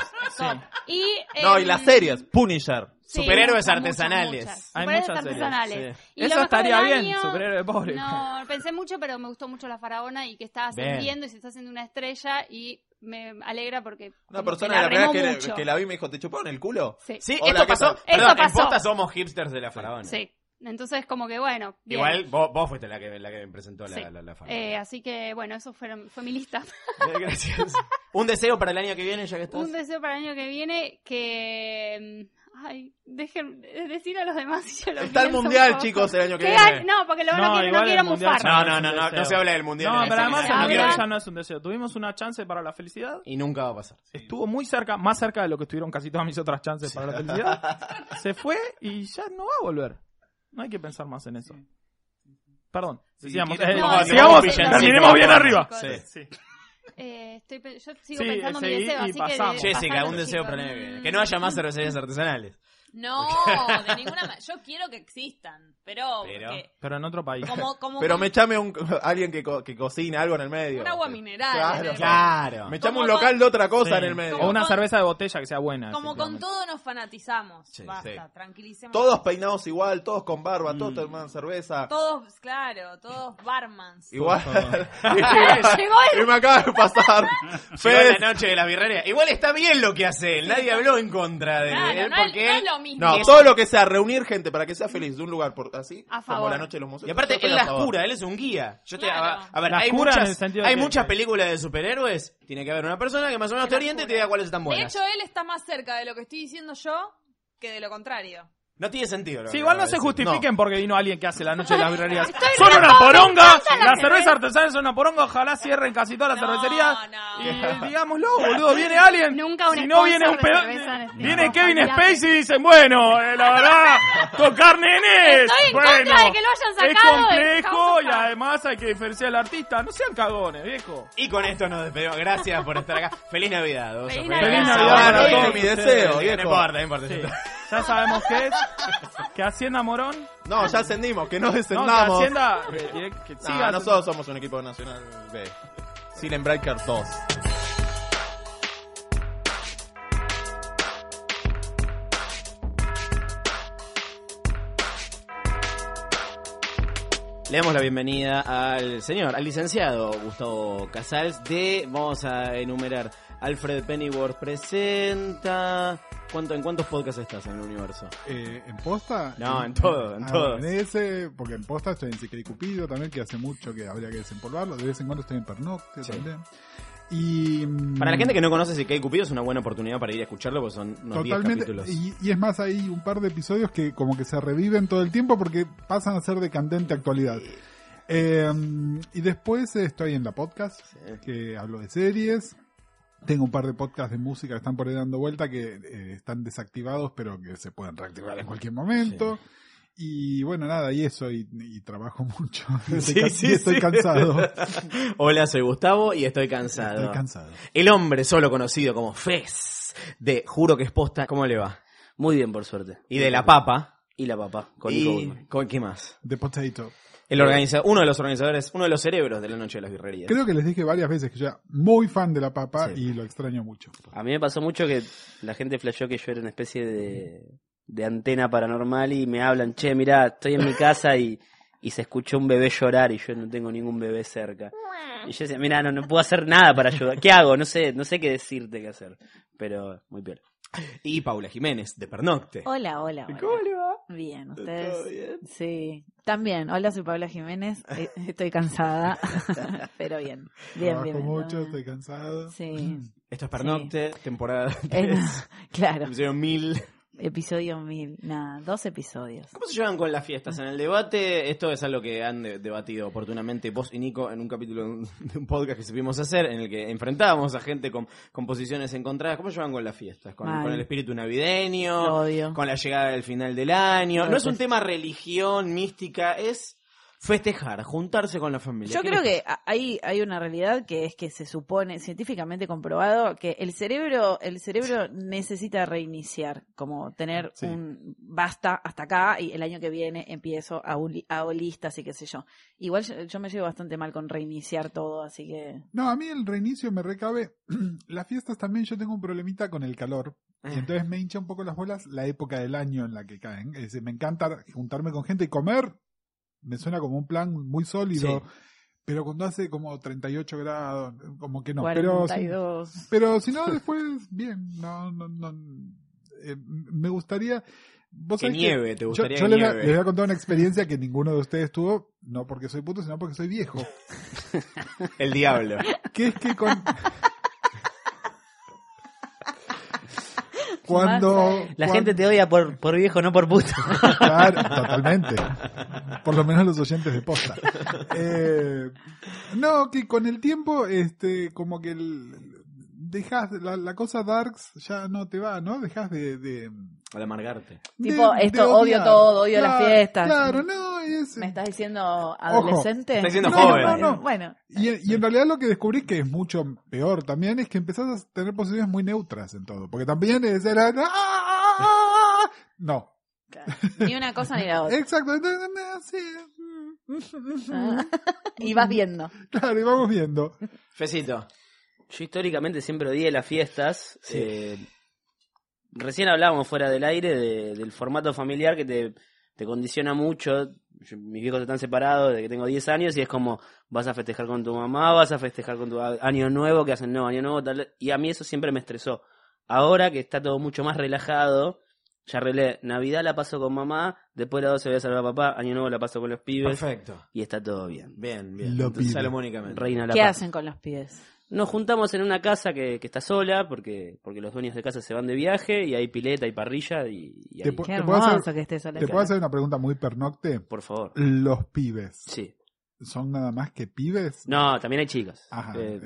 Speaker 17: Bajemos. Stop. Y,
Speaker 15: No,
Speaker 17: em,
Speaker 15: y las series, Punisher.
Speaker 17: Sí, Superhéroes muchas, artesanales. muchas.
Speaker 11: Hay
Speaker 17: Superhéroes
Speaker 11: muchas series.
Speaker 17: artesanales.
Speaker 11: sí.
Speaker 17: Y lo
Speaker 11: Eso
Speaker 17: mejor
Speaker 11: estaría
Speaker 17: del
Speaker 11: bien,
Speaker 17: año-
Speaker 11: superhéroe pobre.
Speaker 17: No, pensé mucho, pero me gustó mucho la faraona y que está
Speaker 15: Bien.
Speaker 17: ascendiendo y se está haciendo una estrella y me alegra porque
Speaker 15: Una
Speaker 17: como que
Speaker 15: persona de la
Speaker 17: remó
Speaker 15: primera que,
Speaker 17: mucho.
Speaker 15: que la vi me dijo, ¿te chuparon el culo?
Speaker 17: Sí.
Speaker 2: Sí,
Speaker 15: Hola,
Speaker 2: esto
Speaker 15: ¿qué
Speaker 2: pasó.
Speaker 15: tal?
Speaker 2: Perdón,
Speaker 17: Esto
Speaker 2: en
Speaker 17: pasó.
Speaker 2: posta somos hipsters de la faraona.
Speaker 17: Sí. Entonces, como que bueno. bien.
Speaker 2: Igual vos, vos fuiste la que, la que me presentó la,
Speaker 17: Sí.
Speaker 2: la, la fama.
Speaker 17: Eh, así que bueno, eso fueron- fue mi lista.
Speaker 2: Gracias. Un deseo para el año que viene, ya que estás.
Speaker 17: Un deseo para el año que viene que. mm, Ay, dejen eh, decir a los demás si yo lo
Speaker 15: Está el
Speaker 17: pienso un
Speaker 15: mundial,
Speaker 17: poco.
Speaker 15: chicos, el año que
Speaker 17: ¿Qué
Speaker 15: viene.
Speaker 17: hay? No, porque lo van a
Speaker 11: No,
Speaker 17: quiero, no
Speaker 11: igual
Speaker 17: quiero
Speaker 11: el mundial
Speaker 17: mufar.
Speaker 2: No,
Speaker 11: es
Speaker 2: no,
Speaker 11: un
Speaker 2: no, no,
Speaker 11: deseo.
Speaker 2: no se habla del mundial
Speaker 11: No,
Speaker 2: en
Speaker 11: pero
Speaker 2: esta
Speaker 11: además el
Speaker 2: mesa.
Speaker 11: mundial
Speaker 2: Ahora-
Speaker 11: ya no es un deseo. Tuvimos una chance para la felicidad.
Speaker 2: Y nunca va a pasar.
Speaker 11: Estuvo muy cerca, más cerca de lo que estuvieron casi todas mis otras chances para la felicidad. Se fue y ya no va a volver. No hay que pensar más en eso. Perdón. Decíamos,
Speaker 14: quieren-
Speaker 11: eh,
Speaker 14: No, no,
Speaker 11: sigamos,
Speaker 14: no, no,
Speaker 11: terminemos
Speaker 14: no,
Speaker 11: bien
Speaker 14: no,
Speaker 11: arriba.
Speaker 17: chicos.
Speaker 11: Sí.
Speaker 17: Eh, estoy pe- yo sigo
Speaker 11: Sí,
Speaker 17: pensando en mi
Speaker 11: seguí
Speaker 17: deseo,
Speaker 11: y
Speaker 17: así que.
Speaker 11: pasamos.
Speaker 17: de-
Speaker 2: Jessica,
Speaker 17: pasalo,
Speaker 2: un deseo
Speaker 17: chicos.
Speaker 2: para el año que viene. Que no haya más cervecerías artesanales.
Speaker 13: No, de ninguna manera. Yo quiero que existan, pero, porque-
Speaker 11: Pero en otro país.
Speaker 13: como, como
Speaker 15: Pero me echame un, alguien que, co- que cocina algo en el medio.
Speaker 13: un agua mineral.
Speaker 15: Claro,
Speaker 13: ¿entendés?
Speaker 15: Me echame un
Speaker 13: Como
Speaker 15: local de otra cosa
Speaker 11: Sí.
Speaker 15: en el medio.
Speaker 11: O una cerveza de botella que sea buena.
Speaker 13: Como con
Speaker 11: efectivamente.
Speaker 13: todo nos fanatizamos.
Speaker 15: Sí,
Speaker 13: Basta,
Speaker 15: sí.
Speaker 13: tranquilicemos.
Speaker 15: Todos peinados igual, todos con barba, todos toman cerveza.
Speaker 13: Todos, claro, todos barmans.
Speaker 15: Igual.
Speaker 13: Llegó el-
Speaker 15: y me acaba de pasar.
Speaker 2: Fue
Speaker 15: Fede.
Speaker 2: la noche de la birrería. Igual está bien lo que hace él. Nadie habló en contra de
Speaker 13: Claro,
Speaker 2: él.
Speaker 13: no es-
Speaker 2: porque
Speaker 13: no es
Speaker 2: él-
Speaker 13: lo mismo.
Speaker 15: No,
Speaker 2: Es-
Speaker 15: todo lo que sea reunir gente para que sea feliz de un lugar por, así,
Speaker 2: A
Speaker 15: como
Speaker 2: favor.
Speaker 15: la noche de los museos.
Speaker 2: Y aparte,
Speaker 15: Yo estoy
Speaker 2: él
Speaker 15: a
Speaker 2: las
Speaker 15: favor.
Speaker 2: cura, él es un guía. Yo te,
Speaker 15: Claro.
Speaker 2: a, a ver,
Speaker 15: Las
Speaker 2: hay
Speaker 15: cura en el
Speaker 2: muchas,
Speaker 15: sentido
Speaker 2: hay
Speaker 15: que-
Speaker 2: muchas películas de superhéroes. Tiene que haber una persona que más o menos te oriente y te diga cuáles están
Speaker 13: De
Speaker 2: buenas.
Speaker 13: hecho, él está más cerca de lo que estoy diciendo yo que de lo contrario.
Speaker 2: no tiene sentido. lo que
Speaker 11: Sí, igual no
Speaker 2: acabo de
Speaker 11: se
Speaker 2: decir.
Speaker 11: justifiquen porque vino alguien que hace la noche de las birrerías.
Speaker 2: Estoy
Speaker 11: Son
Speaker 2: re
Speaker 11: una poronga.
Speaker 2: contenta la
Speaker 11: Las
Speaker 2: que
Speaker 11: cervezas artesanales son una poronga. Ojalá cierren casi todas las cervecerías. Y digámoslo, boludo. Viene alguien.
Speaker 17: Nunca un
Speaker 11: si no viene un
Speaker 17: sponsor de
Speaker 11: pedo.
Speaker 17: cerveza en este
Speaker 11: Viene
Speaker 17: momento.
Speaker 11: Kevin
Speaker 17: Olvídate.
Speaker 11: Spacey y dicen, bueno, eh, la verdad, tocar nenes.
Speaker 17: Estoy en
Speaker 11: bueno,
Speaker 17: contra de que lo hayan sacado
Speaker 11: Es
Speaker 17: de
Speaker 11: complejo
Speaker 17: House
Speaker 11: y además hay que diferenciar al artista. No sean cagones, viejo.
Speaker 2: Y con esto nos despedimos. Gracias por estar acá. Feliz Navidad. oso.
Speaker 11: Feliz Navidad para
Speaker 2: Bueno,
Speaker 11: todos
Speaker 2: mi
Speaker 11: ustedes.
Speaker 2: deseo.
Speaker 11: Sí,
Speaker 2: No importa, no importa.
Speaker 11: Sí. Ya sabemos qué es. Que Hacienda Morón.
Speaker 15: No, ya ascendimos, que no
Speaker 11: No,
Speaker 15: descendamos.
Speaker 11: que Hacienda. eh, direct- que
Speaker 15: No,
Speaker 11: siga
Speaker 15: nosotros somos un equipo nacional B. Silent Breaker 2.
Speaker 2: Le damos la bienvenida al señor, al licenciado Gustavo Casals de, vamos a enumerar, Alfred Pennyworth presenta... ¿Cuánto, ¿En cuántos podcasts estás en el universo?
Speaker 18: Eh, ¿En posta?
Speaker 2: No, en todo, en
Speaker 18: Ah,
Speaker 2: todo.
Speaker 18: bueno, en ese, porque en posta estoy en Secret Cupido también, que hace mucho que habría que desempolvarlo. De vez en cuando estoy en Pernocte
Speaker 2: Sí.
Speaker 18: también. Y. mm,
Speaker 2: Para la gente que no conoce si hay Cupido es una buena oportunidad para ir a escucharlo porque son unos 10
Speaker 18: Totalmente.
Speaker 2: capítulos.
Speaker 18: Y, y es más, hay un par de episodios que como que se reviven todo el tiempo porque pasan a ser de candente actualidad. Eh, y después estoy en la podcast, que hablo de series. Tengo un par de podcasts de música que están por ahí dando vuelta que eh, están desactivados pero que se pueden reactivar en cualquier momento. Y bueno, nada, y eso, y, y trabajo mucho. Y estoy
Speaker 2: Sí,
Speaker 18: ca-
Speaker 2: sí,
Speaker 18: y estoy
Speaker 2: sí.
Speaker 18: cansado.
Speaker 2: Hola, soy Gustavo y estoy cansado.
Speaker 18: Estoy cansado.
Speaker 2: El hombre solo conocido como Fez de Juro que es posta. ¿Cómo le va?
Speaker 19: Muy bien, por suerte.
Speaker 2: Y de La Papa.
Speaker 19: Y la papá, con Nico
Speaker 2: ¿Y
Speaker 19: Goodman.
Speaker 2: con qué más?
Speaker 18: De Potato.
Speaker 2: El organiza uno de los organizadores, uno de los cerebros de la Noche de las Birrerías.
Speaker 18: Creo que les dije varias veces que yo era muy fan de la papa y lo extraño mucho.
Speaker 19: A mí me pasó mucho que la gente flasheó que yo era una especie de, de antena paranormal y me hablan, che, mirá, estoy en mi casa y, y se escuchó un bebé llorar y yo no tengo ningún bebé cerca.
Speaker 2: Ah.
Speaker 19: Y yo decía, mirá, no, no puedo hacer nada para ayudar. ¿Qué hago? No sé, no sé qué decirte qué hacer. Pero muy bien.
Speaker 2: Y Paula Jiménez, de Pernocte.
Speaker 20: Hola, hola. hola.
Speaker 2: ¿Cómo le va?
Speaker 20: Bien, ustedes. Sí, también. Hola, soy Paula Jiménez. Eh, Estoy cansada, pero bien. Bien,
Speaker 18: trabajo
Speaker 20: bien. bien.
Speaker 18: mucho, estoy cansado.
Speaker 20: Sí.
Speaker 2: Esto es Pernocte, temporada
Speaker 20: Eh,
Speaker 2: 3.
Speaker 20: claro.
Speaker 2: Episodio 1000.
Speaker 20: Episodio mil. Nada, dos episodios.
Speaker 2: ¿Cómo Pues se llevan con las fiestas? En el debate, esto es algo que han de- debatido oportunamente vos y Nico en un capítulo de un- de un podcast que supimos hacer, en el que enfrentábamos a gente con, con posiciones encontradas. ¿Cómo se llevan con las fiestas? Con,
Speaker 19: Mal.
Speaker 2: con el espíritu navideño, con la llegada del final del año.
Speaker 20: Lo
Speaker 2: No es un
Speaker 20: detesto.
Speaker 2: tema religión, mística, es festejar, juntarse con la familia.
Speaker 20: Yo
Speaker 2: ¿Qué
Speaker 20: creo
Speaker 2: les-
Speaker 20: que a- hay, hay una realidad que es que se supone, científicamente comprobado, que el cerebro, el cerebro necesita reiniciar, como tener un basta hasta acá y el año que viene empiezo a, un, li- a listas y qué sé yo. Igual yo, yo me llevo bastante mal con reiniciar todo, así que...
Speaker 18: No, a mí el reinicio me recabe. Las fiestas también yo tengo un problemita con el calor.
Speaker 20: Ah.
Speaker 18: Y entonces me hincha un poco las bolas la época del año en la que caen. Es decir, me encanta juntarme con gente y comer. Me suena como un plan muy sólido. Pero cuando hace como 38 grados, como que no. Pero, si-
Speaker 20: 42.
Speaker 18: pero si no, después, bien. No, no, no. Eh, me gustaría. Vos
Speaker 2: Que
Speaker 18: sabés
Speaker 2: nieve, te gustaría
Speaker 18: yo, yo
Speaker 2: que
Speaker 18: les voy a-
Speaker 2: nieve.
Speaker 18: Les voy a contar una experiencia que ninguno de ustedes tuvo, no porque soy puto, sino porque soy viejo.
Speaker 2: El diablo.
Speaker 18: Que es que con... Cuando...
Speaker 19: La
Speaker 18: cuan-
Speaker 19: gente te odia por, por viejo, no por puto.
Speaker 18: Claro, totalmente. Por lo menos los oyentes de posta. Eh, no, que con el tiempo, este, como que el, dejas la, la cosa darks ya no te va, ¿no? Dejas de, de
Speaker 2: Al amargarte.
Speaker 20: Tipo,
Speaker 18: de- de
Speaker 20: esto odio
Speaker 18: odiar.
Speaker 20: todo, odio
Speaker 18: Claro,
Speaker 20: las fiestas.
Speaker 18: Claro, no, es...
Speaker 20: ¿Me estás diciendo adolescente?
Speaker 18: Estás diciendo
Speaker 20: No,
Speaker 18: joven.
Speaker 20: no,
Speaker 18: No, no.
Speaker 20: Bueno,
Speaker 18: Y, en- y en realidad lo que descubrí que es mucho peor también es que empezás a tener posiciones muy neutras en todo. Porque también es... era- ¡Ah, ah, ah, ah! No.
Speaker 20: ni una cosa ni la otra.
Speaker 18: Exacto.
Speaker 20: Ah. Y vas viendo.
Speaker 18: Claro, y vamos viendo.
Speaker 19: Fecito. Yo históricamente siempre odié las fiestas.
Speaker 18: Sí.
Speaker 19: Eh, recién hablábamos fuera del aire de- del formato familiar que te, te condiciona mucho. Yo- mis viejos están separados desde que tengo 10 años y es como vas a festejar con tu mamá, vas a festejar con tu a- año nuevo, que hacen no, año nuevo, tal. Y a mí eso siempre me estresó. Ahora que está todo mucho más relajado, ya arreglé. Navidad la paso con mamá, después de la 12 voy a salvar a papá, año nuevo la paso con los pibes.
Speaker 2: Perfecto.
Speaker 19: Y está todo bien.
Speaker 2: Bien,
Speaker 19: bien.
Speaker 2: Lo Entonces, pido. salomónicamente.
Speaker 19: Reina la
Speaker 20: ¿Qué
Speaker 19: paz.
Speaker 20: hacen con los pies?
Speaker 19: Nos juntamos en una casa que, que está sola porque, porque los dueños de casa se van de viaje y hay pileta y parrilla y, y
Speaker 18: Te
Speaker 19: ahí-
Speaker 18: pu- te puedo hacer- ¿Te puedo hacer una pregunta muy pernocte?
Speaker 19: Por favor.
Speaker 18: Los pibes.
Speaker 19: Sí.
Speaker 18: ¿Son nada más que pibes?
Speaker 19: No, también hay chicas.
Speaker 18: Ajá.
Speaker 19: Eh,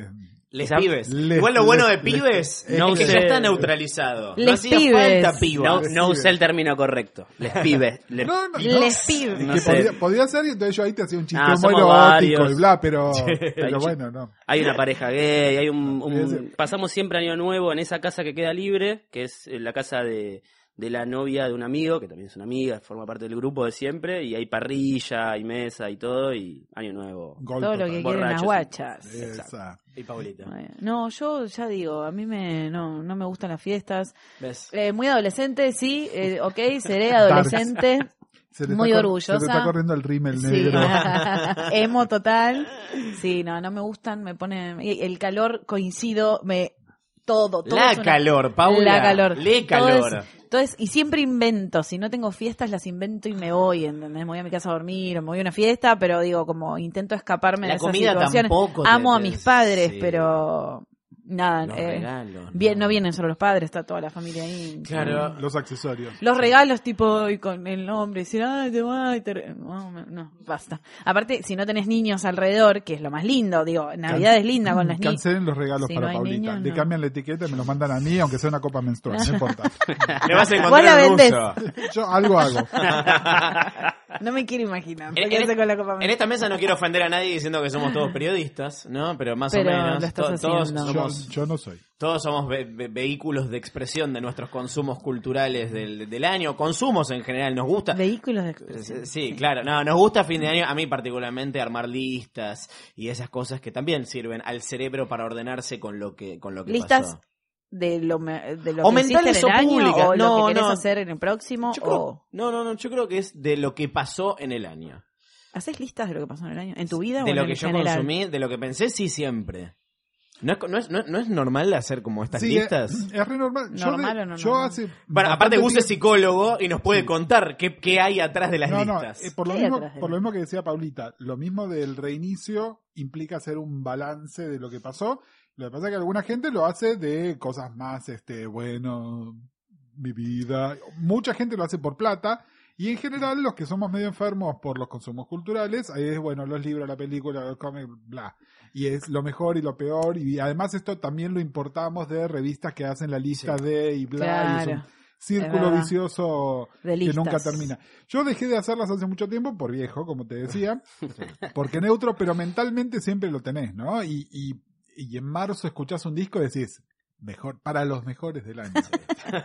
Speaker 2: Les
Speaker 19: ¿sab-
Speaker 2: pibes. Igual lo bueno de
Speaker 19: les-
Speaker 2: pibes
Speaker 19: no
Speaker 2: es que
Speaker 19: usé-
Speaker 2: ya está neutralizado. no
Speaker 19: Les
Speaker 2: hacía
Speaker 19: pibes.
Speaker 2: falta piba.
Speaker 19: No, no usé el término correcto. Les pibes. Les,
Speaker 18: No, no, no.
Speaker 19: les pibes.
Speaker 18: Que
Speaker 19: No sé.
Speaker 18: podía, podía ser y entonces yo ahí te hacía un chiste
Speaker 19: Ah,
Speaker 18: muy
Speaker 19: somos
Speaker 18: robótico
Speaker 19: varios.
Speaker 18: y bla, pero, pero
Speaker 19: Hay chi-
Speaker 18: bueno, no.
Speaker 19: Hay una pareja gay, hay un, un- pasamos siempre año nuevo en esa casa que queda libre, que es eh, la casa de, de la novia de un amigo, que también es una amiga, forma parte del grupo de siempre, y hay parrilla, hay mesa y todo, y año nuevo.
Speaker 20: Gol Todo lo total. que quieren las guachas.
Speaker 19: Exacto.
Speaker 2: Y Paulita.
Speaker 20: No, yo ya digo, a mí me, no, no me gustan las fiestas.
Speaker 2: ¿Ves?
Speaker 20: Eh, muy adolescente, sí, eh, ok, seré adolescente.
Speaker 18: Se te
Speaker 20: muy
Speaker 18: está cor-
Speaker 20: orgullosa.
Speaker 18: Se te está corriendo el rímel
Speaker 20: Sí.
Speaker 18: negro.
Speaker 20: Emo total. Sí, no, no me gustan, me pone y el calor coincido, me todo, todo
Speaker 2: La
Speaker 20: es una-
Speaker 2: calor, Paula.
Speaker 20: La calor.
Speaker 2: Le
Speaker 20: Todo es-
Speaker 2: calor.
Speaker 20: todo es- y siempre invento, si no tengo fiestas las invento y me voy, ¿entendés? Me voy a mi casa a dormir, o me voy a una fiesta, pero digo, como intento escaparme
Speaker 2: La
Speaker 20: de esas
Speaker 2: comida
Speaker 20: situaciones.
Speaker 2: tampoco te-
Speaker 20: Amo a
Speaker 2: te-
Speaker 20: mis padres,
Speaker 2: sí.
Speaker 20: pero nada,
Speaker 2: Los
Speaker 20: eh,
Speaker 2: regalos,
Speaker 20: bien, no vienen solo los padres, está toda la familia ahí.
Speaker 18: Claro. Mm, Los accesorios.
Speaker 20: Los regalos, tipo, y con el nombre, decir, ay, te va, y te re-". No, me- no, basta. Aparte, si no tenés niños alrededor, que es lo más lindo, digo, Navidad
Speaker 18: Can-
Speaker 20: es linda con las niñas.
Speaker 18: Cancelen los regalos
Speaker 20: Si
Speaker 18: para
Speaker 20: no hay
Speaker 18: Paulita.
Speaker 20: niños,
Speaker 18: Le
Speaker 20: no.
Speaker 18: cambian la etiqueta y me los mandan a mí, aunque sea una copa menstrual. No importa.
Speaker 2: Le vas a encontrar
Speaker 20: Vos la
Speaker 2: un
Speaker 20: vendés.
Speaker 2: uso.
Speaker 18: Yo algo hago.
Speaker 20: No me quiero imaginar.
Speaker 2: En,
Speaker 20: ¿Qué
Speaker 2: en-
Speaker 20: hace con la Copa
Speaker 2: en esta mesa no quiero ofender a nadie diciendo que somos todos periodistas, ¿no? Pero más
Speaker 20: Pero
Speaker 2: o menos.
Speaker 20: lo estás
Speaker 2: to- todos
Speaker 20: haciendo.
Speaker 2: somos.
Speaker 18: Yo, yo no soy.
Speaker 2: Todos somos ve- ve- vehículos de expresión de nuestros consumos culturales del, del año, consumos en general, nos gusta.
Speaker 20: Vehículos de
Speaker 2: expresión. Sí, claro, no, nos gusta a fin de año, a mí particularmente, armar listas y esas cosas que también sirven al cerebro para ordenarse con lo que, con lo que
Speaker 20: Listas
Speaker 2: pasó.
Speaker 20: de lo, me- de lo
Speaker 2: O
Speaker 20: que hiciste
Speaker 2: mentales
Speaker 20: en el
Speaker 2: o
Speaker 20: año,
Speaker 2: públicas.
Speaker 20: o lo
Speaker 2: No,
Speaker 20: que querés
Speaker 2: no.
Speaker 20: hacer en el próximo,
Speaker 2: Yo creo-
Speaker 20: o...
Speaker 2: No, no, no, yo creo que es de lo que pasó en el año.
Speaker 20: ¿Haces listas de lo que pasó en el año? ¿En tu vida o
Speaker 2: De
Speaker 20: en
Speaker 2: lo
Speaker 20: el
Speaker 2: que yo
Speaker 20: general?
Speaker 2: consumí, de lo que pensé, sí, siempre. No es, no es, no- no es normal hacer como estas
Speaker 18: Sí,
Speaker 2: listas.
Speaker 18: es, es re normal. Yo
Speaker 20: ¿Normal
Speaker 18: de-
Speaker 20: o no
Speaker 18: yo
Speaker 20: normal?
Speaker 18: hace
Speaker 2: Bueno, aparte Gus
Speaker 18: bastante
Speaker 2: es psicólogo y nos puede contar qué, qué hay atrás de las
Speaker 18: No, no,
Speaker 2: listas.
Speaker 18: eh, por, lo
Speaker 2: ¿Qué hay
Speaker 18: mismo,
Speaker 2: atrás de
Speaker 18: por
Speaker 2: la-
Speaker 18: lo mismo que decía Paulita, lo mismo del reinicio implica hacer un balance de lo que pasó. Lo que pasa es que alguna gente lo hace de cosas más, este, bueno, mi vida. Mucha gente lo hace por plata. Y en general, los que somos medio enfermos por los consumos culturales, ahí es, bueno, los libros, la película, los cómics, bla. Y es lo mejor y lo peor. Y además esto también lo importamos de revistas que hacen la lista de y bla. y es un
Speaker 20: Claro. Es
Speaker 18: círculo
Speaker 20: verdad.
Speaker 18: vicioso
Speaker 20: De
Speaker 18: que
Speaker 20: listas.
Speaker 18: nunca termina. Yo dejé de hacerlas hace mucho tiempo por viejo, como te decía, porque neutro, pero mentalmente siempre lo tenés, ¿no? Y, y, y en marzo escuchás un disco y decís, mejor, para los mejores del año.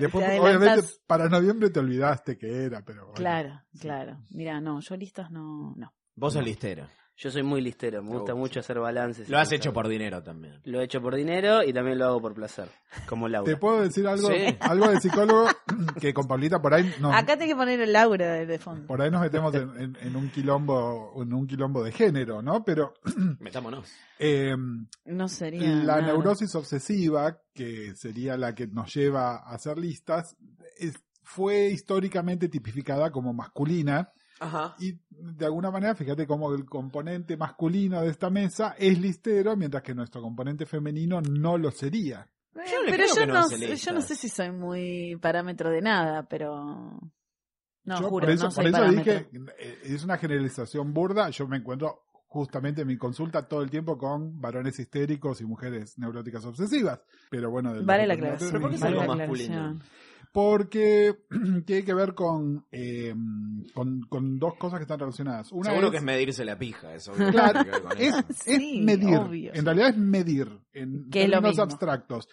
Speaker 18: Después,
Speaker 20: Te
Speaker 18: obviamente,
Speaker 20: adelantás.
Speaker 18: para noviembre te olvidaste que era, pero bueno.
Speaker 20: Claro, claro. Mira, no, yo listas no, no.
Speaker 2: Vos sos listero.
Speaker 19: Yo soy muy listero, me gusta mucho hacer balances.
Speaker 2: Lo has hecho por dinero también.
Speaker 19: Lo he hecho por dinero y también lo hago por placer, como Laura.
Speaker 18: Te puedo decir algo,
Speaker 19: Sí.
Speaker 18: algo de psicólogo que con Paulita por ahí no,
Speaker 20: Acá tenés que poner el Laura de, de fondo.
Speaker 18: por ahí nos metemos en, en- en un quilombo, en un quilombo de género, ¿no? Pero
Speaker 2: Metámonos.
Speaker 18: eh,
Speaker 20: No sería
Speaker 18: la
Speaker 20: nada.
Speaker 18: neurosis obsesiva, que sería la que nos lleva a hacer listas, es- fue históricamente tipificada como masculina.
Speaker 21: Ajá.
Speaker 18: Y de alguna manera, fíjate cómo el componente masculino de esta mesa es listero, mientras que nuestro componente femenino no lo sería.
Speaker 20: Eh, pero yo no, sé- yo no sé si soy muy parámetro de nada, pero. No,
Speaker 18: Yo
Speaker 20: juro,
Speaker 18: por eso,
Speaker 20: no
Speaker 18: por
Speaker 20: soy
Speaker 18: eso
Speaker 20: parámetro.
Speaker 18: dije, eh, es una generalización burda. Yo me encuentro justamente en mi consulta todo el tiempo con varones histéricos y mujeres neuróticas obsesivas. Pero bueno, del-
Speaker 20: Vale la
Speaker 18: del-
Speaker 20: aclaración,
Speaker 18: del-
Speaker 20: ¿Pero por qué es vale algo la masculino? aclaración.
Speaker 18: Porque tiene que ver con, eh, con, con dos cosas que están relacionadas. Una
Speaker 2: Seguro
Speaker 18: es-
Speaker 2: que es medirse la pija, eso.
Speaker 18: Claro,
Speaker 2: tiene que ver con
Speaker 18: es,
Speaker 2: eso.
Speaker 18: es
Speaker 20: Sí,
Speaker 18: medir.
Speaker 20: obvio.
Speaker 18: En realidad es medir. En
Speaker 20: Que es lo
Speaker 18: términos
Speaker 20: mismo.
Speaker 18: abstractos.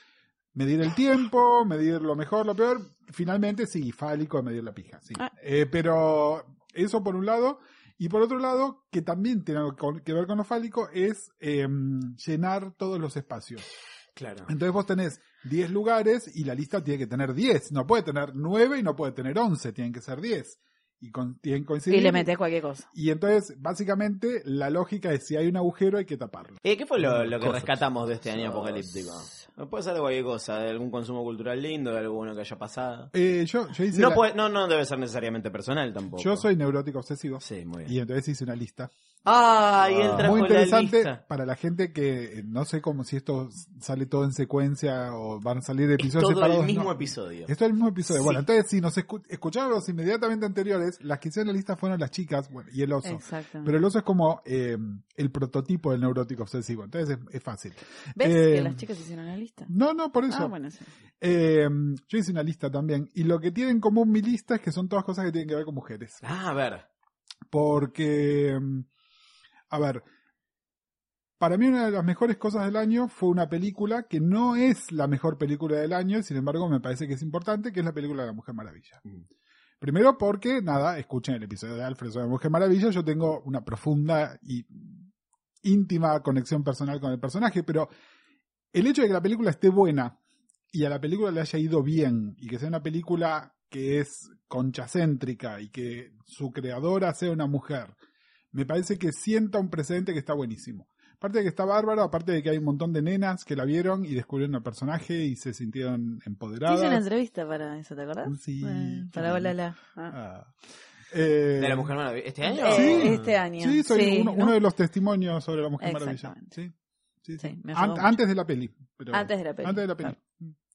Speaker 18: Medir el tiempo, medir lo mejor, lo peor. Finalmente, sí, fálico, medir la pija. sí.
Speaker 20: Ah.
Speaker 18: Eh, pero eso por un lado. Y por otro lado, que también tiene algo con- que ver con lo fálico, es eh, llenar todos los espacios.
Speaker 2: Claro.
Speaker 18: Entonces vos tenés 10 lugares y la lista tiene que tener 10. No puede tener 9 y no puede tener 11. Tienen que ser 10. Y con, tienen que coincidir.
Speaker 20: Y le metes cualquier cosa.
Speaker 18: Y entonces, básicamente, la lógica es si hay un agujero hay que taparlo.
Speaker 2: Eh, ¿Qué fue lo, lo que
Speaker 18: Cosas.
Speaker 2: rescatamos de este año apocalíptico? Puede ser de cualquier cosa, de algún consumo cultural lindo, de algo bueno que haya pasado.
Speaker 18: Eh, yo, yo hice
Speaker 2: No,
Speaker 18: la-
Speaker 2: puede- no, no debe ser necesariamente personal tampoco.
Speaker 18: yo soy neurótico obsesivo.
Speaker 2: Sí, muy bien.
Speaker 18: Y entonces hice una lista.
Speaker 2: Ah, y él trajo
Speaker 18: Muy
Speaker 2: la
Speaker 18: interesante
Speaker 2: lista.
Speaker 18: para la gente que eh, no sé cómo si esto sale todo en secuencia o van a salir episodios
Speaker 2: todo el
Speaker 18: separados.
Speaker 2: mismo
Speaker 18: no.
Speaker 2: episodio.
Speaker 18: Esto es el mismo episodio.
Speaker 2: Sí.
Speaker 18: Bueno, entonces si nos escu- escucharon los inmediatamente anteriores, las que hicieron la lista fueron las chicas bueno, y el oso.
Speaker 20: Exactamente.
Speaker 18: Pero el oso es como eh, el prototipo del neurótico obsesivo. Entonces es, es fácil.
Speaker 20: ¿Ves
Speaker 18: Eh,
Speaker 20: que las chicas hicieron la lista?
Speaker 18: No, no, por eso.
Speaker 20: Ah, bueno, sí.
Speaker 18: Eh, yo hice una lista también. Y lo que tiene en común mi lista es que son todas cosas que tienen que ver con mujeres.
Speaker 2: Ah, a ver.
Speaker 18: Porque, mm, a ver, para mí una de las mejores cosas del año fue una película que no es la mejor película del año, sin embargo me parece que es importante, que es la película de la Mujer Maravilla. Primero porque, nada, escuchen el episodio de Alfred sobre la Mujer Maravilla, yo tengo una profunda y íntima conexión personal con el personaje, pero el hecho de que la película esté buena y a la película le haya ido bien y que sea una película que es conchacéntrica y que su creadora sea una mujer, me parece que sienta un precedente que está buenísimo. Aparte de que está bárbaro, aparte de que hay un montón de nenas que la vieron y descubrieron al personaje y se sintieron
Speaker 20: Te hice una
Speaker 18: empoderadas. Uh,
Speaker 20: entrevista para eso, ¿te acordás?
Speaker 18: Sí.
Speaker 20: Eh, para Olala. Ah.
Speaker 18: Ah. Eh,
Speaker 2: De la Mujer Maravilla. ¿Este año?
Speaker 20: Eh,
Speaker 18: Sí.
Speaker 20: este año.
Speaker 18: Sí, soy
Speaker 20: Sí,
Speaker 18: uno,
Speaker 20: ¿no?
Speaker 18: uno de los testimonios sobre la Mujer Maravilla.
Speaker 20: Exactamente.
Speaker 18: Sí, sí, sí.
Speaker 20: me
Speaker 18: An-
Speaker 20: ayudó mucho.
Speaker 18: antes de la peli. pero-
Speaker 20: Antes de la peli,
Speaker 18: Antes de la peli.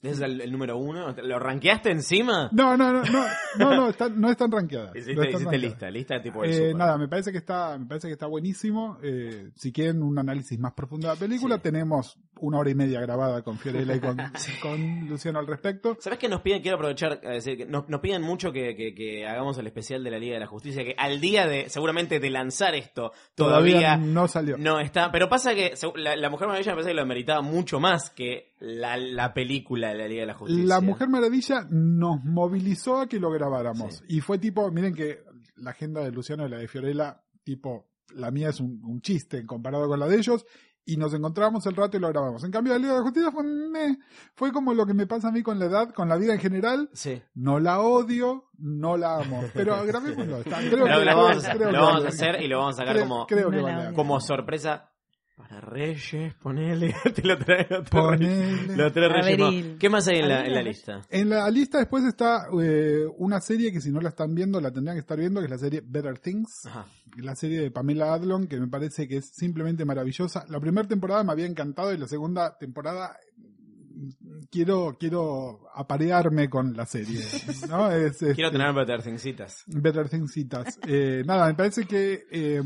Speaker 2: ¿Es el, el número uno? ¿Lo rankeaste encima?
Speaker 18: No, no, no, no, no, no, está- no están rankeadas.
Speaker 2: Hiciste,
Speaker 18: No están
Speaker 2: hiciste pues,
Speaker 18: rankeadas.
Speaker 2: lista, lista tipo el
Speaker 18: Eh,
Speaker 2: super.
Speaker 18: nada, me parece que está, me parece que está buenísimo. Eh, si quieren un análisis más profundo de la película, tenemos una hora y media grabada con Fiorella y con, con Luciano al respecto.
Speaker 2: ¿Sabes que nos piden? Quiero aprovechar a decir que nos, nos piden mucho que, que- que hagamos el especial de la Liga de la Justicia, que al día de, seguramente de lanzar esto, todavía,
Speaker 18: no salió.
Speaker 2: no está. Pero pasa que seg- la, la Mujer Maravilla me parece que lo meritaba mucho más que la, la película de la Liga de la Justicia.
Speaker 18: La Mujer Maravilla nos movilizó a que lo grabáramos. Y fue tipo, miren que la agenda de Luciano y la de Fiorella, tipo, la mía es un, un chiste comparado con la de ellos. Y nos encontramos el rato y lo grabamos. En cambio, la Liga de la Justicia fue, meh. fue como lo que me pasa a mí con la edad, con la vida en general. No la odio, no la amo. Pero grabémoslo. está- creo
Speaker 2: Lo-
Speaker 18: que-
Speaker 2: lo vamos a hacer,
Speaker 18: creo que
Speaker 2: lo vamos a
Speaker 18: vale.
Speaker 2: hacer y lo vamos a sacar
Speaker 18: Creo-
Speaker 2: como,
Speaker 18: creo que vale.
Speaker 2: como sorpresa. Para Reyes, ponele. Te lo trae, lo trae-
Speaker 18: Ponele.
Speaker 2: lo trae Reyes.
Speaker 18: Abril.
Speaker 2: ¿Qué más hay en la, en la
Speaker 18: Abril.
Speaker 2: lista?
Speaker 18: En la lista después está eh, una serie que si no la están viendo, la tendrían que estar viendo, que es la serie Better Things. La serie de Pamela Adlon, que me parece que es simplemente maravillosa. La primera temporada me había encantado y la segunda temporada mm, quiero, quiero aparearme con la serie. ¿no? Es, este,
Speaker 2: Quiero tener batercincitas.
Speaker 18: Better Things citas. Eh, nada, me parece que eh,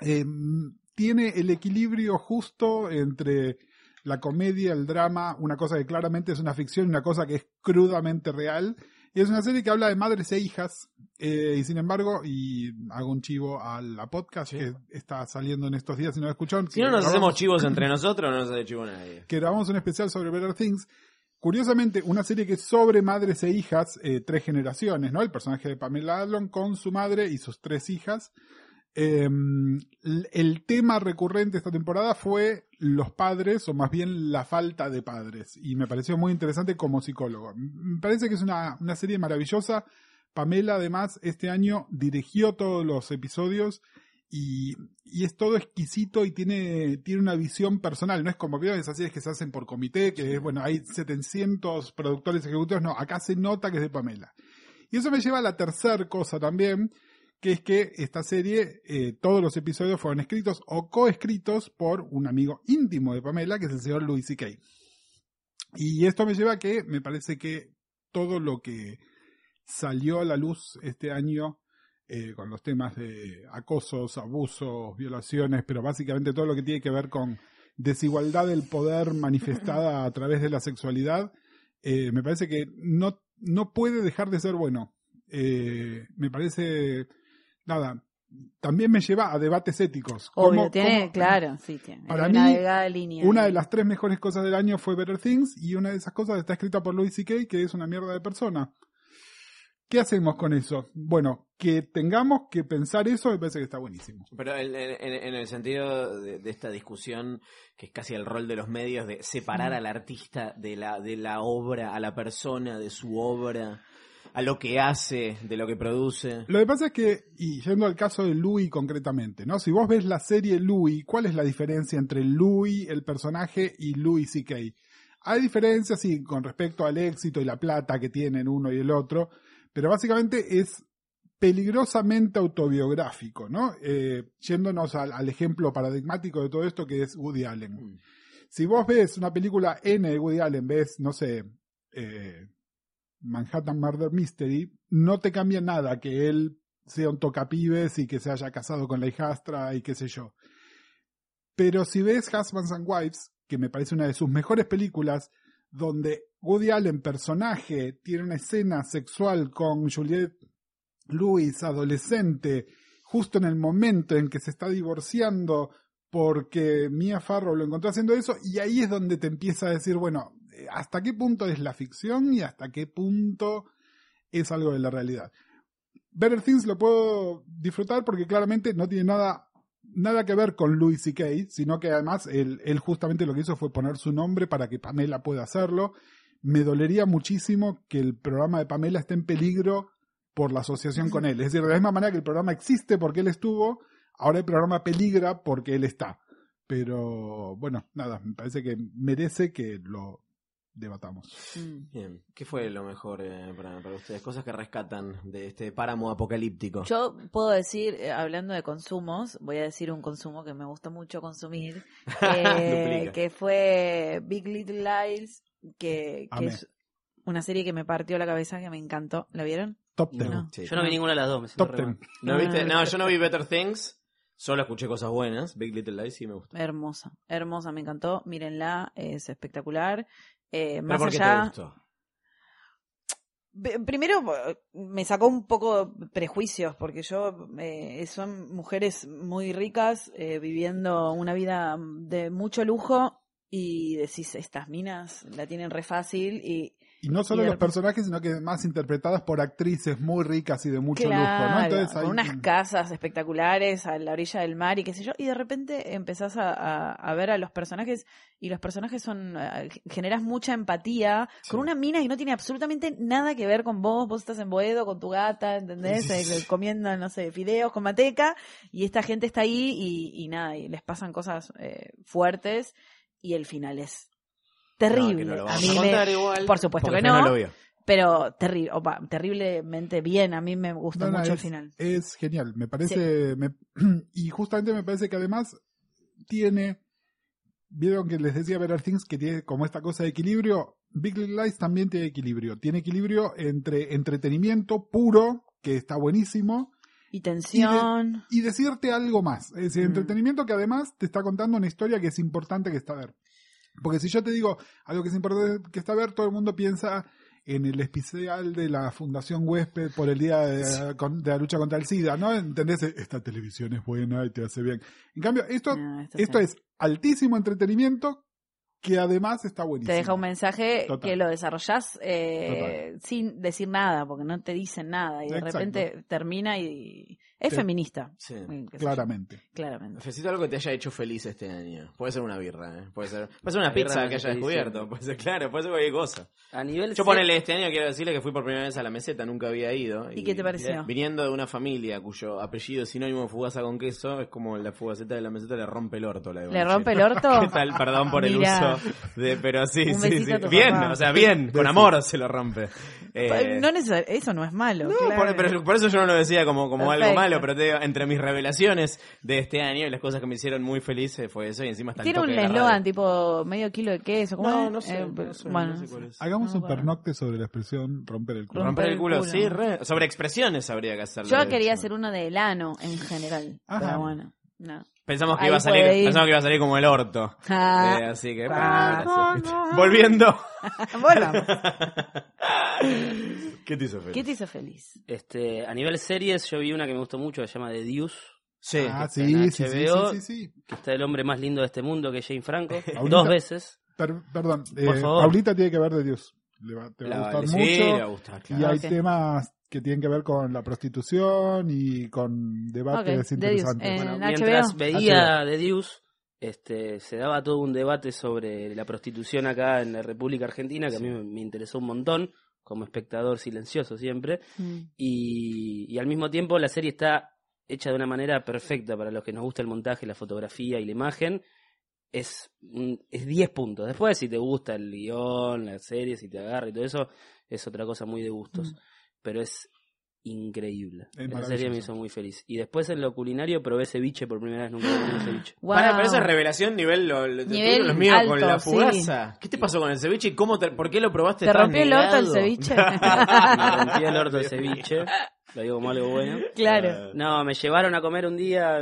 Speaker 18: eh, tiene el equilibrio justo entre la comedia, el drama, una cosa que claramente es una ficción y una cosa que es crudamente real. Y es una serie que habla de madres e hijas, eh, y sin embargo, y hago un chivo a la podcast que está saliendo en estos días, si no lo escucharon.
Speaker 2: Si no nos hacemos chivos entre nosotros, no nos hace chivo nadie.
Speaker 18: que grabamos un especial sobre Better Things. Curiosamente, una serie que es sobre madres e hijas, eh, tres generaciones, ¿no? El personaje de Pamela Adlon con su madre y sus tres hijas. Eh, l- el tema recurrente esta temporada fue los padres, o más bien la falta de padres. Y me pareció muy interesante como psicólogo. M- Me parece que es una, una serie maravillosa. Pamela, además, este año dirigió todos los episodios y, y es todo exquisito y tiene, tiene una visión personal. No es como videos así, es que se hacen por comité, que es, bueno, hay 700 productores ejecutivos. No, acá se nota que es de Pamela. Y eso me lleva a la tercera cosa también, que es que esta serie, eh, todos los episodios fueron escritos o coescritos por un amigo íntimo de Pamela, que es el señor Louis C.K. Y esto me lleva a que me parece que todo lo que salió a la luz este año eh, con los temas de acosos, abusos, violaciones, pero básicamente todo lo que tiene que ver con desigualdad del poder manifestada a través de la sexualidad, eh, me parece que no, no puede dejar de ser bueno. Eh, me parece, nada, también me lleva a debates éticos.
Speaker 20: Obvio,
Speaker 18: ¿Cómo-
Speaker 20: tiene,
Speaker 18: cómo-
Speaker 20: claro, sí, tiene
Speaker 18: para
Speaker 20: una
Speaker 18: mí,
Speaker 20: delgada línea.
Speaker 18: una de las tres mejores cosas del año fue Better Things y una de esas cosas está escrita por Louis C.K., que es una mierda de persona. ¿Qué hacemos con eso? Bueno, que tengamos que pensar eso me parece que está buenísimo.
Speaker 2: Pero en, en- en- en el sentido de, de esta discusión, que es casi el rol de los medios, de separar
Speaker 18: Mm.
Speaker 2: al artista de la, de la obra, a la persona, de su obra, a lo que hace, de lo que produce.
Speaker 18: Lo que pasa es que, y yendo al caso de Louis concretamente, ¿no? Si vos ves la serie Louis, ¿cuál es la diferencia entre Louis, el personaje, y Louis C.K.? Hay diferencias, sí, con respecto al éxito y la plata que tienen uno y el otro, pero básicamente es peligrosamente autobiográfico, ¿no? Eh, yéndonos al, al ejemplo paradigmático de todo esto que es Woody Allen. Si vos ves una película N de Woody Allen, ves, no sé, eh, Manhattan Murder Mystery, no te cambia nada que él sea un tocapibes y que se haya casado con la hijastra y qué sé yo. Pero si ves Husbands and Wives, que me parece una de sus mejores películas, donde Woody Allen, personaje, tiene una escena sexual con Juliette Lewis, adolescente, justo en el momento en que se está divorciando porque Mia Farrow lo encontró haciendo eso, y ahí es donde te empieza a decir, bueno, eh, ¿hasta qué punto es la ficción y hasta qué punto es algo de la realidad? Better Things lo puedo disfrutar porque claramente no tiene nada nada que ver con Louis C.K., sino que además él, él justamente lo que hizo fue poner su nombre para que Pamela pueda hacerlo. Me dolería muchísimo que el programa de Pamela esté en peligro por la asociación con él. Es decir, de la misma manera que el programa existe porque él estuvo, ahora el programa peligra porque él está. Pero bueno, nada, me parece que merece que lo debatamos.
Speaker 2: Bien, ¿qué fue lo mejor eh, para, para ustedes? Cosas que rescatan de este páramo apocalíptico.
Speaker 20: Yo puedo decir, eh, hablando de consumos, voy a decir un consumo que me gustó mucho consumir, eh,
Speaker 2: Duplica.
Speaker 20: que fue Big Little Lies, que, que
Speaker 19: Amé.
Speaker 20: es una serie que me partió la cabeza, que me encantó. ¿La vieron?
Speaker 18: Top
Speaker 20: ten.
Speaker 2: Sí.
Speaker 19: Yo no vi ninguna de las dos, me siento re mal.
Speaker 2: ¿No, viste? no, yo no vi Better Things, solo escuché cosas buenas. Big Little Lies sí me
Speaker 19: Eh,
Speaker 2: gustó.
Speaker 20: Hermosa, hermosa, me encantó. Mírenla, es espectacular. Eh,
Speaker 2: ¿Pero
Speaker 20: más
Speaker 2: por qué te
Speaker 20: allá.
Speaker 2: gustó?
Speaker 20: Be- Primero eh, me sacó un poco de prejuicios porque yo eh, son mujeres muy ricas eh, viviendo una vida de mucho lujo y decís estas minas la tienen re fácil y
Speaker 18: Y no solo
Speaker 20: Y
Speaker 18: los
Speaker 20: hermoso.
Speaker 18: personajes, sino que más interpretadas por actrices muy ricas y de mucho lujo, ¿no?
Speaker 20: claro,
Speaker 18: Entonces ahí-
Speaker 20: con unas casas espectaculares a la orilla del mar y qué sé yo y de repente empezás a, a- a ver a los personajes y los personajes son eh, generas mucha empatía con una mina que no tiene absolutamente nada que ver con vos vos estás en Boedo con tu gata ¿entendés?
Speaker 13: Sí, sí,
Speaker 20: Eh,
Speaker 13: sí.
Speaker 20: comiendo no sé fideos con mateca y esta gente está ahí y, y nada y les pasan cosas eh, fuertes y el final es terrible
Speaker 13: No, que no lo
Speaker 20: a
Speaker 13: vamos
Speaker 20: mí
Speaker 13: a
Speaker 20: me-
Speaker 13: contar igual,
Speaker 20: por supuesto
Speaker 13: porque
Speaker 20: que
Speaker 13: yo
Speaker 20: no,
Speaker 13: no lo vi.
Speaker 20: pero terrible opa, terriblemente bien a mí me gustó
Speaker 18: No, no,
Speaker 20: mucho el
Speaker 18: es-
Speaker 20: final
Speaker 18: Es genial, me parece. me- y justamente me parece que además tiene. Vieron que les decía Better Things que tiene como esta cosa de equilibrio. Big Little Lies también tiene equilibrio. Tiene equilibrio entre entretenimiento puro, que está buenísimo.
Speaker 20: Y tensión. Mm.
Speaker 18: Y, decirte algo más. Es decir, entretenimiento que además te está contando una historia que es importante que está a ver. Porque si yo te digo algo que es importante que está a ver, todo el mundo piensa en el especial de la Fundación Huésped por el día de, con- de la lucha contra el SIDA, ¿no? ¿Entendés? Esta televisión es buena y te hace bien. En cambio, esto, esto es altísimo entretenimiento que además está buenísimo.
Speaker 20: te deja un mensaje
Speaker 18: Total.
Speaker 20: que lo desarrollás eh, sin decir nada porque no te dicen nada y de
Speaker 18: Exacto.
Speaker 20: repente termina y Es
Speaker 2: Te-
Speaker 20: feminista.
Speaker 2: Sí.
Speaker 20: Mm, qué sé yo.
Speaker 18: Claramente.
Speaker 20: Claramente.
Speaker 2: Necesito algo que te haya hecho feliz este año. Puede ser una birra, ¿eh? Puede ser, puede ser una
Speaker 19: La birra
Speaker 2: pizza
Speaker 19: me
Speaker 2: que
Speaker 19: hace
Speaker 2: haya
Speaker 19: feliz,
Speaker 2: descubierto.
Speaker 19: sí.
Speaker 2: Puede ser, claro, puede ser cualquier cosa.
Speaker 19: A nivel
Speaker 2: Yo
Speaker 19: C-
Speaker 2: ponele este año, quiero decirle que fui por primera vez a la meseta, nunca había ido.
Speaker 20: ¿Y qué te pareció?
Speaker 2: Viniendo de una familia cuyo apellido es sinónimo de fugaza con queso, es como la fugaceta de la meseta le rompe el orto. La de
Speaker 20: ¿Le
Speaker 2: Bonchero.
Speaker 20: rompe el orto?
Speaker 2: ¿Qué tal? Perdón por
Speaker 20: Mirá.
Speaker 2: el uso. De, pero sí,
Speaker 20: Un
Speaker 2: sí,
Speaker 20: besito
Speaker 2: sí.
Speaker 20: a tu
Speaker 2: Bien,
Speaker 20: papá.
Speaker 2: o sea, bien, con amor se lo rompe. Eh,
Speaker 20: Pues, No necesar- eso no es malo.
Speaker 2: No,
Speaker 20: claro.
Speaker 2: por, pero por eso yo no lo decía como, como algo
Speaker 20: Perfecto.
Speaker 2: malo, pero te digo, entre mis revelaciones de este año y las cosas que me hicieron muy felices fue eso y encima está el
Speaker 20: Tiene
Speaker 2: toque
Speaker 20: un
Speaker 2: de la
Speaker 20: eslogan tipo medio kilo de queso. ¿cómo
Speaker 2: No,
Speaker 20: es?
Speaker 2: no sé,
Speaker 20: Eh,
Speaker 2: no sé,
Speaker 20: bueno,
Speaker 2: no sé cuál es.
Speaker 18: Hagamos un pernocte sobre la expresión romper el culo.
Speaker 2: radio. Romper el culo, sí, re. Sobre expresiones habría que hacerlo.
Speaker 20: Yo
Speaker 2: de
Speaker 20: quería
Speaker 2: hecho.
Speaker 20: hacer uno de helano en general. Pero bueno, no.
Speaker 2: Pensamos que,
Speaker 20: Ahí
Speaker 2: iba a salir,
Speaker 20: puede ir.
Speaker 2: pensamos que iba a salir como el orto.
Speaker 20: Ah.
Speaker 2: Eh, así que,
Speaker 20: Ah.
Speaker 2: bueno, ahora sí. Volviendo.
Speaker 20: Volvamos.
Speaker 2: ¿Qué te hizo
Speaker 20: ¿Qué te hizo feliz?
Speaker 19: Este, a nivel series, yo vi una que me gustó mucho, que se llama The Deuce.
Speaker 2: Sí.
Speaker 18: Ah,
Speaker 19: que está
Speaker 18: sí,
Speaker 19: en
Speaker 18: sí, sí,
Speaker 19: HBO,
Speaker 18: sí, sí,
Speaker 19: Que está el hombre más lindo de este mundo, que es Jane Franco.
Speaker 18: Paulita-
Speaker 19: dos veces.
Speaker 18: Per- perdón, eh,
Speaker 19: Por favor.
Speaker 18: Paulita tiene que ver de Dios. Le va, te va
Speaker 19: La-
Speaker 18: a gustar
Speaker 19: sí,
Speaker 18: mucho.
Speaker 19: le va a gustar, claro.
Speaker 18: Y hay
Speaker 19: Ok.
Speaker 18: temas que tienen que ver con la prostitución y con debates
Speaker 19: Ok, de Dios. eh,
Speaker 18: interesantes.
Speaker 19: Bueno, mientras veía The Deuce, este, se daba todo un debate sobre la prostitución acá en la República Argentina, que a mí me- me interesó un montón, como espectador silencioso siempre.
Speaker 20: Mm.
Speaker 19: Y, y al mismo tiempo la serie está hecha de una manera perfecta para los que nos gusta el montaje, la fotografía y la imagen. Es, mm, es 10 puntos. Después, si te gusta el guión, la serie, si te agarra y todo eso, es otra cosa muy de gustos.
Speaker 18: Mm.
Speaker 19: Pero es increíble. Esa
Speaker 2: maravilloso.
Speaker 19: serie me hizo muy feliz. Y después en lo culinario probé ceviche por primera vez, nunca había comido ceviche.
Speaker 2: Pará, pero esa es revelación nivel lo, lo-
Speaker 19: Nivel
Speaker 2: lo mío con
Speaker 19: alto,
Speaker 2: la
Speaker 19: sí.
Speaker 2: fugaza. ¿Qué te pasó con el ceviche y cómo te- por qué lo probaste
Speaker 20: ¿Te
Speaker 2: tan
Speaker 20: rompió el orto el
Speaker 2: negado?
Speaker 20: ceviche?
Speaker 19: me rompí el orto el ceviche. Lo digo como algo bueno.
Speaker 20: Claro.
Speaker 19: No, me llevaron a comer un día.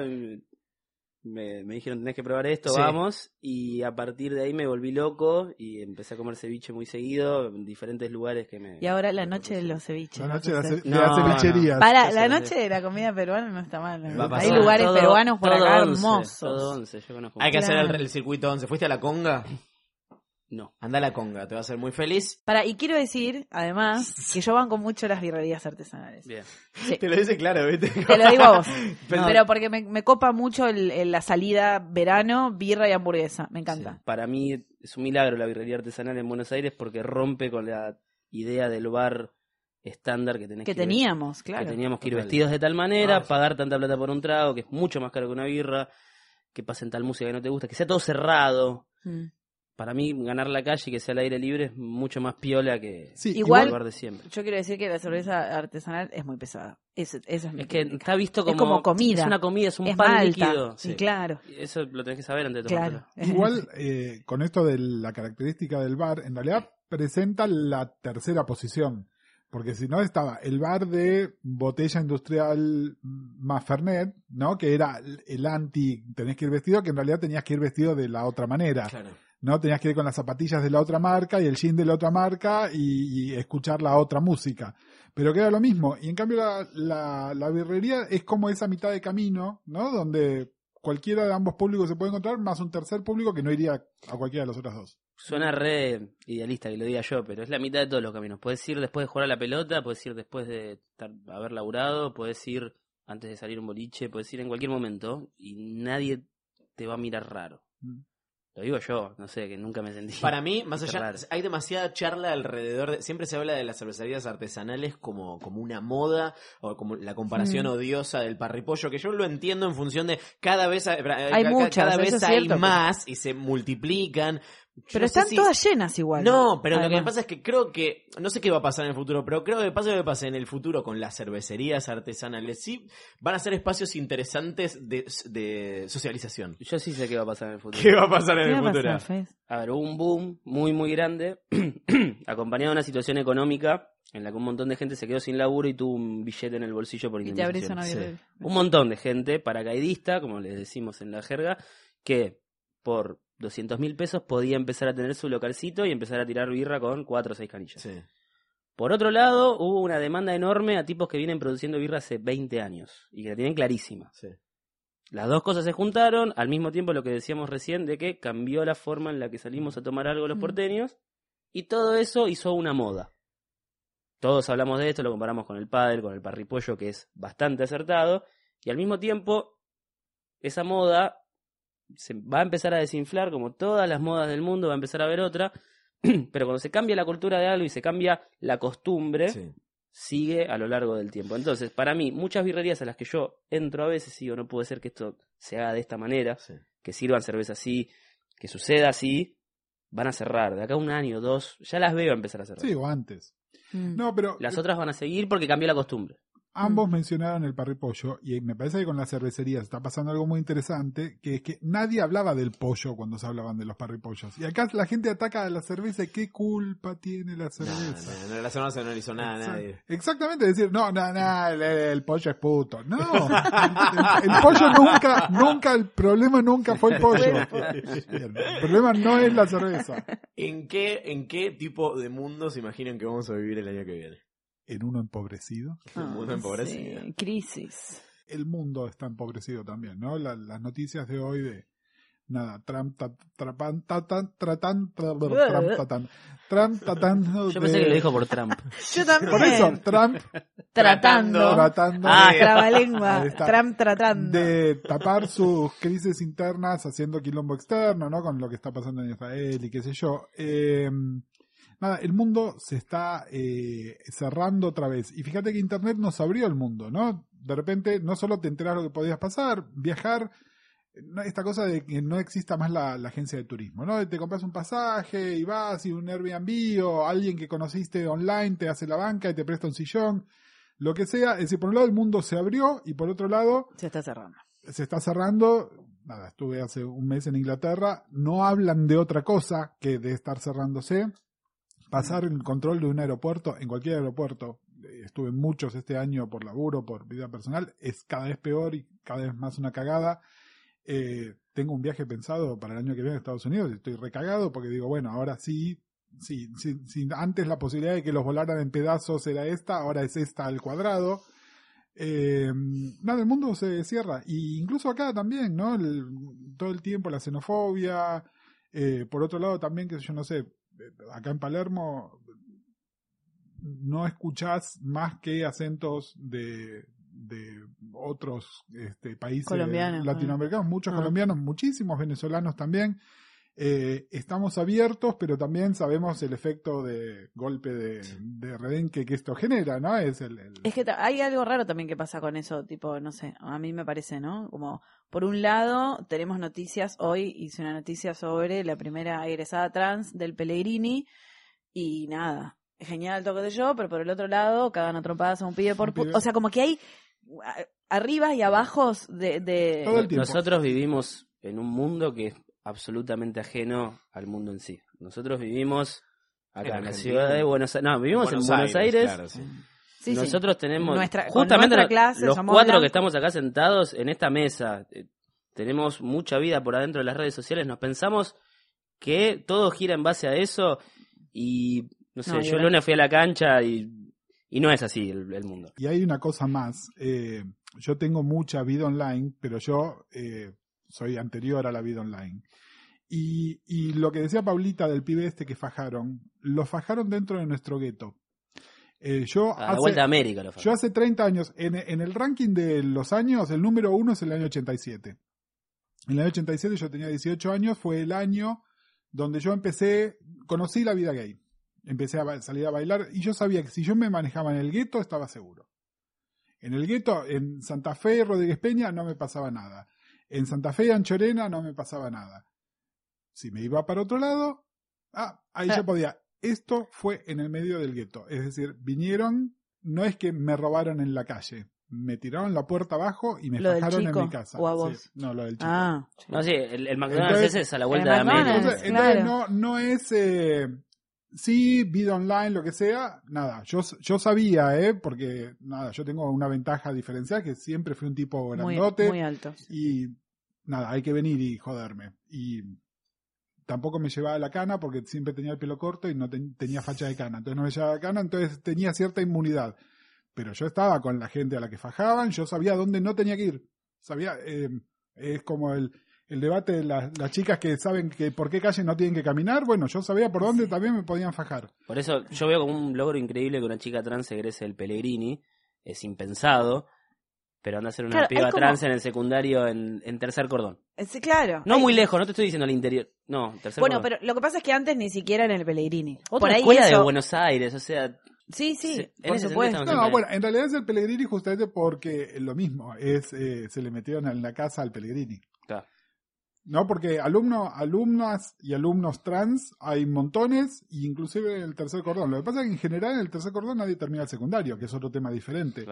Speaker 19: Me, me dijeron, tenés que probar esto,
Speaker 20: Sí.
Speaker 19: vamos. Y a partir de ahí me volví loco y empecé a comer ceviche muy seguido en diferentes lugares que me.
Speaker 20: Y ahora la noche de los ceviches.
Speaker 18: La
Speaker 20: ¿vas
Speaker 18: noche
Speaker 20: a
Speaker 18: de las
Speaker 20: hacer?
Speaker 18: ce- de las
Speaker 19: No, no.
Speaker 18: cevicherías.
Speaker 20: Para,
Speaker 19: Yo
Speaker 20: la
Speaker 19: sé,
Speaker 20: noche de la comida peruana no está mal.
Speaker 2: Va a
Speaker 20: Hay
Speaker 2: pasar.
Speaker 20: lugares
Speaker 2: Todo-
Speaker 20: peruanos por
Speaker 2: todo once,
Speaker 20: acá hermosos.
Speaker 2: todo
Speaker 19: once, yo conozco.
Speaker 2: Hay que hacer el,
Speaker 20: Claro.
Speaker 2: el circuito 11. ¿Fuiste a la conga?
Speaker 19: No.
Speaker 2: Anda a la conga, te va a hacer muy feliz.
Speaker 20: Para, y quiero decir, además, que yo banco mucho las birrerías artesanales.
Speaker 2: Bien.
Speaker 20: Sí.
Speaker 2: Te lo dice claro, ¿viste?
Speaker 20: Te lo digo a vos.
Speaker 2: Pero-
Speaker 20: No, Pero porque me, me copa mucho el- el- la salida verano, birra y hamburguesa. Me encanta.
Speaker 19: Para mí es un milagro la birrería artesanal en Buenos Aires porque rompe con la idea del bar estándar que tenés
Speaker 20: Que
Speaker 19: que ver.
Speaker 20: teníamos, claro.
Speaker 19: Que teníamos que ir
Speaker 20: Total.
Speaker 19: vestidos de tal manera,
Speaker 20: Ah, sí.
Speaker 19: pagar tanta plata por un trago, que es mucho más caro que una birra, que pasen tal música que no te gusta, que sea todo cerrado.
Speaker 20: Mm.
Speaker 19: Para mí, ganar la calle y que sea al aire libre es mucho más piola que
Speaker 20: igual,
Speaker 19: el bar de siempre.
Speaker 20: yo quiero decir que la cerveza artesanal es muy pesada. Eso, eso es, mi
Speaker 19: Es que
Speaker 20: crítica.
Speaker 19: está visto como,
Speaker 20: es como comida.
Speaker 19: Es una comida, es un
Speaker 20: Es
Speaker 19: pan
Speaker 20: malta.
Speaker 19: líquido.
Speaker 20: Y claro.
Speaker 19: Eso lo tenés que saber antes de tomártelo.
Speaker 20: Claro.
Speaker 18: Igual, eh, con esto de la característica del bar, en realidad presenta la tercera posición. Porque si no estaba el bar de botella industrial más Fernet, ¿no? Que era el- el anti, tenés que ir vestido, que en realidad tenías que ir vestido de la otra manera. ¿No? Tenías que ir con las zapatillas de la otra marca y el jean de la otra marca y, y escuchar la otra música. Pero que era lo mismo. Y en cambio la, la, la birrería es como esa mitad de camino, ¿no? Donde cualquiera de ambos públicos se puede encontrar, más un tercer público que no iría a cualquiera de las otras dos.
Speaker 19: Suena re idealista que lo diga yo, pero es la mitad de todos los caminos. Puedes ir después de jugar a la pelota, puedes ir después de estar- haber laburado, puedes ir antes de salir a un boliche, puedes ir en cualquier momento y nadie te va a mirar raro.
Speaker 18: Mm.
Speaker 19: Lo digo yo, no sé, que nunca me sentí.
Speaker 2: Para mí, más
Speaker 19: Qué
Speaker 2: allá,
Speaker 19: raro.
Speaker 2: hay demasiada charla alrededor de... Siempre se habla de las cervecerías artesanales como, como una moda o como la comparación
Speaker 20: Mm.
Speaker 2: odiosa del parripollo, que yo lo entiendo en función de cada vez hay,
Speaker 20: Hay muchas,
Speaker 2: cada
Speaker 20: eso es
Speaker 2: vez hay
Speaker 20: cierto, pero-
Speaker 2: más y se multiplican. Yo
Speaker 20: Pero
Speaker 2: no sé
Speaker 20: están
Speaker 2: si-
Speaker 20: todas llenas igual.
Speaker 2: No, pero lo que me
Speaker 20: Además.
Speaker 2: pasa es que creo que, no sé qué va a pasar en el futuro, pero creo que pasa lo que pasa en el futuro con las cervecerías artesanales. Sí, van a ser espacios interesantes de, de socialización.
Speaker 19: Yo sí sé qué va a pasar en el futuro.
Speaker 2: ¿Qué va a pasar en
Speaker 19: ¿Qué
Speaker 2: el
Speaker 19: va a
Speaker 2: futuro?
Speaker 19: pasar, A ver, hubo un boom muy, muy grande, acompañado de una situación económica en la que un montón de gente se quedó sin laburo y tuvo un billete en el bolsillo por
Speaker 20: Y te
Speaker 19: indemnización.
Speaker 20: abrís una birrería.
Speaker 19: Un montón de gente, paracaidista, como les decimos en la jerga, que por 200 mil pesos podía empezar a tener su localcito y empezar a tirar birra con cuatro o seis canillas. Por otro lado, hubo una demanda enorme a tipos que vienen produciendo birra hace 20 años y que la tienen clarísima. Las dos cosas se juntaron, al mismo tiempo lo que decíamos recién de que cambió la forma en la que salimos a tomar algo los
Speaker 20: Mm.
Speaker 19: porteños y todo eso hizo una moda. Todos hablamos de esto, lo comparamos con el pádel, con el parripollo que es bastante acertado Y al mismo tiempo, esa moda se va a empezar a desinflar, como todas las modas del mundo, va a empezar a haber otra. Pero cuando se cambia la cultura de algo y se cambia la costumbre, sigue a lo largo del tiempo. Entonces, para mí, muchas birrerías a las que yo entro a veces, y digo, no puede ser que esto se haga de esta manera, que sirvan cerveza así, que suceda así, van a cerrar. De acá a un año, dos, ya las veo empezar a cerrar.
Speaker 18: Sí, o antes. No, pero
Speaker 19: Las otras van a seguir porque cambió la costumbre.
Speaker 18: Ambos mencionaron el parripollo y me parece que con las cervecerías está pasando algo muy interesante, que es que nadie hablaba del pollo cuando se hablaban de los parripollos. Y acá la gente ataca a la cerveza y qué culpa tiene la cerveza.
Speaker 2: No, no, la zona no le hizo nada a nadie.
Speaker 18: Exactamente, decir, no, no, no, el, el pollo es puto. No, el, el pollo nunca, nunca, el problema nunca fue el pollo. El problema no es la cerveza.
Speaker 2: ¿En qué, ¿En qué tipo de mundo se imaginan que vamos a vivir el año que viene?
Speaker 18: En uno empobrecido.
Speaker 2: Un
Speaker 20: Ah,
Speaker 2: mundo empobrecido.
Speaker 20: Crisis.
Speaker 18: El mundo está empobrecido también, ¿no? La- las noticias de hoy de nada, Trump ta- trapan- ta- tan- tratan- tra- Trump tatan- Trump tratando
Speaker 19: Yo pensé
Speaker 18: de-
Speaker 19: que lo dijo por Trump.
Speaker 20: Yo también.
Speaker 18: Por eso, Trump
Speaker 20: Tratando.
Speaker 18: tratando
Speaker 20: Ah,
Speaker 18: de-
Speaker 20: trabalengua.
Speaker 18: Ahí está.
Speaker 20: Trump tratando.
Speaker 18: de tapar sus crisis internas haciendo quilombo externo, ¿no? Con lo que está pasando en Israel y qué sé yo. Eh, nada, el mundo se está eh, cerrando otra vez. Y fíjate que Internet nos abrió el mundo, ¿no? De repente no solo te enteras lo que podías pasar, viajar, no, esta cosa de que no exista más la, la agencia de turismo, ¿no? Te compras un pasaje y vas y un Airbnb o alguien que conociste online te hace la banca y te presta un sillón, lo que sea. Es decir, por un lado el mundo se abrió y por otro lado...
Speaker 20: Se está cerrando.
Speaker 18: Se está cerrando. Nada, estuve hace un mes en Inglaterra. No hablan de otra cosa que de estar cerrándose. Pasar el control de un aeropuerto, en cualquier aeropuerto, eh, estuve en muchos este año por laburo, por vida personal, es cada vez peor y cada vez más una cagada. Eh, tengo un viaje pensado para el año que viene a Estados Unidos y estoy recagado porque digo, bueno, ahora sí, sí, sí, sí, antes la posibilidad de que los volaran en pedazos era esta, ahora es esta al cuadrado. Eh, nada, el mundo se cierra. Y incluso acá también, ¿no? El- todo el tiempo la xenofobia. eh, por otro lado también, que yo no sé, eh, acá en Palermo no escuchás más que acentos de, de otros este, países
Speaker 20: Colombianos,
Speaker 18: latinoamericanos, muchos
Speaker 20: Ah.
Speaker 18: colombianos, muchísimos venezolanos también. Eh, estamos abiertos, pero también sabemos el efecto de golpe de, de redenque que esto genera, ¿no? Es el- el
Speaker 20: Es que ta- hay algo raro también que pasa con eso, tipo, no sé, a mí me parece, ¿no? Como, por un lado, tenemos noticias, hoy hice una noticia sobre la primera egresada trans del Pellegrini y nada, genial todo de yo, pero por el otro lado, cagan atropadas a un pibe por...
Speaker 19: Un
Speaker 20: pu-
Speaker 19: pibe.
Speaker 20: O sea, como que hay a- arribas y abajos de... de-
Speaker 19: Nosotros vivimos en un mundo que es absolutamente ajeno al mundo en sí. Nosotros vivimos
Speaker 2: En
Speaker 19: acá en la
Speaker 2: Argentina.
Speaker 19: ciudad de Buenos Aires. No, vivimos
Speaker 2: Buenos
Speaker 19: en Buenos
Speaker 2: Aires,
Speaker 19: Aires.
Speaker 2: claro, sí.
Speaker 20: Sí, sí.
Speaker 19: Nosotros tenemos
Speaker 20: Nuestra- con
Speaker 19: justamente
Speaker 20: nuestra
Speaker 19: lo-
Speaker 20: clase
Speaker 19: los
Speaker 20: somos
Speaker 19: cuatro
Speaker 20: blancos.
Speaker 19: que estamos acá sentados en esta mesa. eh, tenemos mucha vida por adentro de las redes sociales. Nos pensamos que todo gira en base a eso y no sé,
Speaker 18: No,
Speaker 19: yo
Speaker 18: yo-
Speaker 19: el lunes fui a la cancha y, y no es así el- el mundo.
Speaker 18: Y hay una cosa más. eh, yo tengo mucha vida online, pero yo eh, soy anterior a la vida online. Y, y lo que decía Paulita del pibe este que fajaron, lo fajaron dentro de nuestro gueto. Eh, yo
Speaker 19: A la vuelta a América lo fajaron.
Speaker 18: Yo hace 30 años, en, en el ranking de los años, el número uno es el año 87. En el año 87 yo tenía 18 años, fue el año donde yo empecé, conocí la vida gay. Empecé a ba- salir a bailar y yo sabía que si yo me manejaba en el gueto estaba seguro. En el gueto, en Santa Fe, Rodríguez Peña, no me pasaba nada. En Santa Fe, Anchorena, no me pasaba nada. Si me iba para otro lado, ah, ahí yo podía. Esto fue en el medio del gueto. Es decir, vinieron, no es que me robaron en la calle. Me tiraron la puerta abajo y me
Speaker 20: Lo del
Speaker 18: fajaron en
Speaker 20: chico,
Speaker 18: mi casa.
Speaker 20: o a
Speaker 18: Sí,
Speaker 20: vos.
Speaker 18: no, lo del chico.
Speaker 20: Ah.
Speaker 19: No, sí, el, el McDonald's ese es a la vuelta de América.
Speaker 18: Entonces, entonces no, no es. Eh, sí, vida online, lo que sea. Nada, yo, yo sabía, ¿eh? Porque, nada, yo tengo una ventaja diferencial que siempre fui un tipo
Speaker 20: Muy-
Speaker 18: grandote.
Speaker 20: muy alto.
Speaker 18: Y, nada, hay que venir y joderme. Y tampoco me llevaba la cana porque siempre tenía el pelo corto y no ten- tenía facha de cana. Entonces no me llevaba la cana, entonces tenía cierta inmunidad. Pero yo estaba con la gente a la que fajaban, yo sabía dónde no tenía que ir. Sabía, eh, es como el, el debate de las, las chicas que saben que por qué calle no tienen que caminar. Bueno, yo sabía por dónde también me podían fajar.
Speaker 19: Por eso yo veo como un logro increíble que una chica trans egrese del Pellegrini. Es impensado. Pero anda a ser una
Speaker 20: Claro,
Speaker 19: piba
Speaker 20: hay como-
Speaker 19: trans en el secundario en, en tercer cordón.
Speaker 20: Eh, Sí, claro.
Speaker 19: No
Speaker 20: Hay-
Speaker 19: muy lejos, no te estoy diciendo al interior. No, tercer
Speaker 20: Bueno,
Speaker 19: cordón.
Speaker 20: pero lo que pasa es que antes ni siquiera en el Pellegrini.
Speaker 19: Otra
Speaker 20: Por ahí
Speaker 19: escuela de
Speaker 20: eso-
Speaker 19: Buenos Aires, o sea.
Speaker 20: Sí, sí,
Speaker 19: se-
Speaker 20: por
Speaker 19: en ese sentido
Speaker 20: supuesto.
Speaker 19: estamos en
Speaker 18: No,
Speaker 19: Pellegrini.
Speaker 18: bueno, en realidad es el Pellegrini justamente porque lo mismo, es eh, se le metieron en la casa al Pellegrini. No, porque alumno, alumnas y alumnos trans hay montones, e inclusive en el tercer cordón. Lo que pasa es que en general en el tercer cordón nadie termina el secundario, que es otro tema diferente.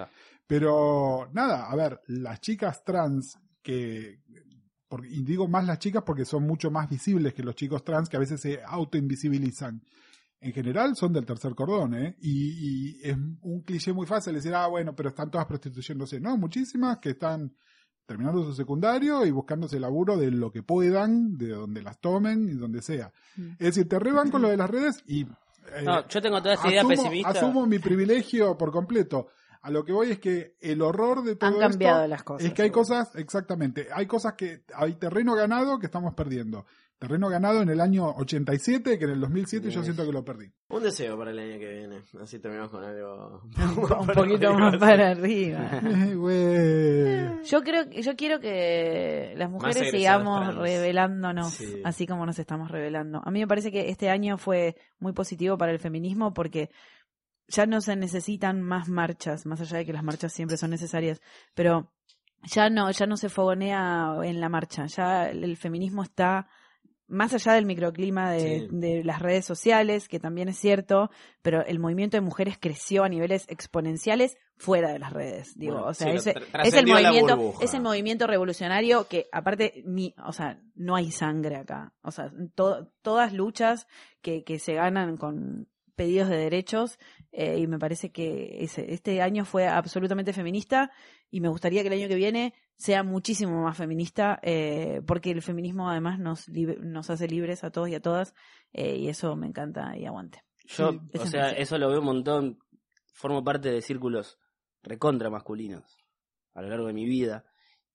Speaker 18: Pero nada, a ver, las chicas trans que porque- y digo más las chicas porque son mucho más visibles que los chicos trans que a veces se autoinvisibilizan. En general son del tercer cordón, ¿eh? Y, y es un cliché muy fácil decir, ah, bueno, pero están todas prostituyéndose. No, muchísimas que están terminando su secundario y buscándose laburo de lo que puedan, de donde las tomen y donde sea.
Speaker 20: Mm.
Speaker 18: Es decir, te reban con lo de las redes y... eh,
Speaker 19: No, yo tengo toda esta idea
Speaker 18: asumo-
Speaker 19: pesimista.
Speaker 18: Asumo mi privilegio por completo. A lo que voy es que el horror de todo
Speaker 20: Han cambiado
Speaker 18: esto
Speaker 20: las cosas,
Speaker 18: Es que hay cosas, exactamente, hay cosas que hay terreno ganado que estamos perdiendo. Terreno ganado en el año 87, que en el 2007 yo
Speaker 2: Yes.
Speaker 18: siento que lo perdí.
Speaker 2: Un deseo para el año que viene. Así terminamos con algo.
Speaker 20: Un poquito más para arriba.
Speaker 18: Eh, güey.
Speaker 20: Yo creo, yo quiero que las mujeres
Speaker 18: egresados
Speaker 20: sigamos
Speaker 18: trans.
Speaker 20: revelándonos,
Speaker 18: Sí.
Speaker 20: así como nos estamos revelando. A mí me parece que este año fue muy positivo para el feminismo porque ya no se necesitan más marchas, más allá de que las marchas siempre son necesarias, pero ya no, ya no se fogonea en la marcha, ya el el feminismo está más allá del microclima de,
Speaker 13: Sí.
Speaker 20: de las redes sociales, que también es cierto, pero el movimiento de mujeres creció a niveles exponenciales fuera de las redes. Digo,
Speaker 13: Bueno,
Speaker 20: o sea,
Speaker 13: sí, lo
Speaker 20: ese-
Speaker 13: tr-
Speaker 20: es el
Speaker 13: trascendió la
Speaker 20: movimiento,
Speaker 13: burbuja.
Speaker 20: es el movimiento revolucionario que aparte mi, o sea, no hay sangre acá. O sea, to- todas luchas que, que se ganan con pedidos de derechos eh, y me parece que ese- este año fue absolutamente feminista y me gustaría que el año que viene sea muchísimo más feminista eh, porque el feminismo además nos libe- nos hace libres a todos y a todas eh, y eso me encanta y aguante.
Speaker 19: Yo,
Speaker 20: Sí, ese
Speaker 19: o
Speaker 20: es
Speaker 19: sea,
Speaker 20: mi deseo.
Speaker 19: eso lo veo un montón. Formo parte de círculos recontra masculinos a lo largo de mi vida.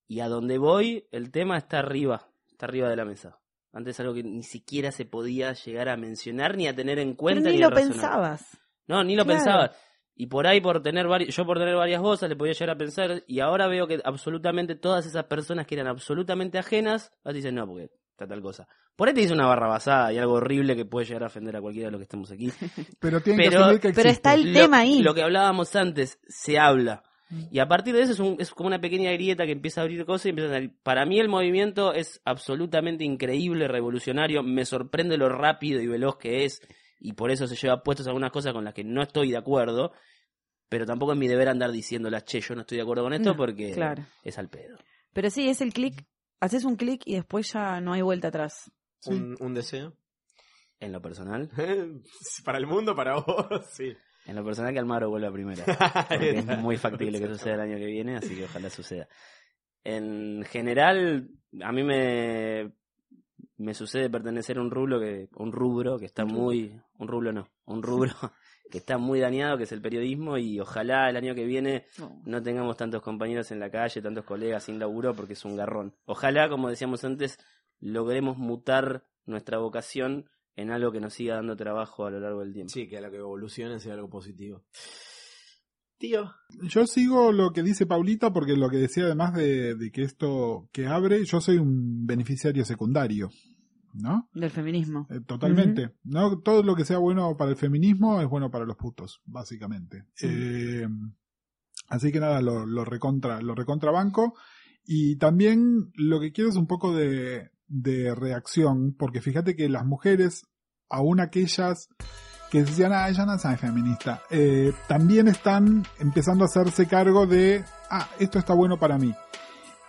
Speaker 19: Y a donde voy, el tema está arriba, está arriba de la mesa. Antes algo que ni siquiera se podía llegar a mencionar ni a tener en
Speaker 20: Pero
Speaker 19: cuenta.
Speaker 20: ni lo
Speaker 19: a razonar.
Speaker 20: pensabas.
Speaker 19: No, ni lo
Speaker 20: Claro.
Speaker 19: pensaba. Y por ahí, por tener vari- yo por tener varias cosas, le podía llegar a pensar. Y ahora veo que absolutamente todas esas personas que eran absolutamente ajenas, ahora te dicen, no, porque está tal cosa. Por ahí te dice una barrabasada y algo horrible que puede llegar a ofender a cualquiera de los que estamos aquí.
Speaker 18: Pero tienen que asumir que existe.
Speaker 19: lo- Lo que hablábamos antes, se habla. Y a partir de eso es, un- es como una pequeña grieta que empieza a abrir cosas y empiezan a salir. Para mí el movimiento es absolutamente increíble, revolucionario. Me sorprende lo rápido y veloz que es. Y por eso se lleva puestos algunas cosas con las que no estoy de acuerdo. Pero tampoco es mi deber andar diciéndolas, che, yo no estoy de acuerdo con esto
Speaker 20: No,
Speaker 19: porque
Speaker 20: claro.
Speaker 19: es al pedo.
Speaker 20: Pero sí, es el clic, haces un clic y después ya no hay vuelta atrás.
Speaker 2: ¿Un, un deseo?
Speaker 19: En lo personal.
Speaker 2: para el mundo, para vos, sí.
Speaker 19: En lo personal que Almagro vuelva primero. Porque es muy factible que suceda el año que viene, así que ojalá suceda. En general, a mí me, me sucede pertenecer a un rubro que, un rubro que está
Speaker 2: Un rubro.
Speaker 19: muy, un rubro no, un rubro que está muy dañado, que es el periodismo, y ojalá el año que viene
Speaker 20: No.
Speaker 19: no tengamos tantos compañeros en la calle, tantos colegas sin laburo, porque es un garrón. Ojalá, como decíamos antes, logremos mutar nuestra vocación en algo que nos siga dando trabajo a lo largo del tiempo.
Speaker 2: Sí, que a lo que evolucione sea algo positivo.
Speaker 18: Yo sigo lo que dice Paulita porque lo que decía además de, de que esto que abre, yo soy un beneficiario secundario, ¿no? Eh,
Speaker 20: Del feminismo.
Speaker 18: Totalmente. ¿no? Todo lo que sea bueno para el feminismo es bueno para los putos, básicamente. Eh, así que nada, lo, lo recontra, lo recontrabanco. Y también lo que quiero es un poco de, de reacción, porque fíjate que las mujeres, aún aquellas que decían, ah, ella no es feminista, eh, también están empezando a hacerse cargo de, ah, esto está bueno para mí.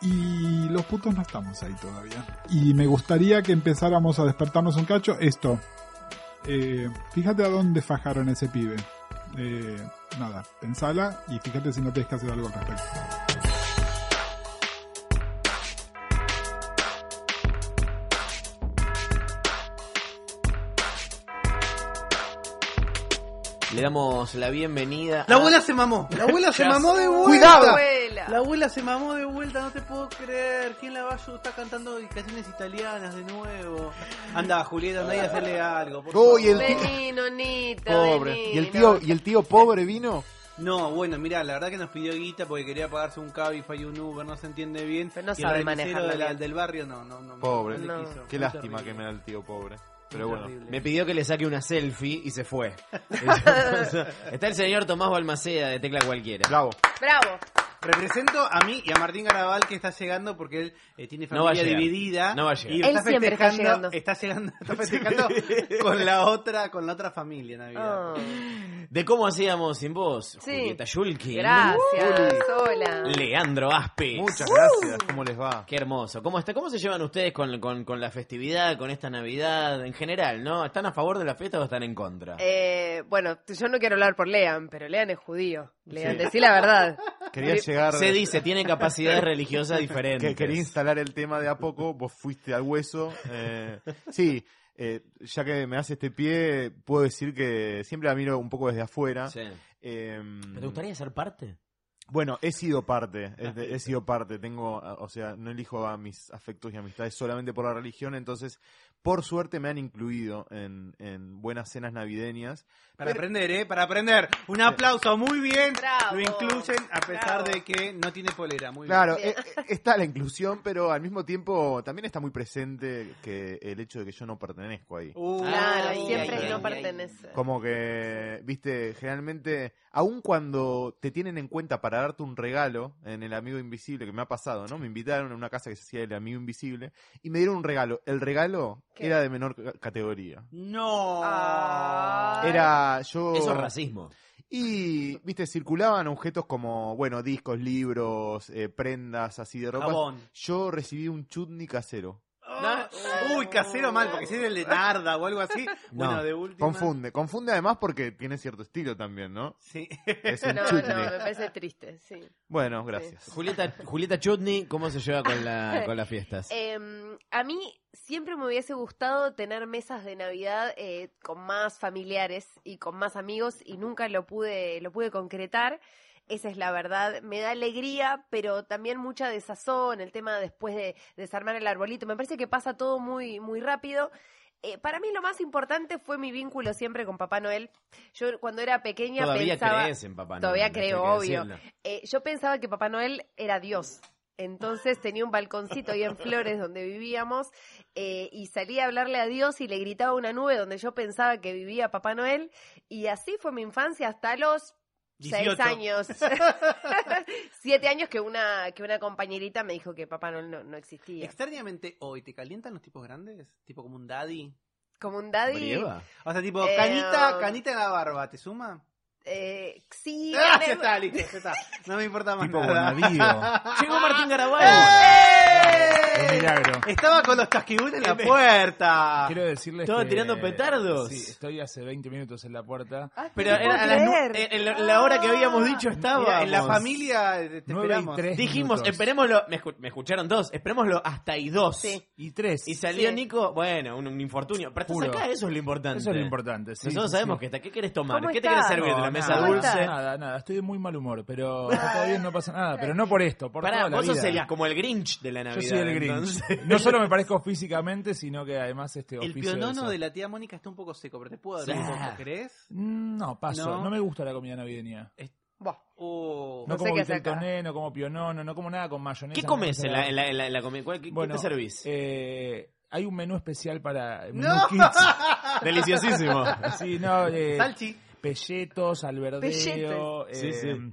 Speaker 18: Y los putos no estamos ahí todavía. Y me gustaría que empezáramos a despertarnos un cacho. Esto. Eh, fíjate a dónde fajaron ese pibe. Eh, nada, pensala y fíjate si no tienes que hacer algo al respecto.
Speaker 2: Le damos la bienvenida.
Speaker 21: La
Speaker 2: a-
Speaker 21: abuela se mamó. La abuela se
Speaker 2: Ya
Speaker 21: mamó
Speaker 2: sé.
Speaker 21: de vuelta.
Speaker 2: Cuidado.
Speaker 21: La abuela se mamó de vuelta, no te puedo creer. ¿Quién la va a ayudar? Está cantando canciones italianas de nuevo. Anda, Julieta, anda y hacerle algo. por
Speaker 4: Uy, el
Speaker 21: favor.
Speaker 4: tío-
Speaker 22: Vení, nonita,
Speaker 4: Pobre.
Speaker 22: vení,
Speaker 4: Y el tío,
Speaker 22: no.
Speaker 4: y el tío pobre vino.
Speaker 21: No, bueno, mira, la verdad que nos pidió guita porque quería pagarse un Cabify y un Uber, no se entiende bien. Pero
Speaker 23: no sabe manejarlo bien.
Speaker 21: del barrio no, no, no.
Speaker 23: Pobre.
Speaker 21: no le quiso.
Speaker 23: Qué
Speaker 21: Muy
Speaker 23: lástima
Speaker 21: terrible.
Speaker 23: que me da el tío pobre.
Speaker 2: Pero bueno,
Speaker 23: Terrible.
Speaker 2: me pidió que le saque una selfie y se fue. Está el señor Tomás Balmaceda de Tecla Cualquiera.
Speaker 23: Bravo.
Speaker 20: Bravo.
Speaker 21: Represento a mí y a Martín Garabal que está llegando porque él eh, tiene
Speaker 2: No va a
Speaker 21: familia
Speaker 2: llegar.
Speaker 21: dividida.
Speaker 2: No va a llegar.
Speaker 21: Y
Speaker 2: Él
Speaker 21: está
Speaker 2: siempre está
Speaker 21: festejando, está llegando. Está festejando con la otra, con la otra familia Navidad.
Speaker 2: De cómo hacíamos sin vos,
Speaker 20: Sí.
Speaker 2: Julieta Yulkin.
Speaker 20: Gracias, hola.
Speaker 2: Eh. Leandro Aspe.
Speaker 23: Muchas
Speaker 2: gracias.
Speaker 23: ¿Cómo les va?
Speaker 2: Qué hermoso. ¿Cómo, está? ¿Cómo se llevan ustedes con, con, con la festividad, con esta Navidad en general, no? ¿Están a favor de la fiesta o están en contra?
Speaker 24: Eh, bueno, t- yo no quiero hablar por Lean, pero Lean es judío. Lean,
Speaker 2: Sí.
Speaker 24: decí la verdad.
Speaker 23: Quería
Speaker 24: Sí.
Speaker 23: llegar.
Speaker 2: Se dice, tiene capacidades religiosas diferentes.
Speaker 23: Que quería instalar el tema de a poco, vos fuiste al hueso. eh, sí, eh, ya que me hace este pie, puedo decir que siempre la miro un poco desde afuera.
Speaker 2: Sí.
Speaker 23: Em,
Speaker 2: ¿Pero ¿Te gustaría ser parte?
Speaker 23: Bueno, he sido parte, es de- he sido parte, tengo, a- o sea, no elijo a mis afectos y amistades solamente por la religión, entonces, por suerte me han incluido en, en buenas cenas navideñas.
Speaker 21: Para
Speaker 23: Ah, Pero-
Speaker 21: aprender, ¿eh? Para aprender. Un aplauso, muy bien.
Speaker 24: Bravo.
Speaker 21: Lo incluyen a pesar
Speaker 24: Bravo.
Speaker 21: de que no tiene polera. Muy
Speaker 23: Claro,
Speaker 21: bien.
Speaker 23: eh, eh, está la inclusión, pero al mismo tiempo también está muy presente que el hecho de que yo no pertenezco ahí.
Speaker 24: Claro,
Speaker 20: Ay,
Speaker 24: siempre
Speaker 20: ay,
Speaker 24: no
Speaker 20: ay,
Speaker 24: pertenece.
Speaker 23: Como que, viste, generalmente, aun cuando te tienen en cuenta para darte un regalo en el amigo invisible, que me ha pasado, ¿no? Me invitaron a una casa que se hacía el amigo invisible y me dieron un regalo. El regalo era de menor ca- categoría.
Speaker 21: No.
Speaker 23: Era yo.
Speaker 2: Eso es racismo.
Speaker 23: Y, viste, circulaban objetos como, bueno, discos, libros, eh, prendas así de ropa.
Speaker 21: Jabón.
Speaker 23: Yo recibí un chutney casero.
Speaker 21: No. Oh, Uy, casero mal, porque si es el de Narda o algo así.
Speaker 23: No,
Speaker 21: Bueno, de última.
Speaker 23: Confunde, confunde además porque tiene cierto estilo también, ¿no?
Speaker 21: Sí.
Speaker 23: Es un
Speaker 24: no,
Speaker 23: chutney.
Speaker 24: no, me parece triste, sí.
Speaker 23: Bueno, gracias.
Speaker 2: Julieta, Julieta Chutney, ¿cómo se lleva con, la, con las fiestas?
Speaker 24: Eh, a mí siempre me hubiese gustado tener mesas de Navidad eh, con más familiares y con más amigos y nunca lo pude, lo pude concretar. Esa es la verdad. Me da alegría, pero también mucha desazón, el tema después de desarmar el arbolito. Me parece que pasa todo muy, muy rápido. Eh, para mí lo más importante fue mi vínculo siempre con Papá Noel. Yo cuando era pequeña
Speaker 2: Todavía
Speaker 24: pensaba...
Speaker 2: crees en Papá Noel,
Speaker 24: Todavía
Speaker 2: esto hay
Speaker 24: creo,
Speaker 2: que
Speaker 24: obvio.
Speaker 2: decirlo.
Speaker 24: Eh, yo pensaba que Papá Noel era Dios. Entonces tenía un balconcito ahí en Flores donde vivíamos eh, y salía a hablarle a Dios y le gritaba a una nube donde yo pensaba que vivía Papá Noel. Y así fue mi infancia hasta los
Speaker 20: 18.
Speaker 24: seis años. Siete años que una, que una compañerita me dijo que Papá Noel no, no existía.
Speaker 21: Extrañamente hoy, ¿te calientan los tipos grandes? Tipo como un daddy.
Speaker 24: Como un daddy.
Speaker 21: O sea, tipo,
Speaker 24: Eh,
Speaker 21: canita, canita en la barba, ¿te suma?
Speaker 24: eh, sí.
Speaker 21: Ah,
Speaker 24: en
Speaker 21: ya
Speaker 24: el-
Speaker 21: está, listo, ya está. No me importa más
Speaker 15: Tipo
Speaker 21: nada.
Speaker 15: Bonavío.
Speaker 21: Llegó Martín Garabal.
Speaker 15: Un milagro.
Speaker 21: ¡Eh! Estaba con los casquibunes en la
Speaker 2: Ah,
Speaker 21: puerta.
Speaker 22: Quiero decirles
Speaker 21: Estaba
Speaker 22: que-
Speaker 21: tirando petardos.
Speaker 22: Sí, estoy hace 20 minutos en la puerta.
Speaker 2: Pero era a las nu-
Speaker 22: Eh,
Speaker 2: en la, la hora que
Speaker 21: Ah,
Speaker 2: habíamos dicho estaba.
Speaker 21: Mira, en la familia eh, te esperamos.
Speaker 2: Dijimos, esperémoslo. Me, escu- me escucharon dos. Esperémoslo hasta y dos.
Speaker 22: Y tres.
Speaker 2: Y salió
Speaker 22: Sí.
Speaker 2: Nico, bueno, un, un infortunio. Pero estás
Speaker 22: Juro.
Speaker 2: acá, eso es lo importante.
Speaker 22: Eso es lo importante, sí,
Speaker 2: Nosotros
Speaker 22: sí,
Speaker 2: sabemos
Speaker 22: sí.
Speaker 2: que está. ¿Qué querés tomar? ¿Qué te querés servir de la
Speaker 22: No,
Speaker 2: mesa
Speaker 22: nada,
Speaker 2: dulce?
Speaker 22: Nada, nada. Estoy de muy mal humor, pero todo bien, no pasa nada. Pero no por esto, por
Speaker 2: Pará,
Speaker 22: toda la
Speaker 2: vos sos
Speaker 22: vida.
Speaker 2: el- como el Grinch de la Navidad.
Speaker 22: Yo soy el Grinch.
Speaker 2: entonces.
Speaker 22: No solo me parezco físicamente, sino que además este
Speaker 21: El
Speaker 22: oficio
Speaker 21: pionono
Speaker 22: de-
Speaker 21: de la tía Mónica está un poco seco, pero te puedo dar
Speaker 22: Sí.
Speaker 21: un poco, ¿crees?
Speaker 22: Mm, No, paso.
Speaker 21: No.
Speaker 22: No. me gusta la comida navideña.
Speaker 21: Oh.
Speaker 22: No como vitel toné, no como pionono, no como nada con mayonesa.
Speaker 2: Uh. ¿Qué comes
Speaker 22: no
Speaker 2: en
Speaker 22: como
Speaker 2: la,
Speaker 22: salada.
Speaker 2: en la- en la- en la comida? ¿Cuál- ¿Qué, qué
Speaker 22: Bueno,
Speaker 2: te servís?
Speaker 22: eh, hay un menú especial para... menú
Speaker 2: ¡No!
Speaker 22: kids.
Speaker 2: Deliciosísimo.
Speaker 22: Sí, no, eh,
Speaker 2: Salchi.
Speaker 22: Pelletos, alberdeo,
Speaker 2: Pelletes. Sí,
Speaker 22: eh,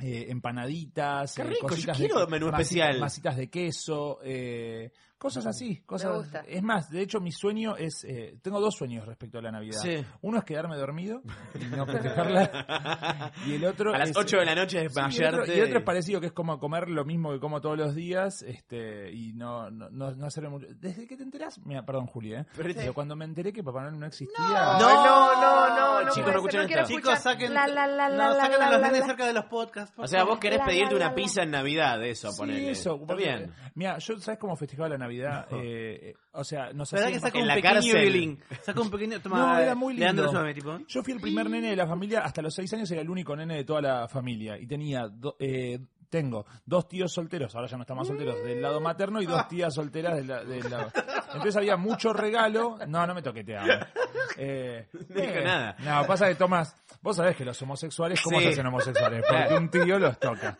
Speaker 22: eh, empanaditas,
Speaker 2: Qué
Speaker 22: eh,
Speaker 2: rico, yo
Speaker 22: cositas
Speaker 2: quiero
Speaker 22: de,
Speaker 2: menú
Speaker 22: masitas-
Speaker 2: especial.
Speaker 22: masitas de queso, eh, cosas así, cosas.
Speaker 24: gusta.
Speaker 22: Es más, de hecho mi sueño es, eh, tengo dos sueños respecto a la Navidad.
Speaker 2: Sí.
Speaker 22: Uno es quedarme dormido y no festejarla, y el otro
Speaker 2: A las
Speaker 22: es-
Speaker 2: 8 de la noche desmayarte.
Speaker 22: Sí, y, el otro, y el otro es parecido, que es como comer lo mismo que como todos los días este y no, no, no, no hacerme mucho. ¿Desde que te enterás? Mira, perdón, Juli, ¿eh?
Speaker 2: Pero-
Speaker 22: Pero, cuando me enteré que Papá Noel no existía.
Speaker 21: No, no, no, no, no
Speaker 22: Chicos,
Speaker 21: puede ser, no quiero Chicos, saquen,
Speaker 24: La, la, la,
Speaker 21: no,
Speaker 24: la,
Speaker 21: saquen
Speaker 24: la,
Speaker 21: a los
Speaker 24: la,
Speaker 21: nenes
Speaker 24: la.
Speaker 21: cerca de los podcasts. por
Speaker 2: O sea, vos
Speaker 21: favor.
Speaker 2: querés
Speaker 22: La, la,
Speaker 2: pedirte
Speaker 22: la,
Speaker 2: una
Speaker 22: la.
Speaker 2: pizza en Navidad, eso,
Speaker 22: Sí,
Speaker 2: ponele.
Speaker 22: eso.
Speaker 2: Está bien.
Speaker 22: Mira, yo, ¿sabes cómo festejaba la Navidad? Eh, eh, o sea, nos
Speaker 21: ¿Verdad
Speaker 22: hacían
Speaker 21: que saca
Speaker 22: en
Speaker 21: un
Speaker 22: la
Speaker 21: pequeño
Speaker 22: cárcel.
Speaker 21: violín? Saca un pequeño... Toma,
Speaker 22: no,
Speaker 21: eh,
Speaker 22: era muy lindo.
Speaker 21: Leandro, súbame, tipo.
Speaker 22: Yo fui el primer nene de la familia, hasta los seis años era el único nene de toda la familia. Y tenía do- eh, tengo dos tíos solteros, ahora ya no están más solteros, del lado materno y dos tías solteras del, la- del lado. Entonces había mucho regalo. No, no me toqueteaba. Eh,
Speaker 2: No dijo
Speaker 22: eh,
Speaker 2: nada.
Speaker 22: No, pasa que Tomás, vos sabés que los homosexuales, ¿cómo
Speaker 2: Sí.
Speaker 22: se hacen homosexuales? Porque
Speaker 2: Claro.
Speaker 22: un tío los toca.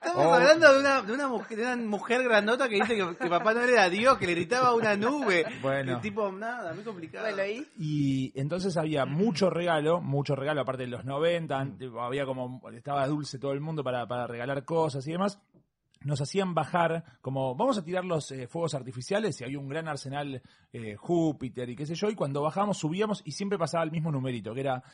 Speaker 21: Estamos
Speaker 22: Oh.
Speaker 21: hablando de una, de, una mujer, de una mujer grandota que dice que, que papá no era Dios, que le gritaba a una nube.
Speaker 22: Bueno.
Speaker 21: El tipo, nada, muy complicado.
Speaker 22: Y entonces había mucho regalo, mucho regalo, aparte de los 90, an- tipo, había como, estaba dulce todo el mundo para, para regalar cosas y demás. Nos hacían bajar, como vamos a tirar los eh, fuegos artificiales, y había un gran arsenal eh, Júpiter y qué sé yo, y cuando bajábamos subíamos y siempre pasaba el mismo numerito, que era,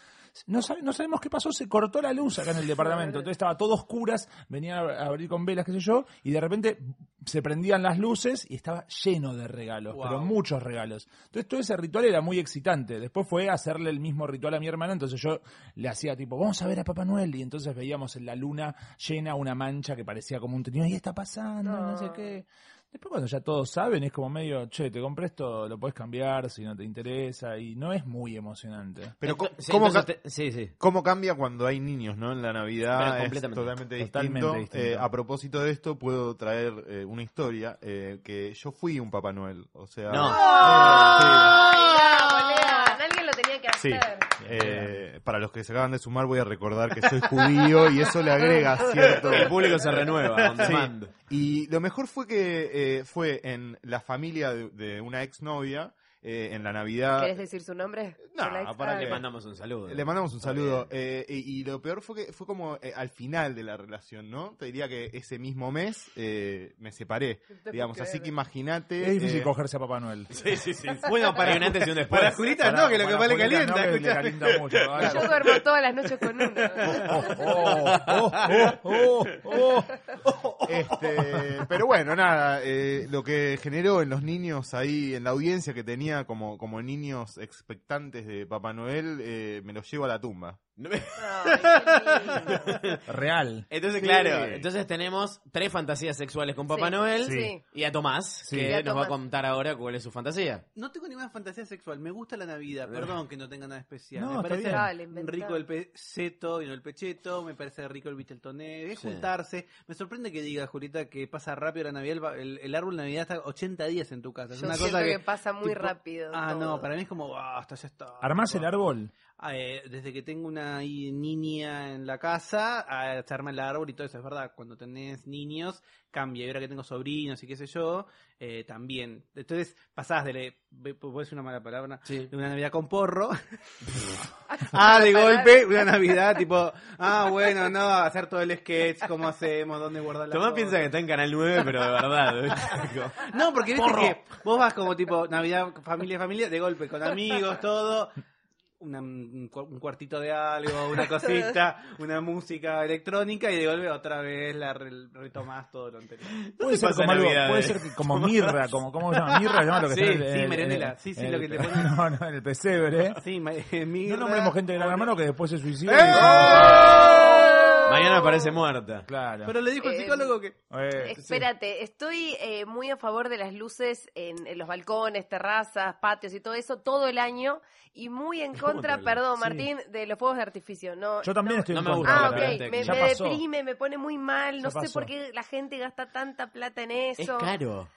Speaker 22: no, sabe- no sabemos qué pasó, se cortó la luz acá en el departamento, entonces estaba todo oscuras, venían a abrir con velas, qué sé yo, y de repente se prendían las luces y estaba lleno de regalos, pero muchos regalos. Entonces todo ese ritual era muy excitante. Después fue hacerle el mismo ritual a mi hermana, entonces yo le hacía tipo, vamos a ver a Papá Noel, y entonces veíamos en la luna llena una mancha que parecía como un teñido, y está pasando, no
Speaker 21: Ah.
Speaker 22: sé qué. Después cuando ya todos saben, es como medio, che, te compré esto, lo puedes cambiar si no te interesa, y no es muy emocionante.
Speaker 2: Pero co-
Speaker 23: Sí,
Speaker 2: ¿cómo,
Speaker 23: entonces
Speaker 2: ca-
Speaker 23: te-
Speaker 2: sí.
Speaker 23: ¿Cómo cambia cuando hay niños, no? En la
Speaker 2: Pero
Speaker 23: Navidad es
Speaker 2: completamente.
Speaker 23: totalmente distinto.
Speaker 2: Totalmente distinto.
Speaker 23: Eh, a propósito de esto, puedo traer eh, una historia eh, que yo fui un Papá Noel. O sea... eh,
Speaker 2: No.
Speaker 23: Sí.
Speaker 24: Boluda, Alguien lo tenía que
Speaker 23: Sí,
Speaker 24: hacer.
Speaker 23: eh, para los que se acaban de sumar voy a recordar que soy judío y eso le agrega cierto...
Speaker 2: El público se renueva, on
Speaker 23: Sí.
Speaker 2: demand.
Speaker 23: Y lo mejor fue que eh, fue en la familia de, de una exnovia, eh, en la Navidad...
Speaker 24: ¿Querés decir su nombre?
Speaker 23: No, para Ah, que
Speaker 2: Le mandamos un saludo.
Speaker 23: Le mandamos un saludo. Eh, y, y lo peor fue que fue como eh, al final de la relación, ¿no? Te diría que ese mismo mes eh, me separé,
Speaker 22: puedo
Speaker 23: digamos. Así
Speaker 22: creer.
Speaker 23: que imagínate.
Speaker 22: Es difícil
Speaker 23: eh,
Speaker 22: cogerse a Papá Noel.
Speaker 23: Sí, sí, sí.
Speaker 22: Bueno, para-
Speaker 23: Hay un antes y un después.
Speaker 22: para Julita no, que lo que más le
Speaker 23: Julita
Speaker 22: calienta,
Speaker 23: que le
Speaker 22: escuchá.
Speaker 23: calienta mucho.
Speaker 24: Yo duermo todas las noches con uno.
Speaker 23: Este, pero bueno, nada, eh, lo que generó en los niños ahí, en la audiencia que tenía como, como niños expectantes de Papá Noel, eh, me los llevo a la tumba.
Speaker 22: Real.
Speaker 2: Entonces,
Speaker 23: Sí.
Speaker 2: claro, entonces tenemos tres fantasías sexuales con Papá
Speaker 23: Sí.
Speaker 2: Noel
Speaker 23: Sí.
Speaker 2: y a Tomás,
Speaker 23: Sí.
Speaker 2: que
Speaker 23: Y a
Speaker 2: nos va a
Speaker 23: Tomás.
Speaker 2: contar ahora cuál es su fantasía.
Speaker 21: No tengo ninguna fantasía sexual, me gusta la Navidad, perdón que no tenga nada especial.
Speaker 2: No,
Speaker 21: me
Speaker 2: está
Speaker 21: parece
Speaker 2: bien. Dale,
Speaker 24: inventá.
Speaker 21: rico el peseto y no el pecheto, me parece rico el Viteltoné, es
Speaker 2: Sí.
Speaker 21: juntarse. Me sorprende que diga, Julita, que pasa rápido la Navidad, el ba- el, el árbol de Navidad está 80 días en tu casa. Es
Speaker 24: Yo
Speaker 21: una
Speaker 24: siento
Speaker 21: cosa
Speaker 24: que,
Speaker 21: que,
Speaker 24: pasa muy
Speaker 21: tipo,
Speaker 24: rápido.
Speaker 21: Ah,
Speaker 24: todo.
Speaker 21: no, para mí es como, ah, hasta ya está.
Speaker 22: ¿Armás el árbol?
Speaker 21: Ah, eh, desde que tengo una ahí niña en la casa, ah, se arma el árbol y todo eso, es verdad. Cuando tenés niños, cambia. Y ahora que tengo sobrinos y qué sé yo, eh, también. Entonces, pasás de, la- ve- ¿puedo decir una mala palabra? De una Navidad con porro. ah, de golpe, una Navidad tipo, ah, bueno, no, hacer todo el sketch, cómo hacemos, dónde guardar la
Speaker 2: Tomás piensa que está en Canal 9, pero de verdad.
Speaker 21: No, porque viste
Speaker 2: Porro.
Speaker 21: que vos vas como tipo Navidad, familia, familia, de golpe, con amigos, todo. una- un cu- un cuartito de algo, una cosita, una música electrónica y de golpe otra vez la re- retomás todo lo anterior.
Speaker 22: Puede ser como algo, puede ser que como mirra, como ¿cómo se llama? Mirra, se llama lo que
Speaker 21: Sí,
Speaker 22: está en el-
Speaker 21: sí,
Speaker 22: en el-
Speaker 21: merendela,
Speaker 22: en el-
Speaker 21: sí, sí,
Speaker 22: en
Speaker 21: lo
Speaker 22: el-
Speaker 21: que te ponen.
Speaker 22: No, no, en el pesebre.
Speaker 21: Sí, mirra. ¡Eh!
Speaker 22: No nombremos gente de la hermano que después se suicida.
Speaker 2: Mañana aparece muerta.
Speaker 22: Claro.
Speaker 21: Pero le dijo el
Speaker 24: Oh. Eh,
Speaker 21: psicólogo que...
Speaker 24: Espérate, estoy eh, muy a favor de las luces en, en los balcones, terrazas, patios y todo eso todo el año y muy en contra, perdón
Speaker 22: Sí.
Speaker 24: Martín, de los fuegos de artificio. No,
Speaker 22: Yo también
Speaker 24: no-
Speaker 22: estoy en
Speaker 24: no me
Speaker 22: contra,
Speaker 24: gusta. Ah,
Speaker 22: la verdad,
Speaker 24: ok, me,
Speaker 22: ya
Speaker 24: me
Speaker 22: pasó.
Speaker 24: deprime, me pone muy mal, no
Speaker 22: Ya
Speaker 24: sé
Speaker 22: pasó.
Speaker 24: por qué la gente gasta tanta plata en eso.
Speaker 2: Es caro.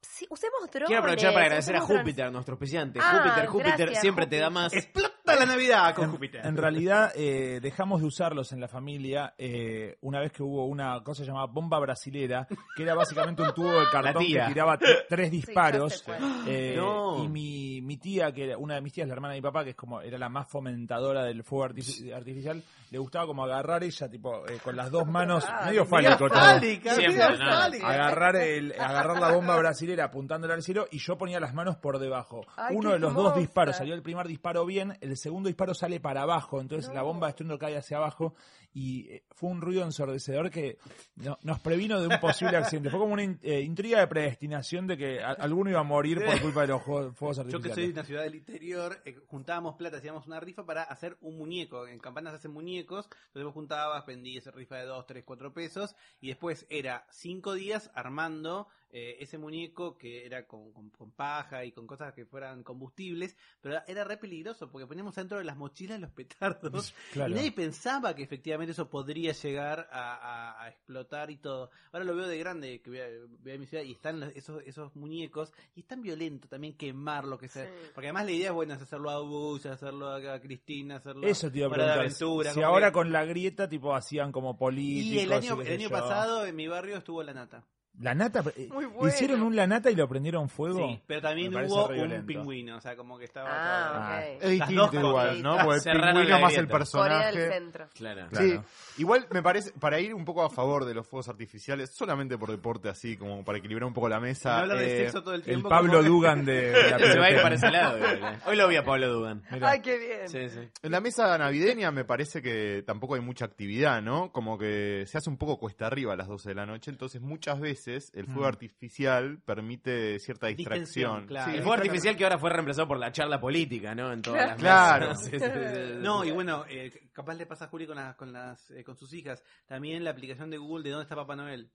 Speaker 24: Sí, usemos drones.
Speaker 2: Quiero aprovechar para agradecer a
Speaker 24: usemos drones.
Speaker 2: Júpiter, nuestro auspiciante.
Speaker 24: Ah,
Speaker 2: Júpiter, Júpiter
Speaker 24: gracias,
Speaker 2: siempre te da más.
Speaker 21: ¡Explota la Navidad con Júpiter!
Speaker 22: En realidad, eh, dejamos de usarlos en la familia eh, una vez que hubo una cosa llamada bomba brasilera, que era básicamente un tubo de cartón que
Speaker 2: tía.
Speaker 22: tiraba t- tres disparos. eh,
Speaker 2: No.
Speaker 22: Y mi, mi tía, que era una de mis tías, la hermana de mi papá, que es como era la más fomentadora del fuego artifici- artificial, le gustaba como agarrar ella, tipo, eh, con las dos manos, Ah, medio medio fálico todo. fálica, medio Siempre, ¿no? fálica. Agarrar, el, agarrar la bomba brasilera brasilera apuntándola al cielo y yo ponía las manos por debajo. Ay, Uno qué de los hermosa. dos disparos salió el primer disparo bien, el segundo disparo sale para abajo, entonces la bomba de estruendo cae hacia abajo y eh, fue un ruido ensordecedor que no- nos previno de un posible accidente. Fue como una in- eh, intriga de predestinación de que a- alguno iba a morir por culpa de los juegos, fuegos
Speaker 21: Yo que soy de
Speaker 22: artificiales.
Speaker 21: una ciudad del interior, eh, juntábamos plata, hacíamos una rifa para hacer un muñeco. En campanas hacen muñecos, entonces vos juntabas, vendías rifa de 2, 3, 4 pesos, y después era 5 días armando eh, ese muñeco que era con, con- con paja y con cosas que fueran combustibles, pero era re peligroso porque poníamos dentro de las mochilas los petardos Claro. y nadie pensaba que efectivamente eso podría llegar a, a- a explotar y todo. Ahora lo veo de grande, que voy a, voy a mi ciudad y están los- esos, esos muñecos y es tan violento también quemarlo que se...
Speaker 25: Sí.
Speaker 21: Porque además la idea es buena, es hacerlo a Bush, hacerlo a Cristina, hacerlo
Speaker 25: Eso te iba a
Speaker 21: Hora de
Speaker 22: preguntar.
Speaker 21: Aventura,
Speaker 22: si
Speaker 21: como
Speaker 22: ahora
Speaker 21: que-
Speaker 22: con la grieta, tipo, hacían como políticos.
Speaker 21: Y el año,
Speaker 22: qué
Speaker 21: el
Speaker 22: sé
Speaker 21: año
Speaker 22: yo.
Speaker 21: pasado en mi barrio estuvo la nata.
Speaker 22: La nata. eh,
Speaker 21: Muy bueno.
Speaker 22: Hicieron un la nata y lo prendieron fuego.
Speaker 21: Sí, pero también
Speaker 22: Me parece
Speaker 21: hubo
Speaker 22: re
Speaker 21: un
Speaker 22: violento.
Speaker 21: pingüino, o sea, como que estaba...
Speaker 24: Ah,
Speaker 21: todo-
Speaker 24: ok.
Speaker 21: Las
Speaker 22: Es
Speaker 21: dos
Speaker 22: distinto
Speaker 21: cosas.
Speaker 22: igual, ¿no?
Speaker 21: Porque el
Speaker 22: Cerraron
Speaker 23: pingüino
Speaker 22: la
Speaker 23: más
Speaker 22: grieta.
Speaker 23: el personaje.
Speaker 24: Corea del Centro.
Speaker 23: Claro.
Speaker 24: Claro.
Speaker 23: Igual me parece, para ir un poco a favor de los fuegos artificiales, solamente por deporte así, como para equilibrar un poco la mesa.
Speaker 21: No hablar de
Speaker 23: eh,
Speaker 21: sexo todo el tiempo,
Speaker 2: Pablo Dugan de- de la
Speaker 23: Se va a ir
Speaker 2: pelota.
Speaker 23: para ese lado, igual, eh. Hoy lo vi a Pablo Dugan.
Speaker 24: Ay, qué bien.
Speaker 23: En la mesa navideña me parece que tampoco hay mucha actividad, ¿no? Como que se hace un poco cuesta arriba a las 12 de la noche, entonces muchas veces el fuego
Speaker 2: Mm.
Speaker 23: artificial permite cierta
Speaker 21: Distensión,
Speaker 23: distracción.
Speaker 21: claro.
Speaker 23: Sí,
Speaker 2: el fuego
Speaker 23: exactamente.
Speaker 2: artificial que ahora fue reemplazado por la charla política, ¿no? En todas las
Speaker 23: Claro.
Speaker 2: mesas. Sí, sí, sí, sí.
Speaker 21: No, y bueno, eh, capaz le pasa a Juli con, las, con, las, eh, con sus hijas. También la aplicación de Google de dónde está Papá Noel.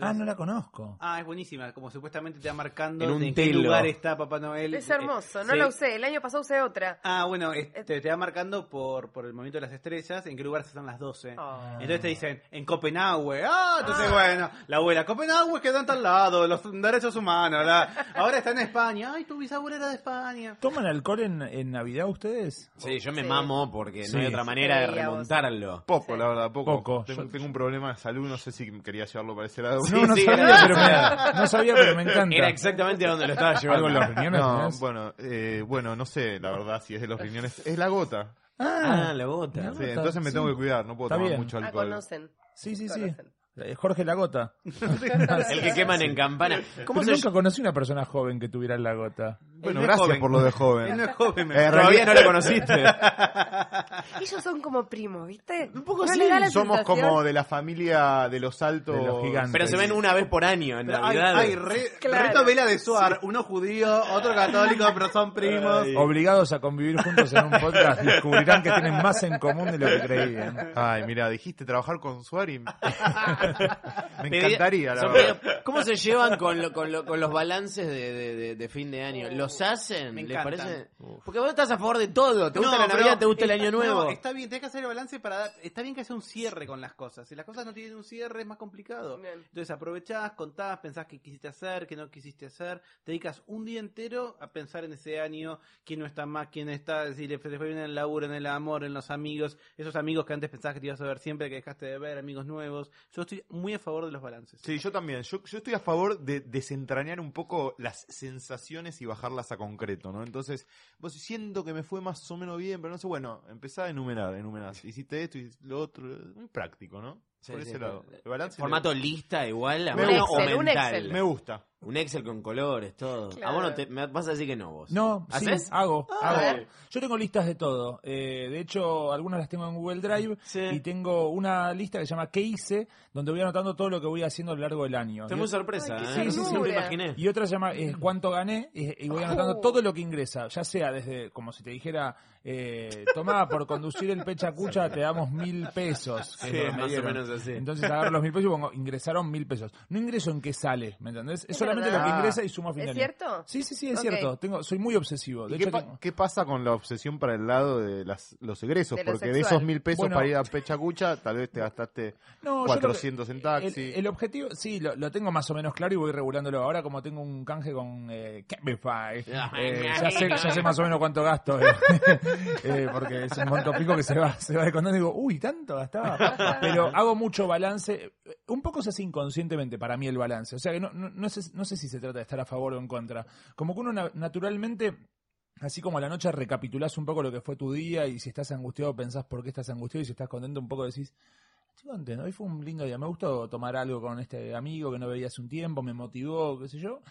Speaker 22: Ah, no la conozco.
Speaker 21: Ah, es buenísima, como supuestamente te va marcando
Speaker 22: En un
Speaker 21: de en qué
Speaker 22: telo.
Speaker 21: lugar está Papá Noel. eh,
Speaker 24: Es hermoso, no
Speaker 21: Sí.
Speaker 24: la usé, el año pasado usé otra.
Speaker 21: Ah, bueno, es- te, te va marcando por, por el movimiento de las estrellas en qué lugar están las 12.
Speaker 24: Oh.
Speaker 21: Entonces te dicen, en Copenhague. Ah, entonces bueno, la abuela, Copenhague quedó en tal lado, los derechos humanos. la- Ahora está en España. Ay, tu bisabuela era de España.
Speaker 22: ¿Toman alcohol en, en Navidad ustedes?
Speaker 2: Sí, yo me mamo porque
Speaker 23: Sí.
Speaker 2: no hay otra manera de remontarlo.
Speaker 23: Poco, la verdad, poco.
Speaker 2: Poco.
Speaker 23: Tengo,
Speaker 2: Yo-
Speaker 23: tengo un problema de salud, no sé si quería llevarlo para ese lado.
Speaker 2: Sí, No, no sí, sabía, era- pero me- no sabía, pero me encanta. Era
Speaker 23: exactamente
Speaker 2: a donde lo estaba llevando. ¿Algo en los riñones
Speaker 23: No,
Speaker 2: tenías?
Speaker 23: bueno, eh, bueno, no sé, la verdad, si es de los riñones. Es la gota.
Speaker 22: Ah, Ah, la
Speaker 2: gota.
Speaker 23: Sí,
Speaker 22: la gota,
Speaker 23: entonces me
Speaker 22: sí.
Speaker 23: tengo que cuidar, no puedo
Speaker 22: Está
Speaker 23: tomar
Speaker 22: bien.
Speaker 23: mucho
Speaker 22: Ah,
Speaker 23: alcohol.
Speaker 22: Sí, sí, sí. Eh, Jorge Lagota. el
Speaker 2: que queman en campana. ¿Cómo
Speaker 22: ¿Cómo
Speaker 2: se-
Speaker 22: nunca conocí una persona joven que tuviera la gota.
Speaker 23: Bueno, no es gracias joven. por lo de joven. Eh, Él
Speaker 22: Él no
Speaker 23: no
Speaker 22: es
Speaker 23: es
Speaker 22: joven.
Speaker 23: joven, me- Todavía no lo
Speaker 22: conociste.
Speaker 24: Ellos son como primos, ¿viste? Un
Speaker 2: poco
Speaker 23: Somos como de la familia de los altos.
Speaker 2: De los gigantes. Pero se ven una vez por año en
Speaker 21: Ay,
Speaker 2: Navidad.
Speaker 21: ay, re- Reto Vela de Suar, uno judío, otro católico, pero son primos.
Speaker 22: Obligados a convivir juntos en un podcast, descubrirán que tienen más en común de lo que creían.
Speaker 23: Ay, mira, dijiste trabajar con Suarim. Me
Speaker 2: Pedía-
Speaker 23: encantaría, la
Speaker 2: son
Speaker 23: verdad.
Speaker 2: medio- ¿Cómo se llevan con, lo- con, lo- con los balances de, de- de- de fin de año? ¿Los hacen?
Speaker 21: me
Speaker 2: ¿Les
Speaker 21: encantan.
Speaker 2: parece? Porque vos estás a favor de todo. ¿Te gusta
Speaker 21: No,
Speaker 2: la Navidad?
Speaker 21: pero
Speaker 2: ¿Te gusta el
Speaker 21: es-
Speaker 2: Año Nuevo?
Speaker 21: no, está bien, tenés que hacer el balance para dar. Está bien que haya un cierre con las cosas. Si las cosas no tienen un cierre, es más complicado. Entonces aprovechás, contás, pensás qué quisiste hacer, qué no quisiste hacer. Te dedicas un día entero a pensar en ese año, quién no está más, quién está, si le fue bien en el laburo, en el amor, en los amigos, esos amigos que antes pensabas que te ibas a ver siempre, que dejaste de ver, amigos nuevos. Yo estoy muy a favor de los balances.
Speaker 23: Sí, yo también. Yo, yo estoy a favor de desentrañar un poco las sensaciones y bajarlas a concreto, ¿no? Entonces, vos siento que me fue más o menos bien, pero no sé, bueno, empezá a enumerar, enumerás. Hiciste esto y lo otro, muy práctico, ¿no?
Speaker 2: Sí,
Speaker 23: Por
Speaker 2: sí,
Speaker 23: ese
Speaker 2: pero-
Speaker 23: lado. El balance
Speaker 2: Formato
Speaker 23: le-
Speaker 2: lista igual, a
Speaker 23: Me
Speaker 2: mano
Speaker 23: gusta.
Speaker 2: o
Speaker 23: Un
Speaker 2: mental.
Speaker 23: Excel, me gusta.
Speaker 2: Un Excel con colores, todo. A
Speaker 22: Claro.
Speaker 2: vos no te, me vas a decir que no vos.
Speaker 22: No, sí,
Speaker 2: ¿Haces?
Speaker 22: hago,
Speaker 2: Ah,
Speaker 22: hago.
Speaker 2: a ver.
Speaker 22: Yo tengo listas de todo. Eh, de hecho, algunas las tengo en Google Drive y tengo una lista que se llama ¿Qué hice? donde voy anotando todo lo que voy haciendo a lo largo del año.
Speaker 2: Estoy
Speaker 22: Y
Speaker 2: muy
Speaker 22: ot-
Speaker 2: sorpresa,
Speaker 22: Sí,
Speaker 2: ¿eh?
Speaker 22: sí, sí,
Speaker 2: No me imaginé.
Speaker 22: Y otra se llama eh, ¿Cuánto gané? Y, y voy anotando
Speaker 2: Oh.
Speaker 22: todo lo que ingresa, ya sea desde, como si te dijera, eh, tomá, por conducir el pechacucha te damos mil pesos. que
Speaker 2: Sí,
Speaker 22: es lo que me
Speaker 2: más o
Speaker 22: dieron.
Speaker 2: menos así.
Speaker 22: Entonces agarro los mil pesos y pongo, ingresaron mil pesos. No ingreso en qué sale, ¿me entendés? Es,
Speaker 2: Es
Speaker 22: solamente
Speaker 2: verdad.
Speaker 22: lo que ingresa y sumo a
Speaker 2: ¿Es
Speaker 22: final. de año.
Speaker 2: cierto?
Speaker 22: Sí, sí, sí, es
Speaker 2: Ok.
Speaker 22: cierto. Tengo, soy muy obsesivo. De
Speaker 23: ¿Y qué,
Speaker 22: hecho,
Speaker 23: pa-
Speaker 22: tengo-
Speaker 23: qué pasa con la obsesión para el lado de las, los egresos?
Speaker 22: De lo
Speaker 23: Porque de
Speaker 22: sexual.
Speaker 23: esos mil pesos
Speaker 22: Bueno.
Speaker 23: para ir a Pechacucha, tal vez te gastaste
Speaker 22: No, yo creo que
Speaker 23: 400 en taxi.
Speaker 22: El, el objetivo, sí, lo, lo tengo más o menos claro y voy regulándolo. Ahora como tengo un canje con eh, Cabify,
Speaker 23: Ah,
Speaker 22: eh, ya, sé, ya sé más o menos cuánto gasto. eh. Eh, porque es un monto pico que se va, se va descontando y digo, uy, tanto gastaba. Pero hago mucho balance. eh, Un poco se hace inconscientemente para mí el balance. O sea que no, no, no sé, no sé si se trata de estar a favor o en contra. Como que uno na- naturalmente Así como a la noche recapitulás un poco lo que fue tu día y si estás angustiado pensás por qué estás angustiado y si estás contento un poco decís, estoy contento, hoy fue un lindo día, me gustó tomar algo con este amigo que no veía hace un tiempo, me motivó, qué sé yo.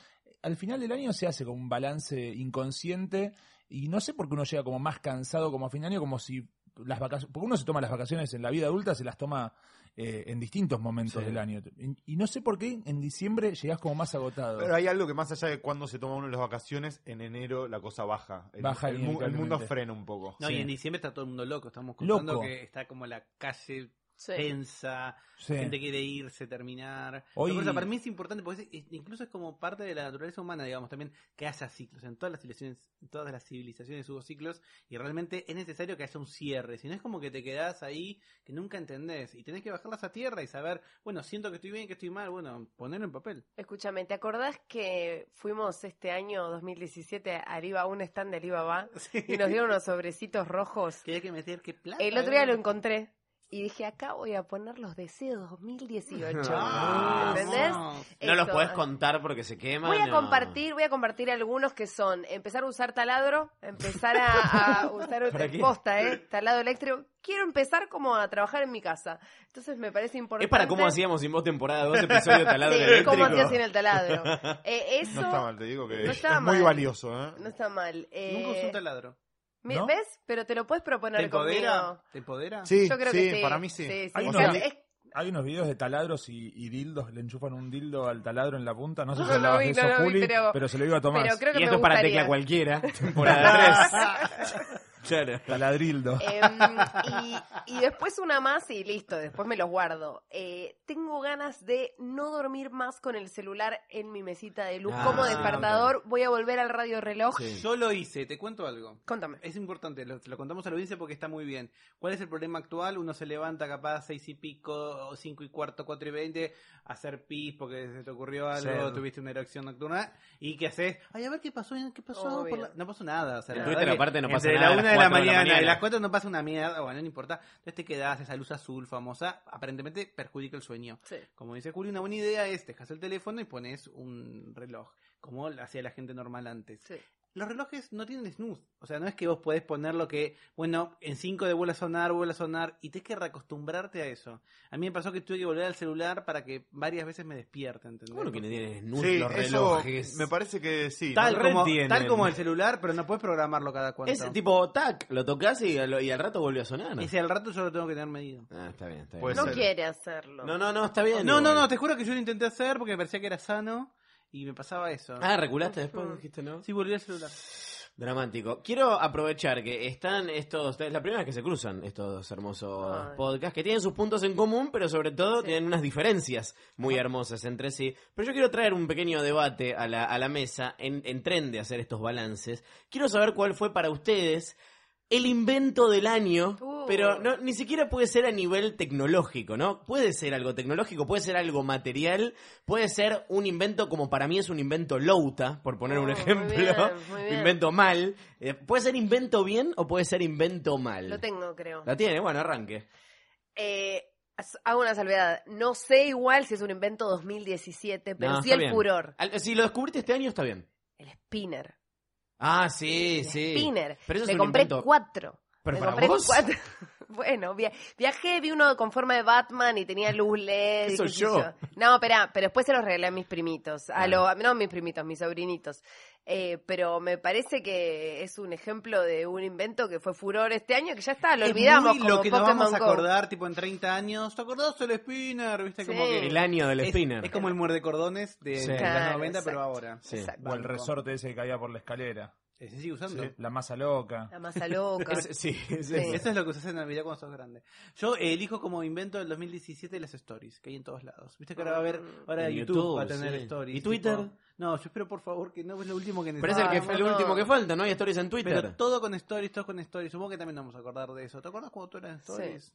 Speaker 22: Al final del año se hace como un balance inconsciente y no sé por qué uno llega como más cansado como a fin de año, como si las vacaciones, porque uno se toma las vacaciones en la vida adulta, se las toma eh, en distintos momentos
Speaker 23: Sí.
Speaker 22: del año. Y no sé por qué en diciembre llegás como más agotado.
Speaker 23: Pero hay algo que más allá de cuando se toma uno las vacaciones, en enero la cosa baja. El,
Speaker 22: Baja
Speaker 23: el, mu- el mundo
Speaker 22: inevitablemente.
Speaker 23: frena un poco.
Speaker 21: No, y en diciembre está todo el mundo loco. Estamos contando
Speaker 22: Loco.
Speaker 21: que está como la calle
Speaker 1: Sí.
Speaker 21: tensa,
Speaker 22: Sí.
Speaker 21: gente quiere irse, terminar.
Speaker 22: Hoy-
Speaker 21: Pero por eso para mí es importante porque es- es- incluso es como parte de la naturaleza humana, digamos, también que haya ciclos. En todas las civilizaciones, en todas las civilizaciones hubo ciclos y realmente es necesario que haya un cierre. Si no es como que te quedás ahí que nunca entendés y tenés que bajarlas a tierra y saber, bueno, siento que estoy bien, que estoy mal, bueno, ponerlo en papel.
Speaker 24: Escúchame, ¿te acordás que fuimos este año 2017 a Ariba, un stand de Alibaba y nos dieron unos sobrecitos rojos?
Speaker 21: Que hay que meter que plata.
Speaker 24: El otro día lo
Speaker 21: ¿verdad?
Speaker 24: encontré y dije, acá voy a poner los deseos 2018.
Speaker 2: Ah,
Speaker 24: ¿Entendés?
Speaker 2: No los
Speaker 24: Esto,
Speaker 2: podés
Speaker 24: ah.
Speaker 2: contar porque se queman.
Speaker 24: Voy a
Speaker 2: no.
Speaker 24: compartir, voy a compartir algunos que son empezar a usar taladro, empezar a, a usar
Speaker 2: ¿Para qué?
Speaker 24: posta, eh, taladro eléctrico. Quiero empezar como a trabajar en mi casa. Entonces me parece importante.
Speaker 2: Es para cómo hacíamos sin vos temporada 2, episodio taladro
Speaker 24: Sí,
Speaker 2: eléctrico.
Speaker 24: cómo hacía sin el taladro. Eh,
Speaker 3: No
Speaker 24: eso
Speaker 3: está mal, te digo que
Speaker 24: no
Speaker 3: es
Speaker 24: estaba
Speaker 3: muy
Speaker 24: mal.
Speaker 3: valioso, ¿eh?
Speaker 24: no está mal. Eh,
Speaker 21: Nunca usé un taladro.
Speaker 24: mi-
Speaker 21: ¿No?
Speaker 24: ¿Ves? Pero te lo puedes proponer
Speaker 21: ¿Te empodera?
Speaker 24: conmigo.
Speaker 21: ¿Te empodera?
Speaker 24: Sí, Yo creo que sí, para mí sí. sí,
Speaker 22: Hay,
Speaker 24: sí.
Speaker 22: unos,
Speaker 24: O sea,
Speaker 22: vi-
Speaker 24: es-
Speaker 22: hay unos videos de taladros y, y dildos, le enchufan un dildo al taladro en la punta. No sé si
Speaker 24: No lo
Speaker 22: hablabas
Speaker 24: vi,
Speaker 22: de eso,
Speaker 24: no lo vi,
Speaker 22: Juli,
Speaker 24: pero-
Speaker 22: pero, se lo iba a tomar.
Speaker 24: pero creo que
Speaker 2: y
Speaker 24: me
Speaker 2: esto es para
Speaker 24: gustaría.
Speaker 2: tecla cualquiera, temporada
Speaker 21: Ah.
Speaker 2: 3. claro.
Speaker 22: Taladrildo.
Speaker 24: Eh, Em, y, y después una más y listo, después me los guardo. Eh, tengo ganas de no dormir más con el celular en mi mesita de luz
Speaker 21: Ah,
Speaker 24: como
Speaker 21: sí,
Speaker 24: despertador. Voy a volver al radio reloj.
Speaker 21: Yo lo hice, te cuento algo.
Speaker 24: Contame.
Speaker 21: Es importante, lo, lo contamos a la audiencia porque está muy bien. ¿Cuál es el problema actual? Uno se levanta capaz seis y pico, o cinco y cuarto, cuatro y veinte, a hacer pis porque se te ocurrió algo,
Speaker 22: Sí.
Speaker 21: tuviste una erección nocturna, y que haces, ay, a ver qué pasó, qué pasó,
Speaker 22: Obvio.
Speaker 21: por la- no pasó nada. O sea,
Speaker 2: En
Speaker 21: la
Speaker 2: Twitter
Speaker 21: verdad que
Speaker 2: aparte no pasa
Speaker 21: entre
Speaker 2: nada a
Speaker 21: la
Speaker 2: las cuatro
Speaker 21: una de la
Speaker 2: de la
Speaker 21: mañana y
Speaker 2: mañana.
Speaker 21: las cuatro no pasa una mierda, bueno, no importa. Entonces te quedás, esa luz azul famosa, aparentemente perjudica el sueño. Como dice Julio, una buena idea es, dejas el teléfono y pones un reloj, como lo hacía la gente normal antes. Los relojes no tienen snooze, o sea, no es que vos podés poner lo que, bueno, en 5 de vuelta a sonar, vuelve a sonar, y tenés que reacostumbrarte a eso. A mí me pasó que tuve que volver al celular para que varias veces me despierte, ¿entendés?
Speaker 2: Bueno, que no tienen snooze
Speaker 3: Sí,
Speaker 2: los
Speaker 3: eso
Speaker 2: relojes.
Speaker 3: me parece que sí.
Speaker 21: Tal,
Speaker 3: ¿no?
Speaker 21: como,
Speaker 3: Retienen.
Speaker 21: tal como el celular, pero no puedes programarlo cada cuanto.
Speaker 2: Es tipo, tac, lo tocas y, al- y al rato volvió a sonar.
Speaker 21: Y si al rato yo lo tengo que tener medido.
Speaker 2: Ah, está bien, está bien.
Speaker 24: no quiere hacerlo.
Speaker 2: No, no, no, está bien.
Speaker 21: No, no,
Speaker 2: igual.
Speaker 21: no, te juro que yo lo intenté hacer porque me parecía que era sano y me pasaba eso.
Speaker 2: Ah, reculaste después, dijiste, ¿no?
Speaker 21: Sí, volví al celular.
Speaker 2: Dramático. Quiero aprovechar que están estos, es la primera vez que se cruzan estos dos hermosos
Speaker 15: Ay.
Speaker 2: podcasts, que tienen sus puntos en común, pero sobre todo tienen unas diferencias muy
Speaker 24: Ah.
Speaker 2: hermosas entre sí. Pero yo quiero traer un pequeño debate a la, a la mesa, en, en tren de hacer estos balances. Quiero saber cuál fue para ustedes el invento del año,
Speaker 24: Uh.
Speaker 2: pero no, ni siquiera puede ser a nivel tecnológico, ¿no? Puede ser algo tecnológico, puede ser algo material, puede ser un invento como para mí es un invento louta, por poner un ejemplo,
Speaker 24: Oh, bien, muy bien.
Speaker 2: invento mal. Eh, ¿Puede ser invento bien o puede ser invento mal?
Speaker 24: Lo tengo, creo.
Speaker 2: La tiene, bueno, arranque.
Speaker 24: Eh, as- hago una salvedad. No sé igual si es un invento 2017, pero
Speaker 2: No,
Speaker 24: sí
Speaker 2: está
Speaker 24: el
Speaker 2: bien.
Speaker 24: furor.
Speaker 2: Al- si lo descubriste este año está bien.
Speaker 24: Spinner.
Speaker 2: Ah, sí, sí.
Speaker 24: Spinner.
Speaker 2: Pero eso
Speaker 24: Me
Speaker 2: es un
Speaker 24: compré
Speaker 2: invento-
Speaker 24: cuatro.
Speaker 2: Pero
Speaker 24: Me
Speaker 2: para
Speaker 24: compré
Speaker 2: vos.
Speaker 24: cuatro. Bueno, via- viajé, vi uno con forma de Batman y tenía luz LED. y
Speaker 2: Eso
Speaker 24: qué sé
Speaker 2: yo. Ah.
Speaker 24: No, espera, pero después se los regalé a mis primitos. A lo, a- no, mis primitos, mis sobrinitos. Eh, pero me parece que es un ejemplo de un invento que fue furor este año, que ya está, lo
Speaker 21: Es
Speaker 24: olvidamos.
Speaker 21: muy
Speaker 24: como
Speaker 21: lo que nos
Speaker 24: Pokémon
Speaker 21: vamos a
Speaker 24: Go.
Speaker 21: acordar, tipo en 30 años. ¿Te acordás del Spinner? ¿Viste? Como
Speaker 24: Sí.
Speaker 21: que
Speaker 2: El año del
Speaker 21: es-
Speaker 2: Spinner.
Speaker 21: Es, como el muerde cordones de
Speaker 22: Sí.
Speaker 21: los
Speaker 22: Claro,
Speaker 21: 90, pero
Speaker 24: exacto.
Speaker 21: ahora.
Speaker 22: O el resorte ese que caía por la escalera.
Speaker 21: Ese sigue usando.
Speaker 22: La masa loca.
Speaker 24: La masa loca.
Speaker 22: Es- sí, es
Speaker 21: Sí.
Speaker 22: eso.
Speaker 21: Eso es lo que usas en Navidad cuando sos grande. Yo eh, elijo como invento del 2017 las stories, que hay en todos lados. Viste que ahora va a haber, ahora
Speaker 2: En
Speaker 21: YouTube,
Speaker 2: YouTube,
Speaker 21: va a tener
Speaker 2: sí.
Speaker 21: stories.
Speaker 2: ¿Y Twitter?
Speaker 21: tipo- no, yo espero por favor que no es lo último que
Speaker 2: Pero es el, que, el último que falta, ¿no? Hay stories en Twitter.
Speaker 21: Pero todo con stories, todo con stories. Supongo que también nos vamos a acordar de eso. ¿Te acuerdas cuando tú eras en stories?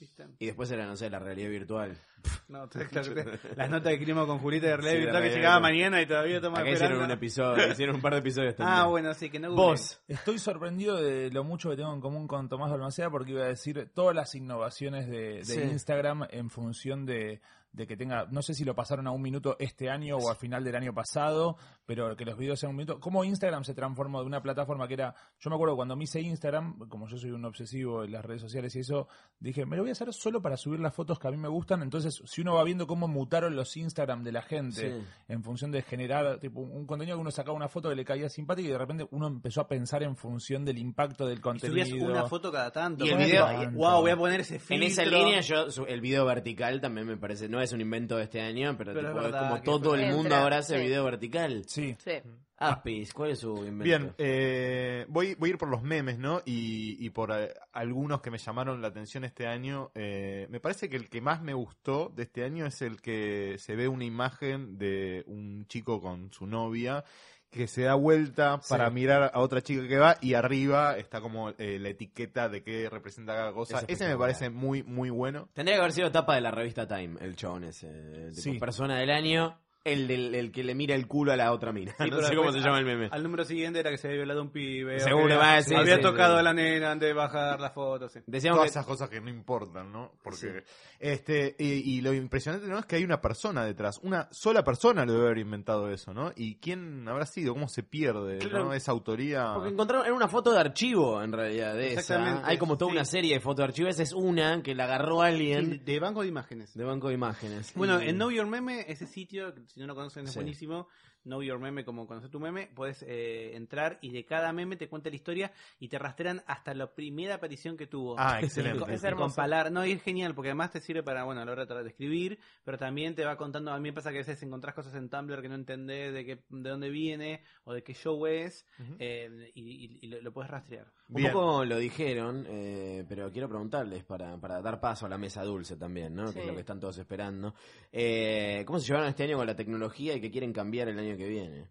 Speaker 21: ¿Viste?
Speaker 2: Y después era, no sé, la realidad virtual.
Speaker 21: No, te- claro que- las notas de clima con Julita de
Speaker 2: Sí,
Speaker 21: Relay,
Speaker 2: la
Speaker 21: que
Speaker 2: realidad
Speaker 21: llegaba
Speaker 2: virtual.
Speaker 21: mañana y todavía toma
Speaker 2: Acá hicieron un episodio, hicieron un par de episodios también.
Speaker 21: Ah, bueno, sí, que no googleen.
Speaker 22: Vos, estoy sorprendido de lo mucho que tengo en común con Tomás Balmaceda porque iba a decir todas las innovaciones de, de
Speaker 2: Sí.
Speaker 22: Instagram en función de, de que tenga, no sé si lo pasaron a un minuto este año o al final del año pasado, pero que los videos sean un minuto. ¿Cómo Instagram se transformó de una plataforma que era, yo me acuerdo cuando me hice Instagram, como yo soy un obsesivo en las redes sociales y eso, dije, me lo voy a hacer solo para subir las fotos que a mí me gustan, entonces si uno va viendo cómo mutaron los Instagram de la gente
Speaker 2: Sí.
Speaker 22: en función de generar tipo, un contenido que uno sacaba una foto que le caía simpática y de repente uno empezó a pensar en función del impacto del contenido.
Speaker 21: Subías una foto cada tanto.
Speaker 2: Y el
Speaker 21: Bueno,
Speaker 2: video-
Speaker 21: tipo, Wow, voy a poner ese
Speaker 2: En
Speaker 21: filtro.
Speaker 2: esa línea, yo su- el video vertical también me parece, no es un invento de este año, pero,
Speaker 21: Pero
Speaker 2: tipo,
Speaker 21: es
Speaker 2: es
Speaker 21: verdad
Speaker 2: como
Speaker 21: que
Speaker 2: todo el mundo
Speaker 21: entra,
Speaker 2: ahora hace
Speaker 21: sí.
Speaker 2: video vertical.
Speaker 22: Sí.
Speaker 2: Apis, ¿cuál es su invento?
Speaker 23: Bien, eh, voy, voy a ir por los memes, ¿no? Y, y por eh, algunos que me llamaron la atención este año. Eh, me parece que el que más me gustó de este año es el que se ve una imagen de un chico con su novia que se da vuelta
Speaker 2: Sí.
Speaker 23: para mirar a otra chica que va y arriba está como eh, la etiqueta de qué representa cada cosa.
Speaker 2: Es
Speaker 23: Ese me
Speaker 2: espectacular.
Speaker 23: parece muy, muy bueno.
Speaker 2: Tendría que haber sido tapa de la revista Time, el chabón ese. eh, tipo,
Speaker 23: Sí.
Speaker 2: Persona del año, el, del el que le mira el culo a la otra mina.
Speaker 21: Sí,
Speaker 2: no
Speaker 21: pero
Speaker 2: sé cómo se
Speaker 21: después
Speaker 2: llama
Speaker 21: al-
Speaker 2: el meme.
Speaker 21: Al número siguiente era que se había violado un pibe. o
Speaker 2: Seguro,
Speaker 21: que
Speaker 2: va a
Speaker 21: había,
Speaker 2: decir,
Speaker 21: había
Speaker 2: sí,
Speaker 21: tocado
Speaker 2: sí.
Speaker 21: a la nena antes de bajar la foto. Sí.
Speaker 23: Todas esas cosas que no importan, ¿no? Porque este y, y lo impresionante no es que hay una persona detrás, una sola persona lo debe haber inventado eso, ¿no? ¿Y quién habrá sido? ¿Cómo se pierde
Speaker 2: Claro.
Speaker 23: ¿no? esa autoría?
Speaker 2: Porque encontraron, era una foto de archivo en realidad de
Speaker 23: Exactamente,
Speaker 2: esa. Hay como toda una serie de fotos de archivo, esa es una que la agarró alguien.
Speaker 21: De banco de imágenes.
Speaker 2: De banco de imágenes.
Speaker 21: Bueno,
Speaker 2: Y-
Speaker 21: en Know Your Meme, ese sitio, si no lo conocen, es
Speaker 2: Sí.
Speaker 21: buenísimo. Know Your Meme, como conocer tu meme, puedes eh, entrar y de cada meme te cuenta la historia y te rastrean hasta la primera aparición que tuvo.
Speaker 23: Ah, excelente.
Speaker 21: Y con-
Speaker 23: Es
Speaker 21: y
Speaker 23: hermoso.
Speaker 21: comparar. No, y es genial, porque además te sirve para, bueno, a la hora de tratar de escribir, pero también te va contando. A mí me pasa que a veces encontrás cosas en Tumblr que no entendés de, qué, de dónde viene o de qué show es, eh, y, y- y lo, puedes rastrear.
Speaker 2: Un poco lo dijeron, eh, pero quiero preguntarles para, para dar paso a la mesa dulce también, ¿no? Que es
Speaker 21: Sí.
Speaker 2: lo que están todos esperando. Eh, ¿Cómo se llevaron este año con la tecnología y qué quieren cambiar el año que viene?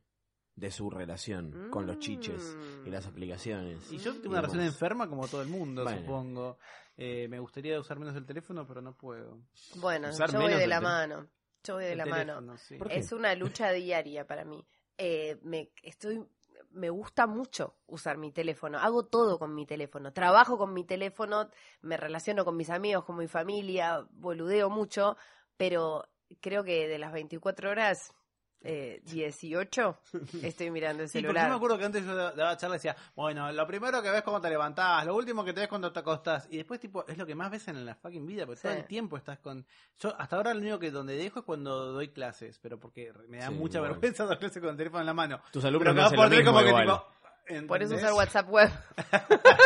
Speaker 2: De su relación con los chiches y las aplicaciones.
Speaker 21: Y yo tengo una relación
Speaker 2: relación
Speaker 21: enferma como todo el mundo,
Speaker 2: Bueno.
Speaker 21: supongo. Eh, me gustaría usar menos el teléfono, pero no puedo.
Speaker 24: Bueno, yo voy de la mano. Yo voy de
Speaker 21: El
Speaker 24: la mano.
Speaker 21: teléfono, sí. ¿Por qué?
Speaker 24: Es una lucha diaria para mí. Eh, me estoy me gusta mucho usar mi teléfono. Hago todo con mi teléfono. Trabajo con mi teléfono, me relaciono con mis amigos, con mi familia, boludeo mucho, pero creo que de las 24 horas eh, 18 estoy mirando el
Speaker 21: Sí, porque yo me
Speaker 24: celular.
Speaker 21: acuerdo que antes yo da- daba charla y decía, bueno, lo primero que ves cuando te levantás, lo último que te ves cuando te acostás, y después tipo, es lo que más ves en la fucking vida, porque
Speaker 24: Sí.
Speaker 21: todo el tiempo estás con... Yo hasta ahora lo único que donde dejo es cuando doy clases, pero porque me da
Speaker 2: Sí,
Speaker 21: mucha
Speaker 2: igual.
Speaker 21: vergüenza dar clases con el teléfono en la mano.
Speaker 2: Tus alumnos
Speaker 21: Pero
Speaker 2: no
Speaker 21: acá
Speaker 2: hacen
Speaker 21: por
Speaker 2: lo
Speaker 21: tener
Speaker 2: mismo
Speaker 21: como que
Speaker 2: igual.
Speaker 21: tipo,
Speaker 24: Por eso
Speaker 21: ¿entendés?
Speaker 24: usar WhatsApp web.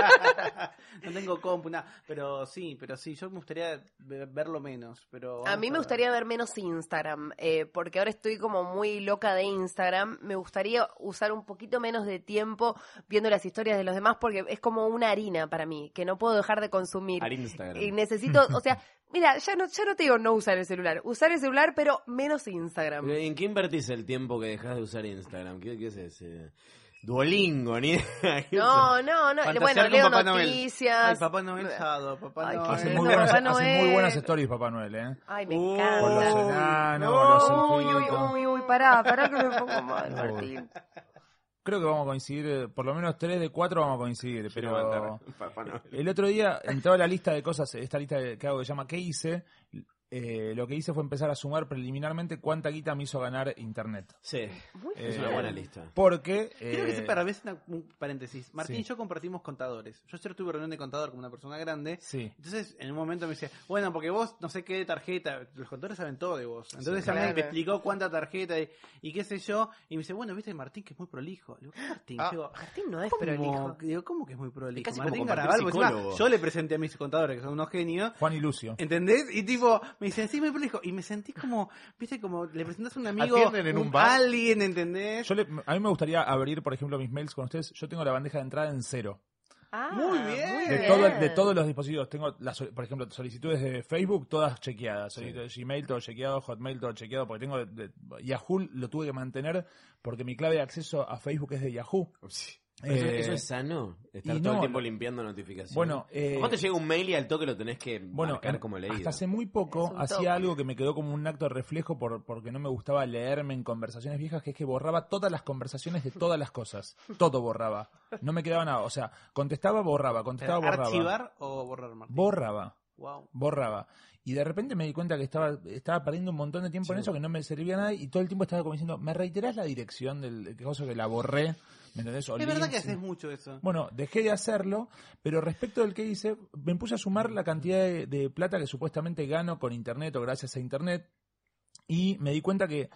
Speaker 21: No tengo compu, nada, pero sí, pero sí, yo me gustaría ve- verlo menos, pero...
Speaker 24: A
Speaker 21: vamos
Speaker 24: mí me
Speaker 21: ver.
Speaker 24: gustaría ver menos Instagram, eh, porque ahora estoy como muy loca de Instagram. Me gustaría usar un poquito menos de tiempo viendo las historias de los demás, porque es como una harina para mí, que no puedo dejar de consumir.
Speaker 2: Al Instagram.
Speaker 24: Y necesito, o sea, mira, ya no, ya no te digo no usar el celular, usar el celular, pero menos Instagram.
Speaker 2: ¿En qué invertís el tiempo que dejas de usar Instagram? ¿Qué, qué es ese? Duolingo, ni idea.
Speaker 24: No, no, no.
Speaker 2: Fantasear
Speaker 24: Bueno,
Speaker 2: con
Speaker 24: leo
Speaker 2: Papá Noel.
Speaker 24: noticias.
Speaker 21: Ay, Papá Noel, Jado, Papá
Speaker 24: Ay, qué
Speaker 21: Noel.
Speaker 24: lindo,
Speaker 22: Hace muy, buenas,
Speaker 24: Papá
Speaker 22: hace muy
Speaker 24: Noel.
Speaker 22: buenas stories, Papá Noel, ¿eh?
Speaker 24: Ay, me
Speaker 22: Con los
Speaker 24: encanta.
Speaker 22: enanos,
Speaker 24: No,
Speaker 22: con
Speaker 24: uy,
Speaker 22: los
Speaker 24: uy,
Speaker 22: elfitos.
Speaker 24: uy, uy, pará, pará que me pongo mal, Martín.
Speaker 22: Creo que vamos a coincidir, eh, por lo menos tres de cuatro vamos a coincidir, pero el otro día entró a la lista de cosas, esta lista que hago que se llama ¿Qué hice? Eh, lo que hice fue empezar a sumar preliminarmente cuánta guita me hizo ganar internet. Eh,
Speaker 2: Sí,
Speaker 21: bien.
Speaker 2: es una buena lista.
Speaker 22: Porque...
Speaker 21: Quiero que
Speaker 22: eh,
Speaker 21: sepa, a veces, una- un paréntesis. Martín
Speaker 22: Sí.
Speaker 21: y yo compartimos contadores. Yo ayer tuve reunión de contador con una persona grande.
Speaker 22: Sí.
Speaker 21: Entonces, en un momento me dice, bueno, porque vos no sé qué tarjeta, los contadores saben todo de vos. Entonces Sí, ya me claro. explicó cuánta tarjeta y, y qué sé yo. Y me dice, bueno, viste Martín que es muy prolijo. Le digo, ¿qué Martín? Ah. Digo,
Speaker 24: Martín no es
Speaker 21: ¿cómo? prolijo. Digo, ¿cómo que es muy Es prolijo? casi como Martín compartir Garabal, "Ah, porque encima psicólogo. yo le presenté a mis contadores, que son unos genios.
Speaker 22: Juan y Lucio.
Speaker 21: ¿Entendés? Y tipo, me dicen, sí, muy prolijo. Y me sentí como, viste, como le presentas a un amigo,
Speaker 22: Atienden en un bar.
Speaker 21: alguien, ¿entendés?
Speaker 22: Yo le- a mí me gustaría abrir, por ejemplo, mis mails con ustedes. Yo tengo la bandeja de entrada en cero.
Speaker 16: Ah,
Speaker 21: muy bien.
Speaker 22: De, todo- de todos los dispositivos. Tengo, las, sol- por ejemplo, solicitudes de Facebook, todas chequeadas. Solicitudes de Gmail, todo chequeado. Hotmail, todo chequeado. Porque tengo. de- de- Yahoo lo tuve que mantener porque mi clave de acceso a Facebook es de Yahoo.
Speaker 2: Pero eso-
Speaker 22: Eh,
Speaker 2: ¿Eso es sano? Estar
Speaker 22: y
Speaker 2: todo el
Speaker 22: no,
Speaker 2: tiempo limpiando notificaciones.
Speaker 22: Bueno, eh,
Speaker 2: ¿Cómo te llega un mail y al toque lo tenés que
Speaker 22: Bueno,
Speaker 2: marcar
Speaker 22: en-
Speaker 2: como leído?
Speaker 22: hasta hace muy poco
Speaker 2: Es un toque.
Speaker 22: hacía algo que me quedó como un acto de reflejo por, porque no me gustaba leerme en conversaciones viejas, que es que borraba todas las conversaciones de todas las cosas. Todo borraba. No me quedaba nada. O sea, contestaba, borraba, contestaba, borraba.
Speaker 21: ¿Archivar o borrar, Martín?
Speaker 22: Borraba.
Speaker 21: Wow.
Speaker 22: borraba. Y de repente me di cuenta que estaba, estaba perdiendo un montón de tiempo en eso, que no me servía nada, y todo el tiempo estaba como diciendo, ¿me reiterás la dirección del que cosa que la borré? ¿Me entendés? O
Speaker 21: Es verdad
Speaker 22: links,
Speaker 21: que haces
Speaker 22: sí.
Speaker 21: mucho eso.
Speaker 22: Bueno, dejé de hacerlo, pero respecto del que hice, me puse a sumar la cantidad de, de plata que supuestamente gano con internet o gracias a internet, y me di cuenta que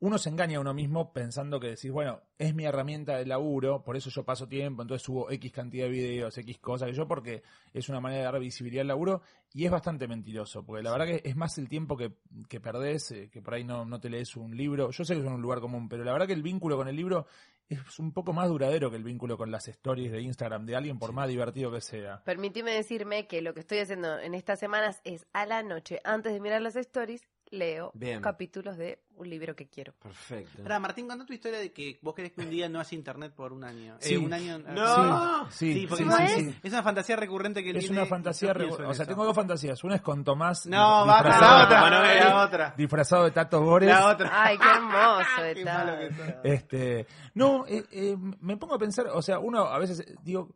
Speaker 22: uno se engaña a uno mismo pensando que decís, bueno, es mi herramienta de laburo, por eso yo paso tiempo, entonces subo X cantidad de videos, X cosas que yo, porque es una manera de dar visibilidad al laburo, y es bastante mentiroso, porque la verdad que es más el tiempo que, que perdés, eh, que por ahí no, no te lees un libro. Yo sé que es un lugar común, pero la verdad que el vínculo con el libro es un poco más duradero que el vínculo con las stories de Instagram de alguien, por más divertido que sea.
Speaker 21: Eh,
Speaker 24: Permitime decirme que lo que estoy haciendo en estas semanas es a la noche, antes de mirar las stories, leo
Speaker 2: Bien.
Speaker 24: capítulos de un libro que quiero.
Speaker 2: Perfecto.
Speaker 21: Ahora, Martín, contá tu historia de que vos querés que un día no haya internet por un año. Eh,
Speaker 22: Sí.
Speaker 21: un año.
Speaker 22: No. Sí, sí.
Speaker 21: porque
Speaker 22: Sí,
Speaker 21: es-
Speaker 22: sí, sí.
Speaker 21: es una fantasía recurrente que
Speaker 22: Es
Speaker 21: viene
Speaker 22: una
Speaker 21: y
Speaker 22: fantasía,
Speaker 21: yo pienso
Speaker 22: revo-
Speaker 21: en
Speaker 22: o sea,
Speaker 21: eso.
Speaker 22: tengo dos fantasías. Una es con Tomás
Speaker 21: No,
Speaker 22: dif-
Speaker 21: va, la
Speaker 22: disfrazado-
Speaker 21: otra, la otra.
Speaker 22: disfrazado de Tato Bores.
Speaker 21: La otra.
Speaker 24: Ay, qué hermoso está.
Speaker 22: Este, no, eh, eh, me pongo a pensar, o sea, uno a veces eh, digo,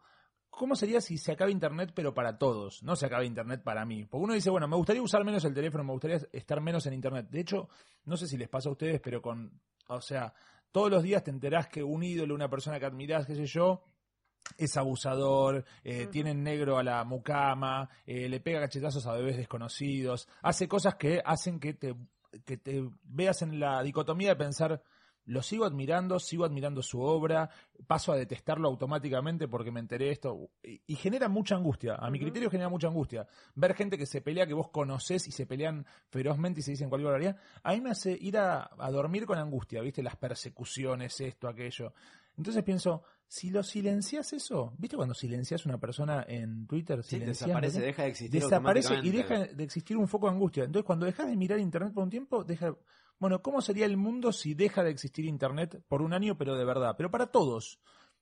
Speaker 22: ¿cómo sería si se acaba Internet pero para todos? No se acaba Internet para mí. Porque uno dice, bueno, me gustaría usar menos el teléfono, me gustaría estar menos en Internet. De hecho, no sé si les pasa a ustedes, pero con, o sea, todos los días te enterás que un ídolo, una persona que admirás, qué sé yo, es abusador, eh, tiene en negro a la mucama, eh, le pega cachetazos a bebés desconocidos, hace cosas que hacen que te, que te veas en la dicotomía de pensar, lo sigo admirando, sigo admirando su obra, paso a detestarlo automáticamente porque me enteré de esto. Y, y genera mucha angustia, a mi criterio genera mucha angustia. Ver gente que se pelea, que vos conocés y se pelean ferozmente y se dicen cualquier barbaridad, a mí me hace ir a, a dormir con angustia, ¿viste? Las persecuciones, esto, aquello. Entonces pienso, si lo silencias eso, ¿viste cuando silencias una persona en Twitter? Silencias,
Speaker 2: desaparece,
Speaker 22: ¿verdad?
Speaker 2: deja de existir
Speaker 22: Desaparece y
Speaker 2: automáticamente.
Speaker 22: deja de existir un foco de angustia. Entonces, cuando dejas de mirar Internet por un tiempo, deja. Bueno, ¿cómo sería el mundo si deja de existir Internet por un año, pero de verdad? Pero para todos.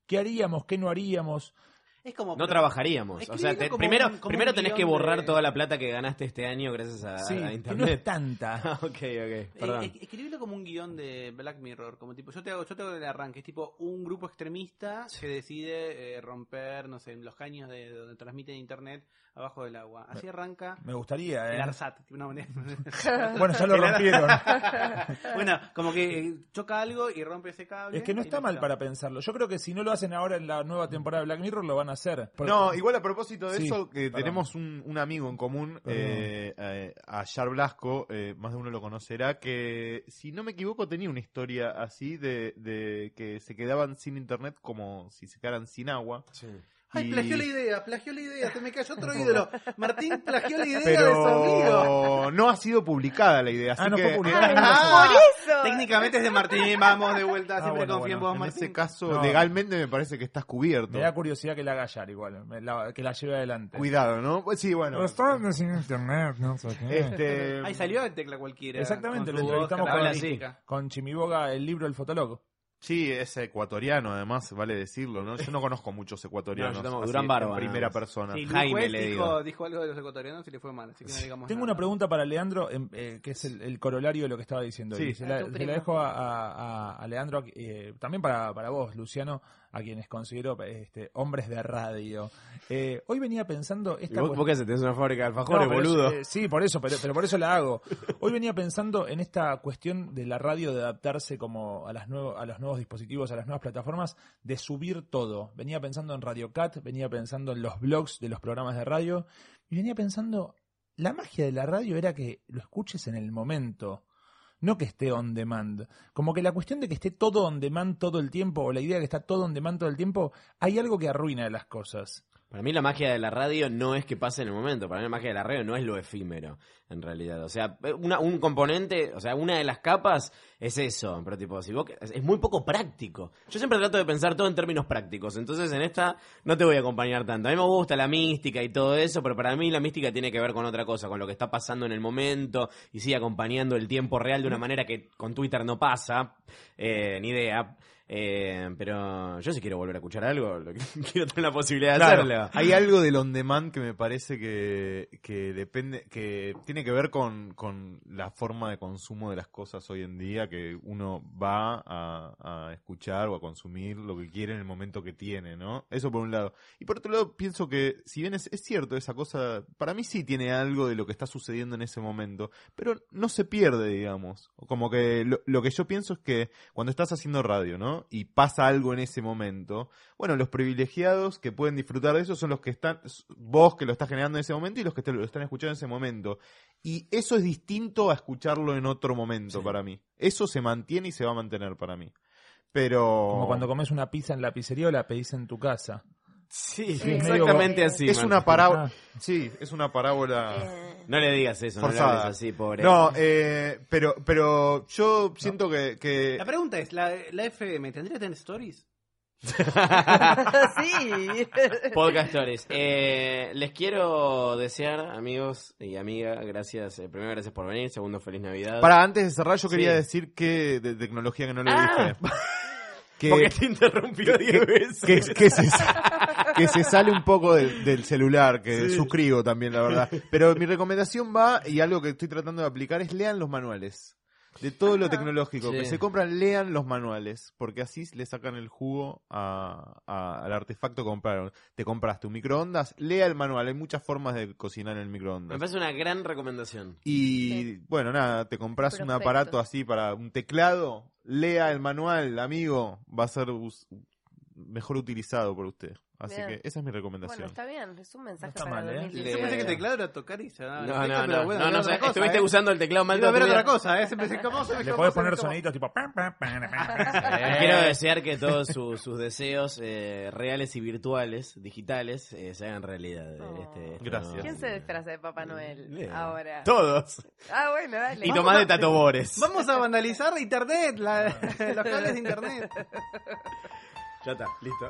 Speaker 22: ¿Qué haríamos? ¿Qué no haríamos?
Speaker 21: Es como.
Speaker 2: No trabajaríamos. O sea,
Speaker 22: Escribilo
Speaker 2: te-
Speaker 22: como
Speaker 2: primero,
Speaker 22: un- como
Speaker 2: primero
Speaker 22: un
Speaker 2: tenés
Speaker 22: guión
Speaker 2: que borrar
Speaker 22: de-
Speaker 2: toda la plata que ganaste este año gracias a,
Speaker 22: Sí,
Speaker 2: a
Speaker 22: que no
Speaker 2: internet.
Speaker 22: es tanta.
Speaker 2: ok, ok, perdón.
Speaker 21: Eh, eh, escribilo como un guión de Black Mirror, como tipo, yo te hago, yo te hago el arranque, es tipo un grupo extremista que decide eh, romper, no sé, los caños de donde transmiten internet abajo del agua. Así arranca.
Speaker 22: Me gustaría,
Speaker 21: El
Speaker 22: ¿eh?
Speaker 21: ARSAT, de una manera.
Speaker 22: Bueno, ya lo
Speaker 21: El ar-
Speaker 22: rompieron.
Speaker 21: bueno, como que eh, choca algo y rompe ese cable.
Speaker 22: Es que no
Speaker 21: y
Speaker 22: está mal
Speaker 21: listo.
Speaker 22: para pensarlo. Yo creo que si no lo hacen ahora en la nueva temporada de Black Mirror, lo van a hacer. Porque-
Speaker 23: No, igual a propósito de
Speaker 22: Sí,
Speaker 23: eso, que
Speaker 22: perdón.
Speaker 23: tenemos un, un amigo en común, eh, eh, a Yar Blasco, eh, más de uno lo conocerá, que si no me equivoco tenía una historia así de, de que se quedaban sin internet como si se quedaran sin agua.
Speaker 21: Ay,
Speaker 23: Y-
Speaker 21: plagió la idea, plagió la idea, se me cayó otro ídolo. Martín plagió la idea de su amigo.
Speaker 23: Pero no ha sido publicada la idea, así
Speaker 21: Ah, no
Speaker 23: que...
Speaker 21: fue publicada. Ah, por eso. técnicamente es de Martín, vamos de
Speaker 22: Ah,
Speaker 21: vuelta, siempre confío en vos,
Speaker 23: En
Speaker 21: Martín.
Speaker 23: ese caso,
Speaker 22: este No.
Speaker 23: legalmente me parece que estás cubierto.
Speaker 22: Me da curiosidad que la haga Yar igual, me la- que la lleve adelante.
Speaker 23: Cuidado, ¿no? Pues sí, bueno.
Speaker 22: Estaban sin internet, no sé qué.
Speaker 23: Este-
Speaker 21: Ahí salió el tecla cualquiera.
Speaker 22: ¿Eh? Exactamente,
Speaker 21: con
Speaker 22: lo
Speaker 21: su voz
Speaker 22: entrevistamos con,
Speaker 21: característica.
Speaker 22: con Chimiboga, el libro El Fotoloco.
Speaker 23: Sí, es ecuatoriano, además, vale decirlo, ¿no? Yo no conozco muchos ecuatorianos.
Speaker 22: No, yo tampoco.
Speaker 23: así,
Speaker 22: Durán Barba,
Speaker 23: En
Speaker 22: nada
Speaker 23: primera
Speaker 22: más.
Speaker 23: persona.
Speaker 21: Sí, Luis Juez dijo, dijo algo de los ecuatorianos y le fue mal, así que no digamos
Speaker 22: Tengo una pregunta para Leandro, em, eh, que es el, el corolario de lo que estaba diciendo.
Speaker 23: Sí.
Speaker 22: y se
Speaker 23: A
Speaker 22: la,
Speaker 23: tu
Speaker 22: se la
Speaker 23: primo.
Speaker 22: dejo a, a- a- a Leandro, eh, también para, para vos, Luciano, a quienes considero este, hombres de radio. Eh, hoy venía pensando...
Speaker 2: ¿Y
Speaker 22: Esta
Speaker 2: ¿Vos, vos
Speaker 22: cuestión-
Speaker 2: qué haces? Tenés una fábrica de alfajores,
Speaker 22: No, pero es-
Speaker 2: boludo.
Speaker 22: eh, sí, por eso, pero, pero por eso la hago. Hoy venía pensando en esta cuestión de la radio de adaptarse como a, las nuevo- a los nuevos dispositivos, a las nuevas plataformas, de subir todo. Venía pensando en Radio Cat, venía pensando en los blogs de los programas de radio y venía pensando, la magia de la radio era que lo escuches en el momento. No que esté on demand. Como que la cuestión de que esté todo on demand todo el tiempo, o la idea de que está todo on demand todo el tiempo, hay algo que arruina las cosas.
Speaker 2: Para mí la magia de la radio no es que pase en el momento, para mí la magia de la radio no es lo efímero, en realidad. O sea, una- un componente, o sea, una de las capas es eso, pero tipo, si vos, que- es muy poco práctico. Yo siempre trato de pensar todo en términos prácticos, entonces en esta no te voy a acompañar tanto. A mí me gusta la mística y todo eso, pero para mí la mística tiene que ver con otra cosa, con lo que está pasando en el momento y sí, acompañando el tiempo real de una manera que con Twitter no pasa, eh, ni idea. Eh, pero yo si quiero volver a escuchar algo, lo que- quiero tener la posibilidad de
Speaker 23: Claro,
Speaker 2: hacerlo.
Speaker 23: Hay algo del on demand que me parece que, que depende, que tiene que ver con, con la forma de consumo de las cosas hoy en día, que uno va a, a escuchar o a consumir lo que quiere en el momento que tiene, ¿no? Eso por un lado. Y por otro lado, pienso que, si bien es, es cierto esa cosa, para mí sí tiene algo de lo que está sucediendo en ese momento, pero no se pierde, digamos. Como que lo, lo que yo pienso es que cuando estás haciendo radio, ¿no? año y pasa algo en ese momento, bueno, los privilegiados que pueden disfrutar de eso son los que están, vos que lo estás generando en ese momento y los que te lo están escuchando en ese momento. Y eso es distinto a escucharlo en otro momento para mí. Eso se mantiene y se va a mantener para mí. Pero...
Speaker 22: Como cuando comes una pizza en la pizzería o la pedís en tu casa.
Speaker 2: Sí,
Speaker 23: Sí, es medio- Es una
Speaker 22: Ah.
Speaker 23: parábola. Sí, es una parábola.
Speaker 2: No le digas eso, no le
Speaker 23: forzada.
Speaker 2: hables así, pobre.
Speaker 23: No, eh, pero, pero yo siento que, que
Speaker 21: La pregunta es, ¿la, la FM tendría que tener stories?
Speaker 24: sí.
Speaker 2: Podcastores, eh, les quiero desear, amigos y amigas, gracias. eh, primero, gracias por venir. Segundo, feliz Navidad.
Speaker 23: Para antes de cerrar, yo quería
Speaker 2: Sí.
Speaker 23: decir que de tecnología que no le
Speaker 2: Ah.
Speaker 23: dije.
Speaker 2: Porque te interrumpió
Speaker 23: que-
Speaker 2: diez
Speaker 23: que-
Speaker 2: veces.
Speaker 23: Que, que se, que se sale un poco del, del celular, que
Speaker 2: Sí.
Speaker 23: suscribo también, la verdad. Pero mi recomendación va, y algo que estoy tratando de aplicar, es lean los manuales. De todo lo tecnológico
Speaker 2: Ah, Sí.
Speaker 23: que se compran, lean los manuales, porque así le sacan el jugo a- a- al artefacto que compraron. Te compraste un microondas, lea el manual, hay muchas formas de cocinar en el microondas.
Speaker 2: Me parece una gran recomendación.
Speaker 23: Y bueno, nada, te compras un
Speaker 2: Perfecto.
Speaker 23: aparato así para un teclado, lea el manual, amigo, va a ser us- mejor utilizado por usted. Así
Speaker 24: Bien.
Speaker 23: que esa es mi
Speaker 24: Bueno,
Speaker 23: recomendación.
Speaker 24: está bien, es un mensaje
Speaker 21: está
Speaker 24: para
Speaker 21: mal, ¿eh?
Speaker 24: 2015.
Speaker 21: Yo pensé que teclado era tocar y se daba
Speaker 2: No,
Speaker 21: la tecla,
Speaker 2: no,
Speaker 21: pero
Speaker 2: no,
Speaker 21: bueno,
Speaker 2: no,
Speaker 21: era
Speaker 2: no,
Speaker 21: otra
Speaker 2: sé, estuviste
Speaker 21: ¿eh?
Speaker 2: usando el teclado más
Speaker 21: Iba a
Speaker 2: toda
Speaker 21: ver
Speaker 2: tu
Speaker 21: otra
Speaker 2: vida.
Speaker 21: cosa, ¿eh? Siempre pensé, ¿cómo se me
Speaker 22: Le
Speaker 21: cómo
Speaker 22: podés
Speaker 21: se me
Speaker 22: poner
Speaker 21: cómo?
Speaker 22: soniditos tipo. pam, pam, pam,
Speaker 2: Les
Speaker 22: pam.
Speaker 2: quiero desear que todos su- sus deseos eh, reales y virtuales, digitales, eh, se hagan realidad. eh, este- este nuevo
Speaker 24: ¿Quién
Speaker 2: año.
Speaker 24: se disfraza de Papá Noel
Speaker 2: Bien.
Speaker 24: ahora?
Speaker 2: Todos.
Speaker 24: Ah, bueno, dale.
Speaker 2: Y tomás de tatobores.
Speaker 21: Vamos a vandalizar internet, la- los cables de internet.
Speaker 2: Ya está, listo.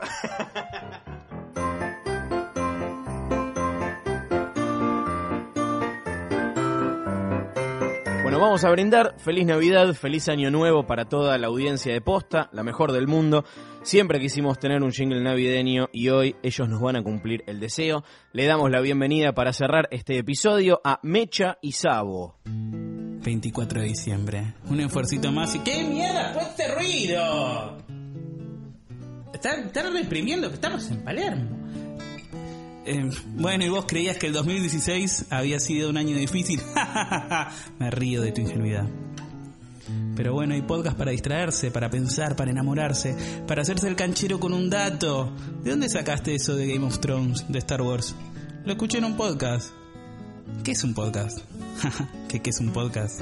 Speaker 2: Bueno, vamos a brindar. Feliz Navidad, feliz Año Nuevo para toda la audiencia de Posta, la mejor del mundo. Siempre quisimos tener un jingle navideño y hoy ellos nos van a cumplir el deseo. Le damos la bienvenida para cerrar este episodio a Mecha y Sabo.
Speaker 16: 24 de diciembre.
Speaker 14: Un esfuercito más y... ¡Qué mierda fue este ruido! Están, están reprimiendo que estamos en Palermo. Eh, bueno, y vos creías que el 2016 había sido un año difícil. Me río de tu ingenuidad. Pero bueno, hay podcast para distraerse, para pensar, para enamorarse, para hacerse el canchero con un dato. ¿De dónde sacaste eso de Game of Thrones, de Star Wars? Lo escuché en un podcast. ¿Qué es un podcast? ¿Qué, qué es un podcast?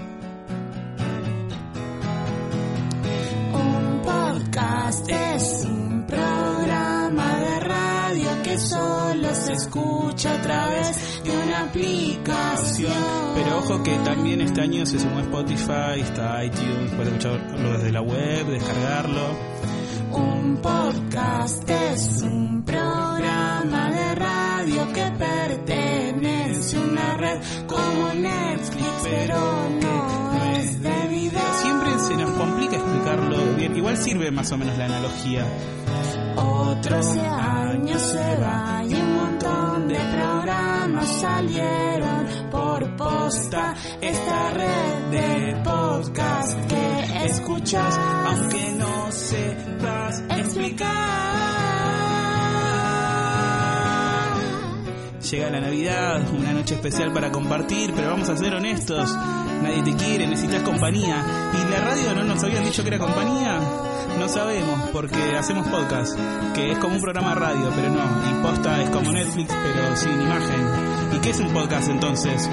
Speaker 16: Un podcast es un programa de radio que solo se escucha a través de una aplicación.
Speaker 14: Pero ojo que también este año se sumó Spotify, está iTunes, puedes escucharlo desde la web, descargarlo.
Speaker 16: Un podcast es un programa de radio que pertenece a una red como Netflix, pero no es de video.
Speaker 14: Siempre se nos complica explicarlo bien, igual sirve más o menos la analogía.
Speaker 16: Otro ese año se va y un montón de programas salieron por posta. Esta red de podcast que escuchas, aunque no sepas explicar.
Speaker 14: Llega la Navidad, una noche especial para compartir, pero vamos a ser honestos, nadie te quiere, necesitas compañía. ¿Y la radio no nos habían dicho que era compañía? No sabemos, porque hacemos podcast, que es como un programa de radio, pero no, y posta es como Netflix, pero sin imagen. ¿Y qué es un podcast entonces?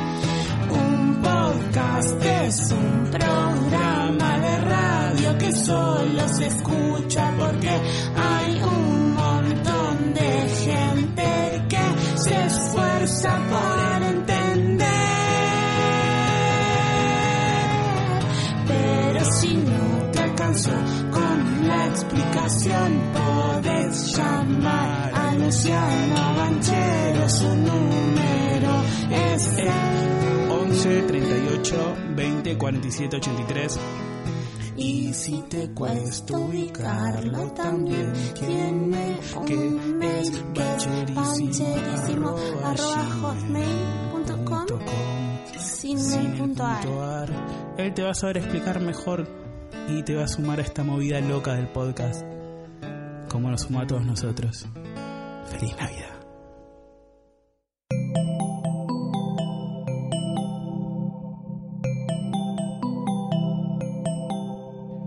Speaker 16: Un podcast Este es un programa de radio que solo se escucha porque hay un montón de gente que se esfuerza por entender. Pero si no te alcanzó con la explicación, podés llamar a Luciano Banchero. Su número es el
Speaker 14: 11 38 20 47 83
Speaker 16: Y si te cuesta ubicarlo también, tiene que es pancherísimo arroba hotmail.com sin el punto ar.
Speaker 14: puntuar. Él te va a saber explicar mejor y te va a sumar a esta movida loca del podcast. Como nos sumó a todos nosotros. Feliz Navidad.